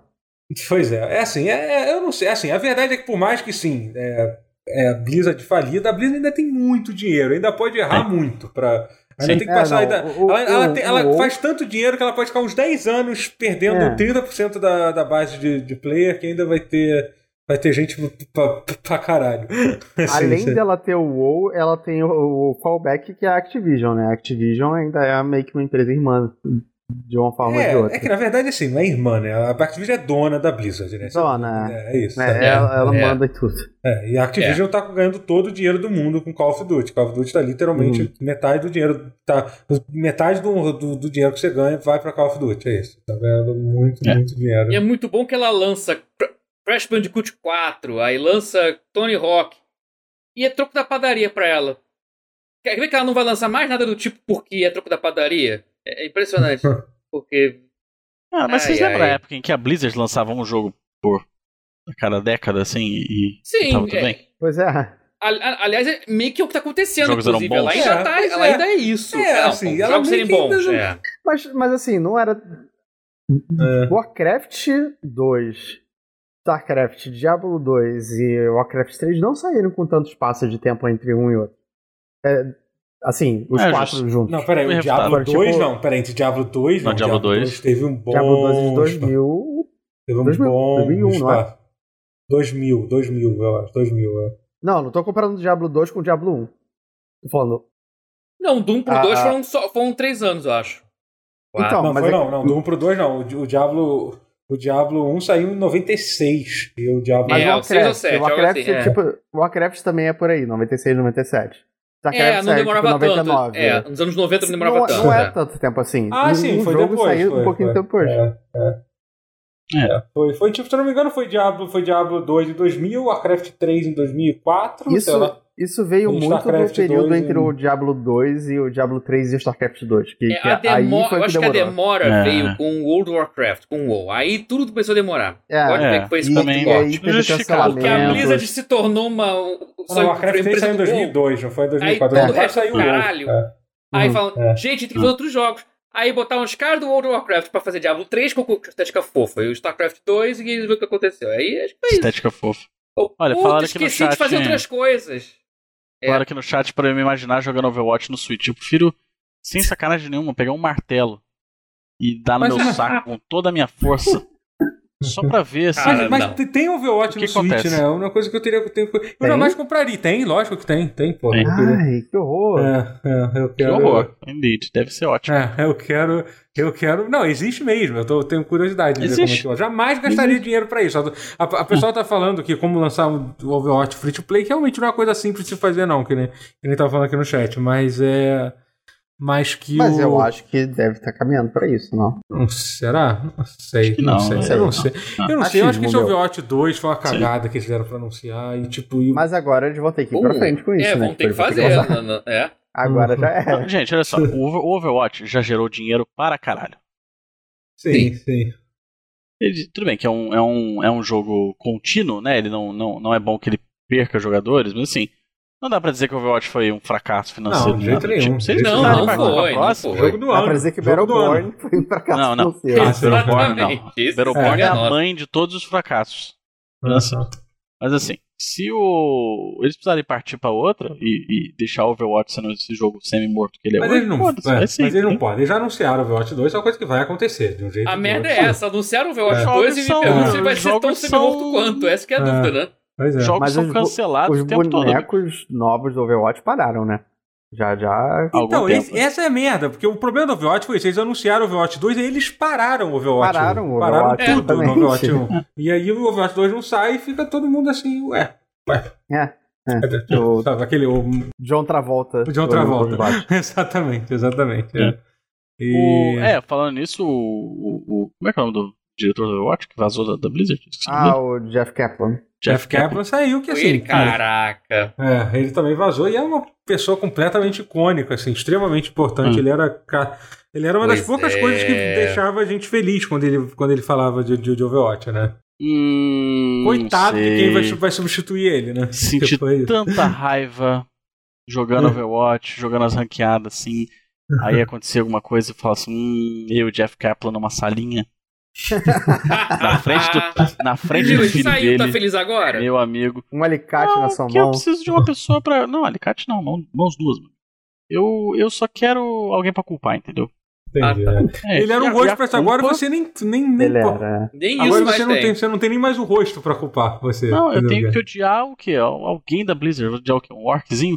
[SPEAKER 1] Pois é, é assim, é, é- eu não sei, é assim, a verdade é que por mais que sim, é, é, a Blizzard falida, a Blizzard ainda tem muito dinheiro, ainda pode errar muito para ainda
[SPEAKER 2] Sim.
[SPEAKER 1] tem que
[SPEAKER 4] É,
[SPEAKER 1] passar,
[SPEAKER 4] não,
[SPEAKER 1] ainda-
[SPEAKER 4] o-
[SPEAKER 1] ela, ela
[SPEAKER 4] o-
[SPEAKER 1] tem-
[SPEAKER 4] o
[SPEAKER 1] ela
[SPEAKER 4] WoW-
[SPEAKER 1] faz tanto dinheiro que ela pode ficar uns 10 anos perdendo
[SPEAKER 4] É.
[SPEAKER 1] 30% da, da base de, de player, que ainda vai ter vai ter gente pra, pra- pra caralho. Assim,
[SPEAKER 4] Além
[SPEAKER 1] sabe?
[SPEAKER 4] dela ter o WoW, ela tem o, o fallback que é a Activision, né? A Activision ainda é meio que uma empresa irmã, de uma forma ou de
[SPEAKER 1] é,
[SPEAKER 4] outra.
[SPEAKER 1] é que na verdade assim, não é irmã, né? A Activision é dona da Blizzard, né?
[SPEAKER 4] Dona,
[SPEAKER 1] É, é isso.
[SPEAKER 4] né?
[SPEAKER 1] sabe?
[SPEAKER 4] ela ela
[SPEAKER 3] é.
[SPEAKER 4] manda em tudo.
[SPEAKER 1] É, e a Activision tá ganhando todo o dinheiro do mundo com Call of Duty. Call of Duty tá literalmente metade do dinheiro. Tá, metade do, do, do dinheiro que você ganha vai pra Call of Duty. É isso. Tá ganhando muito,
[SPEAKER 2] É.
[SPEAKER 1] muito dinheiro.
[SPEAKER 3] E é muito bom que ela lança Cr- Crash Bandicoot 4, aí lança Tony Hawk. E é troco da padaria pra ela. Quer ver que ela não vai lançar mais nada do tipo porque é troco da padaria? É é impressionante. Porque.
[SPEAKER 2] Ah, mas vocês
[SPEAKER 3] Ai,
[SPEAKER 2] lembram a
[SPEAKER 3] ai.
[SPEAKER 2] época em que a Blizzard lançava um jogo por a cada década, assim, e.
[SPEAKER 3] Sim,
[SPEAKER 2] Tava tudo
[SPEAKER 3] é-
[SPEAKER 2] bem?
[SPEAKER 4] Pois é.
[SPEAKER 3] a- a- aliás, é meio que é o que tá acontecendo,
[SPEAKER 2] Os jogos eram
[SPEAKER 3] inclusive. Ela
[SPEAKER 2] bons.
[SPEAKER 3] ainda,
[SPEAKER 1] É,
[SPEAKER 3] tá,
[SPEAKER 1] pois
[SPEAKER 3] ela
[SPEAKER 1] é.
[SPEAKER 3] ainda é isso.
[SPEAKER 1] É,
[SPEAKER 3] Não,
[SPEAKER 1] assim,
[SPEAKER 3] os
[SPEAKER 1] ela
[SPEAKER 3] jogos
[SPEAKER 1] meio
[SPEAKER 3] serem
[SPEAKER 1] que ainda
[SPEAKER 3] bons.
[SPEAKER 1] não-
[SPEAKER 3] é.
[SPEAKER 4] Mas, mas assim, não era. É. Warcraft 2, StarCraft, Diablo 2 e Warcraft 3 não saíram com tanto espaço de tempo entre um e outro. Assim, os
[SPEAKER 2] É,
[SPEAKER 4] quatro
[SPEAKER 2] justo.
[SPEAKER 4] juntos.
[SPEAKER 1] Não, peraí,
[SPEAKER 2] Bem
[SPEAKER 1] o Diablo
[SPEAKER 4] refutado.
[SPEAKER 1] 2
[SPEAKER 4] Tipo-
[SPEAKER 1] não. Peraí, entre Diablo 2
[SPEAKER 2] Não,
[SPEAKER 1] não.
[SPEAKER 2] Diablo 2.
[SPEAKER 1] teve um bom.
[SPEAKER 4] Diablo 12 de
[SPEAKER 1] espaço.
[SPEAKER 4] 2000.
[SPEAKER 1] Teve um
[SPEAKER 4] 2000,
[SPEAKER 1] bom.
[SPEAKER 4] 2001, não é?
[SPEAKER 1] espaço. 2000, 2000, eu acho. 2000, é.
[SPEAKER 4] Não, não tô comparando o Diablo 2 com o Diablo 1. Tô falando.
[SPEAKER 3] Não, do 1 pro
[SPEAKER 4] Ah,
[SPEAKER 3] 2
[SPEAKER 4] ah.
[SPEAKER 3] foram, só, foram 3 anos, eu acho. Quatro.
[SPEAKER 4] Então,
[SPEAKER 1] Não,
[SPEAKER 4] mas
[SPEAKER 1] foi
[SPEAKER 4] é-
[SPEAKER 1] não, não. Do 1 pro 2 não. O Di- O Diablo, o Diablo 1 saiu em 96. E o Diablo.
[SPEAKER 4] Mas
[SPEAKER 3] É,
[SPEAKER 4] o
[SPEAKER 3] o seis ou
[SPEAKER 4] Warcraft,
[SPEAKER 3] sete,
[SPEAKER 4] o Warcraft,
[SPEAKER 3] algo assim, é.
[SPEAKER 4] tipo, o Warcraft também é por aí, 96, 97.
[SPEAKER 3] É,
[SPEAKER 4] Warcraft
[SPEAKER 3] não
[SPEAKER 4] saiu,
[SPEAKER 3] demorava
[SPEAKER 4] tipo,
[SPEAKER 3] tanto.
[SPEAKER 4] 99.
[SPEAKER 3] É, nos anos 90 não demorava
[SPEAKER 4] não,
[SPEAKER 3] tanto.
[SPEAKER 4] não
[SPEAKER 3] né?
[SPEAKER 4] é tanto tempo assim.
[SPEAKER 1] Ah,
[SPEAKER 4] um,
[SPEAKER 1] sim,
[SPEAKER 4] um
[SPEAKER 1] foi
[SPEAKER 4] jogo
[SPEAKER 1] depois,
[SPEAKER 4] saiu
[SPEAKER 1] foi,
[SPEAKER 4] um pouquinho
[SPEAKER 1] foi.
[SPEAKER 4] depois.
[SPEAKER 1] É, é.
[SPEAKER 2] É.
[SPEAKER 1] É, foi, foi tipo, se eu não me engano, foi Diablo, foi Diablo 2 em 2000, Warcraft 3 em 2004.
[SPEAKER 4] Isso,
[SPEAKER 1] sei lá.
[SPEAKER 4] isso veio
[SPEAKER 1] O
[SPEAKER 4] muito do
[SPEAKER 1] StarCraft
[SPEAKER 4] período
[SPEAKER 1] 2
[SPEAKER 4] entre
[SPEAKER 1] e-
[SPEAKER 4] o Diablo 2 e o Diablo 3 e o StarCraft 2. Que,
[SPEAKER 3] É,
[SPEAKER 4] que
[SPEAKER 3] a
[SPEAKER 4] aí
[SPEAKER 3] demora,
[SPEAKER 4] foi
[SPEAKER 3] eu
[SPEAKER 4] que
[SPEAKER 3] acho que a
[SPEAKER 4] demorou.
[SPEAKER 3] demora
[SPEAKER 2] É.
[SPEAKER 3] veio com o World of Warcraft, com o WoW. Aí tudo começou a demorar.
[SPEAKER 4] É,
[SPEAKER 3] Pode ver
[SPEAKER 2] é,
[SPEAKER 3] que foi esse
[SPEAKER 2] e- é
[SPEAKER 3] ponto
[SPEAKER 2] e aí-
[SPEAKER 3] forte.
[SPEAKER 4] teve
[SPEAKER 2] Justificado.
[SPEAKER 3] Porque a
[SPEAKER 4] cancelamentos.
[SPEAKER 3] Blizzard se tornou uma.
[SPEAKER 1] Não, o Warcraft 3 saiu em 2002, não foi em 2004.
[SPEAKER 3] todo
[SPEAKER 1] O Warcraft
[SPEAKER 3] resto,
[SPEAKER 1] saiu em
[SPEAKER 3] caralho.
[SPEAKER 1] 2002, é.
[SPEAKER 3] Aí
[SPEAKER 4] Uhum.
[SPEAKER 3] falam,
[SPEAKER 1] É.
[SPEAKER 3] gente, tem que fazer outros jogos. Aí botar uns caras do World of Warcraft pra fazer Diablo 3 com estética fofa. E o StarCraft 2 e viu o que aconteceu. Aí acho que foi isso.
[SPEAKER 2] Estética fofa.
[SPEAKER 3] Eu,
[SPEAKER 2] Olha,
[SPEAKER 3] puta,
[SPEAKER 2] falaram aqui no
[SPEAKER 3] esqueci de
[SPEAKER 2] chat,
[SPEAKER 3] fazer
[SPEAKER 2] hein?
[SPEAKER 3] outras coisas. É.
[SPEAKER 2] Claro que no chat pra eu me imaginar jogando Overwatch no Switch. Eu prefiro, sem sacanagem nenhuma, pegar um martelo e dar no
[SPEAKER 1] Mas
[SPEAKER 2] meu
[SPEAKER 1] uma-
[SPEAKER 2] saco com toda a minha força. Só pra ver, assim.
[SPEAKER 3] Ah,
[SPEAKER 1] Mas, mas
[SPEAKER 3] não.
[SPEAKER 1] te- tem Overwatch
[SPEAKER 2] O que
[SPEAKER 1] no Switch,
[SPEAKER 2] acontece?
[SPEAKER 1] né? É uma coisa que eu teria. Eu, tenho, eu
[SPEAKER 4] Tem?
[SPEAKER 1] jamais compraria. Tem, lógico que tem, tem, pô.
[SPEAKER 2] Tem.
[SPEAKER 1] Eu queria-
[SPEAKER 4] Ai, que horror.
[SPEAKER 1] É, é, eu
[SPEAKER 2] que
[SPEAKER 1] quero.
[SPEAKER 2] horror. Indeed, deve ser ótimo.
[SPEAKER 1] É, eu quero. Eu quero. Não, existe mesmo. Eu, tô, eu tenho curiosidade de ver como é
[SPEAKER 2] Existe.
[SPEAKER 1] que eu jamais gastaria dinheiro pra isso. A, a- a pessoa tá falando que como lançar um Overwatch free to play, que realmente não é uma coisa simples de se fazer, não, que nem, que nem tava falando aqui no chat, mas é. Mas que
[SPEAKER 4] Mas
[SPEAKER 1] o.
[SPEAKER 4] eu acho que deve estar caminhando pra isso, não?
[SPEAKER 1] Não, será? Não sei.
[SPEAKER 2] que
[SPEAKER 1] não,
[SPEAKER 2] não,
[SPEAKER 1] sei.
[SPEAKER 2] né?
[SPEAKER 1] Eu não sei. Eu não sei. Eu acho que esse
[SPEAKER 4] Achismo meu.
[SPEAKER 1] Overwatch 2 foi uma cagada que eles deram pra anunciar e tipo. E...
[SPEAKER 4] Mas agora eles vão ter que ir pra
[SPEAKER 3] Uh,
[SPEAKER 4] frente com isso,
[SPEAKER 3] é,
[SPEAKER 4] né?
[SPEAKER 3] vão ter que
[SPEAKER 4] Eles vão
[SPEAKER 3] fazer.
[SPEAKER 4] lançar.
[SPEAKER 3] não, não, é.
[SPEAKER 2] Ah,
[SPEAKER 1] Uhum.
[SPEAKER 4] Agora já é.
[SPEAKER 2] Não, gente, olha só. O Over- o Overwatch já gerou dinheiro para caralho.
[SPEAKER 1] Sim, sim.
[SPEAKER 2] Ele- tudo bem que é um, é, um, é um jogo contínuo, né? Ele não, não, não é bom que ele perca jogadores, mas assim, não dá pra dizer que o Overwatch foi um fracasso financeiro.
[SPEAKER 1] Não, de jeito
[SPEAKER 2] nada.
[SPEAKER 1] nenhum.
[SPEAKER 2] Tipo, se eles
[SPEAKER 1] De jeito
[SPEAKER 3] Não,
[SPEAKER 1] Claro,
[SPEAKER 2] precisarem
[SPEAKER 1] vai
[SPEAKER 3] não
[SPEAKER 2] pagar pra
[SPEAKER 3] foi, não
[SPEAKER 2] próximo,
[SPEAKER 3] foi.
[SPEAKER 1] Jogo do ano.
[SPEAKER 4] Dá pra dizer que
[SPEAKER 1] jogo do ano.
[SPEAKER 4] Battleborn foi um fracasso
[SPEAKER 2] Não, não.
[SPEAKER 4] financeiro.
[SPEAKER 2] Ah, Battleborn não.
[SPEAKER 3] Exatamente.
[SPEAKER 2] Battleborn é
[SPEAKER 3] É.
[SPEAKER 2] a mãe de todos os fracassos.
[SPEAKER 1] Uhum.
[SPEAKER 2] Mas assim, se o eles precisarem partir pra outra e, e deixar o Overwatch sendo esse jogo semi-morto que ele é né?
[SPEAKER 1] Mas
[SPEAKER 2] hoje,
[SPEAKER 1] eles não,
[SPEAKER 2] foda-se,
[SPEAKER 1] é,
[SPEAKER 2] vai
[SPEAKER 1] mas
[SPEAKER 2] ser,
[SPEAKER 1] eles não
[SPEAKER 2] entendeu?
[SPEAKER 1] podem. Eles já anunciaram o Overwatch 2, é uma coisa que vai acontecer. De um jeito
[SPEAKER 3] A
[SPEAKER 1] ou de
[SPEAKER 3] merda é
[SPEAKER 1] outro.
[SPEAKER 3] essa, anunciaram o
[SPEAKER 2] É.
[SPEAKER 3] Overwatch 2 e me
[SPEAKER 2] Jogos
[SPEAKER 3] perguntam
[SPEAKER 1] são-
[SPEAKER 3] se vai ser tão
[SPEAKER 2] jogos
[SPEAKER 3] semi-morto
[SPEAKER 2] são-
[SPEAKER 3] quanto. Essa que é a
[SPEAKER 1] É.
[SPEAKER 3] dúvida, né?
[SPEAKER 1] Pois é.
[SPEAKER 2] Os jogos
[SPEAKER 4] Mas
[SPEAKER 2] são
[SPEAKER 4] os bo-
[SPEAKER 2] cancelados
[SPEAKER 4] Os
[SPEAKER 2] o tempo todo. né? amigo.
[SPEAKER 4] bonecos novos do Overwatch pararam, né? Já, já.
[SPEAKER 2] Algum
[SPEAKER 1] Então,
[SPEAKER 2] tempo.
[SPEAKER 1] esse- essa é a merda, porque o problema do Overwatch foi isso. Eles anunciaram o Overwatch 2 e eles pararam o Overwatch
[SPEAKER 4] Pararam
[SPEAKER 1] 1.
[SPEAKER 4] o
[SPEAKER 1] pararam
[SPEAKER 4] Overwatch,
[SPEAKER 1] tudo no
[SPEAKER 4] exatamente.
[SPEAKER 1] Overwatch 1. E aí o Overwatch 2 não sai e fica todo mundo assim, ué.
[SPEAKER 4] É.
[SPEAKER 1] cadê?
[SPEAKER 4] O-
[SPEAKER 1] Sabe, aquele. o-
[SPEAKER 4] John Travolta.
[SPEAKER 1] Ah, é. O John
[SPEAKER 4] do-
[SPEAKER 1] Travolta.
[SPEAKER 4] do Overwatch.
[SPEAKER 1] exatamente, exatamente. É.
[SPEAKER 2] O-
[SPEAKER 1] E-
[SPEAKER 2] é, falando nisso, o, o- o- Como é que é o nome do diretor do Overwatch que vazou da, da Blizzard? Esqueci o nome
[SPEAKER 4] Ah,
[SPEAKER 2] dele.
[SPEAKER 4] o Jeff Kaplan.
[SPEAKER 1] Jeff Kaplan saiu, que assim.
[SPEAKER 3] Ele, caraca.
[SPEAKER 1] É, ele também vazou e é uma pessoa completamente icônica, assim, extremamente importante.
[SPEAKER 2] Hum.
[SPEAKER 1] Ele era ca- ele era uma das
[SPEAKER 3] Pois
[SPEAKER 1] poucas
[SPEAKER 3] é.
[SPEAKER 1] coisas que deixava a gente feliz quando ele, quando ele falava de, de, de Overwatch, né?
[SPEAKER 2] Hum,
[SPEAKER 1] Coitado
[SPEAKER 2] não
[SPEAKER 1] de quem vai,
[SPEAKER 2] sei.
[SPEAKER 1] su- vai substituir ele, né?
[SPEAKER 2] Senti
[SPEAKER 1] Tipo, ele-
[SPEAKER 2] tanta raiva jogando
[SPEAKER 1] É.
[SPEAKER 2] Overwatch, jogando as ranqueadas assim. Aí acontecia alguma coisa e falava assim: hum, eu e Jeff Kaplan numa salinha.
[SPEAKER 1] Ah,
[SPEAKER 2] Na frente do, na frente do
[SPEAKER 3] Viu, ele
[SPEAKER 2] filho
[SPEAKER 3] saiu, tá
[SPEAKER 2] dele,
[SPEAKER 3] feliz agora?
[SPEAKER 2] meu amigo.
[SPEAKER 4] Um alicate na sua
[SPEAKER 2] Ah, que eu
[SPEAKER 4] mão.
[SPEAKER 2] preciso de uma pessoa pra. Não, alicate não, mão- mãos duas, mano. Eu, eu só quero alguém pra culpar, entendeu?
[SPEAKER 1] Entendi,
[SPEAKER 3] Ah,
[SPEAKER 1] né?
[SPEAKER 2] É,
[SPEAKER 1] Ele era
[SPEAKER 2] e
[SPEAKER 1] um
[SPEAKER 2] a- e
[SPEAKER 1] rosto
[SPEAKER 2] a
[SPEAKER 1] pra isso. Agora
[SPEAKER 2] culpa-
[SPEAKER 1] você nem. nem, nem
[SPEAKER 4] Ele
[SPEAKER 1] pô,
[SPEAKER 4] era.
[SPEAKER 3] Nem
[SPEAKER 1] Agora
[SPEAKER 3] isso mais
[SPEAKER 1] você não,
[SPEAKER 3] tem.
[SPEAKER 1] tem, você não tem nem mais o rosto pra culpar você.
[SPEAKER 2] é Não, eu
[SPEAKER 1] entendeu?
[SPEAKER 2] tenho que odiar o quê? Al- Alguém da Blizzard, eu vou odiar o quê? Um orczinho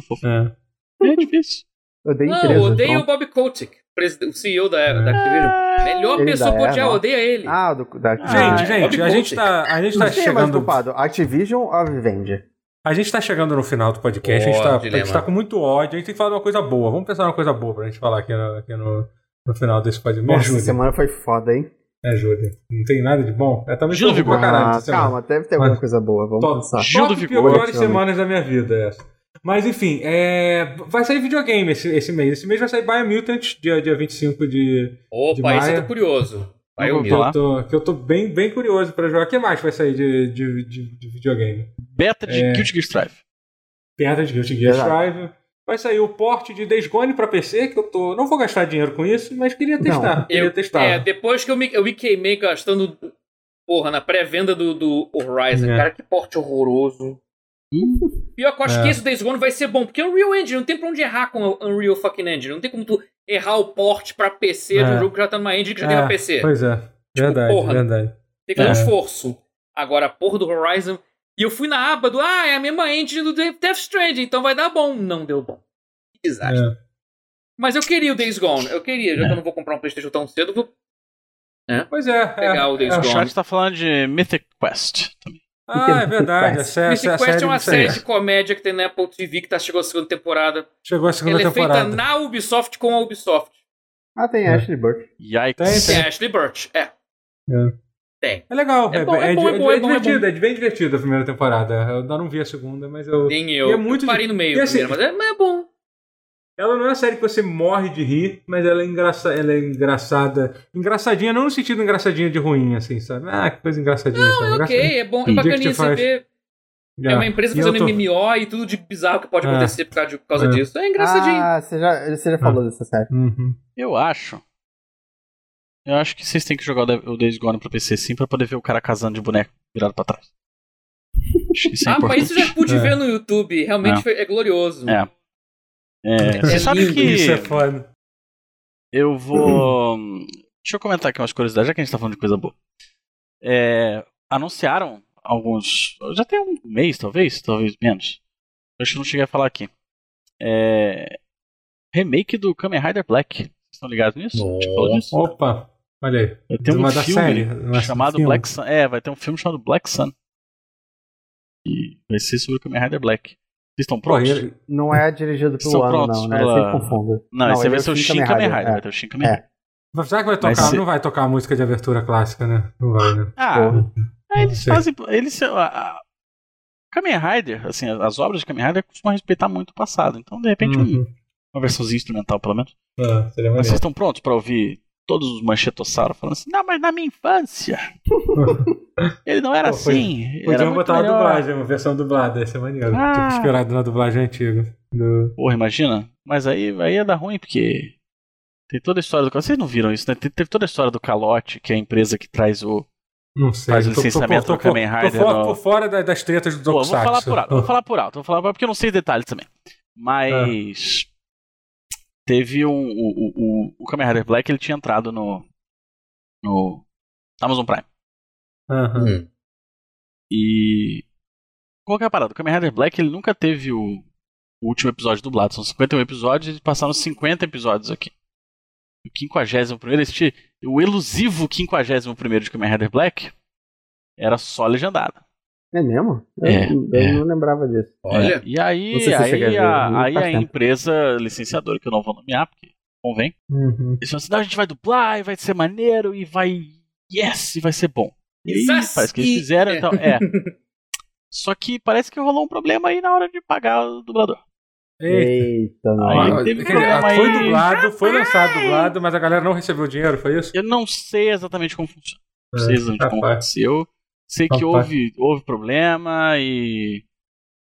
[SPEAKER 2] fofo?
[SPEAKER 1] É.
[SPEAKER 2] É difícil.
[SPEAKER 4] Eu odeio
[SPEAKER 3] Não,
[SPEAKER 4] empresas,
[SPEAKER 3] odeio
[SPEAKER 4] então.
[SPEAKER 3] o Bob Kotick, presid- o CEO da,
[SPEAKER 1] É.
[SPEAKER 3] da Activision. Melhor
[SPEAKER 4] Ele
[SPEAKER 3] pessoa
[SPEAKER 4] dá,
[SPEAKER 3] pra
[SPEAKER 4] é,
[SPEAKER 3] odiar,
[SPEAKER 4] não.
[SPEAKER 3] odeia ele.
[SPEAKER 4] Ah, do, da
[SPEAKER 2] Ah,
[SPEAKER 1] Gente,
[SPEAKER 2] é.
[SPEAKER 1] gente, a
[SPEAKER 3] Bob
[SPEAKER 1] gente tá, a gente tá
[SPEAKER 4] Quem é mais
[SPEAKER 1] chegando.
[SPEAKER 4] culpado? Activision ou a Vivendi?
[SPEAKER 1] A gente tá chegando no final do podcast, a gente,
[SPEAKER 3] Ó,
[SPEAKER 1] tá,
[SPEAKER 3] dilema.
[SPEAKER 1] a gente tá com muito ódio, a gente tem que falar de uma coisa boa. Vamos pensar numa coisa boa pra gente falar aqui no, aqui no, no final desse podcast. Me
[SPEAKER 4] Nossa,
[SPEAKER 1] ajudem,
[SPEAKER 4] semana foi foda, hein?
[SPEAKER 1] me ajudem. Não tem nada de bom? É, Eu também
[SPEAKER 2] Gil
[SPEAKER 1] tô pra
[SPEAKER 2] do Vigor.
[SPEAKER 1] caralho
[SPEAKER 4] Ah,
[SPEAKER 1] essa semana.
[SPEAKER 4] calma, deve ter alguma
[SPEAKER 1] Mas-
[SPEAKER 4] coisa boa, vamos
[SPEAKER 1] Tô-
[SPEAKER 4] pensar.
[SPEAKER 2] Gil do
[SPEAKER 1] Top
[SPEAKER 2] Vigor.
[SPEAKER 1] piores
[SPEAKER 4] ultimamente.
[SPEAKER 1] semanas da minha vida essa. Mas enfim, é, vai sair videogame esse, esse mês. Esse mês vai sair Biomutant, dia, dia 25 de. de
[SPEAKER 3] Opa,
[SPEAKER 1] Maia.
[SPEAKER 3] isso eu tô curioso. Vai
[SPEAKER 2] Não
[SPEAKER 3] o
[SPEAKER 2] vou
[SPEAKER 1] Que
[SPEAKER 3] meu.
[SPEAKER 2] falar.
[SPEAKER 1] eu tô, que eu tô bem, bem curioso pra jogar. O que mais vai sair de, de, de, de videogame?
[SPEAKER 2] Beta de
[SPEAKER 1] É.
[SPEAKER 2] Guilty Gear Strive.
[SPEAKER 1] Piada de Guilty Gear
[SPEAKER 4] Verdade.
[SPEAKER 1] Strive. Vai sair o porte de Days Gone pra PC, que eu tô. Não vou gastar dinheiro com isso, mas queria testar. queria
[SPEAKER 3] Eu,
[SPEAKER 1] testar.
[SPEAKER 3] é, depois que eu me, eu me queimei gastando porra na pré-venda do, do Horizon.
[SPEAKER 1] É.
[SPEAKER 3] Cara, que porte horroroso. Pior que eu acho
[SPEAKER 1] É.
[SPEAKER 3] que esse Days Gone vai ser bom, porque é Unreal Engine, não tem pra onde errar com o Unreal fucking Engine. Não tem como tu errar o port pra PC de
[SPEAKER 1] É.
[SPEAKER 3] um jogo que já tá numa engine que já tem
[SPEAKER 1] É,
[SPEAKER 3] na PC.
[SPEAKER 1] Pois é. Verdade,
[SPEAKER 3] tipo, porra.
[SPEAKER 1] verdade.
[SPEAKER 3] Tem que dar um
[SPEAKER 1] É.
[SPEAKER 3] esforço. Agora, a porra do Horizon. E eu fui na aba do, ah, é a mesma engine do Death Stranding, então vai dar bom. Não deu bom. Que desastre.
[SPEAKER 1] É.
[SPEAKER 3] Mas eu queria o Days Gone, eu queria. Já que eu não vou comprar um PlayStation tão cedo, eu vou
[SPEAKER 1] Pois é.
[SPEAKER 3] pegar
[SPEAKER 1] é.
[SPEAKER 3] o Days
[SPEAKER 1] é.
[SPEAKER 2] O
[SPEAKER 3] Gone.
[SPEAKER 2] chat tá falando de Mythic Quest.
[SPEAKER 1] Ah, é verdade. Essa, essa,
[SPEAKER 3] Mystic
[SPEAKER 1] essa
[SPEAKER 3] Quest é uma
[SPEAKER 1] disso aí.
[SPEAKER 3] série de comédia que tem na Apple TV que tá, chegou à segunda temporada.
[SPEAKER 1] Chegou a segunda
[SPEAKER 3] Ela é
[SPEAKER 1] temporada.
[SPEAKER 3] feita na Ubisoft com a Ubisoft.
[SPEAKER 4] Ah, tem
[SPEAKER 1] É.
[SPEAKER 4] Ashley Burke.
[SPEAKER 2] Yikes.
[SPEAKER 1] Tem.
[SPEAKER 3] É Ashley Birch, é.
[SPEAKER 1] É legal.
[SPEAKER 3] É bom, é bom,
[SPEAKER 1] di-
[SPEAKER 3] é bom, é bom, é
[SPEAKER 1] divertido. É, bem divertido a primeira temporada. Eu ainda não vi a segunda, mas eu...
[SPEAKER 3] Nem eu.
[SPEAKER 1] E é muito
[SPEAKER 3] eu parei no meio,
[SPEAKER 1] e assim-
[SPEAKER 3] primeiro, mas, é, mas é bom.
[SPEAKER 1] Ela não é uma série que você morre de rir, mas ela é, engraça... ela é engraçada. Engraçadinha, não no sentido engraçadinha de ruim, assim, sabe? Ah, que coisa engraçadinha. sabe? Engraçadinha.
[SPEAKER 3] Ok, é bom, é
[SPEAKER 1] Sim.
[SPEAKER 3] bacaninha
[SPEAKER 1] Objectify.
[SPEAKER 3] você ver. É. uma empresa
[SPEAKER 1] E eu
[SPEAKER 3] fazendo
[SPEAKER 1] tô-
[SPEAKER 3] MMO e tudo de bizarro que pode
[SPEAKER 1] É.
[SPEAKER 3] acontecer por causa, de- por causa
[SPEAKER 1] É.
[SPEAKER 3] disso. É engraçadinho.
[SPEAKER 4] Ah, você já, você já falou dessa série.
[SPEAKER 1] Uhum.
[SPEAKER 2] Eu acho. Eu acho que vocês têm que jogar o Da- o Days Gone pra PC sim pra poder ver o cara casando de boneco virado pra trás. Acho que isso é
[SPEAKER 3] ah, mas
[SPEAKER 2] importante.
[SPEAKER 3] isso eu já pude
[SPEAKER 1] É.
[SPEAKER 3] ver no YouTube. Realmente
[SPEAKER 2] É.
[SPEAKER 3] foi- é, glorioso.
[SPEAKER 2] É. É, você
[SPEAKER 3] É
[SPEAKER 2] sabe
[SPEAKER 3] lindo,
[SPEAKER 2] que
[SPEAKER 1] Isso é foda.
[SPEAKER 2] eu vou. Deixa eu comentar aqui umas curiosidades, já que a gente tá falando de coisa boa. É, anunciaram alguns. Já tem um mês, talvez, talvez menos. Acho que eu não cheguei a falar aqui. É, remake do Kamen Rider Black. Vocês estão ligados nisso? A gente falou disso?
[SPEAKER 1] Opa, olha aí.
[SPEAKER 2] Eu tenho um
[SPEAKER 1] Uma da
[SPEAKER 2] filme
[SPEAKER 1] série, uma-
[SPEAKER 2] chamado
[SPEAKER 1] filme.
[SPEAKER 2] Black Sun. É, vai ter um filme chamado Black Sun. E vai ser sobre o Kamen Rider Black. Vocês estão
[SPEAKER 1] Pô,
[SPEAKER 2] prontos?
[SPEAKER 1] ele-
[SPEAKER 4] Não é dirigido pelo
[SPEAKER 2] São
[SPEAKER 4] ano,
[SPEAKER 2] prontos
[SPEAKER 4] não, né?
[SPEAKER 2] pela-
[SPEAKER 4] Sempre confundo.
[SPEAKER 2] Não, esse
[SPEAKER 4] ele
[SPEAKER 2] vai
[SPEAKER 4] é
[SPEAKER 2] ser o
[SPEAKER 4] Shin
[SPEAKER 2] Shin Kamen Rider. Vai ter o Shin Kamen
[SPEAKER 4] É.
[SPEAKER 2] Rider.
[SPEAKER 1] Será que vai tocar?
[SPEAKER 2] Mas se-
[SPEAKER 1] Não vai tocar a música de abertura clássica, né? Não vai, né?
[SPEAKER 2] Ah,
[SPEAKER 4] Porra.
[SPEAKER 2] é, eles
[SPEAKER 1] Sei.
[SPEAKER 2] fazem. Eles, a, a, Kamen Rider, assim, as- as obras de Kamen Rider costumam respeitar muito o passado. Então, de repente, um-
[SPEAKER 1] Uhum.
[SPEAKER 2] uma versãozinha instrumental, pelo menos.
[SPEAKER 1] Ah, seria
[SPEAKER 2] Mas
[SPEAKER 1] maneiro.
[SPEAKER 2] vocês estão prontos pra ouvir todos os manchetossauro falando assim: não, mas na minha infância. ele não era
[SPEAKER 1] Pô, foi-
[SPEAKER 2] assim. era
[SPEAKER 1] Podiam
[SPEAKER 2] muito
[SPEAKER 1] botar uma
[SPEAKER 2] melhor."
[SPEAKER 1] dublagem, uma versão dublada, ia ser maneiro.
[SPEAKER 2] Ah.
[SPEAKER 1] Tipo, inspirado na dublagem antiga. Do...
[SPEAKER 2] Porra, imagina? Mas aí, aí ia dar ruim, porque tem toda a história do. Vocês não viram isso, né? Te- Teve toda a história do Calote, que é a empresa que traz o.
[SPEAKER 1] Não sei.
[SPEAKER 2] Faz o
[SPEAKER 1] eu tô- tô-
[SPEAKER 2] licenciamento
[SPEAKER 1] tô-
[SPEAKER 2] do Kamen
[SPEAKER 1] tô-
[SPEAKER 2] Rider
[SPEAKER 1] Tô
[SPEAKER 2] no-
[SPEAKER 1] fora, por fora da- das tretas do
[SPEAKER 2] Pô, eu
[SPEAKER 1] Tokusatsu.
[SPEAKER 2] vou falar por alto, vou falar por alto, vou falar por alto, porque eu não sei detalhes também. Mas. Teve um. O, o, o, o Kamen Rider Black ele tinha entrado no. No. Amazon Prime.
[SPEAKER 1] Aham.
[SPEAKER 3] Hum.
[SPEAKER 2] E. Qual que é a parada? O Kamen Rider Black ele nunca teve o, o último episódio dublado. São 51 episódios e eles passaram 50 episódios aqui. O 51 primeiro, este, o elusivo 51 primeiro de Kamen Rider Black era só legendado.
[SPEAKER 4] É mesmo? Eu,
[SPEAKER 2] É,
[SPEAKER 4] eu
[SPEAKER 2] é.
[SPEAKER 4] não lembrava disso.
[SPEAKER 3] Olha.
[SPEAKER 2] E aí,
[SPEAKER 4] Não sei se você quer
[SPEAKER 2] aí,
[SPEAKER 4] ver,
[SPEAKER 2] a,
[SPEAKER 4] não
[SPEAKER 2] aí
[SPEAKER 4] faz
[SPEAKER 2] a
[SPEAKER 4] tempo.
[SPEAKER 2] empresa licenciadora, que eu não vou nomear, porque convém,
[SPEAKER 1] Uhum.
[SPEAKER 2] eles falam assim, não, a gente vai dublar, e vai ser maneiro, e vai... Yes, e vai ser bom. E aí,
[SPEAKER 3] Sas-
[SPEAKER 2] faz o que eles
[SPEAKER 3] e-
[SPEAKER 2] fizeram
[SPEAKER 3] é.
[SPEAKER 2] e tal. É. Só que parece que rolou um problema aí na hora de pagar o dublador.
[SPEAKER 1] Eita.
[SPEAKER 4] Eita,
[SPEAKER 2] Aí
[SPEAKER 4] não.
[SPEAKER 1] Ah,
[SPEAKER 2] teve
[SPEAKER 1] é,
[SPEAKER 2] problema aí.
[SPEAKER 1] Foi dublado, foi lançado dublado, mas a galera não recebeu o dinheiro, foi isso?
[SPEAKER 2] Eu não sei exatamente como funciona. Não
[SPEAKER 4] É,
[SPEAKER 2] sei exatamente como
[SPEAKER 1] Rapaz.
[SPEAKER 2] aconteceu. Sei que
[SPEAKER 1] Rapaz.
[SPEAKER 2] houve, houve problema e,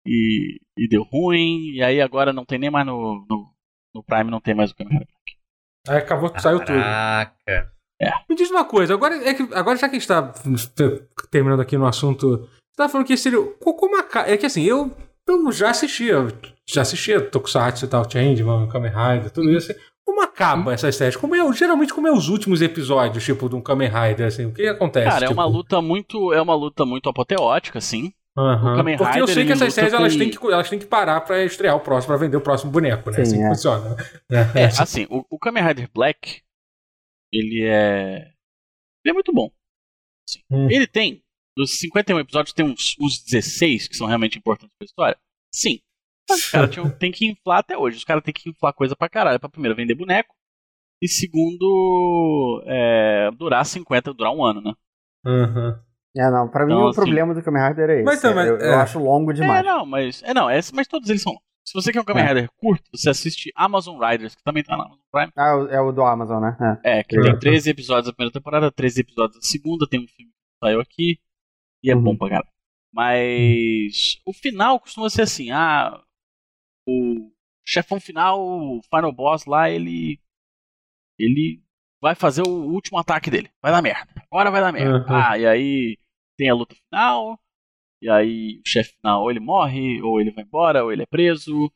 [SPEAKER 2] e. e deu ruim. E aí agora não tem nem mais no. no, no Prime não tem mais o Kamen Rider.
[SPEAKER 1] Aí acabou, saiu tudo.
[SPEAKER 2] Ah.
[SPEAKER 3] Caraca.
[SPEAKER 1] Me diz uma coisa, agora, é que, agora já que a gente tá te- terminando aqui no assunto, você tá falando que seria. co- Como a, ca- é que assim, eu, eu já assistia, eu já assistia Tokusatsu e tal, Changeman, Kamen Rider, tudo isso. Como acaba essas séries? Como é, o- geralmente, como é os últimos episódios, tipo, de um Kamen Rider, assim, o que acontece?
[SPEAKER 2] Cara, é
[SPEAKER 1] tipo?
[SPEAKER 2] uma luta muito. É uma luta muito apoteótica, assim.
[SPEAKER 1] Aham.
[SPEAKER 2] o Kamen
[SPEAKER 1] Porque eu
[SPEAKER 2] Rider,
[SPEAKER 1] sei que
[SPEAKER 2] ele
[SPEAKER 1] essas
[SPEAKER 2] luta
[SPEAKER 1] séries elas,
[SPEAKER 2] com-
[SPEAKER 1] têm que, elas têm que parar pra estrear o próximo, pra vender o próximo boneco, né?
[SPEAKER 4] Sim,
[SPEAKER 1] assim que
[SPEAKER 4] é.
[SPEAKER 1] funciona.
[SPEAKER 2] É, assim, o, o Kamen Rider Black, ele é. Ele é muito bom. Assim,
[SPEAKER 1] Hum.
[SPEAKER 2] Ele tem. Dos 51 episódios, tem uns, uns 16 que são realmente importantes pra história. Sim. Mas os caras tinham- tem que inflar até hoje. Os caras têm que inflar coisa pra caralho. Pra primeiro vender boneco. E segundo. é, durar 50, durar um ano, né?
[SPEAKER 1] Aham.
[SPEAKER 4] É, não. Pra mim,
[SPEAKER 2] Então,
[SPEAKER 4] o
[SPEAKER 2] assim-
[SPEAKER 4] problema do Kamen Rider é esse.
[SPEAKER 1] Mas também-
[SPEAKER 4] eu, eu
[SPEAKER 1] é.
[SPEAKER 4] acho longo demais.
[SPEAKER 2] É, não, mas. É, não, é, mas todos eles são. Se você quer um Kamen
[SPEAKER 4] É.
[SPEAKER 2] Rider curto, você assiste Amazon Riders, que também tá na Amazon Prime.
[SPEAKER 4] Ah, o- é o do Amazon, né? É.
[SPEAKER 2] É, que
[SPEAKER 1] É.
[SPEAKER 2] tem 13 episódios da primeira temporada, 13 episódios da segunda, tem um filme que saiu aqui, e é
[SPEAKER 4] Uhum.
[SPEAKER 2] bom pra caralho. Mas o final costuma ser assim, ah, o chefão final, o final boss lá, ele ele vai fazer o Ah, último ataque dele, vai dar merda, agora vai dar merda.
[SPEAKER 1] Uhum.
[SPEAKER 2] Ah, e aí tem a luta final, E aí o chefe final, ou ele morre, ou ele vai embora, ou ele é preso.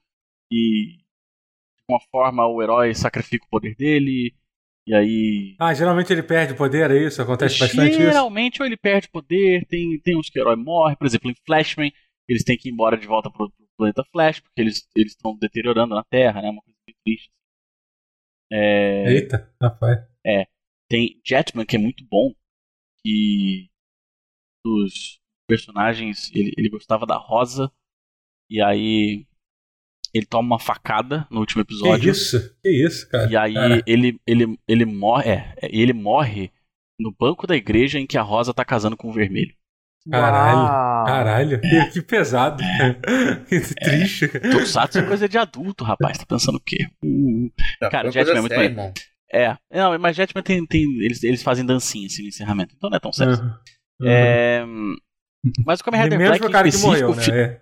[SPEAKER 2] E de alguma forma o herói sacrifica o poder dele. E aí.
[SPEAKER 1] Ah, geralmente ele perde o poder, é isso? Acontece bastante isso?
[SPEAKER 2] Geralmente ou ele perde o poder, tem, tem uns que o herói morre, por exemplo, em Flashman, eles têm que ir embora de volta pro planeta Flash, porque eles eles estão deteriorando na Terra, né? Uma coisa muito triste. É,
[SPEAKER 1] Eita, rapaz.
[SPEAKER 2] tem Jetman, que é muito bom, que dos personagens, ele, ele gostava da Rosa, e aí ele toma uma facada no último
[SPEAKER 1] Que
[SPEAKER 2] episódio.
[SPEAKER 1] isso? Que isso, cara?
[SPEAKER 2] E aí
[SPEAKER 1] Cara,
[SPEAKER 2] ele, ele, ele morre. É, é, ele morre no banco da igreja em que a Rosa tá casando com o vermelho.
[SPEAKER 1] Caralho,
[SPEAKER 4] Uau.
[SPEAKER 1] Caralho, que, que pesado.
[SPEAKER 2] É.
[SPEAKER 1] que triste. cara.
[SPEAKER 2] Tokusatsu é coisa de adulto, rapaz. Tá pensando o quê? Uh, uh.
[SPEAKER 3] Tá, foi
[SPEAKER 2] Cara, Jetman
[SPEAKER 3] coisa
[SPEAKER 2] é muito
[SPEAKER 3] séria,
[SPEAKER 2] bom.
[SPEAKER 3] irmão.
[SPEAKER 2] É. Não, mas Jetman tem. tem eles, eles fazem dancinha assim no encerramento. Então não é tão sério.
[SPEAKER 1] Uhum.
[SPEAKER 2] É, mas o Kamen
[SPEAKER 1] E
[SPEAKER 2] Rider
[SPEAKER 1] mesmo
[SPEAKER 2] Black.
[SPEAKER 1] pro
[SPEAKER 2] em
[SPEAKER 1] cara que
[SPEAKER 2] específico,
[SPEAKER 1] morreu, né?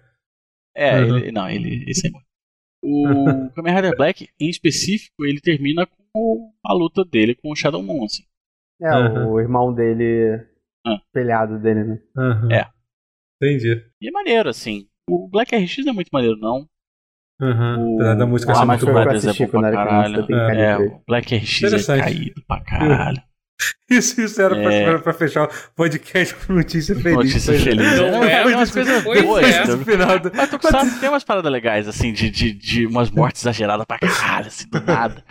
[SPEAKER 2] É,
[SPEAKER 1] Uhum.
[SPEAKER 2] ele, não, ele, esse é bom. O Kamen Rider Black, em específico, ele termina com o- a luta dele com o Shadow Moon, assim.
[SPEAKER 4] É, o irmão dele.
[SPEAKER 2] Ah.
[SPEAKER 4] Pelhado dele, né?
[SPEAKER 1] É. Uhum.
[SPEAKER 2] É.
[SPEAKER 1] Entendi.
[SPEAKER 2] E é maneiro, assim. O Black RX não é muito maneiro, não.
[SPEAKER 1] Uhum.
[SPEAKER 2] O-
[SPEAKER 1] Apesar da música
[SPEAKER 2] o
[SPEAKER 1] ser
[SPEAKER 4] Ah, mas
[SPEAKER 1] muito
[SPEAKER 4] foi o que
[SPEAKER 2] Amateur
[SPEAKER 1] boa.
[SPEAKER 4] eu
[SPEAKER 2] Brothers é
[SPEAKER 4] assisti
[SPEAKER 2] bom
[SPEAKER 4] quando
[SPEAKER 2] pra
[SPEAKER 4] era criança, eu
[SPEAKER 2] caralho.
[SPEAKER 4] tenho
[SPEAKER 1] É.
[SPEAKER 4] carinho
[SPEAKER 2] É,
[SPEAKER 4] pra ele.
[SPEAKER 2] o Black RX é
[SPEAKER 1] Interessante.
[SPEAKER 2] caído pra caralho.
[SPEAKER 1] Isso, isso era pra,
[SPEAKER 2] É.
[SPEAKER 1] pra- pra fechar o podcast com notícia feliz.
[SPEAKER 2] Notícia
[SPEAKER 1] Pois é.
[SPEAKER 2] feliz.
[SPEAKER 3] Não
[SPEAKER 1] Depois
[SPEAKER 3] é umas
[SPEAKER 1] do-
[SPEAKER 3] coisas
[SPEAKER 1] depois
[SPEAKER 2] boas,
[SPEAKER 1] do
[SPEAKER 2] né?
[SPEAKER 1] final do-
[SPEAKER 2] Mas Tokusatsu tem umas paradas legais, assim, de, de, de umas mortes exageradas pra caralho, assim, do nada.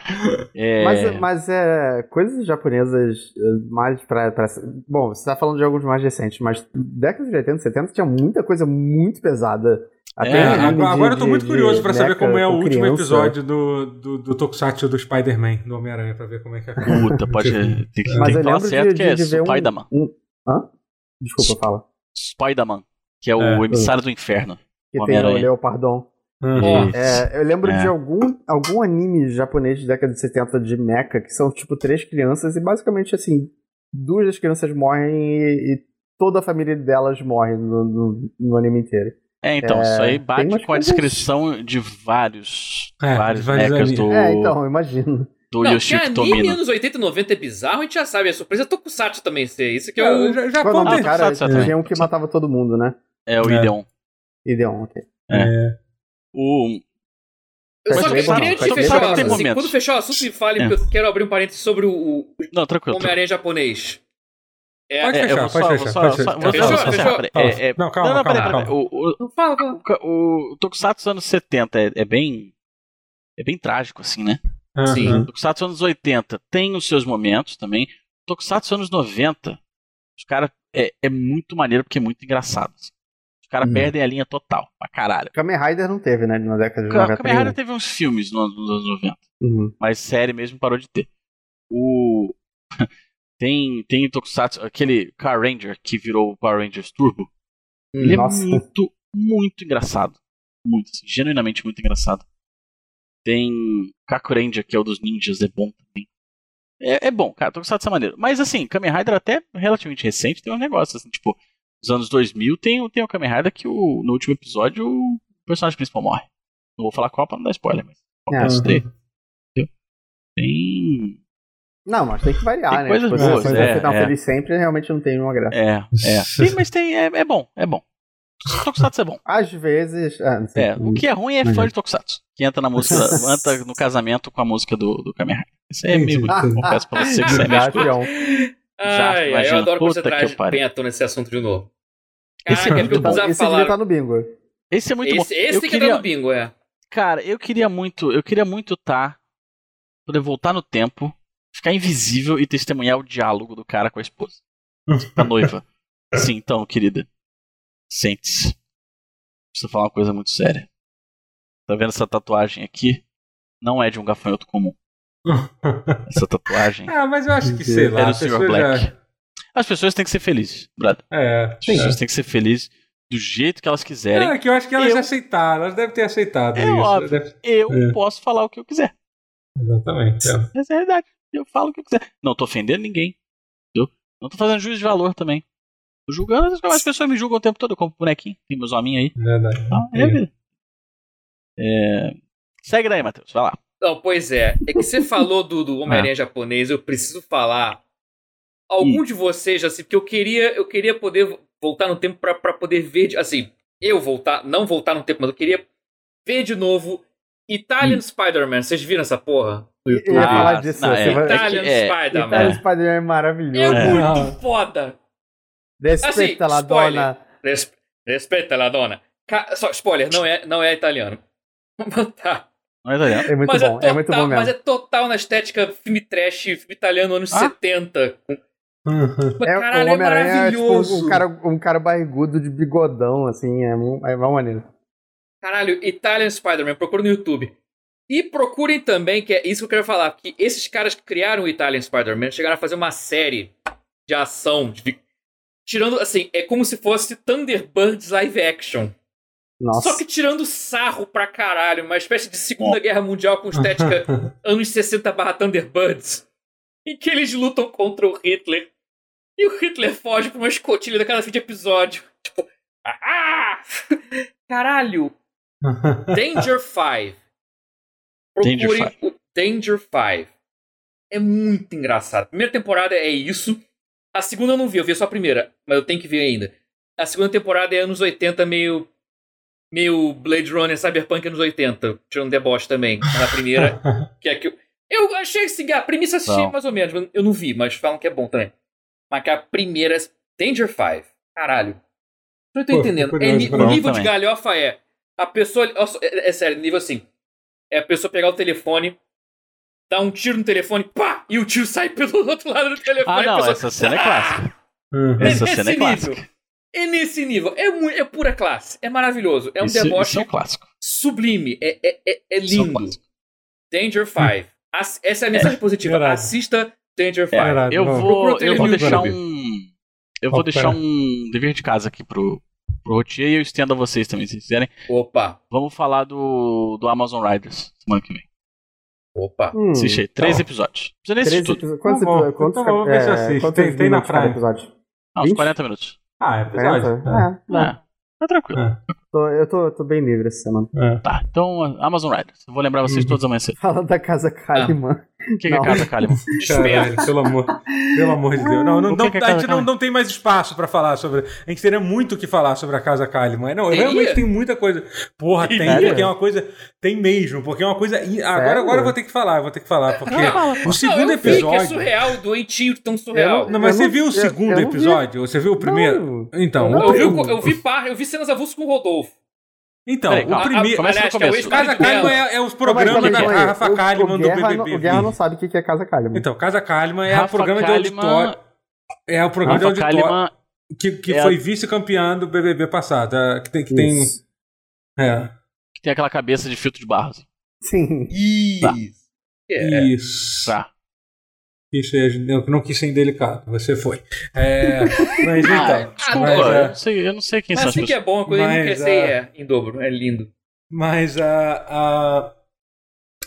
[SPEAKER 2] É,
[SPEAKER 4] Mas, mas é, coisas japonesas é, mais pra, pra- Bom, você tá falando de alguns mais recentes, mas décadas de 80, 70 tinha muita coisa muito pesada. Até
[SPEAKER 2] É,
[SPEAKER 4] anime de-
[SPEAKER 1] agora, agora eu tô
[SPEAKER 4] de-
[SPEAKER 1] muito
[SPEAKER 4] de
[SPEAKER 1] curioso pra saber
[SPEAKER 4] mecha
[SPEAKER 1] como é o
[SPEAKER 4] com
[SPEAKER 1] último
[SPEAKER 4] criança.
[SPEAKER 1] episódio do, do, do Tokusatsu do Spider-Man, do Homem-Aranha, pra ver como é que acaba.
[SPEAKER 2] Puta, pode. Tem que, tem
[SPEAKER 4] Mas
[SPEAKER 2] que
[SPEAKER 4] eu
[SPEAKER 2] falar
[SPEAKER 4] lembro
[SPEAKER 2] certo
[SPEAKER 4] de-
[SPEAKER 2] que é
[SPEAKER 4] de- de ver um-
[SPEAKER 2] Spider-Man.
[SPEAKER 4] Hã? Desculpa, fala.
[SPEAKER 2] Spider-Man, que é o
[SPEAKER 1] É.
[SPEAKER 2] emissário do inferno.
[SPEAKER 4] Que tem o
[SPEAKER 2] Homem-Aranha.
[SPEAKER 4] Leopardon.
[SPEAKER 1] Uhum.
[SPEAKER 4] É, eu lembro
[SPEAKER 2] É.
[SPEAKER 4] de algum, algum anime japonês de década de 70 de mecha, que são tipo três crianças, e basicamente assim, duas das crianças morrem e, e toda a família delas morre no, no, no anime inteiro.
[SPEAKER 2] É, então,
[SPEAKER 4] É,
[SPEAKER 2] isso aí
[SPEAKER 4] tem umas
[SPEAKER 2] bate com a
[SPEAKER 4] coisas-
[SPEAKER 2] descrição de vários,
[SPEAKER 1] É,
[SPEAKER 2] vários
[SPEAKER 1] de vários
[SPEAKER 2] mechas
[SPEAKER 1] ali.
[SPEAKER 2] do,
[SPEAKER 4] É, então, imagino.
[SPEAKER 2] do
[SPEAKER 3] Não, que
[SPEAKER 2] Yoshiki
[SPEAKER 3] anime
[SPEAKER 2] Tomino.
[SPEAKER 3] anos 80 e 90 é bizarro, a gente já sabe. A surpresa é Tokusatsu também ser. Isso que
[SPEAKER 1] Já,
[SPEAKER 3] eu.
[SPEAKER 1] já- já
[SPEAKER 4] Qual é o nome do
[SPEAKER 1] contei.
[SPEAKER 4] cara?
[SPEAKER 2] Tokusatsu também.
[SPEAKER 4] Tinha um que matava todo mundo, né?
[SPEAKER 2] É o
[SPEAKER 1] É.
[SPEAKER 2] Ideon.
[SPEAKER 4] Ideon, ok.
[SPEAKER 2] O,
[SPEAKER 3] Eu só eu
[SPEAKER 2] Pode ver,
[SPEAKER 3] queria
[SPEAKER 2] mano.
[SPEAKER 3] te
[SPEAKER 2] Pode ver,
[SPEAKER 3] fechar,
[SPEAKER 2] pode ver.
[SPEAKER 3] assim,
[SPEAKER 2] Tem É.
[SPEAKER 3] quando fechar o assunto, me fale, porque eu quero abrir um parênteses sobre o, o
[SPEAKER 2] não, tranquilo. tranquilo.
[SPEAKER 3] Homem-Aranha japonês. É,
[SPEAKER 1] Pode
[SPEAKER 2] É, eu
[SPEAKER 1] fechar,
[SPEAKER 2] vou
[SPEAKER 1] pode
[SPEAKER 2] só-
[SPEAKER 1] fechar,
[SPEAKER 2] vou só-
[SPEAKER 1] pode
[SPEAKER 2] só-
[SPEAKER 1] fechar.
[SPEAKER 2] vou
[SPEAKER 3] Fechou,
[SPEAKER 2] só- só-
[SPEAKER 3] fechou.
[SPEAKER 2] peraí,
[SPEAKER 1] Fala.
[SPEAKER 2] é- é-
[SPEAKER 1] Não, calma,
[SPEAKER 2] não, não,
[SPEAKER 1] calma,
[SPEAKER 2] peraí, peraí.
[SPEAKER 1] calma.
[SPEAKER 2] O, o,
[SPEAKER 3] Não fala, fala.
[SPEAKER 2] o, o Tokusatsu anos 70 é, é bem. É bem trágico, assim, né?
[SPEAKER 1] Uhum.
[SPEAKER 3] Sim.
[SPEAKER 2] O Tokusatsu anos 80 tem os seus momentos também. O Tokusatsu anos 90, os caras. É, é muito maneiro porque é muito engraçado. assim. Os caras
[SPEAKER 1] Hum.
[SPEAKER 2] perdem a linha total, pra caralho.
[SPEAKER 4] Kamen Rider não teve, né? Na década de
[SPEAKER 2] Ca- Kamen
[SPEAKER 4] 90.
[SPEAKER 2] Rider teve uns filmes no- nos anos 90,
[SPEAKER 4] Uhum.
[SPEAKER 2] mas série mesmo parou de ter. O. tem, tem Tokusatsu, aquele Car Ranger que virou o Power Rangers Turbo. Ele
[SPEAKER 4] Nossa.
[SPEAKER 2] é muito, muito engraçado. Muito, assim, genuinamente muito engraçado. Tem Kakuranger, que é o dos ninjas, é bom também. É, é bom, cara, tô gostado dessa maneira. Mas assim, Kamen Rider até relativamente recente tem um negócio, assim, tipo, nos anos 2000 tem, o- tem o Kamen Rider que o, no último episódio o personagem principal morre. Não vou falar qual pra não dar spoiler, mas acontece
[SPEAKER 1] É.
[SPEAKER 2] daí. Entendeu? Tem...
[SPEAKER 4] Não, mas tem que variar,
[SPEAKER 2] Tem
[SPEAKER 4] né?
[SPEAKER 2] coisas
[SPEAKER 4] se
[SPEAKER 1] boas,
[SPEAKER 4] você
[SPEAKER 2] é,
[SPEAKER 4] ficar
[SPEAKER 2] é.
[SPEAKER 4] feliz sempre, realmente não tem uma graça.
[SPEAKER 2] É, é. Tem, mas tem, é, é bom, é bom. Tokusatsu é bom.
[SPEAKER 4] Às vezes. Ah, não sei.
[SPEAKER 2] É, o que é ruim é fã
[SPEAKER 4] Uhum.
[SPEAKER 2] de Tokusatsu, que entra na música, entra no casamento com a música do, do Kamen Rider. Isso aí é
[SPEAKER 1] Entendi. Ah,
[SPEAKER 2] meio confesso pra você que isso é meio
[SPEAKER 4] Já,
[SPEAKER 2] escroto.
[SPEAKER 4] Leon.
[SPEAKER 2] Já,
[SPEAKER 3] Ai, ai, eu
[SPEAKER 2] imagina.
[SPEAKER 3] adoro quando você
[SPEAKER 2] Puta que
[SPEAKER 3] traz
[SPEAKER 2] eu pariu.
[SPEAKER 3] bento nesse assunto de novo.
[SPEAKER 2] Esse é
[SPEAKER 3] Caraca, é porque
[SPEAKER 2] muito
[SPEAKER 3] eu
[SPEAKER 2] bom.
[SPEAKER 3] precisava
[SPEAKER 4] Esse devia
[SPEAKER 3] falar.
[SPEAKER 4] estar no bingo.
[SPEAKER 2] Esse é muito bom.
[SPEAKER 3] Esse, esse
[SPEAKER 2] eu
[SPEAKER 3] tem que
[SPEAKER 2] queria,
[SPEAKER 3] entrar no bingo, é.
[SPEAKER 2] Cara, eu queria muito, eu queria muito estar poder voltar no tempo, ficar invisível e testemunhar o diálogo do cara com a esposa, com a noiva. Sim, então, querida. Sente-se. Preciso falar uma coisa muito séria. Tá vendo essa tatuagem aqui? Não é de um gafanhoto comum. Essa tatuagem
[SPEAKER 1] ah, mas eu acho que, sei lá,
[SPEAKER 2] Era o
[SPEAKER 1] a
[SPEAKER 2] Sr.
[SPEAKER 1] pessoa
[SPEAKER 2] Black.
[SPEAKER 1] já-
[SPEAKER 2] As pessoas têm que ser felizes, brother.
[SPEAKER 1] É.
[SPEAKER 2] As pessoas têm que ser felizes do jeito que elas quiserem.
[SPEAKER 1] Não, é que eu acho que elas
[SPEAKER 2] Eu-
[SPEAKER 1] aceitaram, elas devem ter aceitado
[SPEAKER 2] É
[SPEAKER 1] isso.
[SPEAKER 2] óbvio.
[SPEAKER 1] deve-
[SPEAKER 2] Eu
[SPEAKER 1] É.
[SPEAKER 2] posso falar o que eu quiser.
[SPEAKER 1] Exatamente. é.
[SPEAKER 2] Essa é a realidade. Eu falo o que eu quiser. Não tô ofendendo ninguém. Entendeu? Não tô fazendo juízo de valor também. Tô julgando, as- as pessoas me julgam o tempo todo. Eu compro bonequinho, tem meus hominhos aí.
[SPEAKER 1] Verdade.
[SPEAKER 2] Então, é a vida. É, Segue daí, Matheus. Vai lá.
[SPEAKER 3] Não, pois é. É que você falou do, do
[SPEAKER 2] É.
[SPEAKER 3] Homem-Aranha japonês, eu preciso falar. Algum de vocês, assim, porque eu queria, eu queria poder voltar no tempo pra, pra poder ver. de- Assim, eu voltar, não voltar no tempo, mas eu queria ver de novo Italian Spider-Man. Vocês viram essa porra?
[SPEAKER 4] Eu ia
[SPEAKER 3] Ah,
[SPEAKER 4] falar disso.
[SPEAKER 2] não,
[SPEAKER 4] você
[SPEAKER 2] Hum. é.
[SPEAKER 4] vai-
[SPEAKER 3] Italian
[SPEAKER 2] que- é,
[SPEAKER 3] Spider-Man.
[SPEAKER 4] Itália Spider-Man é
[SPEAKER 3] É
[SPEAKER 4] maravilhoso.
[SPEAKER 1] Spider-Man.
[SPEAKER 3] muito foda.
[SPEAKER 4] Respeita
[SPEAKER 3] Assim,
[SPEAKER 4] la
[SPEAKER 3] spoiler.
[SPEAKER 4] dona.
[SPEAKER 3] Res- respeita la dona. Ca- Só, spoiler, não é, não é italiano. tá.
[SPEAKER 2] Não é italiano.
[SPEAKER 4] É muito
[SPEAKER 3] mas
[SPEAKER 4] bom,
[SPEAKER 3] é total,
[SPEAKER 4] é muito bom mesmo.
[SPEAKER 3] Mas é total na estética filme trash, filme italiano anos
[SPEAKER 2] Ah?
[SPEAKER 3] 70. Mas,
[SPEAKER 4] É,
[SPEAKER 3] caralho,
[SPEAKER 4] o
[SPEAKER 3] é
[SPEAKER 4] Homem-Aranha é
[SPEAKER 3] maravilhoso.
[SPEAKER 4] tipo um cara, um cara barrigudo de bigodão, assim, é, mu- é uma maneira.
[SPEAKER 3] Caralho, Italian Spider-Man, procura no YouTube. E procurem também, que é isso que eu quero falar, que esses caras que criaram o Italian Spider-Man chegaram a fazer uma série de ação, de vi- tirando, assim, é como se fosse Thunderbirds live action.
[SPEAKER 4] Nossa.
[SPEAKER 3] Só que tirando sarro pra caralho, uma espécie de Segunda Guerra Mundial com estética anos 60 barra Thunderbirds. Em que eles lutam contra o Hitler. E o Hitler foge pra uma escotilha da cada fim de episódio. Tipo, ah! Caralho! Danger 5.
[SPEAKER 2] Danger
[SPEAKER 3] Procurem o Danger 5. É muito engraçado. Primeira temporada é isso. A segunda eu não vi, eu vi só a primeira, mas eu tenho que ver ainda. A segunda temporada é anos 80, meio. meio Blade Runner Cyberpunk anos 80, tirando deboche também. Mas a primeira, que é que eu. Eu achei assim, a premissa eu assisti
[SPEAKER 2] Não.
[SPEAKER 3] mais ou menos, mas eu não vi, mas falam que é bom também. Mas que a primeira. é Danger 5. Caralho. Não tô
[SPEAKER 1] Pô,
[SPEAKER 3] entendendo.
[SPEAKER 1] fico
[SPEAKER 3] É
[SPEAKER 1] curioso
[SPEAKER 3] ni-
[SPEAKER 1] pra
[SPEAKER 3] o
[SPEAKER 2] ver
[SPEAKER 3] nível de
[SPEAKER 2] também.
[SPEAKER 3] galhofa é. A pessoa. ó, só- É, é sério, nível assim. É a pessoa pegar o telefone, dar um tiro no telefone, pá! E o tiro sai pelo outro lado do telefone.
[SPEAKER 2] Ah,
[SPEAKER 3] a
[SPEAKER 2] não,
[SPEAKER 3] pessoa-
[SPEAKER 2] essa cena é clássica.
[SPEAKER 3] Nesse
[SPEAKER 1] Uhum.
[SPEAKER 2] Essa cena é
[SPEAKER 3] nível.
[SPEAKER 2] clássica.
[SPEAKER 3] É nesse nível. É, mu- é pura classe. É maravilhoso. É um
[SPEAKER 2] Isso-
[SPEAKER 3] deboche
[SPEAKER 2] Isso é um clássico.
[SPEAKER 3] sublime. É, é, é, é
[SPEAKER 2] Isso é um
[SPEAKER 3] lindo.
[SPEAKER 2] clássico.
[SPEAKER 3] Danger 5. Ass- Essa é a mensagem positiva.
[SPEAKER 1] verdade. É
[SPEAKER 3] Assista Danger 5.
[SPEAKER 2] É, Eu
[SPEAKER 3] Procura
[SPEAKER 2] vou,
[SPEAKER 3] trilha
[SPEAKER 2] eu vou
[SPEAKER 3] no
[SPEAKER 2] deixar
[SPEAKER 1] YouTube.
[SPEAKER 2] um. Eu vou
[SPEAKER 1] Ó,
[SPEAKER 2] deixar
[SPEAKER 1] pera.
[SPEAKER 2] um dever de casa aqui pro, pro Rotier e eu estendo a vocês também, se quiserem.
[SPEAKER 3] Opa.
[SPEAKER 2] Vamos falar do, do Amazon Riders semana que vem.
[SPEAKER 3] Opa.
[SPEAKER 4] Hum,
[SPEAKER 2] Assiste aí. Três
[SPEAKER 4] tá.
[SPEAKER 2] episódios. Não precisa nem
[SPEAKER 4] Três
[SPEAKER 2] assistir tudo.
[SPEAKER 4] episódios. Quantos,
[SPEAKER 1] Tá bom.
[SPEAKER 4] epi- quantos,
[SPEAKER 1] Então vamos ver se eu assisto.
[SPEAKER 4] quantos
[SPEAKER 1] Tem- tem na
[SPEAKER 4] minutos cada
[SPEAKER 1] Prime.
[SPEAKER 4] episódio?
[SPEAKER 2] Ah, uns
[SPEAKER 4] Ixi.
[SPEAKER 2] 40 minutos.
[SPEAKER 1] Ah, é episódio. É.
[SPEAKER 4] 40? É, é.
[SPEAKER 2] Ah, tá tranquilo.
[SPEAKER 1] É.
[SPEAKER 4] Tô- eu tô, tô bem livre essa semana.
[SPEAKER 1] É.
[SPEAKER 2] Tá, então Amazon Riders. Eu vou lembrar vocês
[SPEAKER 1] Uhum.
[SPEAKER 2] todos amanhã cedo.
[SPEAKER 4] Fala da casa Kaliman.
[SPEAKER 1] Ah,
[SPEAKER 2] O que, que é
[SPEAKER 4] Hum. Não.
[SPEAKER 2] Casa Kalimann?
[SPEAKER 3] Desespero.
[SPEAKER 1] Caralho, pelo amor, pelo amor de Deus. Não, não,
[SPEAKER 2] Por que
[SPEAKER 1] não-
[SPEAKER 2] que é a
[SPEAKER 1] a
[SPEAKER 2] casa
[SPEAKER 1] gente não,
[SPEAKER 2] Kalimann?
[SPEAKER 1] não tem mais espaço pra falar sobre. A gente teria muito o que falar sobre a casa Kalimann. Não, eu
[SPEAKER 3] Teria?
[SPEAKER 1] realmente tem muita coisa. Porra, tem,
[SPEAKER 4] Sério?
[SPEAKER 1] porque é uma coisa. Tem mesmo, porque é uma coisa. in- Agora,
[SPEAKER 4] Sério?
[SPEAKER 1] agora eu vou ter que falar, eu vou ter que falar, porque o
[SPEAKER 3] Não,
[SPEAKER 1] segundo
[SPEAKER 3] eu vi que é
[SPEAKER 1] episódio.
[SPEAKER 3] surreal, doentio, tão surreal.
[SPEAKER 1] Não, mas você
[SPEAKER 4] Eu não-
[SPEAKER 1] viu o
[SPEAKER 4] eu-
[SPEAKER 1] segundo
[SPEAKER 4] eu não vi.
[SPEAKER 1] episódio? Você viu o primeiro?
[SPEAKER 4] Não.
[SPEAKER 1] Então,
[SPEAKER 4] Não,
[SPEAKER 1] o,
[SPEAKER 3] Eu vi,
[SPEAKER 1] o-
[SPEAKER 3] o- eu vi par, eu vi cenas avulsas com o Rodolfo.
[SPEAKER 1] então,
[SPEAKER 2] Peraí,
[SPEAKER 1] o
[SPEAKER 2] calma.
[SPEAKER 1] primeiro.
[SPEAKER 2] Calma. Começa
[SPEAKER 3] Aliás,
[SPEAKER 2] do
[SPEAKER 3] que é o
[SPEAKER 2] começo.
[SPEAKER 1] Casa
[SPEAKER 3] ex-marido
[SPEAKER 1] Kalimann
[SPEAKER 3] dela.
[SPEAKER 1] é, é os
[SPEAKER 4] Não, mas
[SPEAKER 1] programas
[SPEAKER 4] calma
[SPEAKER 1] da
[SPEAKER 4] aí, calma aí.
[SPEAKER 1] Rafa
[SPEAKER 4] O-
[SPEAKER 1] Kalimann
[SPEAKER 4] o
[SPEAKER 1] do
[SPEAKER 4] Guerra não-
[SPEAKER 1] BBB.
[SPEAKER 4] O Guerra não sabe o que que é casa Kaliman.
[SPEAKER 1] Então, Casa Kalimann é o
[SPEAKER 2] Rafa
[SPEAKER 1] programa de
[SPEAKER 2] Kalimann-
[SPEAKER 1] auditório. É o programa de
[SPEAKER 2] Rafa
[SPEAKER 1] auditório.
[SPEAKER 2] Kalimann
[SPEAKER 1] Que, que
[SPEAKER 2] É a-
[SPEAKER 1] foi vice-campeã do BBB passado. é, Que tem. Que tem
[SPEAKER 4] Isso.
[SPEAKER 1] é.
[SPEAKER 2] que tem aquela cabeça de filtro de barro. assim.
[SPEAKER 4] Sim.
[SPEAKER 1] um- Tá.
[SPEAKER 3] Isso. É.
[SPEAKER 1] Isso.
[SPEAKER 2] Tá.
[SPEAKER 1] Isso é, eu não quis ser indelicado, você foi. É, mas
[SPEAKER 2] Ah,
[SPEAKER 1] então.
[SPEAKER 2] desculpa,
[SPEAKER 1] mas,
[SPEAKER 2] eu,
[SPEAKER 1] é,
[SPEAKER 2] não sei, eu não sei quem
[SPEAKER 3] Mas
[SPEAKER 2] são as
[SPEAKER 3] assim que
[SPEAKER 2] pessoas.
[SPEAKER 3] é bom, quando ele não
[SPEAKER 1] Mas,
[SPEAKER 3] crescer é...
[SPEAKER 1] ah,
[SPEAKER 3] em dobro, é lindo.
[SPEAKER 1] Mas a. a,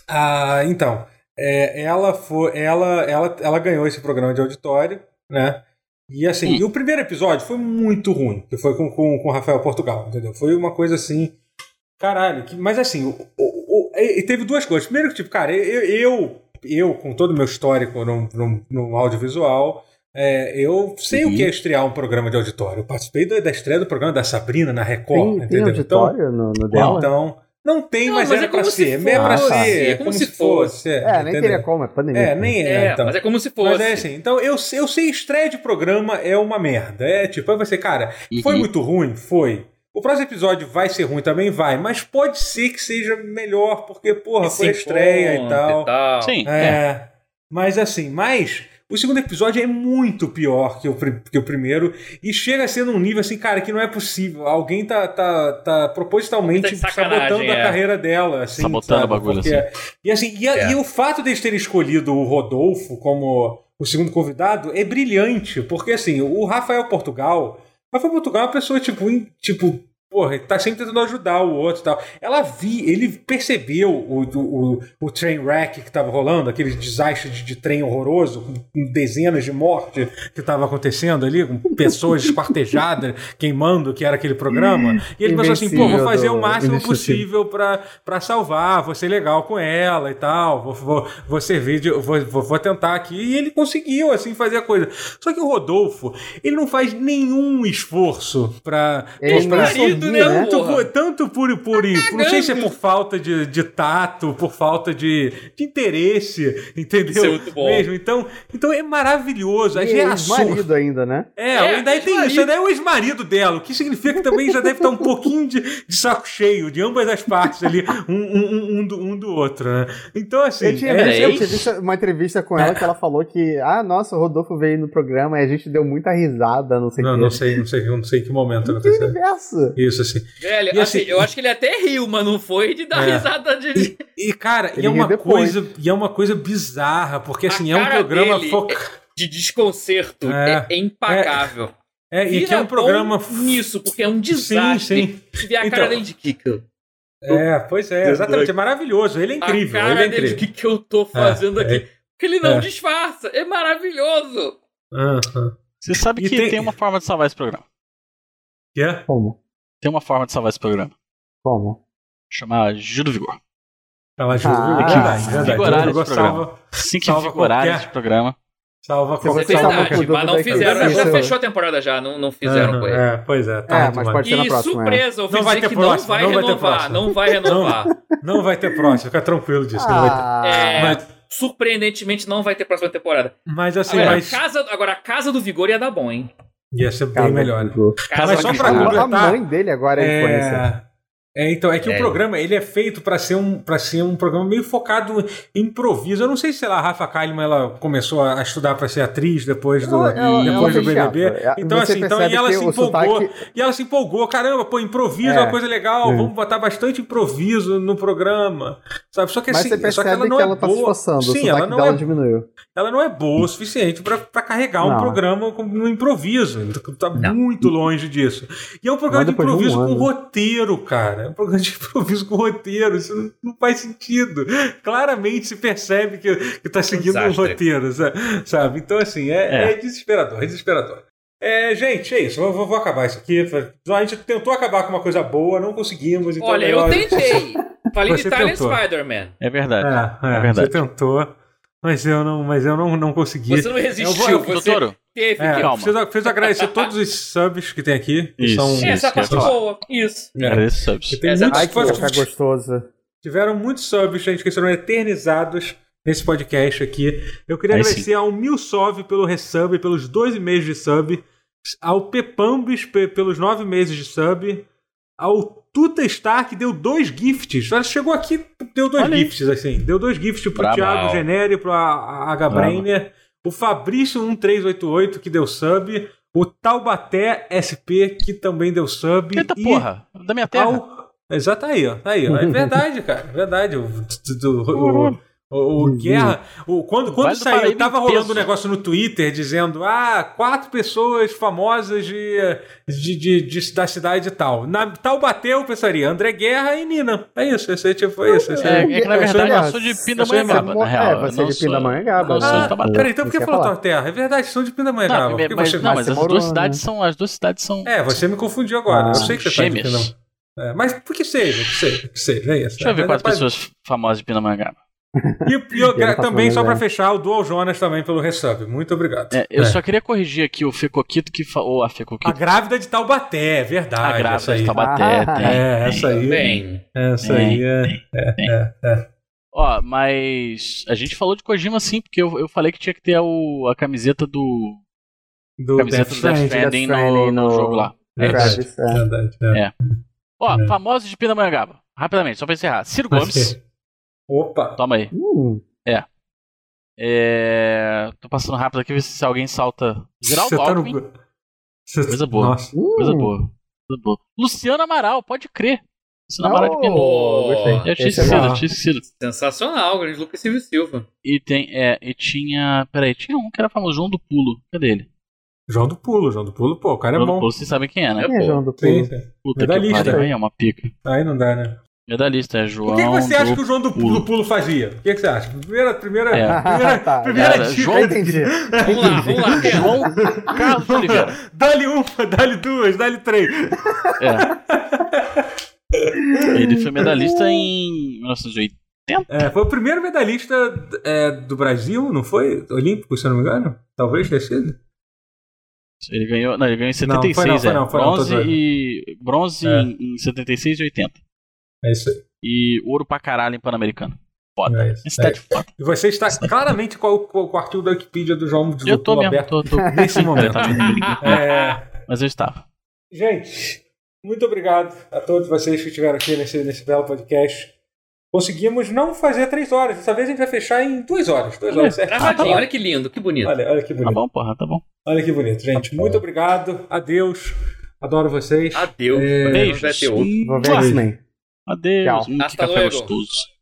[SPEAKER 1] a- então, é, ela, foi, ela, ela, ela ganhou esse programa de auditório, né? E assim,
[SPEAKER 2] Hum.
[SPEAKER 1] e o primeiro episódio foi muito ruim, que foi com, com, com o Rafael Portugal, entendeu? Foi uma coisa assim. Caralho, que- mas assim, o- o- o- e e teve duas coisas. Primeiro que, tipo, cara, eu, eu, eu, com todo o meu histórico no, no, no audiovisual, é, eu sei o
[SPEAKER 2] Uhum.
[SPEAKER 1] que é estrear um programa de auditório. Eu participei da, da estreia do programa da Sabrina na Record,
[SPEAKER 4] Tem, tem
[SPEAKER 1] entendeu?
[SPEAKER 4] auditório no, no dela?
[SPEAKER 1] Então, não tem,
[SPEAKER 3] Não,
[SPEAKER 1] mas,
[SPEAKER 3] mas
[SPEAKER 1] era
[SPEAKER 3] é
[SPEAKER 1] pra
[SPEAKER 3] como se
[SPEAKER 1] ser. É pra
[SPEAKER 4] fosse,
[SPEAKER 1] ser.
[SPEAKER 3] é
[SPEAKER 1] É como se fosse.
[SPEAKER 4] É, nem
[SPEAKER 1] entendeu?
[SPEAKER 4] teria como, é pandemia.
[SPEAKER 1] É, nem
[SPEAKER 3] É,
[SPEAKER 1] é, então.
[SPEAKER 3] mas é como se fosse.
[SPEAKER 1] Mas é assim, então eu, eu sei estreia de programa é uma merda. É tipo, aí você, cara, foi
[SPEAKER 2] Uhum.
[SPEAKER 1] muito ruim? Foi. O próximo episódio vai ser ruim também? Vai, mas pode ser que seja melhor, porque, porra,
[SPEAKER 3] Se
[SPEAKER 1] foi a estreia e
[SPEAKER 3] encontra
[SPEAKER 1] tal.
[SPEAKER 2] Sim, é.
[SPEAKER 1] É. Mas assim, mas o segundo episódio é muito pior que o, pri- que o primeiro e chega a ser num nível assim, cara, que não é possível. Alguém tá, tá, tá
[SPEAKER 3] Tá
[SPEAKER 1] propositalmente
[SPEAKER 3] de sacanagem,
[SPEAKER 1] sabotando a
[SPEAKER 3] é.
[SPEAKER 1] carreira dela. Assim,
[SPEAKER 2] Sabotando
[SPEAKER 1] sabe?
[SPEAKER 2] o bagulho,
[SPEAKER 1] Porque- E, assim, e, a-
[SPEAKER 3] É.
[SPEAKER 1] e o fato deles terem escolhido o Rodolfo como o segundo convidado é brilhante, porque assim, o Rafael Portugal. Rafael Portugal é uma pessoa, tipo, in- tipo porra, tá sempre tentando ajudar o outro e tal. Ela vi, ele percebeu o, o, o, o train wreck que tava rolando, aquele desastre de, de trem horroroso, com, com dezenas de mortes que tava acontecendo ali, com pessoas esquartejadas, queimando, que era aquele programa. E ele pensou assim, pô, vou
[SPEAKER 4] Invencível
[SPEAKER 1] fazer o
[SPEAKER 4] do
[SPEAKER 1] máximo
[SPEAKER 4] Vinicius
[SPEAKER 1] possível pra, pra salvar, vou ser legal com ela e tal, vou, vou, vou servir, de, vou, vou, vou tentar aqui. E ele conseguiu, assim, fazer a coisa. Só que o Rodolfo, ele não faz nenhum esforço pra...
[SPEAKER 4] Ele
[SPEAKER 1] pra-
[SPEAKER 4] não
[SPEAKER 1] pra-
[SPEAKER 3] marido, né,
[SPEAKER 4] sorria,
[SPEAKER 1] tanto,
[SPEAKER 3] Porra.
[SPEAKER 1] por, tanto por, por não sei se é
[SPEAKER 3] cagando.
[SPEAKER 1] por falta de, de tato, por falta de, de interesse, entendeu?
[SPEAKER 3] Isso é muito bom.
[SPEAKER 1] Mesmo. Então, então é maravilhoso. As
[SPEAKER 4] E
[SPEAKER 1] reações.
[SPEAKER 4] marido ainda, né?
[SPEAKER 1] É,
[SPEAKER 3] É,
[SPEAKER 1] e daí tem isso,
[SPEAKER 3] ex-marido.
[SPEAKER 1] daí é o ex-marido dela, o que significa que também já deve estar um pouquinho de, de saco cheio de ambas as partes ali, um, um- um- um do, um do outro, né? Então, assim.
[SPEAKER 4] Eu tinha
[SPEAKER 1] é-
[SPEAKER 4] visto- eu
[SPEAKER 3] peraí.
[SPEAKER 4] tinha visto uma entrevista com ela que ela falou que, ah, nossa, o Rodolfo veio no programa e a gente deu muita risada, não sei o
[SPEAKER 1] Não,
[SPEAKER 4] que.
[SPEAKER 1] não sei, tá não sei, não sei que momento
[SPEAKER 4] Que
[SPEAKER 1] aconteceu.
[SPEAKER 4] universo!
[SPEAKER 1] Isso, assim.
[SPEAKER 3] Velho,
[SPEAKER 1] E
[SPEAKER 3] assim,
[SPEAKER 1] assim-
[SPEAKER 3] eu acho que ele até riu, mas não foi de dar
[SPEAKER 1] É.
[SPEAKER 3] risada de.
[SPEAKER 1] E, e, cara, e
[SPEAKER 4] Ele
[SPEAKER 1] é uma
[SPEAKER 4] riu depois.
[SPEAKER 1] coisa, e é uma coisa bizarra, porque
[SPEAKER 3] A
[SPEAKER 1] assim, é um
[SPEAKER 3] cara
[SPEAKER 1] programa
[SPEAKER 3] dele
[SPEAKER 1] focado.
[SPEAKER 3] de desconcerto
[SPEAKER 1] É.
[SPEAKER 3] é, é impagável.
[SPEAKER 1] É, e
[SPEAKER 3] Vira
[SPEAKER 1] que é um
[SPEAKER 3] bom
[SPEAKER 1] programa.
[SPEAKER 3] nisso, porque é um desastre.
[SPEAKER 1] Sim, sim.
[SPEAKER 3] Se vê a
[SPEAKER 1] Então,
[SPEAKER 3] cara dele de que que eu-
[SPEAKER 1] É, pois é, exatamente. É maravilhoso. Ele é incrível.
[SPEAKER 3] a cara
[SPEAKER 1] Ele é
[SPEAKER 3] dele
[SPEAKER 1] incrível.
[SPEAKER 3] de que, que eu tô fazendo
[SPEAKER 1] É,
[SPEAKER 3] aqui. Porque ele não
[SPEAKER 1] É.
[SPEAKER 3] disfarça. É maravilhoso.
[SPEAKER 1] Ah, ah.
[SPEAKER 2] Você sabe
[SPEAKER 1] E
[SPEAKER 2] que
[SPEAKER 1] tem-
[SPEAKER 2] tem... uma forma de salvar esse programa.
[SPEAKER 1] Yeah.
[SPEAKER 4] Como?
[SPEAKER 2] Tem uma forma de salvar esse programa.
[SPEAKER 4] Como?
[SPEAKER 2] Chamar Júlio Vigor.
[SPEAKER 1] Ela ajuda.
[SPEAKER 4] Ah,
[SPEAKER 1] verdade,
[SPEAKER 2] que
[SPEAKER 1] verdade.
[SPEAKER 2] vigorar
[SPEAKER 1] Júlio
[SPEAKER 2] esse
[SPEAKER 1] Vigor salva,
[SPEAKER 2] Assim que
[SPEAKER 1] Salva
[SPEAKER 2] vigorar
[SPEAKER 1] qualquer-
[SPEAKER 2] esse programa.
[SPEAKER 1] salva
[SPEAKER 4] Se
[SPEAKER 3] É
[SPEAKER 4] Você
[SPEAKER 1] qualquer salva
[SPEAKER 4] salva com
[SPEAKER 3] verdade,
[SPEAKER 1] qualquer-
[SPEAKER 4] dúvida
[SPEAKER 3] mas não
[SPEAKER 4] daqui.
[SPEAKER 3] fizeram. Já
[SPEAKER 4] Isso.
[SPEAKER 3] fechou a temporada já, não, não fizeram com
[SPEAKER 1] Aham,
[SPEAKER 3] ele.
[SPEAKER 1] É, pois é. Tá
[SPEAKER 4] É,
[SPEAKER 1] muito
[SPEAKER 4] mas
[SPEAKER 1] mal.
[SPEAKER 4] pode ser na
[SPEAKER 3] E
[SPEAKER 4] próxima. é.
[SPEAKER 3] surpresa, o
[SPEAKER 1] Não vai
[SPEAKER 3] ouvinte
[SPEAKER 1] ter
[SPEAKER 3] que
[SPEAKER 1] próxima,
[SPEAKER 3] não vai
[SPEAKER 1] não vai ter
[SPEAKER 3] renovar,
[SPEAKER 1] próxima.
[SPEAKER 3] não vai renovar.
[SPEAKER 1] Não vai ter próximo, fica tranquilo disso. não vai ter.
[SPEAKER 4] Ah,
[SPEAKER 3] É,
[SPEAKER 1] Mas-
[SPEAKER 3] surpreendentemente não vai ter próxima temporada.
[SPEAKER 1] Mas assim,
[SPEAKER 3] agora,
[SPEAKER 1] mas
[SPEAKER 3] a casa, agora, a Casa do Vigor ia dar bom, hein?
[SPEAKER 1] ia ser bem
[SPEAKER 4] cara,
[SPEAKER 1] melhor. né?
[SPEAKER 3] Casa
[SPEAKER 1] Mas só
[SPEAKER 3] do
[SPEAKER 1] pra
[SPEAKER 3] Vigor.
[SPEAKER 1] concluir,
[SPEAKER 4] A, a
[SPEAKER 1] completar-
[SPEAKER 4] mãe dele agora é influencer.
[SPEAKER 1] É, é, então, é que
[SPEAKER 3] É.
[SPEAKER 1] o programa ele é feito para ser, um, pra ser um programa meio focado em improviso. Eu não sei se, sei lá, a Rafa Kalimann ela começou a a estudar para ser atriz depois do,
[SPEAKER 4] Ela- ela-
[SPEAKER 1] depois
[SPEAKER 4] ela
[SPEAKER 1] do
[SPEAKER 4] foi chata.
[SPEAKER 1] BBB.
[SPEAKER 4] É,
[SPEAKER 1] Então,
[SPEAKER 4] você
[SPEAKER 1] assim, então,
[SPEAKER 4] percebe
[SPEAKER 1] e ela
[SPEAKER 4] que
[SPEAKER 1] se
[SPEAKER 4] o
[SPEAKER 1] empolgou.
[SPEAKER 4] sotaque-
[SPEAKER 1] E ela se empolgou, caramba, pô, improviso é
[SPEAKER 4] É.
[SPEAKER 1] uma coisa legal,
[SPEAKER 4] É.
[SPEAKER 1] vamos botar bastante improviso no programa. Sabe? Só que
[SPEAKER 4] Mas
[SPEAKER 1] assim,
[SPEAKER 4] você
[SPEAKER 1] só
[SPEAKER 4] percebe
[SPEAKER 1] que ela
[SPEAKER 4] que
[SPEAKER 1] não
[SPEAKER 4] ela,
[SPEAKER 1] é
[SPEAKER 4] tá
[SPEAKER 1] boa.
[SPEAKER 4] se esforçando, o
[SPEAKER 1] Sim,
[SPEAKER 4] sotaque
[SPEAKER 1] ela não,
[SPEAKER 4] dela
[SPEAKER 1] é,
[SPEAKER 4] diminuiu.
[SPEAKER 1] ela não é boa o suficiente pra pra carregar um
[SPEAKER 4] Não.
[SPEAKER 1] programa com- no improviso. Então, Tá
[SPEAKER 3] Não.
[SPEAKER 1] muito longe disso. E é um programa
[SPEAKER 4] Mas
[SPEAKER 1] de
[SPEAKER 4] depois de um
[SPEAKER 1] improviso com
[SPEAKER 4] ano.
[SPEAKER 1] roteiro, cara. É um programa de improviso com roteiro. Isso não- não faz sentido. Claramente se percebe que, que tá seguindo um
[SPEAKER 3] desastre.
[SPEAKER 1] roteiro, sa- sabe? Então, assim, é,
[SPEAKER 2] É.
[SPEAKER 1] é desesperador, é desesperador. É, gente, é isso. Vou, vou- vou acabar isso aqui. A gente tentou acabar com uma coisa boa, não conseguimos. Então
[SPEAKER 3] Olha, eu
[SPEAKER 1] melhor-
[SPEAKER 3] tentei. Falei de
[SPEAKER 1] Você
[SPEAKER 3] Italian
[SPEAKER 1] tentou.
[SPEAKER 3] Spider-Man.
[SPEAKER 2] É verdade.
[SPEAKER 1] É, é,
[SPEAKER 2] É verdade.
[SPEAKER 1] Você tentou, mas eu não, mas eu não, não consegui.
[SPEAKER 3] Você não resistiu,
[SPEAKER 1] eu vou-
[SPEAKER 3] você
[SPEAKER 2] Doutor,
[SPEAKER 3] teve
[SPEAKER 1] É,
[SPEAKER 3] que...
[SPEAKER 2] Calma.
[SPEAKER 1] Preciso, preciso agradecer todos os subs que tem aqui. Que
[SPEAKER 2] Isso.
[SPEAKER 1] São,
[SPEAKER 2] É,
[SPEAKER 3] É, essa
[SPEAKER 2] isso que eu ia
[SPEAKER 3] parte
[SPEAKER 1] falar.
[SPEAKER 3] boa. Isso.
[SPEAKER 1] É.
[SPEAKER 2] era esse subs.
[SPEAKER 1] que tem
[SPEAKER 3] Essa
[SPEAKER 1] muitos
[SPEAKER 4] Ai, que
[SPEAKER 3] Mas,
[SPEAKER 1] fãs
[SPEAKER 4] boca
[SPEAKER 1] que
[SPEAKER 4] gostosa.
[SPEAKER 1] tiveram muitos subs, gente, que serão eternizados nesse podcast aqui. Eu queria
[SPEAKER 2] Aí
[SPEAKER 1] agradecer ao Milsov pelo resub, pelos 12 meses de sub, ao Pepambis pe- pelos 9 meses de sub, ao Tuta Star, que deu dois gifts. Ela chegou aqui, deu dois
[SPEAKER 2] Olha aí.
[SPEAKER 1] gifts, assim. Deu dois gifts pro
[SPEAKER 3] Brabo.
[SPEAKER 1] Thiago Generi, pro A- A- Agabrainer, o Fabrício1388, que deu sub, o Taubaté SP, que também deu sub.
[SPEAKER 2] Eita
[SPEAKER 1] e
[SPEAKER 2] porra, da minha terra.
[SPEAKER 1] ao- Exato, tá aí, ó. Tá aí, ó. É verdade, cara. É verdade. O, do-
[SPEAKER 4] Uhum.
[SPEAKER 1] o, o, o Guerra. O, quando quando
[SPEAKER 2] Vale do
[SPEAKER 1] saiu,
[SPEAKER 2] Paraíba
[SPEAKER 1] tava
[SPEAKER 2] em
[SPEAKER 1] rolando
[SPEAKER 2] peso.
[SPEAKER 1] um negócio no Twitter dizendo: ah, quatro pessoas famosas de, de, de- de- da cidade e tal. Na tal bateu, eu pensaria: André Guerra e Nina. É isso, esse aí, tipo, foi isso. Esse
[SPEAKER 2] É,
[SPEAKER 1] aí.
[SPEAKER 2] é que na
[SPEAKER 4] Eu sou
[SPEAKER 2] verdade
[SPEAKER 4] Ilhas.
[SPEAKER 2] eu sou de
[SPEAKER 4] Eu sou
[SPEAKER 2] Pindamonhangaba,
[SPEAKER 4] de-
[SPEAKER 2] na real.
[SPEAKER 4] é, você
[SPEAKER 2] eu não
[SPEAKER 4] é de
[SPEAKER 2] sou-
[SPEAKER 4] Pindamonhangaba,
[SPEAKER 2] eu não sou
[SPEAKER 4] né?
[SPEAKER 2] de Tabaté.
[SPEAKER 1] Peraí, então por que
[SPEAKER 4] Isso que eu
[SPEAKER 1] falou
[SPEAKER 4] ia falar.
[SPEAKER 1] Terra? É verdade, são de Pindamonhangaba.
[SPEAKER 2] Não,
[SPEAKER 1] Por que
[SPEAKER 2] mas,
[SPEAKER 1] você-
[SPEAKER 2] não, mas
[SPEAKER 4] Você
[SPEAKER 2] as
[SPEAKER 4] morou
[SPEAKER 2] duas
[SPEAKER 4] lá,
[SPEAKER 2] cidades
[SPEAKER 4] né?
[SPEAKER 2] são. As duas cidades são.
[SPEAKER 1] É, você me confundiu agora.
[SPEAKER 4] Ah,
[SPEAKER 1] eu sei que você tá de
[SPEAKER 2] gêmeas.
[SPEAKER 1] Pindamonhangaba. É, mas por que seja, que seja, que seja, é isso.
[SPEAKER 2] Deixa eu ver
[SPEAKER 1] Mas
[SPEAKER 2] quatro
[SPEAKER 1] é pra-
[SPEAKER 2] pessoas famosas de Pindamonhangaba.
[SPEAKER 1] E, e eu
[SPEAKER 4] E ela tá
[SPEAKER 1] também,
[SPEAKER 4] falando,
[SPEAKER 1] só pra
[SPEAKER 4] né?
[SPEAKER 1] fechar, o Dual Jonas também pelo resub. Muito obrigado.
[SPEAKER 2] É, eu
[SPEAKER 1] É.
[SPEAKER 2] só queria corrigir aqui o Fecoquito que falou. a
[SPEAKER 1] A
[SPEAKER 2] Fecoquito.
[SPEAKER 1] grávida de Taubaté, é verdade.
[SPEAKER 2] A
[SPEAKER 1] essa
[SPEAKER 2] grávida
[SPEAKER 1] aí.
[SPEAKER 2] de Tabaté.
[SPEAKER 4] Ah,
[SPEAKER 2] tem,
[SPEAKER 1] É, essa aí.
[SPEAKER 3] Bem,
[SPEAKER 1] Essa
[SPEAKER 2] Tem,
[SPEAKER 1] aí é.
[SPEAKER 2] Ó, mas a gente falou de Kojima sim, porque eu, eu falei que tinha que ter o- a camiseta do.
[SPEAKER 1] Do
[SPEAKER 2] camiseta né? do Death Stranding
[SPEAKER 4] Death
[SPEAKER 2] no,
[SPEAKER 4] Stranding
[SPEAKER 2] no
[SPEAKER 4] no-
[SPEAKER 2] jogo lá.
[SPEAKER 1] Verdade.
[SPEAKER 4] Travis, é.
[SPEAKER 1] Verdade, é.
[SPEAKER 2] É. Ó,
[SPEAKER 1] É.
[SPEAKER 2] famosos de Pindamonhangaba. Rapidamente, só pra encerrar. Ciro
[SPEAKER 1] Mas
[SPEAKER 2] Gomes,
[SPEAKER 1] que- Opa!
[SPEAKER 2] toma aí.
[SPEAKER 4] Hum,
[SPEAKER 2] É... Tô passando rápido aqui, ver se alguém salta. Geraldo
[SPEAKER 1] Você tá no- Uh.
[SPEAKER 2] Alckmin,
[SPEAKER 1] Você- tá
[SPEAKER 2] Coisa boa.
[SPEAKER 1] Nossa.
[SPEAKER 4] hum.
[SPEAKER 2] coisa boa. Coisa boa. Luciano Amaral, pode crer. Luciano Amaral de Pindamonhangaba.
[SPEAKER 4] Oh, gostei.
[SPEAKER 3] Eu
[SPEAKER 2] Eu tinha
[SPEAKER 4] Esse é
[SPEAKER 2] esquecido,
[SPEAKER 4] bom.
[SPEAKER 2] eu tinha esquecido.
[SPEAKER 3] sensacional, grande Lucas Silvio Silva.
[SPEAKER 2] E tem, é, e tinha, peraí, tinha um que era famoso, João do Pulo. Cadê ele?
[SPEAKER 1] João do Pulo, João do Pulo, pô, o cara
[SPEAKER 2] João
[SPEAKER 1] é
[SPEAKER 2] do
[SPEAKER 1] bom.
[SPEAKER 2] Pulo, vocês sabem quem é, né?
[SPEAKER 4] Quem é João do
[SPEAKER 1] Sim,
[SPEAKER 4] Pulo?
[SPEAKER 1] sim.
[SPEAKER 2] Puta que
[SPEAKER 1] medalhista.
[SPEAKER 2] pariu, aí é uma pica.
[SPEAKER 1] Aí não dá, né?
[SPEAKER 2] Medalhista, é João
[SPEAKER 1] o que, que você acha
[SPEAKER 2] do
[SPEAKER 1] que o João do Pulo, do Pulo fazia? O que, que você acha? Primeira, primeira,
[SPEAKER 2] É.
[SPEAKER 1] primeira,
[SPEAKER 4] Tá,
[SPEAKER 1] primeira
[SPEAKER 2] cara,
[SPEAKER 1] dica.
[SPEAKER 2] João-
[SPEAKER 4] Entendi.
[SPEAKER 3] Vamos lá, vamos lá. João.
[SPEAKER 2] Carlos Oliveira.
[SPEAKER 1] Dá-lhe uma, dá-lhe duas, dá-lhe três.
[SPEAKER 2] É. Ele foi medalhista em 1980.
[SPEAKER 1] É, foi o primeiro medalhista é, do Brasil, não foi? Olímpico, se eu não me engano? Talvez tenha sido.
[SPEAKER 2] Ele ganhou, não, ele ganhou em
[SPEAKER 1] Não, foi
[SPEAKER 2] 76,
[SPEAKER 1] não, foi
[SPEAKER 2] é.
[SPEAKER 1] não, foi não, tô
[SPEAKER 2] bronze
[SPEAKER 1] zoando.
[SPEAKER 2] e bronze
[SPEAKER 1] É.
[SPEAKER 2] em em 76 e 80.
[SPEAKER 1] É isso aí.
[SPEAKER 2] E ouro pra caralho em Pan-Americano. Foda.
[SPEAKER 1] É
[SPEAKER 2] Esse
[SPEAKER 1] isso.
[SPEAKER 2] tá de foda.
[SPEAKER 1] E você está claramente com o, com o artigo da Wikipedia do João do
[SPEAKER 2] Eu tô
[SPEAKER 1] Pulo
[SPEAKER 2] mesmo,
[SPEAKER 1] aberto
[SPEAKER 2] tô, tô.
[SPEAKER 1] nesse momento. É,
[SPEAKER 2] Mas eu estava.
[SPEAKER 1] Gente, muito obrigado a todos vocês que estiveram aqui nesse, nesse belo podcast. Conseguimos não fazer três horas. Dessa vez a gente vai fechar em duas horas. Duas horas, certo?
[SPEAKER 3] Travadinho, olha que lindo, que bonito.
[SPEAKER 1] Olha, olha que
[SPEAKER 2] Tá
[SPEAKER 1] bonito.
[SPEAKER 2] bom, Tá porra, tá bom.
[SPEAKER 1] Olha que bonito, gente. Muito obrigado. Adeus. Adoro vocês.
[SPEAKER 3] Adeus. Não É, vai
[SPEAKER 2] Beijos.
[SPEAKER 3] ter outro.
[SPEAKER 4] Vou ver X-Men.
[SPEAKER 2] Adeus.
[SPEAKER 4] Tchau.
[SPEAKER 2] Hum, que
[SPEAKER 3] Hasta
[SPEAKER 2] café
[SPEAKER 3] luego.
[SPEAKER 2] gostoso.